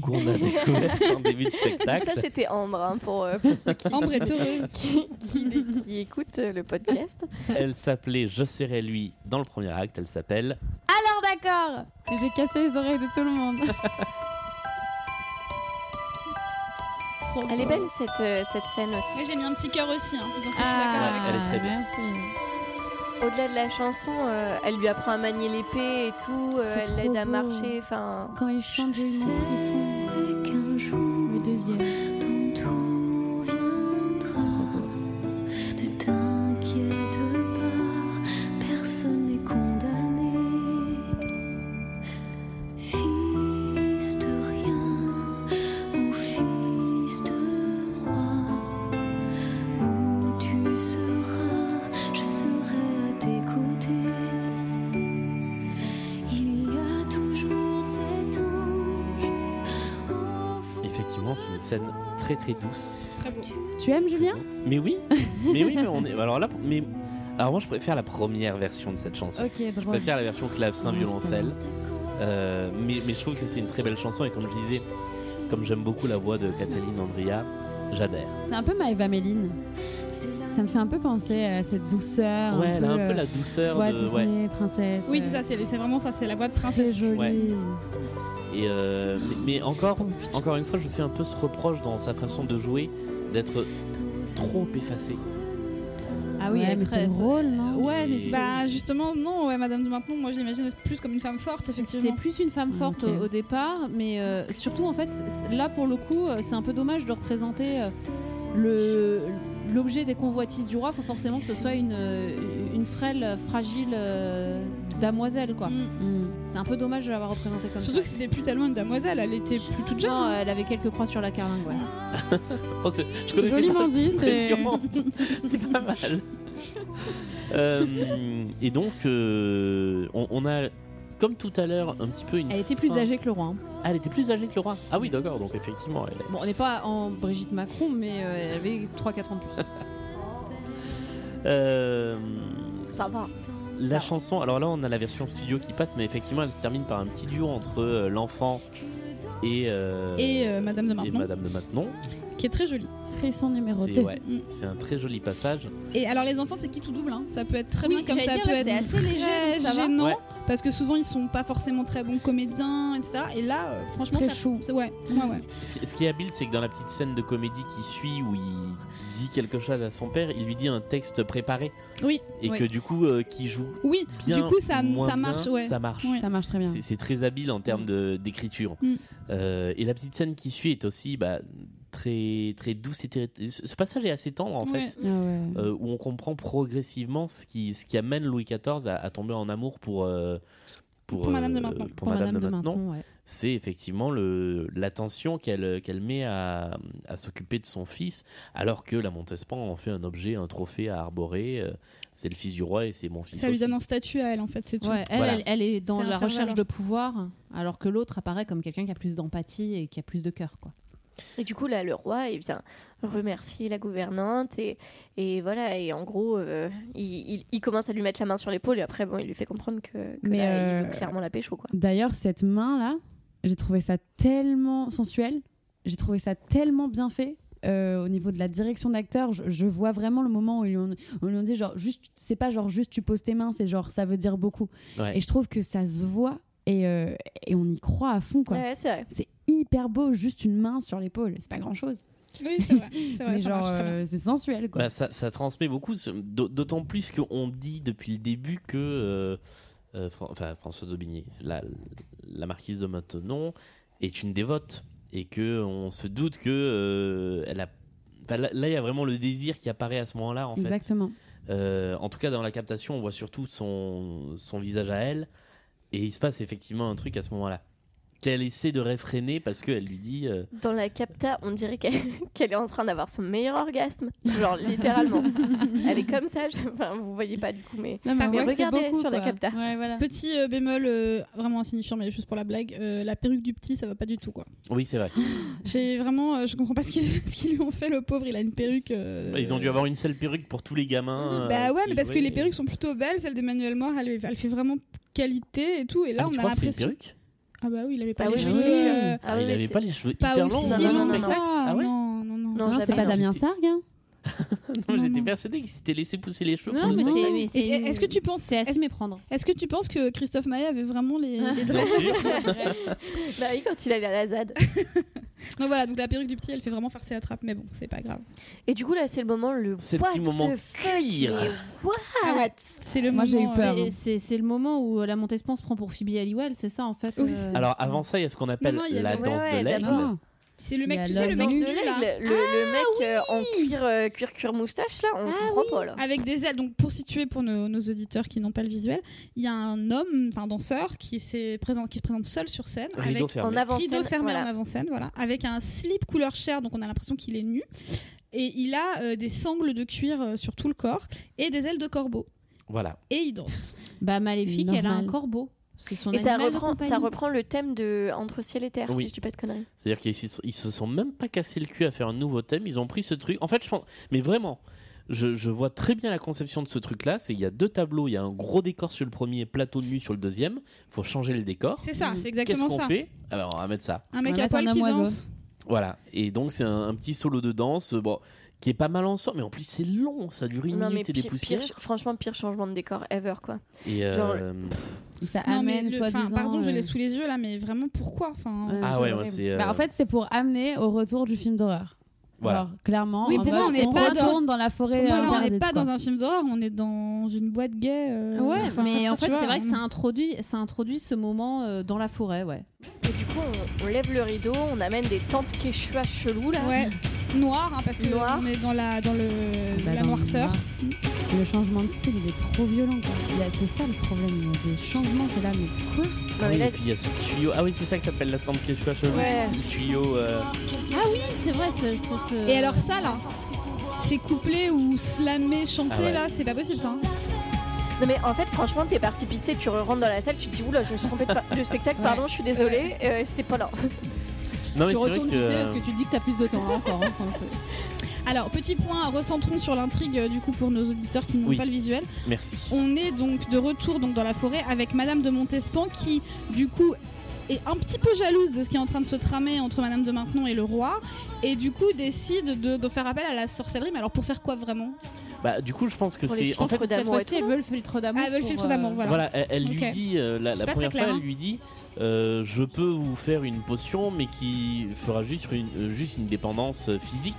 Speaker 3: qu'on a découverte en début de spectacle.
Speaker 2: Ça, c'était Ambre, hein, pour, euh, pour ceux qui,
Speaker 3: Ambre est heureuse.
Speaker 2: qui, qui- qui écoutent euh, le podcast.
Speaker 3: Elle s'appelait Je serai lui dans le premier acte. Elle s'appelle
Speaker 7: Alors d'accord J'ai cassé les oreilles de tout le monde.
Speaker 2: Elle est belle, cette, euh, cette scène aussi.
Speaker 4: Mais j'ai mis un petit cœur aussi. Hein, donc je suis d'accord avec
Speaker 2: Ah,
Speaker 3: Elle est très bien.
Speaker 2: Hmm. Au-delà de la chanson, euh, elle lui apprend à manier l'épée et tout, euh,
Speaker 7: C'est
Speaker 2: elle l'aide
Speaker 7: trop
Speaker 2: à
Speaker 7: beau.
Speaker 2: marcher, enfin...
Speaker 7: Quand il chante, j'ai eu mon frisson. Le deuxième.
Speaker 10: Ne t'inquiète pas, personne n'est condamné. Fils de rien ou fils de roi, où tu seras, je serai à tes côtés. Il y a toujours cet ange. Oh.
Speaker 3: Effectivement, c'est une scène très très douce.
Speaker 7: Tu aimes Julien
Speaker 3: Mais oui, mais oui, mais on est. Alors là, mais alors moi je préfère la première version de cette chanson.
Speaker 7: Ok,
Speaker 3: je
Speaker 7: drôle.
Speaker 3: préfère la version clavecin violoncelle. Euh, mais, mais je trouve que c'est une très belle chanson et comme je disais, comme j'aime beaucoup la voix de Cataline Andrea, j'adhère.
Speaker 7: C'est un peu Maëva Méline. Ça me fait un peu penser à cette douceur.
Speaker 3: Ouais, elle a un peu
Speaker 7: euh,
Speaker 3: la douceur
Speaker 7: voix
Speaker 3: de-
Speaker 7: Disney,
Speaker 3: ouais.
Speaker 7: princesse.
Speaker 4: Oui,
Speaker 7: euh,
Speaker 4: c'est ça, c'est c'est vraiment ça, c'est la voix de princesse.
Speaker 7: très jolie.
Speaker 3: Ouais. Et euh, mais, mais encore, encore une fois, je fais un peu ce reproche dans sa façon de jouer, d'être trop effacée.
Speaker 7: Ah oui,
Speaker 4: Ouais,
Speaker 7: elle
Speaker 4: mais
Speaker 7: est
Speaker 4: c'est
Speaker 7: très drôle, non
Speaker 3: Ouais, mais c'est-
Speaker 4: Bah justement, non, ouais, Madame de Maintenon, moi je l'imagine plus comme une femme forte, effectivement.
Speaker 6: C'est plus une femme forte au, au départ, mais euh, surtout en fait, c- c- là pour le coup, euh, c'est un peu dommage de représenter euh, le l'objet des convoitises du roi. Faut forcément que ce soit une euh, une frêle, euh, fragile euh, damoiselle quoi. C'est un peu dommage de l'avoir représentée comme
Speaker 4: Mm. Surtout
Speaker 6: ça.
Speaker 4: que c'était plus tellement une damoiselle, elle était plus toute jeune. hein.
Speaker 6: Non, elle avait quelques croix sur la carlingue. ouais.
Speaker 3: Oh, c'est- je connaissais
Speaker 6: Joliment
Speaker 3: pas
Speaker 6: dit,
Speaker 3: cette
Speaker 6: c'est-
Speaker 3: expression. c'est pas mal. Euh, et donc, euh, on, on a, comme tout à l'heure, un petit peu une.
Speaker 6: Elle était plus
Speaker 3: fin-
Speaker 6: âgée que le roi. hein.
Speaker 3: Ah, elle était plus âgée que le roi. Ah oui, d'accord. Donc effectivement, elle-
Speaker 6: Bon, on n'est pas en Brigitte Macron, mais euh, elle avait 3-4 ans de plus.
Speaker 3: Euh,
Speaker 6: Ça va.
Speaker 3: La chanson, alors là on a la version studio qui passe, mais effectivement elle se termine par un petit duo entre euh, l'enfant et, euh,
Speaker 4: Et, euh, Madame de
Speaker 3: et
Speaker 4: Maintenon.
Speaker 3: Madame de Maintenon.
Speaker 4: Qui est très jolie.
Speaker 7: Frisson numéro
Speaker 3: C'est ouais,
Speaker 4: Mm.
Speaker 3: c'est un très joli passage.
Speaker 4: Et alors les enfants, c'est qui tout double, hein. ça peut être très
Speaker 5: Oui,
Speaker 4: bien comme
Speaker 5: j'allais
Speaker 4: ça
Speaker 5: dire,
Speaker 4: peut
Speaker 5: là,
Speaker 4: être
Speaker 5: c'est assez léger,
Speaker 4: très
Speaker 5: donc ça va.
Speaker 4: gênant,
Speaker 3: Ouais.
Speaker 4: parce que souvent ils sont pas forcément très bons comédiens, etc. Et là, euh, franchement,
Speaker 7: très
Speaker 4: ça,
Speaker 7: chou.
Speaker 4: c'est- ouais, ouais, ouais.
Speaker 3: Ce ce qui est habile, c'est que dans la petite scène de comédie qui suit où il dit quelque chose à son père, il lui dit un texte préparé
Speaker 4: Oui.
Speaker 3: et
Speaker 4: oui.
Speaker 3: que du coup euh, qui joue
Speaker 4: oui,
Speaker 3: bien,
Speaker 4: du coup ça,
Speaker 3: ou moins
Speaker 4: ça marche,
Speaker 3: bien,
Speaker 4: ouais.
Speaker 3: ça marche.
Speaker 4: Ouais.
Speaker 7: Ça marche très bien.
Speaker 3: C'est c'est très habile en termes de- d'écriture.
Speaker 4: Mm.
Speaker 3: Euh, et la petite scène qui suit est aussi bah, très très douce. Et très- ce ce passage est assez tendre en
Speaker 4: Ouais.
Speaker 3: fait.
Speaker 7: Ah ouais.
Speaker 3: euh, où on comprend progressivement ce qui, ce qui amène Louis XIV à, à tomber en amour pour, euh, pour,
Speaker 4: Pour Madame de
Speaker 3: euh,
Speaker 4: Maintenon.
Speaker 3: pour Madame de Maintenon.
Speaker 7: Maintenon, ouais.
Speaker 3: C'est effectivement le- l'attention qu'elle qu'elle met à, à s'occuper de son fils, alors que la Montespan en fait un objet, un trophée à arborer. euh, C'est le fils du roi et c'est mon fils.
Speaker 4: Ça lui
Speaker 3: aussi.
Speaker 4: donne un statut à elle en fait, c'est tout.
Speaker 6: Ouais, elle,
Speaker 3: Voilà.
Speaker 6: elle, elle est dans
Speaker 4: C'est
Speaker 6: la
Speaker 4: un faire-valoir.
Speaker 6: recherche de pouvoir, alors que l'autre apparaît comme quelqu'un qui a plus d'empathie et qui a plus de cœur. Quoi.
Speaker 2: Et du coup, là, le roi, il vient remercier la gouvernante et, et voilà, et en gros, euh, il, il- il commence à lui mettre la main sur l'épaule et après, bon, il lui fait comprendre que, que
Speaker 7: Mais,
Speaker 2: là, il
Speaker 7: euh,
Speaker 2: veut clairement la pécho, quoi.
Speaker 7: D'ailleurs, cette main là, j'ai trouvé ça tellement sensuel. J'ai trouvé ça tellement bien fait. Euh, au niveau de la direction d'acteur, je, je vois vraiment le moment où ils lui ont, où ils lui ont dit genre juste, c'est pas genre juste tu poses tes mains, c'est genre ça veut dire beaucoup.
Speaker 3: Ouais.
Speaker 7: Et je trouve que ça se voit et, euh, et on y croit à fond quoi.
Speaker 2: Ouais, c'est vrai.
Speaker 7: C'est hyper beau, juste une main sur l'épaule, c'est pas grand chose.
Speaker 4: Oui, c'est vrai. C'est
Speaker 7: Mais genre, euh, c'est sensuel quoi.
Speaker 3: Bah, ça, ça transmet beaucoup, ce- d'au- d'autant plus qu'on dit depuis le début que euh, euh, Fran- enfin, Françoise Aubigné, la, la marquise de Maintenon, est une dévote et que on se doute que euh, elle a. enfin, là, là, il y a vraiment le désir qui apparaît à ce moment-là, en fait.
Speaker 7: Exactement.
Speaker 3: Euh, en tout cas, dans la captation, on voit surtout son, son visage à elle. Et il se passe effectivement un truc à ce moment-là. Qu'elle essaie de réfréner parce qu'elle lui dit. euh,
Speaker 2: Dans la capta, on dirait qu'elle qu'elle est en train d'avoir son meilleur orgasme. Genre, littéralement. elle est comme ça. je- Enfin, vous voyez pas du coup, mais,
Speaker 7: Non, mais on voit
Speaker 2: mais
Speaker 7: que c'est
Speaker 2: regardez
Speaker 7: beaucoup,
Speaker 2: sur la
Speaker 7: quoi.
Speaker 2: capta.
Speaker 4: Petit euh, bémol euh, vraiment insignifiant, mais juste pour la blague, euh, la perruque du petit, ça va pas du tout quoi.
Speaker 3: Oui, c'est vrai.
Speaker 4: J'ai vraiment, euh, je comprends pas ce qu'ils ce qu'ils lui ont fait le pauvre. Il a une perruque. euh,
Speaker 3: Bah, Ils ont dû avoir une seule perruque pour tous les gamins.
Speaker 4: Bah
Speaker 3: euh,
Speaker 4: ouais,
Speaker 3: qui
Speaker 4: mais parce que
Speaker 3: jouaient.
Speaker 4: les perruques sont plutôt belles. Celle d'Emmanuel Mort, elle, elle fait vraiment qualité et tout. Et là,
Speaker 3: Ah,
Speaker 4: on
Speaker 3: tu
Speaker 4: a
Speaker 3: crois que c'est une
Speaker 4: l'impression.
Speaker 3: perruque
Speaker 4: Ah bah oui, il avait pas
Speaker 2: Ah
Speaker 4: les
Speaker 2: oui,
Speaker 4: cheveux.
Speaker 2: oui,
Speaker 4: euh,
Speaker 2: Ah
Speaker 3: Ah, il
Speaker 2: oui,
Speaker 3: n'avait
Speaker 2: c'est-
Speaker 3: pas les cheveux
Speaker 4: Pas
Speaker 3: hyper
Speaker 4: aussi
Speaker 3: longs. hein.
Speaker 2: non, non,
Speaker 4: long que
Speaker 2: non.
Speaker 4: ça.
Speaker 3: Ah ouais
Speaker 4: Non, non, non.
Speaker 2: Non,
Speaker 7: Non, c'est
Speaker 2: jamais.
Speaker 7: pas Damien
Speaker 3: j'étais-
Speaker 7: Sargue. hein
Speaker 3: Non, J'étais persuadé qu'il s'était laissé pousser les cheveux.
Speaker 5: Non,
Speaker 3: pour le
Speaker 5: mais
Speaker 3: spectacle.
Speaker 5: c'est- mais c'est.
Speaker 4: Et- est-ce que tu penses-
Speaker 5: C'est à s'y
Speaker 4: est-ce-
Speaker 5: méprendre.
Speaker 4: Est-ce que tu penses que Christophe Maé avait vraiment les,
Speaker 3: Bien
Speaker 4: les dreads
Speaker 3: sûr.
Speaker 2: Bah oui, quand il allait à la ZAD.
Speaker 4: Donc voilà, donc la perruque du petit, elle fait vraiment farce et attrape, mais bon, c'est pas grave.
Speaker 2: Et du coup, là, c'est le moment, le
Speaker 3: C'est le
Speaker 2: what
Speaker 3: petit moment
Speaker 2: the fuck,
Speaker 3: cuir.
Speaker 2: mais what
Speaker 4: Ah ouais, c'est le
Speaker 7: Moi, j'ai eu
Speaker 4: moment,
Speaker 7: peur.
Speaker 4: euh,
Speaker 7: Pardon.
Speaker 5: C'est- C'est c'est le moment où euh, la Montespan se prend pour Phoebe Halliwell, c'est ça en fait.
Speaker 4: Oui.
Speaker 5: euh,
Speaker 3: Alors avant ça, il y a ce qu'on appelle
Speaker 4: Non, non, il y a
Speaker 3: la
Speaker 4: le-
Speaker 3: danse
Speaker 2: Ouais, ouais,
Speaker 3: de l'aigle.
Speaker 7: Non.
Speaker 4: C'est le
Speaker 7: Il y
Speaker 4: mec,
Speaker 7: a
Speaker 4: tu sais,
Speaker 7: la
Speaker 4: le
Speaker 2: Dans
Speaker 4: mec
Speaker 7: danse
Speaker 4: nul,
Speaker 2: de
Speaker 4: là.
Speaker 2: l'aigle, le,
Speaker 4: Ah
Speaker 2: le mec euh, en cuir, euh, cuir, cuir moustache, là, on comprend pas, là.
Speaker 4: Avec des ailes. Donc pour situer pour nos, nos auditeurs qui n'ont pas le visuel, il y a un homme, enfin un danseur, qui, s'est présent, qui se présente seul sur scène.
Speaker 3: Rideau
Speaker 4: avec
Speaker 3: fermé.
Speaker 2: en avant
Speaker 4: rideau fermé en
Speaker 2: voilà.
Speaker 4: avant-scène, voilà. Avec un slip couleur chair, donc on a l'impression qu'il est nu. Et il a euh, des sangles de cuir euh, sur tout le corps et des ailes de corbeau.
Speaker 3: Voilà.
Speaker 4: Et il danse.
Speaker 5: Bah, Maléfique, elle a un
Speaker 7: Normal.
Speaker 5: corbeau. C'est son
Speaker 2: Et ça
Speaker 5: animal de
Speaker 2: reprend,
Speaker 5: compagnie.
Speaker 2: ça reprend le thème de Entre ciel et terre,
Speaker 3: Oui.
Speaker 2: si je dis pas de conneries.
Speaker 3: C'est-à-dire qu'ils se- ils se sont même pas cassé le cul à faire un nouveau thème. Ils ont pris ce truc. En fait, je pense. Mais vraiment, je, je vois très bien la conception de ce truc-là. C'est il y a deux tableaux. Il y a un gros décor sur le premier, plateau de nuit sur le deuxième. Faut changer le décor.
Speaker 4: C'est ça, c'est
Speaker 3: Qu'est-ce
Speaker 4: exactement
Speaker 3: qu'on
Speaker 4: ça.
Speaker 3: fait Alors, Mhm. on va mettre ça.
Speaker 4: Un mec
Speaker 7: Ouais,
Speaker 4: à
Speaker 7: c'est un
Speaker 4: poil
Speaker 7: homme
Speaker 4: qui
Speaker 7: oiseau.
Speaker 4: danse.
Speaker 3: Voilà. Et donc, c'est un, un petit solo de danse. euh, Bon. Qui est pas mal ensemble, mais en plus c'est long, ça dure une minute et des
Speaker 2: pire-
Speaker 3: poussières.
Speaker 2: pire- franchement, pire changement de décor ever, quoi.
Speaker 3: Et euh,
Speaker 2: genre-
Speaker 7: Ça
Speaker 4: Non, mais
Speaker 7: amène
Speaker 4: le- enfin,
Speaker 7: soi-disant.
Speaker 4: Pardon, je
Speaker 7: euh,
Speaker 4: l'ai sous les yeux là, mais vraiment pourquoi enfin,
Speaker 7: euh,
Speaker 3: Ah ouais, moi,
Speaker 7: horrible.
Speaker 3: c'est, euh,
Speaker 7: Bah, en fait, c'est pour amener au retour du film d'horreur.
Speaker 3: voilà.
Speaker 7: Alors, clairement,
Speaker 4: Oui,
Speaker 7: en
Speaker 4: c'est
Speaker 7: mode,
Speaker 4: ça, on n'est
Speaker 7: on
Speaker 4: pas
Speaker 7: retourne dans la forêt.
Speaker 4: Pour moi, là, on n'est
Speaker 7: interdite,
Speaker 4: pas
Speaker 7: quoi.
Speaker 4: dans un film d'horreur, on est dans une boîte gay. euh,
Speaker 6: Ah
Speaker 5: Ouais,
Speaker 4: enfin,
Speaker 5: mais en
Speaker 4: tu
Speaker 5: fait,
Speaker 4: vois, hein.
Speaker 5: c'est vrai que
Speaker 4: on-
Speaker 5: ça introduit, ça introduit ce moment euh, dans la forêt, ouais.
Speaker 2: Et du coup, on, on lève le rideau, on amène des tentes quechua chelou, là.
Speaker 4: Ouais, noir, hein, parce que
Speaker 2: Noir.
Speaker 4: on est dans la, dans le,
Speaker 7: Bah,
Speaker 4: la
Speaker 7: dans le
Speaker 4: noirceur.
Speaker 7: noir. Le changement de style, il est trop violent. quoi. Il y a- C'est ça le problème. il y a Des changements, t'es là, mais quoi
Speaker 2: Non, mais
Speaker 3: Oui,
Speaker 2: là,
Speaker 3: et puis il y a ce tuyau. Ah oui, c'est ça que t'appelles la tente Quechua Chelou.
Speaker 2: Ouais.
Speaker 3: C'est le tuyau. euh,
Speaker 5: Ah oui, c'est vrai, ce, cette, euh,
Speaker 4: Et alors, ça là, c'est couplé ou slammer, chanter
Speaker 3: Ah ouais.
Speaker 4: là, c'est pas possible ça. hein.
Speaker 2: non, mais en fait, franchement, t'es parti pisser, tu rentres dans la salle, tu te dis, oula, je me suis trompée de, pa- de spectacle,
Speaker 7: Ouais.
Speaker 2: pardon, je suis désolée, euh, c'était pas là.
Speaker 3: Non, mais
Speaker 5: tu
Speaker 3: c'est vrai
Speaker 5: retournes
Speaker 3: que.
Speaker 5: tu sais, parce que tu te dis que t'as plus de temps là, encore. hein, enfin, c'est-
Speaker 4: Alors, petit point, recentrons sur l'intrigue euh, du coup pour nos auditeurs qui n'ont
Speaker 3: Oui.
Speaker 4: pas le visuel.
Speaker 3: Merci.
Speaker 4: On est donc de retour donc dans la forêt avec Madame de Montespan qui du coup est un petit peu jalouse de ce qui est en train de se tramer entre Madame de Maintenon et le roi et du coup décide de, de faire appel à la sorcellerie. Mais alors pour faire quoi vraiment
Speaker 3: Bah, du coup, je pense que
Speaker 2: Pour les
Speaker 3: c'est. En fait,
Speaker 2: filtres
Speaker 7: Cette
Speaker 2: d'amour et
Speaker 7: fois-ci,
Speaker 2: tout.
Speaker 7: elle veut le filtre d'amour.
Speaker 4: Ah, elle veut le
Speaker 7: pour,
Speaker 4: filtre
Speaker 7: euh,
Speaker 4: d'amour, voilà.
Speaker 3: voilà, elle, elle
Speaker 4: Ok.
Speaker 3: lui dit, euh, la,
Speaker 4: C'est
Speaker 3: la
Speaker 4: pas
Speaker 3: première
Speaker 4: très
Speaker 3: fois,
Speaker 4: clair,
Speaker 3: elle lui dit euh, Je peux vous faire une potion, mais qui fera juste une, euh, juste une dépendance euh, physique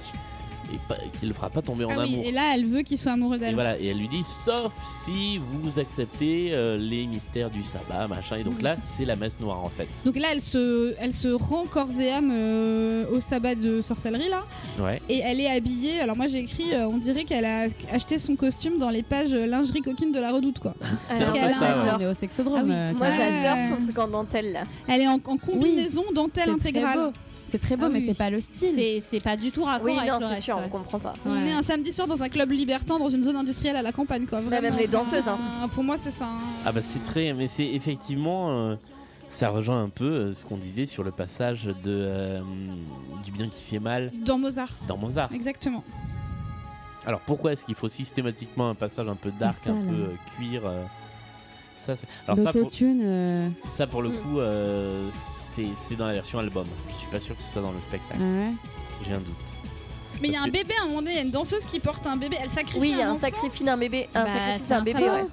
Speaker 3: et pas- qui ne le fera pas tomber en
Speaker 4: Ah oui,
Speaker 3: amour.
Speaker 4: et là elle veut qu'il soit amoureux
Speaker 3: Et
Speaker 4: d'elle.
Speaker 3: voilà, et elle lui dit sauf si vous acceptez euh, les mystères du sabbat, machin. Et donc là,
Speaker 4: Mhm.
Speaker 3: c'est la messe noire en fait.
Speaker 4: Donc là, elle se, elle se rend corps et âme euh, au sabbat de sorcellerie là,
Speaker 3: Ouais.
Speaker 4: et elle est habillée. Alors moi j'ai écrit, euh, on dirait qu'elle a acheté son costume dans les pages euh, lingerie coquine de la Redoute quoi.
Speaker 3: Ah, C'est un
Speaker 2: qu'elle
Speaker 3: peu
Speaker 2: a
Speaker 3: ça.
Speaker 2: un
Speaker 3: ouais.
Speaker 2: adore.
Speaker 7: On est au sexodrome.
Speaker 5: Ah oui,
Speaker 7: euh,
Speaker 2: Moi,
Speaker 4: Ouais.
Speaker 2: j'adore son truc en dentelle, là.
Speaker 4: Elle est en, en combinaison dentelle
Speaker 7: c'est très
Speaker 4: intégrale.
Speaker 7: beau. C'est très beau,
Speaker 5: Ah
Speaker 7: mais
Speaker 5: oui.
Speaker 7: c'est pas le style.
Speaker 5: C'est c'est pas du tout raccord
Speaker 2: Oui,
Speaker 5: avec
Speaker 2: non,
Speaker 5: le
Speaker 2: c'est
Speaker 5: reste,
Speaker 2: sûr,
Speaker 5: ouais.
Speaker 2: on comprend pas.
Speaker 4: On
Speaker 5: Ouais.
Speaker 4: est un samedi soir dans un club libertin dans une zone industrielle à la campagne quoi. Vraiment.
Speaker 2: même les
Speaker 4: Enfin,
Speaker 2: danseuses,
Speaker 4: Pour moi c'est ça. hein.
Speaker 3: Ah bah c'est très, mais c'est effectivement, euh, ça rejoint un peu euh, ce qu'on disait sur le passage de euh, du bien qui fait mal
Speaker 4: Dans Mozart.
Speaker 3: dans Mozart.
Speaker 4: Exactement.
Speaker 3: Alors pourquoi est-ce qu'il faut systématiquement un passage un peu dark,
Speaker 7: Ça,
Speaker 3: un
Speaker 7: là.
Speaker 3: peu euh, cuir euh, Ça, c'est- alors ça pour,
Speaker 7: L'autotune. euh,
Speaker 3: ça pour le
Speaker 4: Mm.
Speaker 3: coup, euh, c'est c'est dans la version album. Je suis pas sûr que ce soit dans le
Speaker 7: ah
Speaker 3: spectacle.
Speaker 7: ouais.
Speaker 3: J'ai un doute.
Speaker 4: Ah, Mais il y a
Speaker 3: Parce
Speaker 4: un
Speaker 3: que-
Speaker 4: bébé à un moment donné, il y a une danseuse qui porte un bébé, elle sacrifie
Speaker 2: Oui, il y a
Speaker 4: un
Speaker 2: un
Speaker 4: enfant.
Speaker 2: sacrifice d'un bébé, un
Speaker 5: Bah,
Speaker 2: sacrifice
Speaker 5: c'est
Speaker 2: d'un
Speaker 5: un
Speaker 2: bébé,
Speaker 5: sabbat.
Speaker 2: ouais.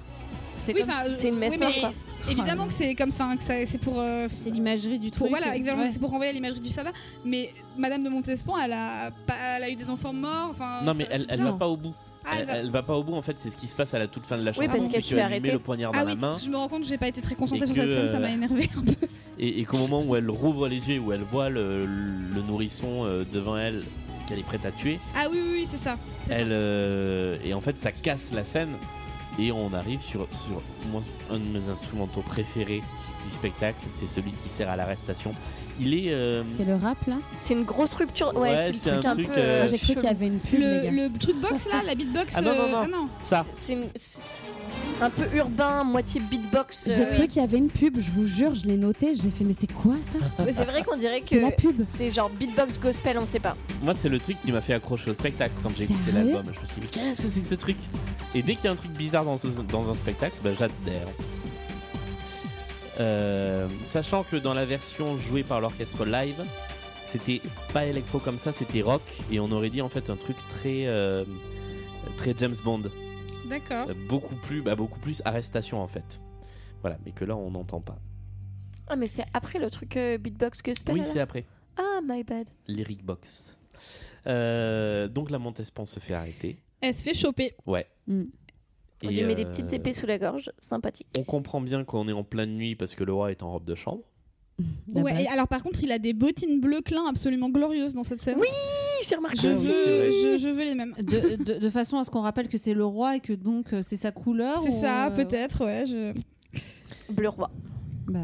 Speaker 5: C'est
Speaker 4: Oui,
Speaker 5: comme
Speaker 4: enfin, euh,
Speaker 2: C'est une messe
Speaker 4: oui,
Speaker 2: noire,
Speaker 4: mais-
Speaker 2: quoi.
Speaker 4: Évidemment que c'est comme enfin, que ça, c'est pour. c'est
Speaker 5: l'imagerie du
Speaker 4: truc. Voilà,
Speaker 5: euh,
Speaker 4: évidemment,
Speaker 5: ouais.
Speaker 4: c'est pour renvoyer à l'imagerie du sabbat. Mais Madame de Montespan, elle a, pas- elle a eu des enfants morts. Enfin,
Speaker 3: Non, mais elle, elle va pas au bout.
Speaker 4: Ah, elle
Speaker 3: elle,
Speaker 4: va-
Speaker 3: elle va pas au bout, en fait, c'est ce qui se passe à la toute fin de la chanson.
Speaker 4: Oui, parce
Speaker 3: c'est
Speaker 4: qu'elle se
Speaker 3: que
Speaker 4: fait
Speaker 3: elle lui met
Speaker 4: arrêter.
Speaker 3: le poignard
Speaker 4: Ah
Speaker 3: dans
Speaker 4: oui,
Speaker 3: la main.
Speaker 4: je me rends compte, j'ai pas été très concentrée
Speaker 3: Et
Speaker 4: sur
Speaker 3: que,
Speaker 4: cette scène, ça
Speaker 3: euh,
Speaker 4: m'a énervé.
Speaker 3: Et, et qu'au moment où elle rouvre les yeux, où elle voit le, le nourrisson euh, devant elle qu'elle est prête à tuer,
Speaker 4: Ah oui, oui, oui, c'est ça. c'est ça.
Speaker 3: elle, euh, et en fait ça casse la scène et on arrive sur, sur moi, un de mes instrumentaux préférés du spectacle, c'est celui qui sert à l'arrestation. Il est... euh,
Speaker 7: C'est le rap là
Speaker 2: C'est une grosse rupture.
Speaker 3: Ouais, Ouais, c'est le c'est un truc un truc, peu, euh,
Speaker 7: J'ai cru qu'il y avait une pub. les gars.
Speaker 4: le, le truc box là, la beatbox.
Speaker 3: Ah non, non,
Speaker 4: euh,
Speaker 3: non,
Speaker 4: ah non.
Speaker 3: ça.
Speaker 2: C'est une- c'est un peu urbain, moitié beatbox.
Speaker 7: J'ai
Speaker 2: euh,
Speaker 7: cru qu'il y avait une pub, je vous jure, je l'ai noté, j'ai fait mais c'est quoi ça
Speaker 2: Mais C'est vrai qu'on dirait
Speaker 7: C'est la
Speaker 2: que c'est genre beatbox gospel, on sait pas.
Speaker 3: Moi c'est le truc qui m'a fait accrocher au spectacle quand j'ai écouté
Speaker 2: Sérieux
Speaker 3: l'album. Je me suis dit mais qu'est-ce que c'est que ce truc Et dès qu'il y a un truc bizarre dans, ce- dans un spectacle, bah, j'adhère. Euh, sachant que dans la version jouée par l'orchestre live, c'était pas électro comme ça, c'était rock et on aurait dit en fait un truc très euh, très James Bond.
Speaker 4: D'accord.
Speaker 3: Euh, beaucoup plus bah, beaucoup plus arrestation en fait voilà mais que là on n'entend pas
Speaker 2: Ah, mais c'est après le truc euh, beatbox gospel
Speaker 3: oui
Speaker 2: alors
Speaker 3: c'est après
Speaker 2: Ah, my bad.
Speaker 3: lyric box Euh, donc la Montespan se fait arrêter
Speaker 4: Elle se fait choper.
Speaker 3: ouais
Speaker 2: Mm. On lui met
Speaker 3: euh,
Speaker 2: des petites épées sous la gorge, sympathique.
Speaker 3: on comprend bien qu'on est en pleine nuit parce que le roi est en robe de chambre
Speaker 4: Ouais, et alors par contre, il a des bottines bleu clin absolument glorieuses dans cette scène. Oui,
Speaker 2: j'ai remarqué.
Speaker 4: Je
Speaker 3: Ah
Speaker 4: veux,
Speaker 3: oui, c'est
Speaker 4: je, je veux les mêmes.
Speaker 6: De, de- de façon à ce qu'on rappelle que c'est le roi et que donc euh, c'est sa couleur.
Speaker 4: C'est
Speaker 6: ou,
Speaker 4: ça,
Speaker 6: euh,
Speaker 4: peut-être, ouais. Je...
Speaker 2: Bleu roi.
Speaker 6: bah,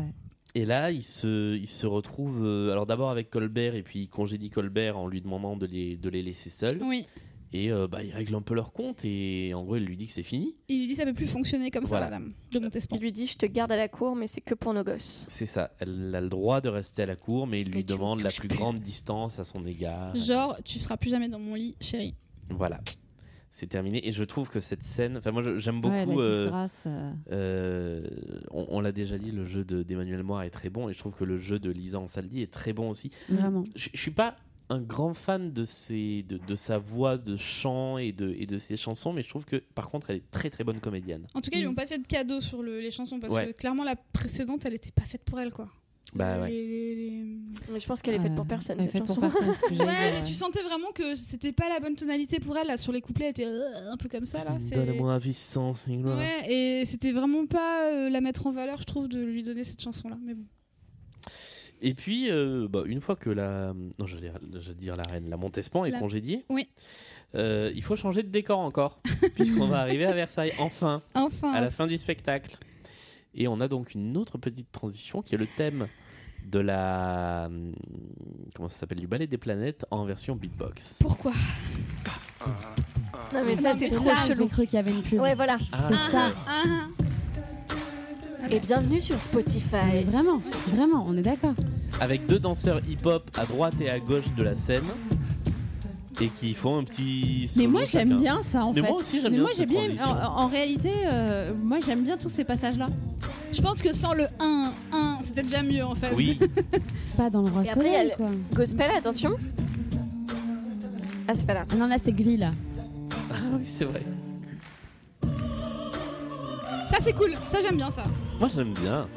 Speaker 3: et là il se il se retrouve euh, alors d'abord avec Colbert et puis il congédie Colbert en lui demandant de les de les laisser seuls
Speaker 4: Oui.
Speaker 3: et euh, bah il règle un peu leur compte et en gros il lui dit que c'est fini
Speaker 4: Il lui dit ça peut plus fonctionner comme
Speaker 3: Voilà.
Speaker 4: ça, madame de Montespan.
Speaker 2: Il lui dit Je te garde à la cour, mais c'est que pour nos gosses.
Speaker 3: c'est ça elle a le droit de rester à la cour mais il lui
Speaker 2: tu me
Speaker 3: demande la
Speaker 2: touches
Speaker 3: plus
Speaker 2: plus.
Speaker 3: grande distance à son égard
Speaker 4: Genre, tu seras plus jamais dans mon lit, chérie.
Speaker 3: Voilà. C'est terminé. Et je trouve que cette scène. Enfin, moi, je- j'aime beaucoup.
Speaker 6: Ouais, la
Speaker 3: euh,
Speaker 6: disgrâce, euh.
Speaker 3: euh, on on l'a déjà dit, le jeu de- d'Emmanuel Moir est très bon. Et je trouve que le jeu de Lisa Ansaldi est très bon aussi.
Speaker 7: Vraiment.
Speaker 3: Je, je suis pas un grand fan de, ses, de, de sa voix de chant et de, et de ses chansons, mais je trouve que, par contre, elle est très très bonne comédienne.
Speaker 4: En tout
Speaker 2: Mm.
Speaker 4: cas, ils lui ont pas fait de cadeau sur le- les chansons parce
Speaker 3: Ouais.
Speaker 4: que clairement, la précédente, elle était pas faite pour elle, quoi.
Speaker 3: Bah ouais.
Speaker 2: Mais je pense qu'elle est faite
Speaker 7: Euh,
Speaker 3: Euh,
Speaker 2: pour personne. cette chanson.
Speaker 4: ouais, mais tu sentais vraiment que c'était pas la bonne tonalité pour elle. Là, sur les couplets, elle était euh, un peu comme ça. Là, c'est-
Speaker 3: Donne-moi la puissance, une gloire.
Speaker 4: Ouais, et c'était vraiment pas euh, la mettre en valeur, je trouve, de lui donner cette chanson-là. Mais bon.
Speaker 3: Et puis, euh, bah, une fois que la. Non, j'allais j'allais dire la reine, la Montespan est
Speaker 4: La-
Speaker 3: congédiée,
Speaker 4: Oui.
Speaker 3: euh, il faut changer de décor encore, puisqu'on va arriver à Versailles, enfin,
Speaker 4: Enfin.
Speaker 3: à la fin du spectacle. Et on a donc une autre petite transition qui est le thème de la. Comment ça s'appelle Du ballet des planètes en version beatbox.
Speaker 4: Pourquoi
Speaker 2: Non, mais
Speaker 7: Ah
Speaker 2: ça,
Speaker 7: Non, mais
Speaker 2: c'est trop
Speaker 7: ça,
Speaker 2: chelou.
Speaker 7: J'ai cru qu'il y avait une pub.
Speaker 2: Ouais, voilà. ah,
Speaker 3: Ah.
Speaker 7: C'est ça.
Speaker 2: Et bienvenue sur Spotify.
Speaker 7: Vraiment, vraiment, on est d'accord.
Speaker 3: Avec deux danseurs hip-hop à droite et à gauche de la scène. Et qui font un petit.
Speaker 6: Mais
Speaker 3: solo
Speaker 6: moi j'aime
Speaker 3: chacun.
Speaker 6: bien ça en
Speaker 3: Mais
Speaker 6: fait.
Speaker 3: moi aussi j'aime
Speaker 6: Mais
Speaker 3: bien
Speaker 6: moi, j'ai
Speaker 3: cette transition.
Speaker 6: En, en réalité, euh, moi j'aime bien tous ces passages là.
Speaker 4: Je pense que sans le 1, 1, c'était déjà mieux en fait.
Speaker 3: Oui.
Speaker 7: Pas dans le roi
Speaker 2: Et après, il y a
Speaker 7: soleil
Speaker 2: le
Speaker 7: quoi.
Speaker 2: gospel, attention. Ah, c'est pas là.
Speaker 7: Ah non, là c'est gris là.
Speaker 3: Ah oui, c'est vrai.
Speaker 4: Ça, c'est cool. Ça, j'aime bien ça.
Speaker 3: Moi j'aime bien.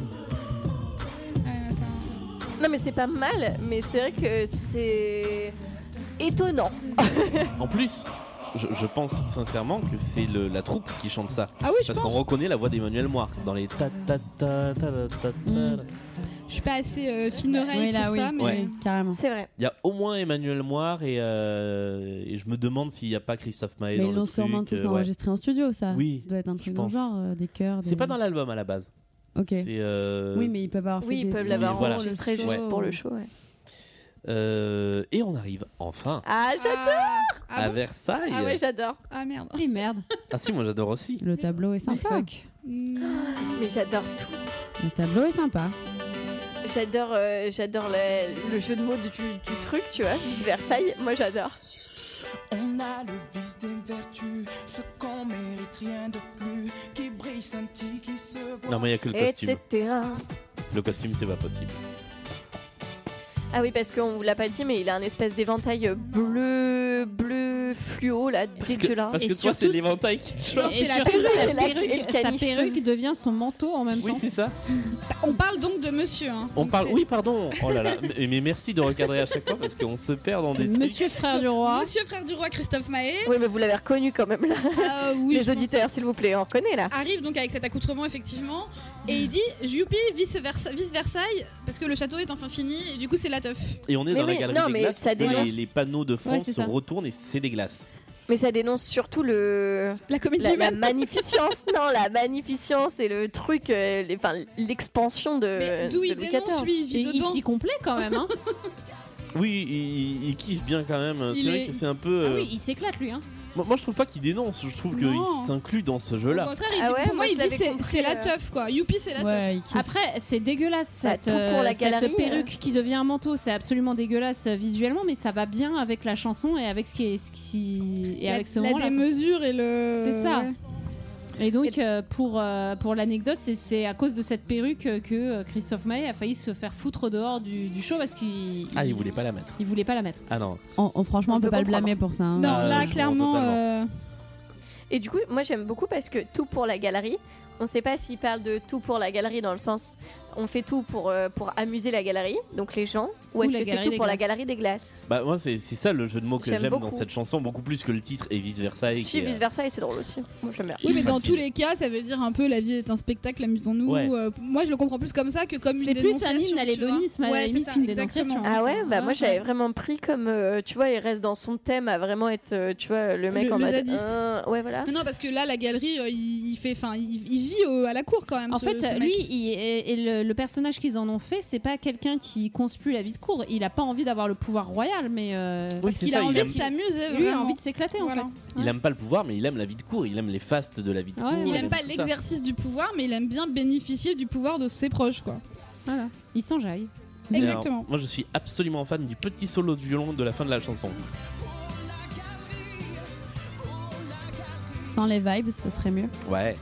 Speaker 2: Non, mais c'est pas mal, mais c'est vrai que c'est étonnant.
Speaker 3: En plus, je, je pense sincèrement que c'est le- la troupe qui chante ça.
Speaker 4: Ah oui, je
Speaker 3: Parce qu'on
Speaker 4: pense.
Speaker 3: reconnaît la voix d'Emmanuel Moir dans les ta ta ta ta ta ta. ta.
Speaker 4: Je suis pas assez euh, fine oreille
Speaker 7: Oui, là,
Speaker 4: pour
Speaker 7: oui.
Speaker 4: ça, mais
Speaker 3: Ouais.
Speaker 7: Carrément.
Speaker 2: C'est vrai.
Speaker 3: Il y a au moins Emmanuel Moir et, euh, et je me demande s'il n'y a pas Christophe Maé
Speaker 7: Mais
Speaker 3: dans
Speaker 7: ils
Speaker 3: le
Speaker 7: l'ont
Speaker 3: truc.
Speaker 7: sûrement tous
Speaker 3: euh, ouais.
Speaker 7: enregistré en studio ça.
Speaker 3: Oui,
Speaker 7: Ça doit être un truc dans le
Speaker 3: pense.
Speaker 7: genre, euh, des chœurs.
Speaker 3: C'est
Speaker 7: des-
Speaker 3: pas dans l'album à la base.
Speaker 7: Ok.
Speaker 3: C'est, euh,
Speaker 7: Oui, mais ils peuvent avoir fait
Speaker 2: Oui, ils
Speaker 7: des
Speaker 2: peuvent
Speaker 7: sons,
Speaker 2: l'avoir
Speaker 3: Voilà.
Speaker 2: enregistré
Speaker 7: le
Speaker 2: juste
Speaker 7: show.
Speaker 2: pour le show. ouais.
Speaker 3: euh, et on arrive enfin
Speaker 2: Ah, j'adore
Speaker 4: Ah
Speaker 3: à
Speaker 4: bon
Speaker 3: Versailles.
Speaker 2: Ah ouais, j'adore. Eh,
Speaker 4: Ah merde.
Speaker 6: Et merde.
Speaker 3: Ah si, moi j'adore aussi.
Speaker 7: Le tableau est sympa.
Speaker 6: Fuck.
Speaker 2: Mais j'adore tout.
Speaker 7: Le tableau est sympa.
Speaker 2: J'adore, euh, j'adore le, le jeu de mots du, du truc, tu vois, vice Versailles. Moi, j'adore.
Speaker 8: On a le vice des vertus, ce qu'on mérite rien de plus, qui brille, scintille, qui se voit.
Speaker 3: Non mais il n'y a que le costume.
Speaker 2: Etc.
Speaker 3: Le costume c'est pas possible.
Speaker 2: Ah oui, parce qu'on vous l'a pas dit, mais il a un espèce d'éventail bleu, bleu bleu fluo là,
Speaker 3: Parce que,
Speaker 2: dégueulasse.
Speaker 3: parce que toi, c'est l'éventail qui te choque.
Speaker 4: c'est la
Speaker 6: surtout,
Speaker 4: perruque,
Speaker 6: sa
Speaker 4: c'est la
Speaker 6: perruque-
Speaker 4: perruque,
Speaker 6: sa
Speaker 4: caniche.
Speaker 6: perruque devient son manteau en même
Speaker 3: Oui,
Speaker 6: temps.
Speaker 3: c'est ça.
Speaker 4: On parle donc de monsieur. hein.
Speaker 3: On
Speaker 4: Donc
Speaker 3: parle.
Speaker 4: c'est-
Speaker 3: Oui, pardon. Oh là là. Mais, mais merci de recadrer à chaque fois parce qu'on se perd dans des trucs.
Speaker 6: Monsieur frère du roi.
Speaker 4: Monsieur frère du roi Christophe Mahé.
Speaker 2: Oui, mais vous l'avez reconnu quand même là.
Speaker 4: Ah oui, je
Speaker 2: Les auditeurs, s'il vous plaît, on reconnaît là.
Speaker 4: arrive donc avec cet accoutrement effectivement et il dit youpi vice, Versa- vice Versailles parce que le château est enfin fini et du coup c'est la teuf.
Speaker 3: Et on est
Speaker 2: Mais
Speaker 3: dans
Speaker 2: oui,
Speaker 3: la galerie
Speaker 2: non,
Speaker 3: des
Speaker 2: mais
Speaker 3: glaces.
Speaker 2: ça
Speaker 3: parce que les,
Speaker 2: dénonce.
Speaker 3: les panneaux de fond
Speaker 6: Ouais,
Speaker 3: se
Speaker 6: c'est ça.
Speaker 3: retournent et c'est des glaces.
Speaker 2: Mais ça dénonce surtout le.
Speaker 4: La comédie
Speaker 2: La, la
Speaker 4: humaine.
Speaker 2: magnificence, non, la magnificence et le truc, euh, les- enfin l'expansion de.
Speaker 4: Mais d'où
Speaker 2: de
Speaker 4: il
Speaker 2: Louis
Speaker 4: dénonce
Speaker 2: XIV.
Speaker 4: lui, il vit
Speaker 6: Et il
Speaker 4: dedans.
Speaker 6: s'y complaît quand même. hein.
Speaker 3: Oui, il, il- il kiffe bien quand même. C'est
Speaker 4: Il
Speaker 3: vrai
Speaker 4: est-
Speaker 3: que c'est un peu.
Speaker 6: Ah
Speaker 3: euh,
Speaker 6: oui, il s'éclate lui. Hein.
Speaker 3: moi, moi, je trouve pas qu'il dénonce. Je trouve
Speaker 4: Non.
Speaker 3: qu'il s'inclut dans ce
Speaker 4: Au
Speaker 3: jeu-là.
Speaker 4: contraire, il dit-
Speaker 2: Ah ouais,
Speaker 4: pour moi,
Speaker 2: moi, je
Speaker 4: il dit
Speaker 2: l'avais
Speaker 4: c'est-
Speaker 2: compris,
Speaker 4: c'est la
Speaker 2: euh.
Speaker 4: teuf quoi. Youpi c'est la teuf.
Speaker 7: Ouais, il kiffe.
Speaker 6: Après, c'est dégueulasse
Speaker 2: Bah,
Speaker 6: cette,
Speaker 2: tout pour la
Speaker 6: euh, cette
Speaker 2: galerie,
Speaker 6: perruque qui devient un manteau. C'est absolument dégueulasse euh, visuellement, mais ça va bien avec la chanson et avec ce qui est, ce qui... et
Speaker 4: La-
Speaker 6: avec ce
Speaker 4: la
Speaker 6: moment-là.
Speaker 4: démesure euh, et le.
Speaker 6: C'est ça.
Speaker 4: Ouais.
Speaker 6: Et donc, euh, pour, euh, pour l'anecdote, c'est- c'est à cause de cette perruque euh, que euh, Christophe Maé a failli se faire foutre dehors du, du show parce qu'il
Speaker 3: Ah, il voulait pas la mettre.
Speaker 6: il voulait pas la mettre.
Speaker 3: Ah non.
Speaker 7: On- on- franchement, on
Speaker 2: On
Speaker 7: peut
Speaker 2: peut
Speaker 7: pas le
Speaker 2: comprendre.
Speaker 7: blâmer pour ça. hein.
Speaker 4: Non,
Speaker 3: Ah,
Speaker 4: là
Speaker 3: je
Speaker 4: clairement.
Speaker 3: comprends
Speaker 4: euh,
Speaker 2: Et du coup, moi j'aime beaucoup parce que tout pour la galerie, on sait pas s'il parle de tout pour la galerie dans le sens on fait tout pour, euh, pour amuser la galerie, donc les gens, ou
Speaker 6: Ou
Speaker 2: est-ce
Speaker 6: la
Speaker 2: que c'est
Speaker 6: galerie
Speaker 2: tout
Speaker 6: des
Speaker 2: pour la
Speaker 6: glaces.
Speaker 2: galerie des glaces
Speaker 3: Bah moi c'est c'est ça le jeu de mots que
Speaker 2: J'aime
Speaker 3: j'aime dans
Speaker 2: beaucoup.
Speaker 3: cette chanson beaucoup plus que le titre et vice versa. et qui
Speaker 2: Si,
Speaker 3: est-
Speaker 2: vice versa, et c'est drôle aussi. Moi j'aime bien.
Speaker 4: Oui, mais dans
Speaker 3: Facile.
Speaker 4: tous les cas, ça veut dire un peu la vie est un spectacle, amusons-nous.
Speaker 3: Ouais.
Speaker 4: Euh, moi, je le comprends plus comme ça que comme une
Speaker 6: C'est plus un
Speaker 4: dénonciation,
Speaker 6: hymne à
Speaker 4: tu vois.
Speaker 6: l'hédonisme, à la
Speaker 4: Ouais, c'est
Speaker 6: limite,
Speaker 4: ça,
Speaker 6: qu'une
Speaker 4: exactement.
Speaker 6: dénonciation.
Speaker 2: Ah ouais, bah
Speaker 6: Ouais,
Speaker 2: moi
Speaker 6: ouais.
Speaker 2: j'avais vraiment pris comme euh, tu vois, il reste dans son thème à vraiment être euh, tu vois le mec
Speaker 4: Le-
Speaker 2: en
Speaker 4: le
Speaker 2: mode
Speaker 4: zadiste.
Speaker 2: euh, ouais voilà.
Speaker 4: Non, non, parce que là, la galerie, euh, il, il fait, enfin, il, il vit euh, à la cour quand même.
Speaker 6: En
Speaker 4: ce-
Speaker 6: fait,
Speaker 4: ce mec.
Speaker 6: lui, il- et, et le, le personnage qu'ils en ont fait, c'est pas quelqu'un qui conspue la vie de cour. Il a pas envie d'avoir le pouvoir royal, mais euh,
Speaker 3: Oui, c'est
Speaker 4: il a
Speaker 3: ça,
Speaker 4: envie
Speaker 3: aime,
Speaker 4: de s'amuser.
Speaker 6: lui a
Speaker 4: vraiment.
Speaker 6: envie de s'éclater
Speaker 4: Voilà.
Speaker 6: en fait.
Speaker 3: euh, il aime pas le pouvoir mais il aime la vie de cour, il aime les fastes de la vie de
Speaker 6: Ouais,
Speaker 3: cour.
Speaker 4: Il aime pas
Speaker 3: tout ça.
Speaker 4: l'exercice du pouvoir, mais il aime bien bénéficier du pouvoir de ses proches, quoi.
Speaker 6: Voilà. Il s'enjaille.
Speaker 3: Et alors,
Speaker 4: Exactement.
Speaker 3: moi je suis absolument fan du petit solo de violon de la fin de la chanson.
Speaker 2: euh,
Speaker 7: Sans les vibes, ce serait mieux.
Speaker 3: Ouais.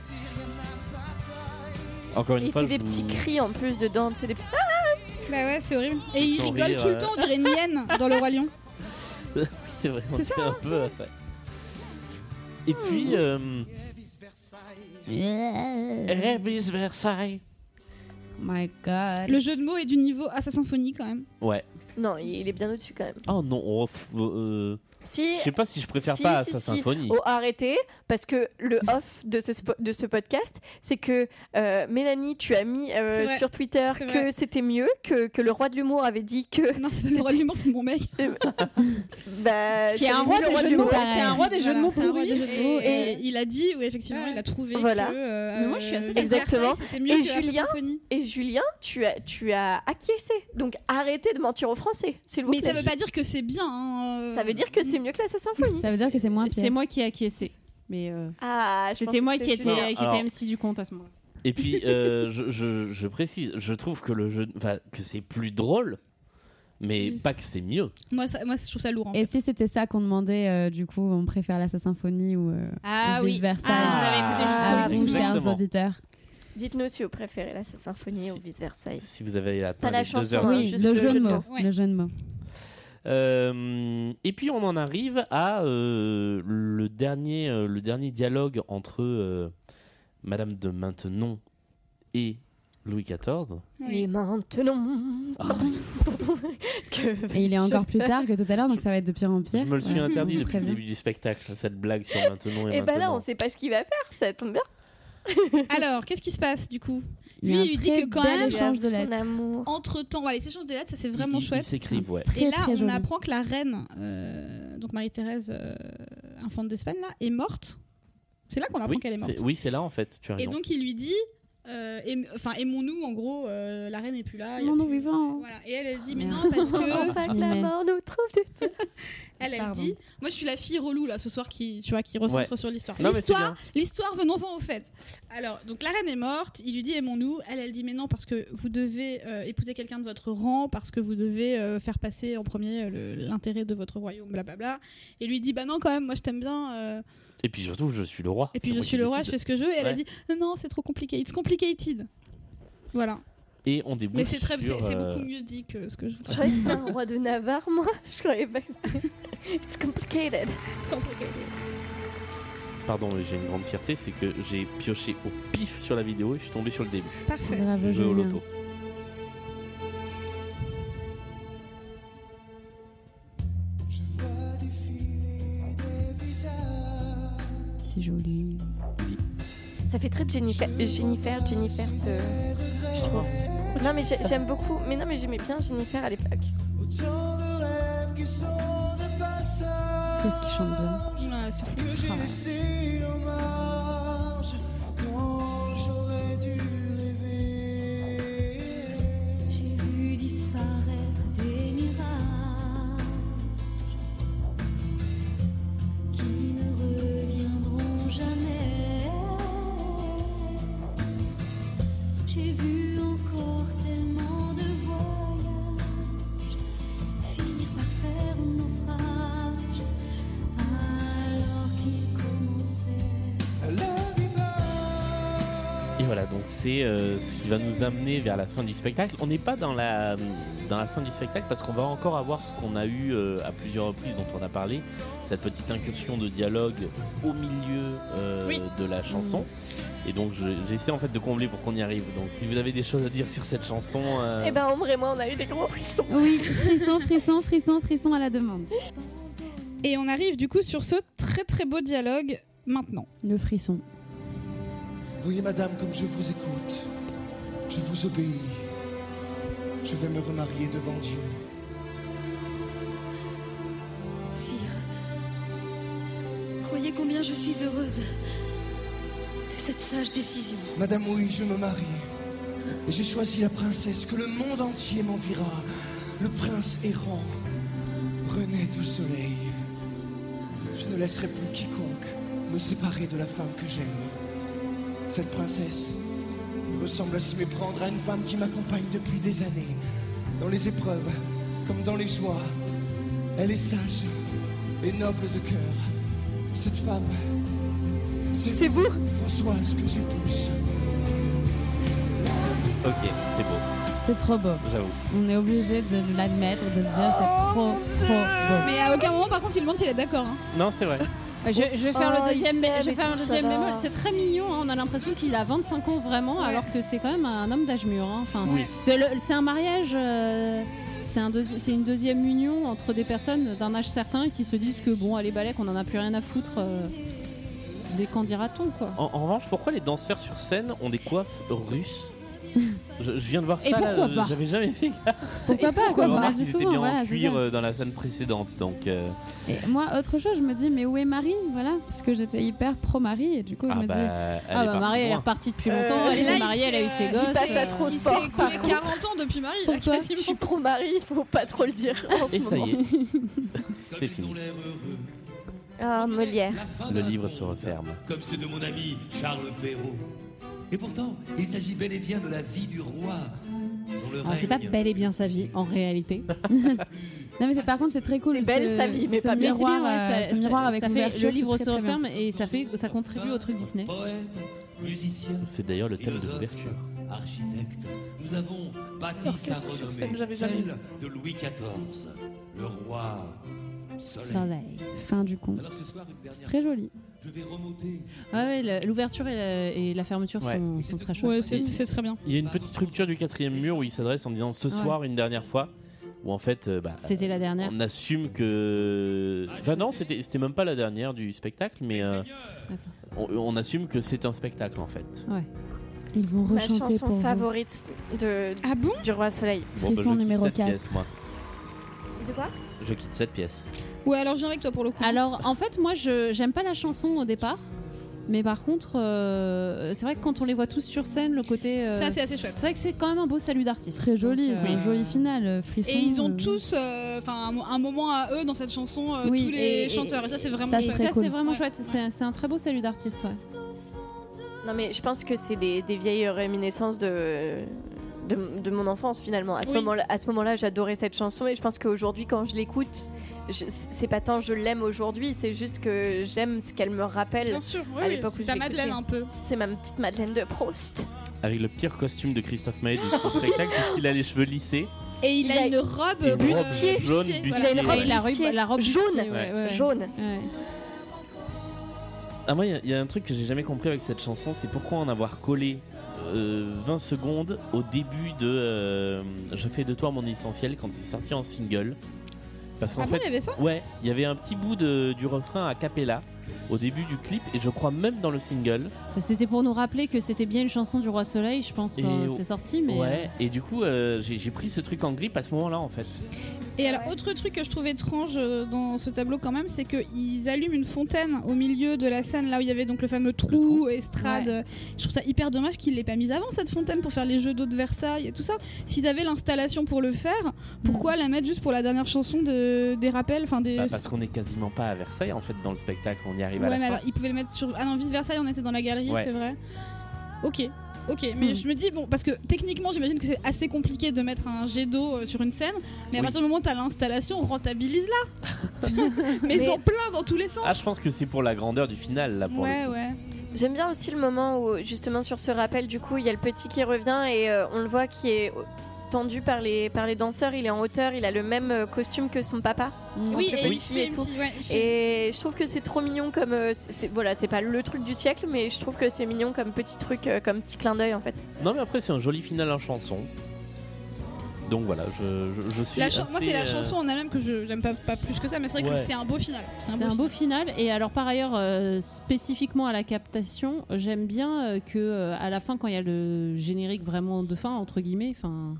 Speaker 3: Encore une
Speaker 2: Il
Speaker 3: fois,
Speaker 2: fait des
Speaker 3: je
Speaker 2: petits
Speaker 3: vous-
Speaker 2: cris en plus dedans, c'est des petits
Speaker 4: Bah ouais, c'est horrible. Et il
Speaker 3: Sans
Speaker 4: rigole
Speaker 3: rire,
Speaker 4: tout le
Speaker 3: ouais.
Speaker 4: temps, on dirait une hyène dans le roi lion.
Speaker 3: Oui, c'est vrai, on
Speaker 4: C'est
Speaker 3: fait
Speaker 2: hein.
Speaker 3: un peu. euh, ouais. Et
Speaker 2: Ah.
Speaker 3: puis.
Speaker 6: Hmm.
Speaker 3: euh, Eh, vice Versailles.
Speaker 7: My God.
Speaker 4: Le jeu de mots est du niveau à sa symphonie quand même.
Speaker 3: Ouais.
Speaker 2: Non, il est bien au-dessus quand même.
Speaker 3: Oh non, on ref- euh,
Speaker 2: Si
Speaker 3: je sais pas si je préfère
Speaker 2: Si,
Speaker 3: pas à
Speaker 2: si,
Speaker 3: sa
Speaker 2: si.
Speaker 3: symphonie.
Speaker 2: Oh, arrêtez, parce que le off de ce, spo- de ce podcast, c'est que euh, Mélanie, tu as mis euh,
Speaker 4: C'est vrai.
Speaker 2: sur Twitter
Speaker 4: C'est vrai.
Speaker 2: que c'était mieux, que, que le roi de l'humour avait dit que.
Speaker 4: Non, c'est pas le roi de l'humour, c'est mon mec.
Speaker 2: Bah,
Speaker 6: Qui est
Speaker 2: tu
Speaker 6: un
Speaker 2: avais
Speaker 6: roi des
Speaker 2: mis le
Speaker 6: jeux de
Speaker 2: l'humour.
Speaker 6: mots, c'est un roi des jeux de mots
Speaker 4: Voilà, c'est un roi
Speaker 6: pourris.
Speaker 4: des jeux de mots.
Speaker 2: Et-
Speaker 4: Et il a dit, oui, effectivement, il a trouvé
Speaker 2: Voilà.
Speaker 4: que. euh,
Speaker 6: Mais moi, je suis assez
Speaker 4: Vice
Speaker 2: d'accord.
Speaker 4: Versailles, C'était mieux
Speaker 2: Et
Speaker 4: que à sa
Speaker 2: Julien
Speaker 4: symphonie.
Speaker 2: Et Julien, tu as, tu as acquiescé. Donc arrêtez de mentir aux Français, s'il vous
Speaker 4: Mais
Speaker 2: plaît.
Speaker 4: ça veut pas dire que c'est bien. hein, euh.
Speaker 2: Ça veut dire que c'est mieux que la sa symphonie.
Speaker 7: Ça veut dire que c'est moins
Speaker 6: C'est
Speaker 7: pire.
Speaker 6: moi qui ai acquiescé. Mais euh,
Speaker 2: Ah, je pensais
Speaker 6: c'était
Speaker 2: que
Speaker 6: moi qui
Speaker 2: c'était
Speaker 6: étais,
Speaker 2: Julien.
Speaker 6: qui
Speaker 3: Alors-
Speaker 6: était MC du compte à ce moment.
Speaker 3: Et puis, euh, je, je- je précise, je trouve que le jeu, enfin, que c'est plus drôle, mais pas que c'est mieux.
Speaker 4: Moi, ça- moi, je trouve ça lourd. en fait.
Speaker 7: Et si c'était ça qu'on demandait, euh, du coup, on préfère la symphonie ou euh,
Speaker 6: Ah
Speaker 7: ou
Speaker 6: oui.
Speaker 7: vice-versa.
Speaker 6: Ah, vous avez écouté jusqu'au
Speaker 7: à
Speaker 6: bout.
Speaker 7: vous, chers
Speaker 3: Exactement.
Speaker 7: auditeurs.
Speaker 2: Dites-nous si vous préférez la sa symphonie
Speaker 3: Si.
Speaker 2: ou vice versa.
Speaker 3: Si vous avez
Speaker 2: Pas
Speaker 3: atteint
Speaker 2: la
Speaker 3: les deux
Speaker 2: chanson,
Speaker 3: heures.
Speaker 2: hein,
Speaker 7: Oui,
Speaker 2: juste
Speaker 7: le jeu de
Speaker 2: mots.
Speaker 7: mots.
Speaker 4: Ouais.
Speaker 7: Le jeu de mots.
Speaker 3: Euh, et puis on en arrive à euh, le dernier, euh, le dernier dialogue entre euh, Madame de Maintenon et Louis XIV.
Speaker 4: Oui.
Speaker 2: Et maintenant que
Speaker 7: Et il est encore
Speaker 2: je-
Speaker 7: plus tard que tout à l'heure, donc ça va être de pire en
Speaker 3: Je
Speaker 7: pire.
Speaker 3: me le suis
Speaker 7: Voilà.
Speaker 3: interdit depuis
Speaker 7: Très
Speaker 3: le
Speaker 7: bien.
Speaker 3: début du spectacle, cette blague sur Maintenon
Speaker 4: Eh
Speaker 3: et,
Speaker 4: ben
Speaker 2: Et bah là,
Speaker 3: Maintenon.
Speaker 2: on sait pas ce qu'il va faire, ça tombe bien.
Speaker 4: Alors, qu'est-ce qui se passe du coup
Speaker 7: Il y a
Speaker 4: Lui,
Speaker 7: un
Speaker 4: il lui dit
Speaker 7: très
Speaker 4: que quand
Speaker 7: bel
Speaker 4: même-
Speaker 7: échange de
Speaker 2: Son
Speaker 7: lettres.
Speaker 2: amour.
Speaker 4: Entre temps, voilà, les échanges des lettres, ça c'est
Speaker 3: Ils-
Speaker 4: vraiment
Speaker 3: ils- Ils
Speaker 4: chouette.
Speaker 3: s'écrivent, ouais.
Speaker 7: Très,
Speaker 4: Et là,
Speaker 7: très
Speaker 4: on
Speaker 7: joli.
Speaker 4: apprend que la reine, euh, donc Marie-Thérèse, euh, infante d'Espagne, là, est morte. C'est là qu'on apprend
Speaker 3: Oui,
Speaker 4: qu'elle est morte.
Speaker 3: c'est- oui, c'est là en fait, tu as
Speaker 4: Et
Speaker 3: raison.
Speaker 4: donc il lui dit, euh, aime- enfin aimons-nous en gros, euh, la reine n'est plus là. il y a
Speaker 7: Aimons-nous
Speaker 4: plus-
Speaker 7: vivants.
Speaker 4: Voilà. Et elle, elle dit mais
Speaker 7: Merde.
Speaker 4: non parce que
Speaker 2: pas
Speaker 7: que la Mais-
Speaker 2: mort nous trouve
Speaker 4: elle, elle
Speaker 7: Pardon.
Speaker 4: dit, moi je suis la fille relou là ce soir qui, tu vois, qui recentre sur l'histoire.
Speaker 3: Non, mais c'est
Speaker 4: L'histoire, l'histoire venons-en au fait. Alors donc la reine est morte, il lui dit aimons-nous, elle, elle dit mais non parce que vous devez euh, épouser quelqu'un de votre rang parce que vous devez euh, faire passer en premier euh, le- l'intérêt de votre royaume, blablabla. Et lui dit bah non quand même, moi je t'aime bien. euh,
Speaker 3: Et puis surtout, je suis le roi.
Speaker 4: et
Speaker 3: Ah, C'est
Speaker 4: puis je
Speaker 3: moi
Speaker 4: suis
Speaker 3: qui
Speaker 4: le roi, je
Speaker 3: décide.
Speaker 4: fais ce que je veux. Et elle a
Speaker 3: Ouais.
Speaker 4: dit non, c'est trop compliqué, it's complicated. Voilà.
Speaker 3: Et on débouche
Speaker 4: Mais c'est très,
Speaker 3: sur,
Speaker 4: c'est c'est
Speaker 3: euh,
Speaker 4: beaucoup mieux dit que ce que je vous
Speaker 2: Je croyais que c'était un roi de Navarre, moi. Je croyais pas que c'était. It's complicated.
Speaker 4: It's complicated.
Speaker 3: Pardon, mais j'ai une grande fierté, c'est que j'ai pioché au pif sur la vidéo et je suis tombé sur le début.
Speaker 4: Parfait.
Speaker 7: Bravo,
Speaker 3: Jeu au
Speaker 7: Julien.
Speaker 3: loto.
Speaker 7: C'est joli.
Speaker 2: Ça fait très Jennifer, Jennifer, Jennifer, ce- je trouve. Non mais j'ai- j'aime beaucoup, mais non mais j'aimais bien Jennifer à l'époque.
Speaker 8: Autant de rêves qui sont de passage.
Speaker 7: Qu'est-ce qu'il chante bien
Speaker 4: c'est fou.
Speaker 8: Que j'ai
Speaker 4: Ah ouais.
Speaker 8: laissé en marge quand j'aurais dû rêver.
Speaker 10: J'ai vu disparaître des mirages qui ne reviendront jamais. J'ai vu encore tellement de voyages finir par faire un naufrage alors qu'il commençait.
Speaker 3: Et voilà, donc c'est euh, ce qui va nous amener vers la fin du spectacle. On n'est pas dans la, dans la fin du spectacle parce qu'on va encore avoir ce qu'on a eu euh, à plusieurs reprises dont on a parlé, cette petite incursion de dialogue au milieu euh,
Speaker 4: Oui.
Speaker 3: de la chanson. Et donc je- j'essaie en fait de combler pour qu'on y arrive. Donc si vous avez des choses à dire sur cette chanson, euh,
Speaker 2: Eh ben Ombre et moi on a eu des gros frissons.
Speaker 7: Oui, frisson, frisson, frisson, frisson à la demande.
Speaker 4: Et on arrive du coup sur ce très très beau dialogue maintenant.
Speaker 7: Le frisson.
Speaker 13: Voyez, madame, comme je vous écoute. Je vous obéis. Je vais me remarier devant Dieu.
Speaker 10: Sire, croyez combien je suis heureuse de cette sage décision.
Speaker 13: Madame, oui, je me marie. Et j'ai choisi la princesse que le monde entier m'envira. Le prince errant renaît au soleil. Je ne laisserai plus quiconque me séparer de la femme que j'aime. Cette princesse me semble à s'y méprendre à une femme qui m'accompagne depuis des années. Dans les épreuves, comme dans les joies, elle est sage et noble de cœur. Cette femme, c'est vous, Françoise, que j'épouse.
Speaker 3: ok, c'est beau,
Speaker 7: C'est trop beau.
Speaker 3: j'avoue.
Speaker 7: On est obligé de l'admettre, de le dire, c'est trop, trop beau.
Speaker 4: Oh, Mais à aucun moment, par contre, il demande s'il est d'accord. hein.
Speaker 3: Non, c'est vrai.
Speaker 6: Je, je vais faire
Speaker 2: Oh,
Speaker 6: le
Speaker 2: il
Speaker 6: deuxième, bé-
Speaker 2: s'aime
Speaker 6: je vais
Speaker 2: et
Speaker 6: faire
Speaker 2: tout,
Speaker 6: le
Speaker 2: ça
Speaker 6: deuxième
Speaker 2: va.
Speaker 6: bémol. C'est très mignon. hein. On a l'impression qu'il a 25 ans vraiment, alors que c'est quand même un homme d'âge mûr. hein. Enfin,
Speaker 3: Oui.
Speaker 6: c'est, le- c'est un mariage. euh, C'est, un deuxi- c'est une deuxième union entre des personnes d'un âge certain qui se disent que bon, allez, balai, qu'on en a plus rien à foutre. euh, des qu'en dira-t-on, quoi.
Speaker 3: En, en revanche, pourquoi les danseurs sur scène ont des coiffes russes je, je viens de voir
Speaker 6: Et
Speaker 3: ça là,
Speaker 6: pourquoi pas
Speaker 3: j'avais jamais fait
Speaker 7: Pourquoi pas
Speaker 3: Quoi,
Speaker 7: quoi, On l'a
Speaker 3: remarque,
Speaker 7: dit
Speaker 3: ils étaient
Speaker 7: souvent,
Speaker 3: bien
Speaker 7: voilà,
Speaker 3: en
Speaker 7: c'est
Speaker 3: cuir
Speaker 7: ça.
Speaker 3: euh, dans la scène précédente, donc euh,
Speaker 7: Et moi, autre chose, je me dis, mais où est Marie Voilà, parce que j'étais hyper pro-Marie et du coup, je
Speaker 3: ah
Speaker 7: me
Speaker 3: bah,
Speaker 7: dis,
Speaker 3: elle
Speaker 6: Ah
Speaker 3: est
Speaker 6: bah,
Speaker 3: partie
Speaker 6: Marie, elle est
Speaker 3: loin.
Speaker 6: repartie depuis
Speaker 2: Euh,
Speaker 6: longtemps.
Speaker 4: et
Speaker 6: Elle
Speaker 4: là,
Speaker 6: s'est
Speaker 4: il
Speaker 6: mariée, elle a eu
Speaker 4: s'est-
Speaker 6: ses
Speaker 4: il
Speaker 6: gosses.
Speaker 2: passe à
Speaker 6: euh,
Speaker 2: trop
Speaker 4: Ah, Il
Speaker 2: Sport,
Speaker 4: s'est
Speaker 2: par
Speaker 4: écoulé
Speaker 2: contre.
Speaker 4: 40 ans depuis Marie, il a
Speaker 7: Pourquoi
Speaker 2: Je
Speaker 4: quasiment.
Speaker 2: suis pro mari, il faut pas trop le
Speaker 7: bah,
Speaker 2: dire en ce
Speaker 3: Et ça
Speaker 2: moment.
Speaker 3: y est,
Speaker 11: Comme
Speaker 3: c'est
Speaker 11: ils ont
Speaker 3: fini.
Speaker 11: l'air heureux.
Speaker 2: Ah Molière.
Speaker 11: La fin
Speaker 3: Le
Speaker 11: d'un
Speaker 3: livre
Speaker 11: conte,
Speaker 3: se referme.
Speaker 11: Comme ceux de mon ami Charles Perrault. Et pourtant, il s'agit bel et bien de la vie du roi. Dont le
Speaker 6: Alors, Ah,
Speaker 3: Ah,
Speaker 6: c'est pas
Speaker 11: règne
Speaker 6: belle et bien sa vie en réalité.
Speaker 7: non mais c'est- par contre, c'est très cool.
Speaker 2: C'est belle
Speaker 7: ce-
Speaker 2: sa vie, mais
Speaker 7: ce
Speaker 2: pas bien.
Speaker 7: miroir,
Speaker 6: C'est bien, ouais,
Speaker 7: euh,
Speaker 6: ça-
Speaker 7: ce miroir
Speaker 6: ça-
Speaker 7: avec
Speaker 6: ça fait-
Speaker 7: ouverture,
Speaker 6: le livre
Speaker 7: c'est
Speaker 6: se
Speaker 7: très, très bien.
Speaker 6: referme et ça fait ça contribue au truc Disney.
Speaker 11: Poète, musicien,
Speaker 3: C'est d'ailleurs le thème de
Speaker 11: philosophe,
Speaker 3: l'ouverture.
Speaker 11: Architecte, nous avons bâti sa
Speaker 3: L'orchestre sur scène,
Speaker 11: renommée,
Speaker 3: j'avais jamais vu.
Speaker 11: celle de Louis XIV, le roi soleil.
Speaker 6: Soleil.
Speaker 7: Fin du conte.
Speaker 11: Alors ce soir, une
Speaker 7: C'est
Speaker 11: dernière,
Speaker 7: très joli.
Speaker 11: je vais remonter.
Speaker 6: Ah ouais, la- l'ouverture et, la- et la fermeture
Speaker 3: Ouais.
Speaker 6: sont, sont très chouettes.
Speaker 4: Ouais, c'est c'est très bien.
Speaker 3: Il y a une petite rupture du quatrième mur où il s'adresse en disant ce
Speaker 6: Ouais.
Speaker 3: soir une dernière fois, où en fait, euh, bah,
Speaker 6: C'était la dernière.
Speaker 3: on assume que. Enfin, non, c'était c'était même pas la dernière du spectacle, mais euh, on, on assume que c'est un spectacle en fait.
Speaker 7: Ils vont
Speaker 2: Ma
Speaker 7: rechanter pour
Speaker 2: chanson
Speaker 7: vous.
Speaker 2: favorite de,
Speaker 4: Ah bon
Speaker 2: du roi soleil.
Speaker 7: Frisson
Speaker 3: bah, je quitte
Speaker 7: numéro
Speaker 3: cette
Speaker 7: quatre.
Speaker 3: pièce, moi.
Speaker 2: De quoi
Speaker 3: Je quitte cette pièce.
Speaker 4: Ouais, alors je viens avec toi pour le coup.
Speaker 6: Alors, en fait, moi, je j'aime pas la chanson au départ, mais par contre, euh, c'est vrai que quand on les voit tous sur scène, le côté. euh,
Speaker 4: Ça,
Speaker 6: c'est
Speaker 4: c'est assez chouette.
Speaker 6: vrai que c'est quand même un beau salut d'artiste.
Speaker 7: Très joli,
Speaker 6: Donc,
Speaker 7: c'est un
Speaker 6: euh,
Speaker 7: joli final. euh, Frisson.
Speaker 4: Et ils ont
Speaker 7: euh,
Speaker 4: tous euh, enfin un mo- un, moment à eux dans cette chanson, euh,
Speaker 7: Oui,
Speaker 4: tous les
Speaker 7: et- et-
Speaker 4: chanteurs. Et ça, c'est vraiment
Speaker 7: ça,
Speaker 6: Et
Speaker 7: c'est
Speaker 4: chouette.
Speaker 7: très
Speaker 6: ça,
Speaker 7: cool.
Speaker 6: c'est vraiment
Speaker 4: Ouais.
Speaker 6: chouette. C'est c'est un très beau salut d'artiste, ouais.
Speaker 2: Non mais je pense que c'est des, des vieilles réminiscences de, de, de mon enfance finalement. À ce
Speaker 4: Oui.
Speaker 2: moment-là, à ce moment-là, j'adorais cette chanson et je pense qu'aujourd'hui, quand je l'écoute, je- c'est pas tant je l'aime aujourd'hui, c'est juste que j'aime ce qu'elle me rappelle.
Speaker 4: Bien sûr, oui,
Speaker 2: À
Speaker 4: oui,
Speaker 2: l'époque où
Speaker 4: c'est ta
Speaker 2: je l'écoutais.
Speaker 4: Madeleine un peu.
Speaker 2: C'est ma petite Madeleine de Proust.
Speaker 3: avec le pire costume de Christophe Maé du tout spectacle, puisqu'il a les cheveux lissés.
Speaker 4: Et il, a, une robe
Speaker 3: Une robe
Speaker 4: bustier.
Speaker 3: jaune
Speaker 4: bustier,
Speaker 3: bustier, Il a
Speaker 4: voilà.
Speaker 3: une robe
Speaker 4: Et la robe-
Speaker 2: bustier.
Speaker 4: la robe
Speaker 2: Jaune.
Speaker 4: bustier, ouais, ouais.
Speaker 2: Jaune.
Speaker 3: Ah, moi, il y a- il y, a un truc que j'ai jamais compris avec cette chanson, c'est pourquoi en avoir collé euh, 20 secondes au début de euh, Je fais de toi mon essentiel quand c'est sorti en single. Parce qu'en
Speaker 4: Ah bon,
Speaker 3: fait,
Speaker 4: il y avait ça
Speaker 3: ouais, il y avait un petit bout de- du refrain à cappella au début du clip et je crois même dans le single.
Speaker 6: C'était pour nous rappeler que c'était bien une chanson du Roi Soleil, je pense,
Speaker 3: Et-
Speaker 6: quand c'est sorti. Mais
Speaker 3: Ouais, et du coup, euh, j'ai j'ai pris ce truc en grippe à ce moment-là en fait.
Speaker 4: Et alors, autre truc que je trouve étrange euh, dans ce tableau quand même, c'est qu'ils allument une fontaine au milieu de la scène, là où il y avait donc le fameux trou, estrade. Je trouve ça hyper dommage qu'ils l'aient pas mise avant cette fontaine pour faire les jeux d'eau de Versailles et tout ça. S'ils avaient l'installation pour le faire, pourquoi la mettre juste pour la dernière chanson de- des rappels, enfin des.
Speaker 3: Bah, parce qu'on est quasiment pas à Versailles en fait dans le spectacle, on y arrive à
Speaker 4: ouais,
Speaker 3: la
Speaker 4: mais
Speaker 3: fin.
Speaker 4: alors ils pouvaient le mettre sur. Ah non, vice versa, on était dans la galerie,
Speaker 3: Ouais.
Speaker 4: c'est vrai. Ok. Ok, mais
Speaker 6: Hmm.
Speaker 4: je me dis, bon, parce que techniquement, j'imagine que c'est assez compliqué de mettre un jet d'eau euh, sur une scène, mais à
Speaker 3: Oui.
Speaker 4: partir du moment où t'as l'installation, rentabilise-la Mais ils
Speaker 2: Mais-
Speaker 4: en plein dans tous les sens
Speaker 3: Ah, je pense que c'est pour la grandeur du final là Ah, pour le coup.
Speaker 4: ouais.
Speaker 2: J'aime bien aussi le moment où, justement, sur ce rappel, du coup, il y a le petit qui revient et euh, on le voit qui est tendu par les, par les danseurs. Il est en hauteur, il a le même euh, costume que son papa. Donc
Speaker 4: Oui,
Speaker 2: le
Speaker 4: et il
Speaker 2: petit
Speaker 4: fait
Speaker 2: et
Speaker 4: une
Speaker 2: tout.
Speaker 4: petite- ouais, il fait-
Speaker 2: Et je trouve que c'est trop mignon comme. euh, c'est- c'est- voilà, c'est pas le truc du siècle, mais je trouve que c'est mignon comme petit truc, euh, comme petit clin d'œil en fait.
Speaker 3: Non, mais après, c'est un joli final en chanson. Donc voilà, je, je, je suis.
Speaker 4: La chan- Moi,
Speaker 3: assez,
Speaker 4: c'est la
Speaker 3: euh,
Speaker 4: chanson en elle-même que je- j'aime pas, pas plus que ça, mais c'est vrai
Speaker 3: Ouais.
Speaker 4: que c'est un beau final.
Speaker 6: C'est un beau final. Et alors, par ailleurs, euh, spécifiquement à la captation, j'aime bien euh, que euh, à la fin, quand il y a le générique vraiment de fin, entre guillemets, enfin.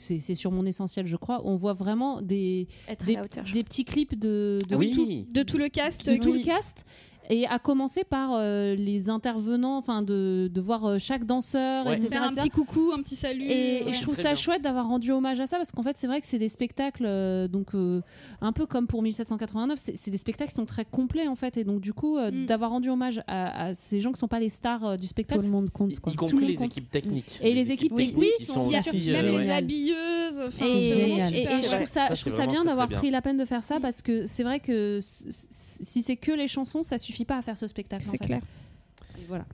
Speaker 6: C'est c'est sur mon essentiel, je crois. On voit vraiment des,
Speaker 2: Être à
Speaker 6: des,
Speaker 2: la hauteur, je
Speaker 6: des petits clips de, de
Speaker 3: Oui.
Speaker 6: tout,
Speaker 4: de tout le cast.
Speaker 6: de tout
Speaker 4: qui-
Speaker 6: le cast. Et à commencer par euh, les intervenants, enfin de, de voir euh, chaque danseur,
Speaker 4: Ouais.
Speaker 6: etc.
Speaker 4: Faire un petit coucou, un petit salut. euh,
Speaker 6: Et,
Speaker 4: Ouais.
Speaker 6: et je trouve
Speaker 3: Très
Speaker 6: ça
Speaker 3: bien.
Speaker 6: chouette d'avoir rendu hommage à ça parce qu'en fait c'est vrai que c'est des spectacles euh, donc euh, un peu comme pour 1789 c'est c'est des spectacles qui sont très complets en fait et donc du coup euh,
Speaker 4: Mm.
Speaker 6: d'avoir rendu hommage à, à ces gens qui sont pas les stars euh, du spectacle
Speaker 7: Tout le monde
Speaker 3: Y,
Speaker 7: compte, quoi.
Speaker 3: y
Speaker 6: Tout le
Speaker 3: compris
Speaker 6: monde
Speaker 3: les
Speaker 6: compte.
Speaker 3: équipes techniques.
Speaker 6: Et les équipes techniques,
Speaker 3: qui
Speaker 6: sont-
Speaker 3: sont
Speaker 4: Il y a
Speaker 3: aussi.
Speaker 4: même
Speaker 3: euh,
Speaker 4: les
Speaker 3: ouais.
Speaker 4: habilleuses. enfin,
Speaker 6: et,
Speaker 4: c'est vraiment
Speaker 7: génial.
Speaker 6: et- et
Speaker 4: super. Mm.
Speaker 6: je trouve ça,
Speaker 3: Ça,
Speaker 6: je
Speaker 3: c'est
Speaker 6: trouve ça
Speaker 3: vraiment
Speaker 6: bien
Speaker 3: très,
Speaker 6: d'avoir
Speaker 3: très bien.
Speaker 6: pris la peine de faire ça parce que c'est vrai que s- s- si c'est que les chansons ça suffit pas à faire ce spectacle en
Speaker 4: C'est
Speaker 6: fait.
Speaker 4: clair.
Speaker 6: Et voilà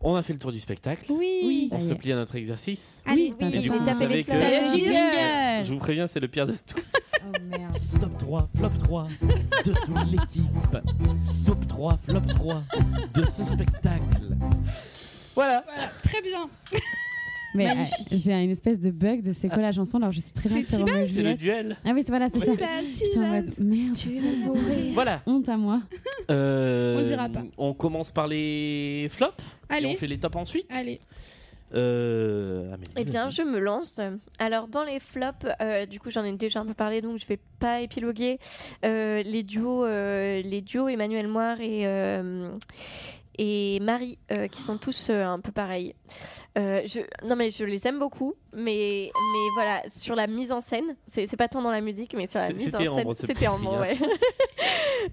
Speaker 3: On a fait le tour du spectacle.
Speaker 7: Oui.
Speaker 3: On
Speaker 7: Ça y
Speaker 3: se
Speaker 7: est.
Speaker 3: plie à notre exercice.
Speaker 4: Allez,
Speaker 7: Oui,
Speaker 3: Et du
Speaker 7: bah,
Speaker 3: coup, vous
Speaker 7: bah.
Speaker 3: savez que.
Speaker 4: fleurs.
Speaker 7: Le jingle.
Speaker 3: Je vous préviens, c'est le pire de tout.
Speaker 8: Oh, Top 3, flop 3 de toute l'équipe. Top 3, flop 3 de ce spectacle.
Speaker 3: Voilà.
Speaker 4: Très bien.
Speaker 7: Mais euh, j'ai une espèce de bug de c'est quoi la chanson, alors je sais très bien
Speaker 4: C'est
Speaker 7: que c'est
Speaker 4: Tibalt.
Speaker 7: Roméo et
Speaker 3: C'est le
Speaker 7: Juliette.
Speaker 3: duel.
Speaker 7: Ah oui, c'est voilà, c'est ça. J'étais en mode merde,
Speaker 3: Voilà.
Speaker 7: honte à moi.
Speaker 3: Euh,
Speaker 4: On le dira pas.
Speaker 3: on commence par les flops. Et on
Speaker 4: Allez,
Speaker 3: fait les tops ensuite.
Speaker 4: allez.
Speaker 3: Euh, Amélie,
Speaker 2: Eh bien,
Speaker 3: vas-y.
Speaker 2: je me lance. Alors, dans les flops, euh, du coup, j'en ai déjà un peu parlé, donc je vais pas épiloguer. Euh, les duos, euh, les duos Emmanuel Moir et, euh, et Marie, euh, qui sont tous euh, un peu pareils. Euh, je- non, mais je les aime beaucoup, mais, mais voilà, sur la mise en scène, c'est c'est pas tant dans la musique, mais sur la
Speaker 3: C'est-
Speaker 2: mise en
Speaker 3: c'était
Speaker 2: scène,
Speaker 3: Ambre, c'est
Speaker 2: c'était
Speaker 3: pas hein.
Speaker 2: en
Speaker 3: bien.
Speaker 2: ouais.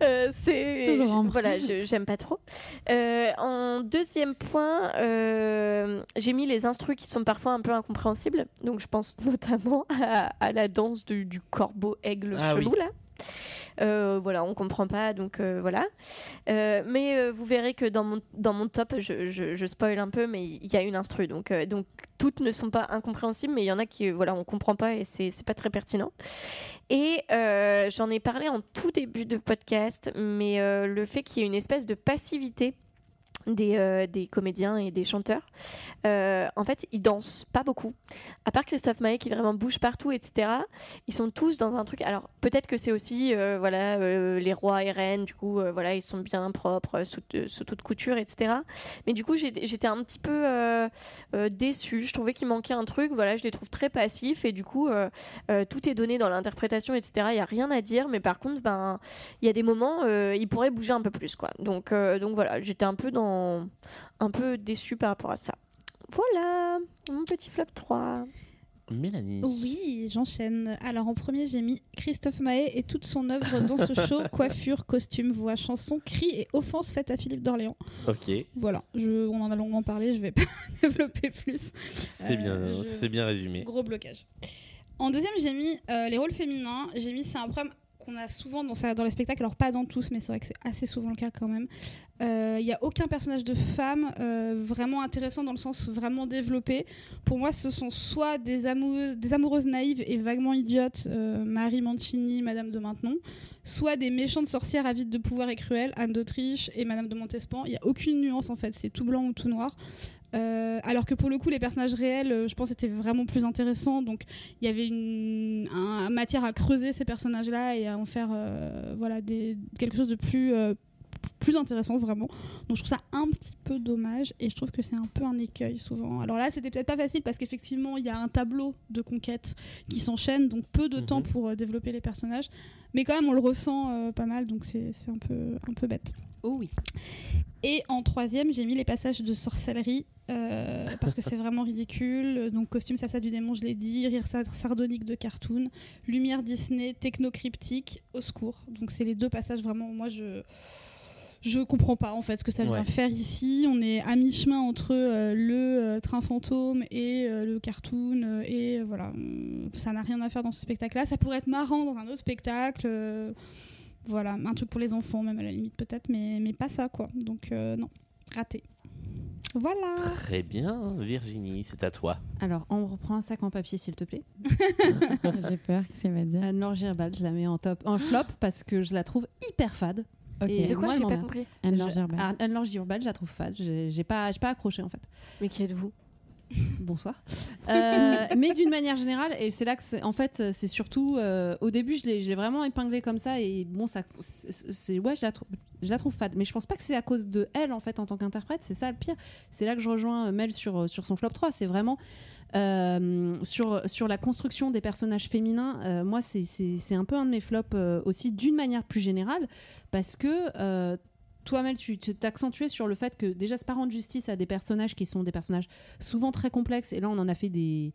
Speaker 2: Euh, c'est
Speaker 7: Toujours
Speaker 2: je-
Speaker 7: Ambre.
Speaker 2: voilà, je- j'aime pas trop. Euh, en deuxième point, euh, j'ai mis les instrus qui sont parfois un peu incompréhensibles. Donc je pense notamment à, à la danse du, du corbeau aigle
Speaker 3: Ah
Speaker 2: chelou
Speaker 3: oui.
Speaker 2: là. Euh, voilà, on comprend pas, donc euh, voilà. Euh, mais euh, vous verrez que dans mon, dans mon top, je, je, je spoil un peu, mais il y a une instru, donc, euh, donc toutes ne sont pas incompréhensibles, mais il y en a qui, euh, voilà, on comprend pas et c'est c'est pas très pertinent. Et euh, j'en ai parlé en tout début de podcast, mais euh, le fait qu'il y ait une espèce de passivité des, euh, des comédiens et des chanteurs, euh, en fait, ils dansent pas beaucoup. À part Christophe Maé qui vraiment bouge partout, etc. Ils sont tous dans un truc. Alors peut-être que c'est aussi euh, voilà euh, les rois et reines. Du coup, euh, voilà, ils sont bien propres euh, sous, euh, sous toute couture, etc. Mais du coup, j'ai- j'étais un petit peu euh, euh, déçue. Je trouvais qu'il manquait un truc. Voilà, je les trouve très passifs et du coup, euh, euh, tout est donné dans l'interprétation, etc. Il y a rien à dire. Mais par contre, ben, il y a des moments, euh, ils pourraient bouger un peu plus, quoi. Donc, euh, donc voilà, j'étais un peu dans, un peu déçue par rapport à ça. Voilà, mon petit flop 3.
Speaker 3: Mélanie.
Speaker 4: Oui, j'enchaîne. Alors en premier, j'ai mis Christophe Maé et toute son œuvre dans ce show coiffure, costume, voix, chanson, cri et offense faite à Philippe d'Orléans.
Speaker 3: Ok.
Speaker 4: Voilà, je, on en a longuement parlé, je vais pas développer plus.
Speaker 3: C'est
Speaker 4: Euh,
Speaker 3: bien,
Speaker 4: je-
Speaker 3: c'est bien résumé.
Speaker 4: Gros blocage. En deuxième, j'ai mis euh, les rôles féminins. J'ai mis c'est un problème qu'on a souvent dans, sa- dans les spectacles, alors pas dans tous, mais c'est vrai que c'est assez souvent le cas quand même. Euh, Il n'y a aucun personnage de femme euh, vraiment intéressant dans le sens vraiment développé. Pour moi, ce sont soit des amoureuses, des amoureuses naïves et vaguement idiotes, euh, Marie Mancini, Madame de Maintenon, soit des méchantes sorcières avides de pouvoir et cruelles, Anne d'Autriche et Madame de Montespan. Il n'y a aucune nuance en fait, c'est tout blanc ou tout noir. Euh, alors que pour le coup, les personnages réels, euh, je pense, étaient vraiment plus intéressants. Donc, il y avait une un- matière à creuser ces personnages-là et à en faire euh, voilà, des, quelque chose de plus, euh, plus intéressant, vraiment. Donc, je trouve ça un petit peu dommage et je trouve que c'est un peu un écueil souvent. Alors là, c'était peut-être pas facile parce qu'effectivement, il y a un tableau de conquêtes qui s'enchaîne, donc peu de temps pour euh, développer les personnages. Mais quand même, on le ressent euh, pas mal, donc c'est c'est un peu, un peu bête.
Speaker 6: Oh oui.
Speaker 4: Et en troisième, j'ai mis les passages de sorcellerie euh, parce que c'est vraiment ridicule. Donc costume ça du démon, je l'ai dit, rire sa- sardonique de cartoon, lumière Disney, techno cryptique, au secours. Donc c'est les deux passages vraiment. Moi je je comprends pas en fait ce que ça vient
Speaker 14: Ouais.
Speaker 4: faire ici. On est à mi-chemin entre euh, le euh, train fantôme et euh, le cartoon euh, et euh, voilà, on- ça n'a rien à faire dans ce spectacle-là. Ça pourrait être marrant dans un autre spectacle. euh, voilà, un truc pour les enfants, même à la limite peut-être, mais, mais pas ça quoi. Donc euh, non, raté. Voilà.
Speaker 3: Très bien, Virginie, c'est à toi.
Speaker 6: Alors, on reprend un sac en papier, s'il te plaît.
Speaker 7: J'ai peur que ça va dire.
Speaker 6: Anne-Laure Girbal, je la mets en top, en flop parce que je la trouve hyper fade.
Speaker 7: Ok. De quoi
Speaker 6: moi, elle
Speaker 7: J'ai pas
Speaker 6: m'emmerde.
Speaker 7: compris. Anne-Laure
Speaker 6: Je-
Speaker 7: Girbal.
Speaker 6: Ah, Anne-Laure Girbal, je la trouve fade. J'ai j'ai pas, j'ai pas accroché en fait.
Speaker 2: Mais qui êtes-vous
Speaker 6: Bonsoir. Euh, mais d'une manière générale, et c'est là que, c'est- en fait, c'est surtout euh, au début, je l'ai je l'ai vraiment épinglé comme ça, et bon, ça, c'est- c'est ouais, je la, trou- je la trouve fade. Mais je pense pas que c'est à cause de elle en fait en tant qu'interprète. C'est ça le pire. C'est là que je rejoins euh, Mel sur euh, sur son flop 3 C'est vraiment euh, sur sur la construction des personnages féminins. euh, moi, c'est- c'est c'est un peu un de mes flops euh, aussi d'une manière plus générale, parce que euh, toi, Mel, tu tu t'accentuais sur le fait que déjà, c'est pas rendre justice à des personnages qui sont des personnages souvent très complexes. Et là, on en a fait des.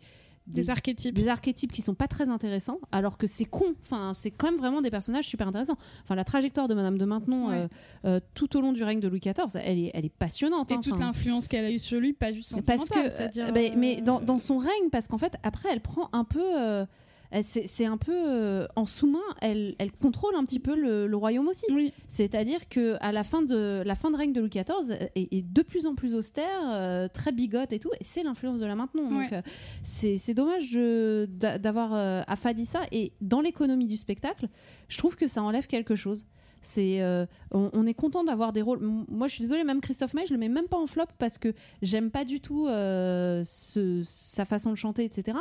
Speaker 4: Des archétypes.
Speaker 6: Des archétypes qui sont pas très intéressants, alors que c'est con. Enfin, c'est quand même vraiment des personnages super intéressants. Enfin, la trajectoire de Madame de Maintenon
Speaker 4: Ouais.
Speaker 6: euh, euh, tout au long du règne de Louis XIV, elle est, elle est passionnante.
Speaker 4: Et
Speaker 6: hein.
Speaker 4: toute
Speaker 6: Enfin,
Speaker 4: l'influence qu'elle a eue sur lui, pas juste
Speaker 6: parce que
Speaker 4: sentimentale, c'est-à-dire,
Speaker 6: euh, ben,
Speaker 4: euh,
Speaker 6: mais dans, dans son règne parce qu'en fait après elle prend un peu euh, elle- c'est c'est un peu euh, en sous-main elle, elle contrôle un petit peu le, le royaume aussi c'est-à-dire que à la fin de la fin de règne de Louis XIV euh, est, est de plus en plus austère euh, très bigote et tout et c'est l'influence de la maintenant donc
Speaker 4: Ouais.
Speaker 6: euh, c'est c'est dommage de- d'a- d'avoir euh, affadi ça et dans l'économie du spectacle je trouve que ça enlève quelque chose c'est euh, on, on est content d'avoir des rôles M- moi je suis désolée même Christophe May je le mets même pas en flop parce que j'aime pas du tout euh, ce- sa façon de chanter etc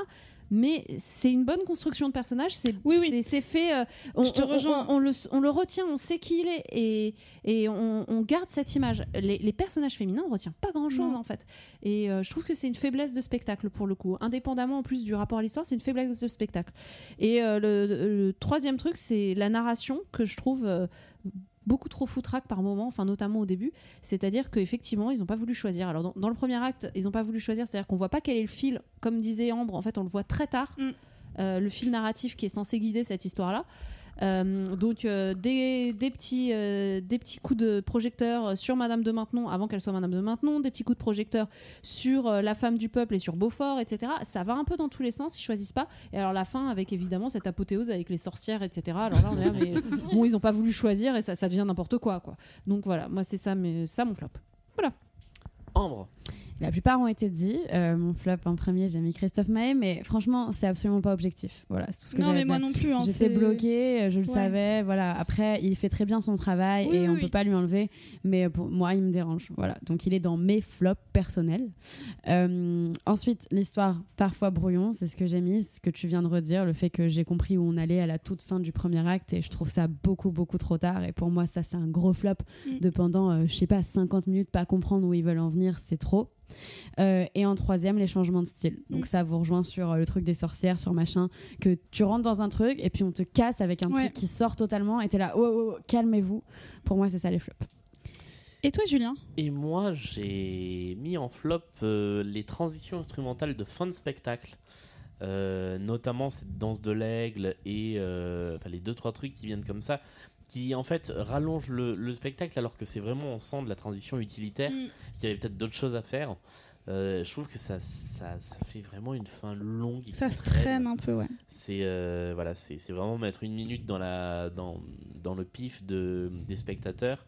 Speaker 6: mais c'est une bonne construction de personnage c'est c'est- c'est fait euh, on,
Speaker 4: Je te
Speaker 6: on- on-
Speaker 4: rejoins.
Speaker 6: on, le, on le retient on sait qui il est et, et on, on garde cette image les, les personnages féminins on retient pas grand chose
Speaker 4: Non.
Speaker 6: en fait et euh, je trouve que c'est une faiblesse de spectacle pour le coup indépendamment en plus du rapport à l'histoire c'est une faiblesse de spectacle et euh, le, le troisième truc c'est la narration que je trouve euh, beaucoup trop foutraque par moment, enfin notamment au début. C'est-à-dire qu'effectivement, ils n'ont pas voulu choisir. Alors dans, dans le premier acte, ils n'ont pas voulu choisir, c'est-à-dire qu'on voit pas quel est le fil. Comme disait Ambre, en fait, on le voit très tard, euh, le fil narratif qui est censé guider cette histoire-là. Euh, donc euh, des, des petits, euh, des petits coups de projecteur sur Madame de Maintenon avant qu'elle soit Madame de Maintenon, des petits coups de projecteur sur euh, la femme du peuple et sur Beaufort, etc. Ça va un peu dans tous les sens, ils choisissent pas. Et alors la fin avec évidemment cette apothéose avec les sorcières, etc. Alors là on est là, mais bon ils n'ont pas voulu choisir et ça, ça devient n'importe quoi quoi. Donc voilà, moi c'est ça, mais ça mon flop.
Speaker 3: Ambre.
Speaker 7: La plupart ont été dit. Euh, mon flop en premier, j'ai mis Christophe Maé, mais franchement, c'est absolument pas objectif. Voilà, c'est tout ce que
Speaker 4: Non,
Speaker 7: j'avais à
Speaker 4: mais moi
Speaker 7: dire.
Speaker 4: non plus, hein,
Speaker 7: J'étais
Speaker 4: c'est-
Speaker 7: bloquée, euh, je le
Speaker 4: Ouais.
Speaker 7: savais. Voilà. Après, il fait très bien son travail
Speaker 4: Oui,
Speaker 7: et on
Speaker 4: oui,
Speaker 7: peut
Speaker 4: oui.
Speaker 7: pas lui enlever. Mais euh, pour moi, il me dérange. Voilà. Donc, il est dans mes flops personnels. Euh, ensuite, l'histoire parfois brouillon, c'est ce que j'ai mis, ce que tu viens de redire, le fait que j'ai compris où on allait à la toute fin du premier acte et je trouve ça beaucoup, beaucoup trop tard. Et pour moi, ça, c'est un gros flop
Speaker 14: Mm.
Speaker 7: de pendant, euh, je sais pas, 50 minutes, pas comprendre où ils veulent en venir, c'est trop. Euh, et en troisième, les changements de style.
Speaker 4: Mm.
Speaker 7: Donc ça vous rejoint sur euh, le truc des sorcières, sur machin, que tu rentres dans un truc et puis on te casse avec un
Speaker 4: Ouais.
Speaker 7: truc qui sort totalement et t'es là, oh, oh, oh, calmez-vous. Pour moi, c'est ça les flops.
Speaker 4: Et toi, Julien
Speaker 3: Et moi, j'ai mis en flop euh, les transitions instrumentales de fin de spectacle. Euh, notamment cette danse de l'aigle et euh, enfin, les deux trois trucs qui viennent comme ça qui en fait rallongent le, le spectacle alors que c'est vraiment on sent de la transition utilitaire
Speaker 11: Mm.
Speaker 3: qu'il y avait peut-être d'autres choses à faire Euh, je trouve que ça, ça, ça fait vraiment une fin longue. et
Speaker 4: Ça
Speaker 3: qui
Speaker 4: se traîne un peu, ouais.
Speaker 3: C'est euh, voilà, c'est c'est vraiment mettre une minute dans la dans, dans le pif de, des spectateurs,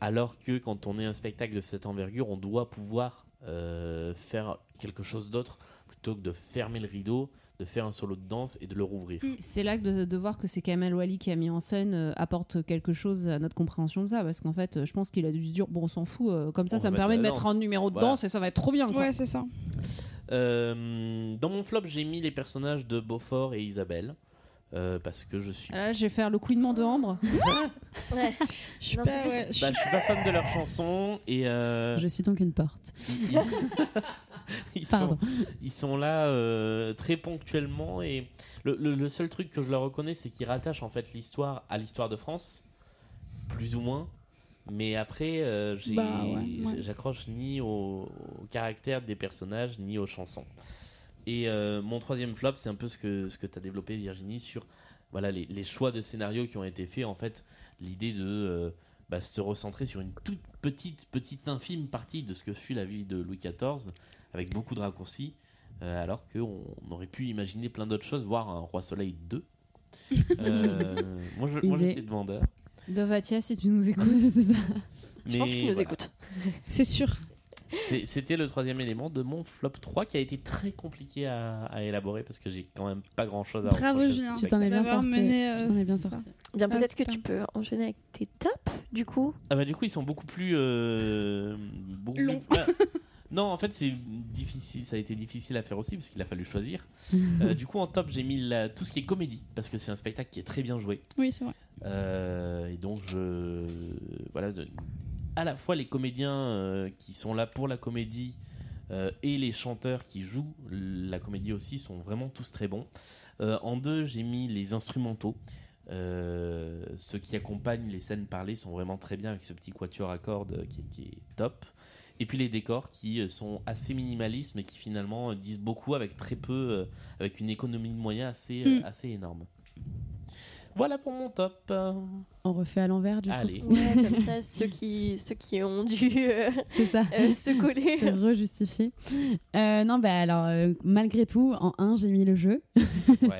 Speaker 3: alors que quand on est un spectacle de cette envergure, on doit pouvoir euh, faire quelque chose d'autre plutôt que de fermer le rideau, de faire un solo de danse et de le rouvrir.
Speaker 2: Mm.
Speaker 4: Mm.
Speaker 6: C'est là que de, de voir que c'est Kamel Wally qui a mis en scène euh, apporte quelque chose à notre compréhension de ça parce qu'en fait euh, je pense qu'il a dû se dire bon on s'en fout euh, comme ça
Speaker 3: On
Speaker 6: ça
Speaker 3: va
Speaker 6: me
Speaker 3: mettre
Speaker 6: permet de
Speaker 3: la
Speaker 6: mettre
Speaker 3: danse.
Speaker 6: un numéro de
Speaker 3: Voilà.
Speaker 6: danse et ça va être trop bien quoi.
Speaker 4: Ouais, c'est ça.
Speaker 3: Euh, dans mon flop, j'ai mis les personnages de Beaufort et Isabelle euh, parce que je suis
Speaker 6: Ah, Là, je vais faire le couinement de Ambre.
Speaker 4: Je suis
Speaker 2: Non,
Speaker 4: pas-
Speaker 2: Ah, c'est plus-
Speaker 4: ouais, je suis-
Speaker 3: Bah, je suis pas fan de leurs chansons et euh,
Speaker 7: Je suis donc une porte.
Speaker 3: ils, ils sont,
Speaker 7: Pardon.
Speaker 3: ils sont là euh, très ponctuellement et le, le- le seul truc que je leur reconnais c'est qu'ils rattachent en fait l'histoire à l'histoire de France plus ou moins mais après euh, j'ai-
Speaker 4: Bah ouais, ouais.
Speaker 3: j'ai- j'accroche ni au, au caractère des personnages ni aux chansons et euh, mon troisième flop c'est un peu ce que, ce que tu as développé Virginie sur voilà les, les choix de scénarios qui ont été faits en fait l'idée de euh, bah, se recentrer sur une toute petite petite infime partie de ce que fut la vie de Louis XIV avec beaucoup de raccourcis euh, alors qu'on aurait pu imaginer plein d'autres choses voire un roi soleil 2 Euh, moi je- moi,
Speaker 7: Idée.
Speaker 3: j'étais demandeur
Speaker 6: Dovatia, si tu nous écoutes.
Speaker 7: Oui, c'est ça.
Speaker 3: mais
Speaker 2: Je pense qu'ils nous
Speaker 3: voilà.
Speaker 2: écoutent.
Speaker 4: C'est sûr.
Speaker 3: C'est- c'était le troisième élément de mon flop 3 qui a été très compliqué à, à élaborer parce que j'ai quand même pas grand chose à
Speaker 4: Bravo,
Speaker 3: reprocher à ce
Speaker 4: Julien.
Speaker 7: Tu t'en
Speaker 3: spectacle.
Speaker 7: es bien
Speaker 4: D'avoir
Speaker 7: sorti.
Speaker 4: mené, euh,
Speaker 7: tu t'en es bien
Speaker 4: ça.
Speaker 7: sorti.
Speaker 2: Eh Bien, peut-être que
Speaker 4: putain.
Speaker 2: tu peux enchaîner avec tes tops, du coup.
Speaker 3: Ah bah du coup ils sont beaucoup plus euh, beaucoup plus-
Speaker 4: Longs.
Speaker 3: Ah. non en fait c'est difficile, ça a été difficile à faire aussi parce qu'il a fallu choisir. Euh, du coup en top j'ai mis la- tout ce qui est comédie parce que c'est un spectacle qui est très bien joué.
Speaker 4: Oui, c'est vrai.
Speaker 3: Euh, et donc, je. Voilà. de- À la fois les comédiens euh, qui sont là pour la comédie euh, et les chanteurs qui jouent la comédie aussi sont vraiment tous très bons. Euh, en deux, j'ai mis les instrumentaux. Euh, ceux qui accompagnent les scènes parlées sont vraiment très bien avec ce petit quatuor à cordes euh, qui, qui est top. Et puis les décors qui euh, sont assez minimalistes mais qui finalement euh, disent beaucoup avec très peu, euh, avec une économie de moyens assez, euh,
Speaker 4: Mm.
Speaker 3: assez énorme. Voilà pour mon top.
Speaker 7: On refait à l'envers, du coup.
Speaker 3: Allez.
Speaker 2: Ouais, comme ça, ceux qui, ceux qui ont dû euh,
Speaker 7: C'est ça.
Speaker 2: euh, se coller.
Speaker 7: C'est rejustifié. Euh, non, bah alors, euh, malgré tout, en 1, j'ai mis le jeu.
Speaker 3: Ouais.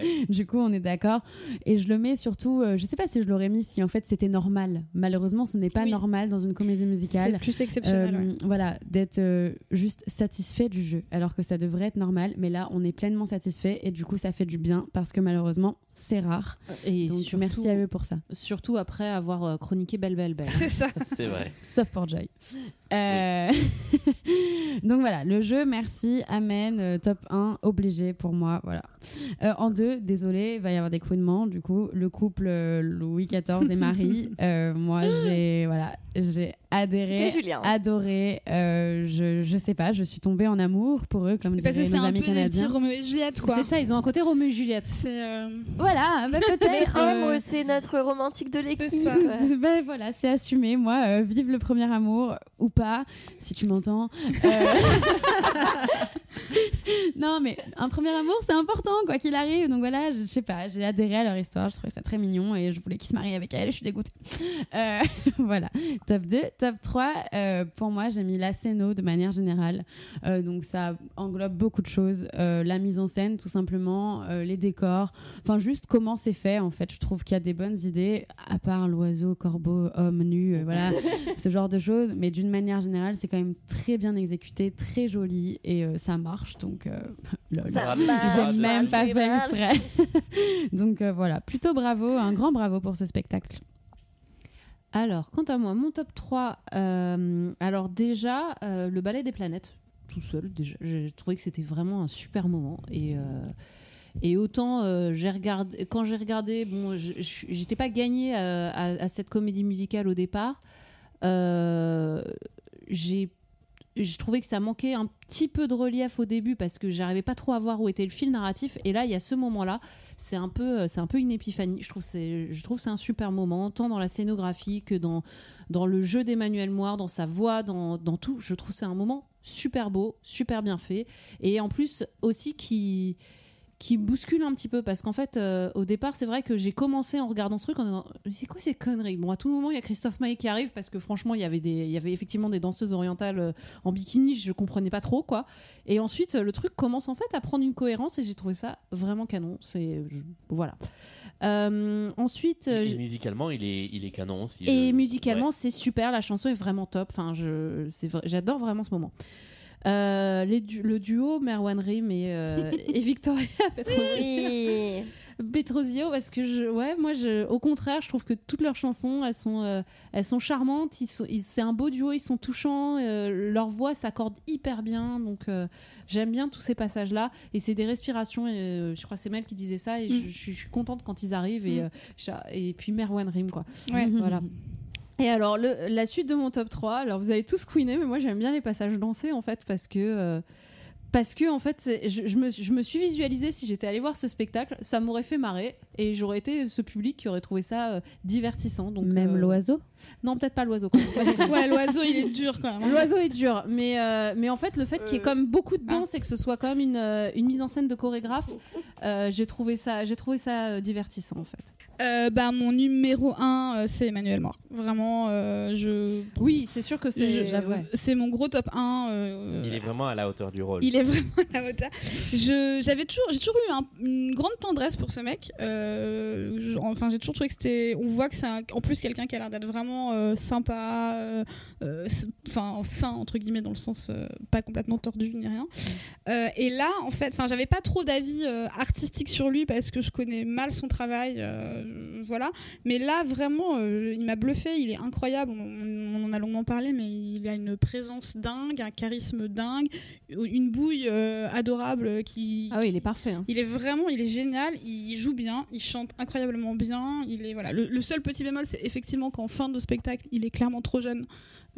Speaker 7: Du coup, on est d'accord. Et je le mets surtout, euh, je sais pas si je l'aurais mis si en fait c'était normal. Malheureusement, ce n'est pas
Speaker 4: Oui.
Speaker 7: normal dans une comédie musicale.
Speaker 4: C'est plus exceptionnel.
Speaker 7: Euh,
Speaker 4: ouais.
Speaker 7: Voilà, d'être euh, juste satisfait du jeu, alors que ça devrait être normal. Mais là, on est pleinement satisfait et du coup, ça fait du bien parce que malheureusement, c'est rare.
Speaker 6: Et
Speaker 7: Donc,
Speaker 6: surtout,
Speaker 7: merci à eux pour ça.
Speaker 6: Surtout après avoir euh, chroniqué Belle Belle Belle.
Speaker 4: C'est ça.
Speaker 3: C'est vrai.
Speaker 7: Sauf pour Joy. Euh, Donc voilà, le jeu, merci, amen, euh, top 1, obligé pour moi, voilà. Euh, en deux, désolé, il va y avoir des couinements, du coup, le couple euh, Louis XIV et Marie, euh, moi j'ai voilà, j'ai
Speaker 2: C'était
Speaker 7: adhéré,
Speaker 2: Julien.
Speaker 7: adoré, euh, je, je sais pas, je suis tombée en amour pour eux, comme
Speaker 4: Parce que
Speaker 7: diraient
Speaker 4: c'est
Speaker 7: mes
Speaker 4: un
Speaker 7: amis
Speaker 4: peu des petits
Speaker 7: canadiens.
Speaker 4: Roméo et Juliette, quoi.
Speaker 6: C'est ça, ils ont un côté Roméo et Juliette.
Speaker 4: C'est. euh,
Speaker 7: Voilà, bah,
Speaker 2: Mais
Speaker 7: peut-être... euh,
Speaker 2: Ambre, c'est notre romantique de l'équipe.
Speaker 4: ça.
Speaker 7: ben voilà, c'est assumé. Moi, euh, vive le premier amour ou pas, si tu m'entends. Euh, non, mais un premier amour, c'est important, quoi qu'il arrive. Donc voilà, je je sais pas, j'ai adhéré à leur histoire, je trouvais ça très mignon et je voulais qu'ils se marient avec elle, je suis dégoûtée. Euh, voilà, top 2. Top 3, euh, pour moi, j'ai mis la scéno de manière générale. Euh, donc ça englobe beaucoup de choses. Euh, la mise en scène, tout simplement, euh, les décors, Enfin, juste comment c'est fait, en fait. Je trouve qu'il y a des bonnes idées, à part l'oiseau, corbeau, homme nu, euh, voilà, ce genre de choses. Mais d'une manière générale, c'est quand même très bien exécuté, très joli, et euh, ça marche. Donc, euh, lol.
Speaker 2: Ça
Speaker 3: J'ai
Speaker 2: marche,
Speaker 7: j'ai même pas
Speaker 2: c'est
Speaker 7: fait
Speaker 2: mal.
Speaker 7: exprès. donc euh, voilà, plutôt bravo, un grand bravo pour ce spectacle.
Speaker 6: Alors, quant à moi, mon top 3, euh, alors déjà, euh, le ballet des planètes, tout seul, déjà, j'ai trouvé que c'était vraiment un super moment. Et, euh, et autant, euh, j'ai regardé, quand j'ai regardé, bon, je- je- j'étais pas gagnée euh, à, à cette comédie musicale au départ. Euh, j'ai je trouvais que ça manquait un petit peu de relief au début parce que j'arrivais pas trop à voir où était le fil narratif et là il y a ce moment là c'est un peu euh, c'est un peu une épiphanie je trouve c'est je trouve c'est un super moment tant dans la scénographie que dans dans le jeu d'Emmanuel Moir dans sa voix dans, dans tout je trouve c'est un moment super beau super bien fait et en plus aussi qui qui bouscule un petit peu parce qu'en fait euh, au départ c'est vrai que j'ai commencé en regardant ce truc en disant Mais c'est quoi ces conneries bon à tout moment il y a Christophe Maé qui arrive parce que franchement il y avait des il y avait effectivement des danseuses orientales euh, en bikini je comprenais pas trop quoi et ensuite euh, le truc commence en fait à prendre une cohérence et j'ai trouvé ça vraiment canon c'est je- voilà Euh, ensuite euh,
Speaker 3: Et
Speaker 6: j'ai-
Speaker 3: musicalement, il est, il est canon aussi.
Speaker 6: et
Speaker 3: je-
Speaker 6: musicalement,
Speaker 3: ouais.
Speaker 6: c'est super. La chanson est vraiment top. Enfin, je, c'est vrai- j'adore vraiment ce moment. Euh, les du- le duo Merwan Rim et, euh, et Victoria Petrosio.
Speaker 2: Oui.
Speaker 6: Petrosio, parce que je, ouais, moi, je, au contraire, je trouve que toutes leurs chansons, elles sont, euh, elles sont charmantes. Ils sont- ils- c'est un beau duo, ils sont touchants. euh, leur voix s'accorde hyper bien, donc euh, j'aime bien tous ces passages-là. Et c'est des respirations. et, euh, je crois que c'est Mel qui disait ça, et je, je suis- je suis contente quand ils arrivent. Et,
Speaker 5: Mm.
Speaker 6: euh, cha- et puis Merwan Rim, quoi.
Speaker 5: Ouais.
Speaker 7: Mhm.
Speaker 6: Voilà. Et alors, le- la suite de mon top 3, alors vous avez tous queené, mais moi j'aime bien les passages dansés en fait, parce que, euh, parce que en fait, c'est- je, je me, je me suis visualisée si j'étais allée voir ce spectacle, ça m'aurait fait marrer et j'aurais été ce public qui aurait trouvé ça euh, divertissant. Donc,
Speaker 7: Même
Speaker 6: euh,
Speaker 7: l'oiseau
Speaker 6: Non, peut-être pas l'oiseau. quand même.
Speaker 4: Ouais, l'oiseau, il est dur quand même. hein.
Speaker 6: L'oiseau est dur, mais, euh, mais en fait, le fait qu'il y ait comme beaucoup
Speaker 4: ah.
Speaker 6: de danse et que ce soit comme une, euh, une mise en scène de chorégraphe, euh, j'ai trouvé ça, j'ai trouvé ça euh, divertissant en fait.
Speaker 4: Euh, bah, mon numéro 1, c'est Emmanuel Mort. Vraiment, euh, je.
Speaker 6: Oui, c'est sûr que c'est- j'avoue.
Speaker 4: C'est mon gros top euh, 1.
Speaker 3: Il est vraiment à la hauteur du rôle.
Speaker 4: Il est vraiment à la hauteur. Je- j'avais toujours, j'ai toujours eu un- une grande tendresse pour ce mec. Euh, je- enfin, j'ai toujours trouvé que c'était. On voit que c'est un- en plus quelqu'un qui a l'air d'être vraiment euh, sympa, euh, euh, s- enfin sain entre guillemets dans le sens euh, pas complètement tordu ni rien. Euh, et là, en fait, enfin, j'avais pas trop d'avis euh, artistique sur lui parce que je connais mal son travail, euh, voilà. Mais là, vraiment, euh, il m'a bluffé. Il est incroyable. On, on en a longuement parlé, mais il a une présence dingue, un charisme dingue, une bouille euh, adorable qui.
Speaker 6: Ah oui, il est parfait.
Speaker 4: Il est vraiment, il est génial, il joue bien, il chante incroyablement bien. Il est voilà. Le, le seul petit bémol, c'est effectivement qu'en fin de spectacle, il est clairement trop jeune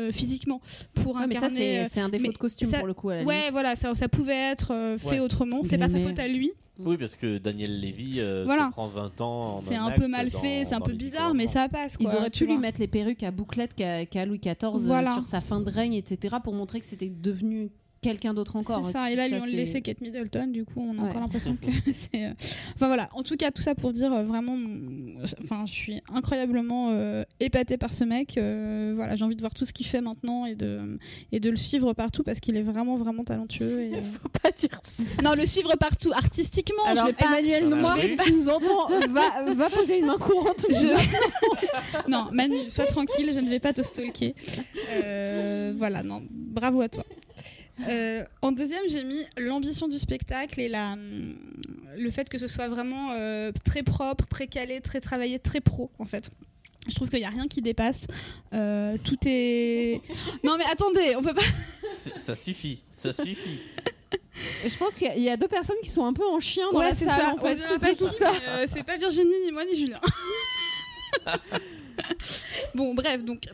Speaker 4: euh, physiquement pour
Speaker 6: Ouais, Ah, mais ça,
Speaker 4: incarner.
Speaker 6: c'est-
Speaker 4: euh,
Speaker 6: c'est un défaut
Speaker 4: mais
Speaker 6: de costume
Speaker 4: ça-
Speaker 6: pour le coup, à la
Speaker 4: ouais,
Speaker 6: limite.
Speaker 4: voilà, ça, ça pouvait être euh, fait
Speaker 3: Ouais.
Speaker 4: autrement. C'est pas sa
Speaker 3: Grimé.
Speaker 4: faute à lui.
Speaker 3: Oui, parce que Daniel Lévy euh,
Speaker 4: Voilà.
Speaker 3: se prend 20 ans. en
Speaker 4: C'est un
Speaker 3: acte
Speaker 4: peu mal
Speaker 3: dans-
Speaker 4: fait, c'est un
Speaker 3: dans
Speaker 4: peu
Speaker 3: les-
Speaker 4: bizarre, mais ça passe. Quoi,
Speaker 6: Ils auraient
Speaker 4: tu
Speaker 6: pu lui
Speaker 4: vois.
Speaker 6: mettre les perruques à bouclettes qu'a qu'a Louis XIV euh,
Speaker 4: Voilà.
Speaker 6: sur sa fin de règne, etc., pour montrer que c'était devenu quelqu'un d'autre encore.
Speaker 4: C'est ça, et là, ils lui ont
Speaker 6: c'est-
Speaker 4: laissé Kate Middleton, du coup, on a
Speaker 6: Ouais.
Speaker 4: encore l'impression que c'est. euh, Enfin voilà, en tout cas, tout ça pour dire euh, vraiment. mon- Enfin, je suis incroyablement euh, épatée par ce mec. Euh, voilà, j'ai envie de voir tout ce qu'il fait maintenant et de, et de le suivre partout parce qu'il est vraiment, vraiment talentueux. Et, Faut
Speaker 2: pas dire ça.
Speaker 4: Non, le suivre partout, artistiquement,
Speaker 2: Alors,
Speaker 4: je vais pas.
Speaker 2: Emmanuel
Speaker 4: je
Speaker 2: Noir,
Speaker 4: vais
Speaker 2: si
Speaker 4: pas-
Speaker 2: tu nous entends, va- va poser une main courante.
Speaker 4: Je- non, Manu, sois tranquille, je ne vais pas te stalker. Euh, voilà, non, bravo à toi. Euh, en deuxième, j'ai mis l'ambition du spectacle et la, hum, le fait que ce soit vraiment euh, très propre, très calé, très travaillé, très pro en fait. Je trouve qu'il n'y a rien qui dépasse. Euh, tout est. Non mais attendez, on peut pas.
Speaker 3: C'est- Ça suffit, ça suffit.
Speaker 6: Je pense qu'il y a- il y, a deux personnes qui sont un peu en chien dans
Speaker 4: Ouais,
Speaker 6: la
Speaker 4: c'est
Speaker 6: salle.
Speaker 4: ça,
Speaker 6: en fait,
Speaker 4: on
Speaker 6: c'est
Speaker 4: dira pas
Speaker 6: surtout
Speaker 4: qui,
Speaker 6: ça.
Speaker 4: mais, euh, c'est pas Virginie, ni moi, ni Julien. bon, bref, donc.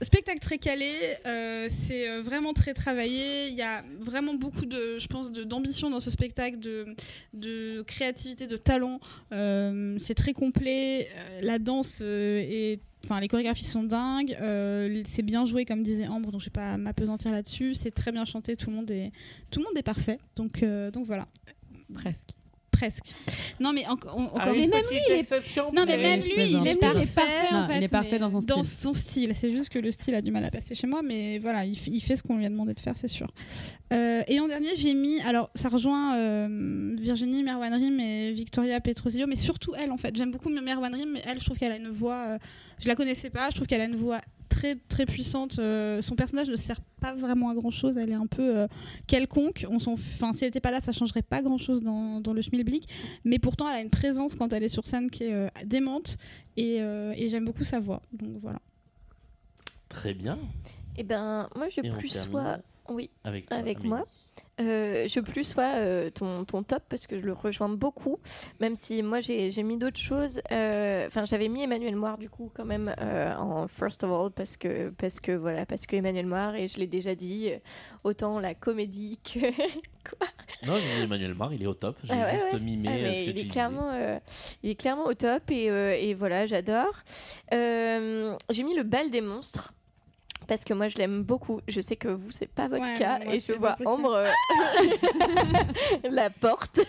Speaker 4: Spectacle très calé, euh, c'est euh, vraiment très travaillé. Il y a vraiment beaucoup de, je pense, de- d'ambition dans ce spectacle, de, de créativité, de talent. Euh, c'est très complet. Euh, la danse euh, est, enfin, les chorégraphies sont dingues. Euh, c'est bien joué, comme disait Ambre. Donc je vais pas m'apesantir là-dessus. C'est très bien chanté. Tout le monde est, tout le monde est parfait. Donc, euh, donc voilà.
Speaker 7: Presque.
Speaker 4: Presque. Non mais enco- on- encore
Speaker 7: Ah, une
Speaker 4: mais même
Speaker 7: petite
Speaker 4: lui, il est...
Speaker 7: exception
Speaker 4: non mais
Speaker 7: près.
Speaker 4: même
Speaker 7: Je
Speaker 4: lui,
Speaker 7: plaisante,
Speaker 4: il
Speaker 7: je
Speaker 4: est
Speaker 7: plaisante.
Speaker 4: parfait.
Speaker 7: Non,
Speaker 4: en fait,
Speaker 7: il est parfait
Speaker 4: mais-
Speaker 7: dans son style.
Speaker 4: Dans son style, c'est juste que le style a du mal à passer chez moi, mais voilà, il, f- il fait ce qu'on lui a demandé de faire, c'est sûr. Euh, et en dernier, j'ai mis, alors ça rejoint euh, Virginie Merwan Rim et Victoria Petrosillo, mais surtout elle en fait. J'aime beaucoup Merwan Rim, mais elle, je trouve qu'elle a une voix, euh, je la connaissais pas, je trouve qu'elle a une voix très très puissante. Euh, son personnage ne sert pas vraiment à grand chose, elle est un peu euh, quelconque. On s'en, f- enfin, si elle n'était pas là, ça changerait pas grand chose dans, dans le schmilblick, mais pourtant elle a une présence quand elle est sur scène qui est euh, démente et, euh, et j'aime beaucoup sa voix. Donc voilà.
Speaker 3: Très bien.
Speaker 2: Eh ben, moi, je
Speaker 3: Et on
Speaker 2: plus
Speaker 3: termine
Speaker 2: sois. Oui,
Speaker 3: avec
Speaker 2: avec,
Speaker 3: toi, Amélie.
Speaker 2: moi. Euh, je plus sois euh, ton, ton top parce que je le rejoins beaucoup, même si moi j'ai j'ai mis d'autres choses. Euh, Enfin, j'avais mis Emmanuel Moir du coup quand même euh, en first of all parce que parce que voilà parce que Emmanuel Moir et je l'ai déjà dit, euh, autant la comédie que
Speaker 3: Non, mais Emmanuel Mar, il est au top. J'ai
Speaker 2: Ah ouais,
Speaker 3: juste
Speaker 2: ouais.
Speaker 3: mimé
Speaker 2: Ah,
Speaker 3: euh,
Speaker 2: mais
Speaker 3: ce que
Speaker 2: il
Speaker 3: tu
Speaker 2: est
Speaker 3: disais.
Speaker 2: clairement, euh, il est clairement au top et, euh, et voilà, j'adore. Euh, J'ai mis le bal des monstres. parce que moi je l'aime beaucoup. Je sais que vous c'est pas votre
Speaker 4: Ouais,
Speaker 2: cas
Speaker 4: non, moi,
Speaker 2: et je
Speaker 4: c'est
Speaker 2: vois
Speaker 4: pas possible.
Speaker 2: Ambre euh, la porte.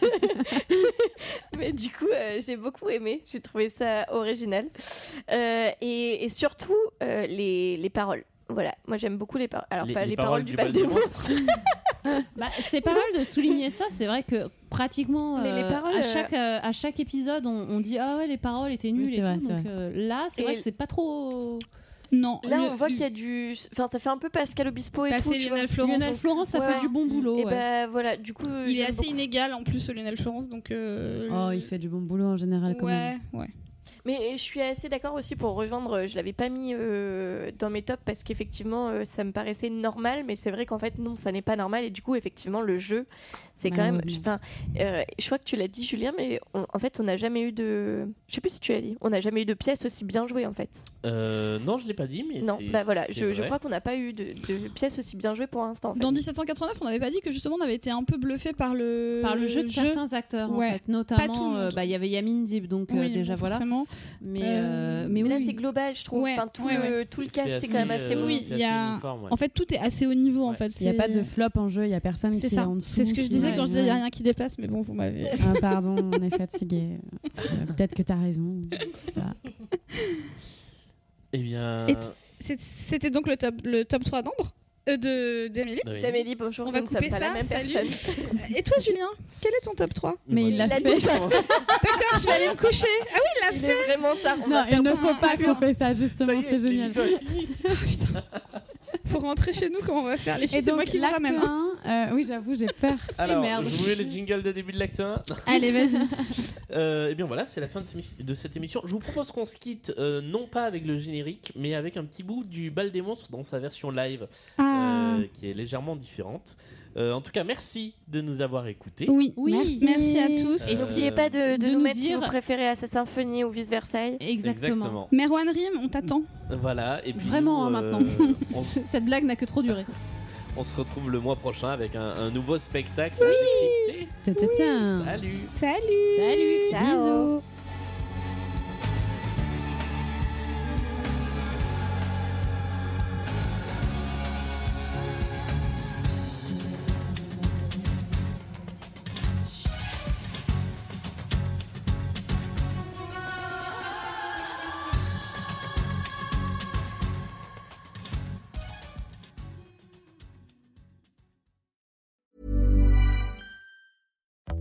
Speaker 2: Mais du coup euh, j'ai beaucoup aimé. J'ai trouvé ça original Euh, et, et surtout euh, les, les paroles. Voilà, moi j'aime beaucoup les paroles. Alors
Speaker 5: Les-
Speaker 2: pas
Speaker 5: les
Speaker 2: les, paroles,
Speaker 5: paroles
Speaker 2: du
Speaker 5: du
Speaker 2: bal
Speaker 5: bal
Speaker 2: des
Speaker 5: des
Speaker 2: monstres.
Speaker 5: Bah, c'est pas mal de souligner ça. C'est vrai que pratiquement
Speaker 2: Mais les
Speaker 5: euh,
Speaker 2: paroles,
Speaker 5: à,
Speaker 2: euh,
Speaker 5: chaque, euh, à chaque épisode, on, on dit ah ouais les paroles étaient nulles
Speaker 2: Oui,
Speaker 5: et
Speaker 2: c'est vrai,
Speaker 5: tout.
Speaker 2: c'est
Speaker 5: Donc
Speaker 2: vrai.
Speaker 5: euh, là, c'est
Speaker 2: Et
Speaker 5: vrai que
Speaker 2: l-
Speaker 5: c'est pas trop.
Speaker 4: Non.
Speaker 2: Là,
Speaker 5: le-
Speaker 2: on voit qu'il y a du. Enfin, ça fait un peu Pascal Obispo et
Speaker 4: Bah,
Speaker 2: tout.
Speaker 4: c'est
Speaker 2: tu
Speaker 4: Lionel
Speaker 2: vois.
Speaker 4: Florence. Lionel Florence, ça fait du bon boulot,
Speaker 2: Et
Speaker 4: ouais.
Speaker 2: bah, voilà, du coup.
Speaker 4: Il est
Speaker 2: j'aime
Speaker 4: assez
Speaker 2: beaucoup.
Speaker 4: inégal en plus, Lionel Florence, donc. euh,
Speaker 7: Oh, il fait du bon boulot en général quand
Speaker 4: Ouais,
Speaker 7: même.
Speaker 4: ouais.
Speaker 2: Ah. Mais je suis assez d'accord aussi pour rejoindre. euh, Je l'avais pas mis euh, dans mes tops parce qu'effectivement, euh, ça me paraissait normal, mais c'est vrai qu'en fait, non, ça n'est pas normal. Et du coup, effectivement, le jeu, c'est quand même.
Speaker 7: Malheureusement.
Speaker 2: Enfin, euh, je crois que tu l'as dit, Julien, mais on- en fait, on n'a jamais eu de. Je sais plus si tu l'as dit. On n'a jamais eu de pièce aussi bien jouée, en fait.
Speaker 3: Euh, non, je l'ai pas dit, mais
Speaker 2: non,
Speaker 3: c'est-
Speaker 2: bah voilà,
Speaker 3: c'est
Speaker 2: je, je
Speaker 3: vrai.
Speaker 2: crois qu'on n'a pas eu de, de pièce aussi bien jouée pour l'instant. En fait.
Speaker 4: Dans 1789, on n'avait pas dit que justement on avait été un peu bluffé par le
Speaker 5: Par le jeu de certains acteurs, en
Speaker 4: Ouais.
Speaker 5: fait.
Speaker 4: Pas tout
Speaker 5: Notamment,
Speaker 4: le
Speaker 5: euh,
Speaker 4: monde.
Speaker 5: bah, il y avait Yamin Dib, donc euh,
Speaker 4: Oui,
Speaker 5: déjà
Speaker 4: bon,
Speaker 5: voilà.
Speaker 4: forcément.
Speaker 5: Mais,
Speaker 4: Euh,
Speaker 5: euh, mais oui,
Speaker 2: Là,
Speaker 5: oui.
Speaker 2: c'est global, je trouve.
Speaker 4: Ouais,
Speaker 2: Enfin, tout,
Speaker 4: ouais, ouais.
Speaker 2: le, tout le
Speaker 4: C'est-
Speaker 2: cast
Speaker 4: c'est
Speaker 2: est quand même
Speaker 4: assez,
Speaker 2: assez.
Speaker 4: euh,
Speaker 2: bon.
Speaker 4: Oui,
Speaker 3: C'est assez
Speaker 4: il y a-
Speaker 3: uniforme, ouais.
Speaker 4: En fait, tout est assez haut niveau en fait.
Speaker 7: Il n'y a
Speaker 4: c'est-
Speaker 7: pas de flop en jeu, il n'y a personne qui
Speaker 4: C'est
Speaker 7: est
Speaker 4: ça.
Speaker 7: en dessous.
Speaker 4: C'est ce que je
Speaker 7: qui-
Speaker 4: disais
Speaker 7: Ouais,
Speaker 4: quand je disais il n'y
Speaker 7: ouais.
Speaker 4: a rien qui dépasse, mais bon, vous m'avez.
Speaker 7: Ah, pardon, on est fatigué. Euh, Peut-être que t'as raison. je sais pas.
Speaker 3: Eh bien.
Speaker 4: Et t- c'est- C'était donc le top, le top 3 d'Ambre euh, de- d'Amélie.
Speaker 3: Oui.
Speaker 2: D'Amélie, bonjour,
Speaker 4: On va
Speaker 2: nous ne sommes
Speaker 4: couper
Speaker 2: pas
Speaker 4: ça.
Speaker 2: la même
Speaker 4: salut.
Speaker 2: personne.
Speaker 4: Et toi, Julien, quel est ton top 3
Speaker 7: Mais il l'a fait.
Speaker 2: déjà fait.
Speaker 4: D'accord, je vais aller me coucher. Ah oui, il l'a
Speaker 2: Il
Speaker 4: fait.
Speaker 2: est vraiment tard. On
Speaker 7: Non,
Speaker 2: va
Speaker 7: il
Speaker 2: faire
Speaker 7: ne
Speaker 2: comme
Speaker 7: faut
Speaker 2: un-
Speaker 7: pas couper ça, justement, c'est génial. Oh,
Speaker 3: l'émission est finie.
Speaker 4: Faut rentrer chez nous, comment on va faire les filles
Speaker 7: Et
Speaker 4: C'est moi
Speaker 7: donc,
Speaker 4: qui le
Speaker 7: l'acte
Speaker 4: ramène.
Speaker 7: 1, euh, oui, j'avoue, j'ai peur.
Speaker 3: Alors,
Speaker 5: merde.
Speaker 3: je voulais le jingle de début de l'acte 1.
Speaker 7: Allez, vas-y.
Speaker 3: Euh, eh bien voilà, c'est la fin de, cette émission- de cette émission. Je vous propose qu'on se quitte, euh, non pas avec le générique, mais avec un petit bout du bal des monstres dans sa version live,
Speaker 4: Ah.
Speaker 3: euh, qui est légèrement différente. Euh, en tout cas, merci de nous avoir écoutés.
Speaker 4: Oui.
Speaker 5: Oui.
Speaker 4: Merci à tous.
Speaker 2: Et
Speaker 3: Euh,
Speaker 2: n'oubliez pas de, de
Speaker 5: de
Speaker 2: nous,
Speaker 5: nous
Speaker 2: mettre si
Speaker 5: dire-
Speaker 2: vous préférez à sa symphonie ou vice versa.
Speaker 5: Exactement.
Speaker 4: Merwan Rim, on t'attend.
Speaker 3: Voilà. Et puis
Speaker 5: Vraiment,
Speaker 3: nous,
Speaker 5: hein,
Speaker 3: euh,
Speaker 5: maintenant.
Speaker 3: on,
Speaker 5: Cette blague n'a que trop duré.
Speaker 3: on se retrouve le mois prochain avec un, un nouveau spectacle.
Speaker 5: euh,
Speaker 3: décrypté.
Speaker 7: Tiens, tiens, tiens.
Speaker 3: Salut.
Speaker 4: Salut.
Speaker 7: Salut,
Speaker 2: Ciao.
Speaker 7: bisous.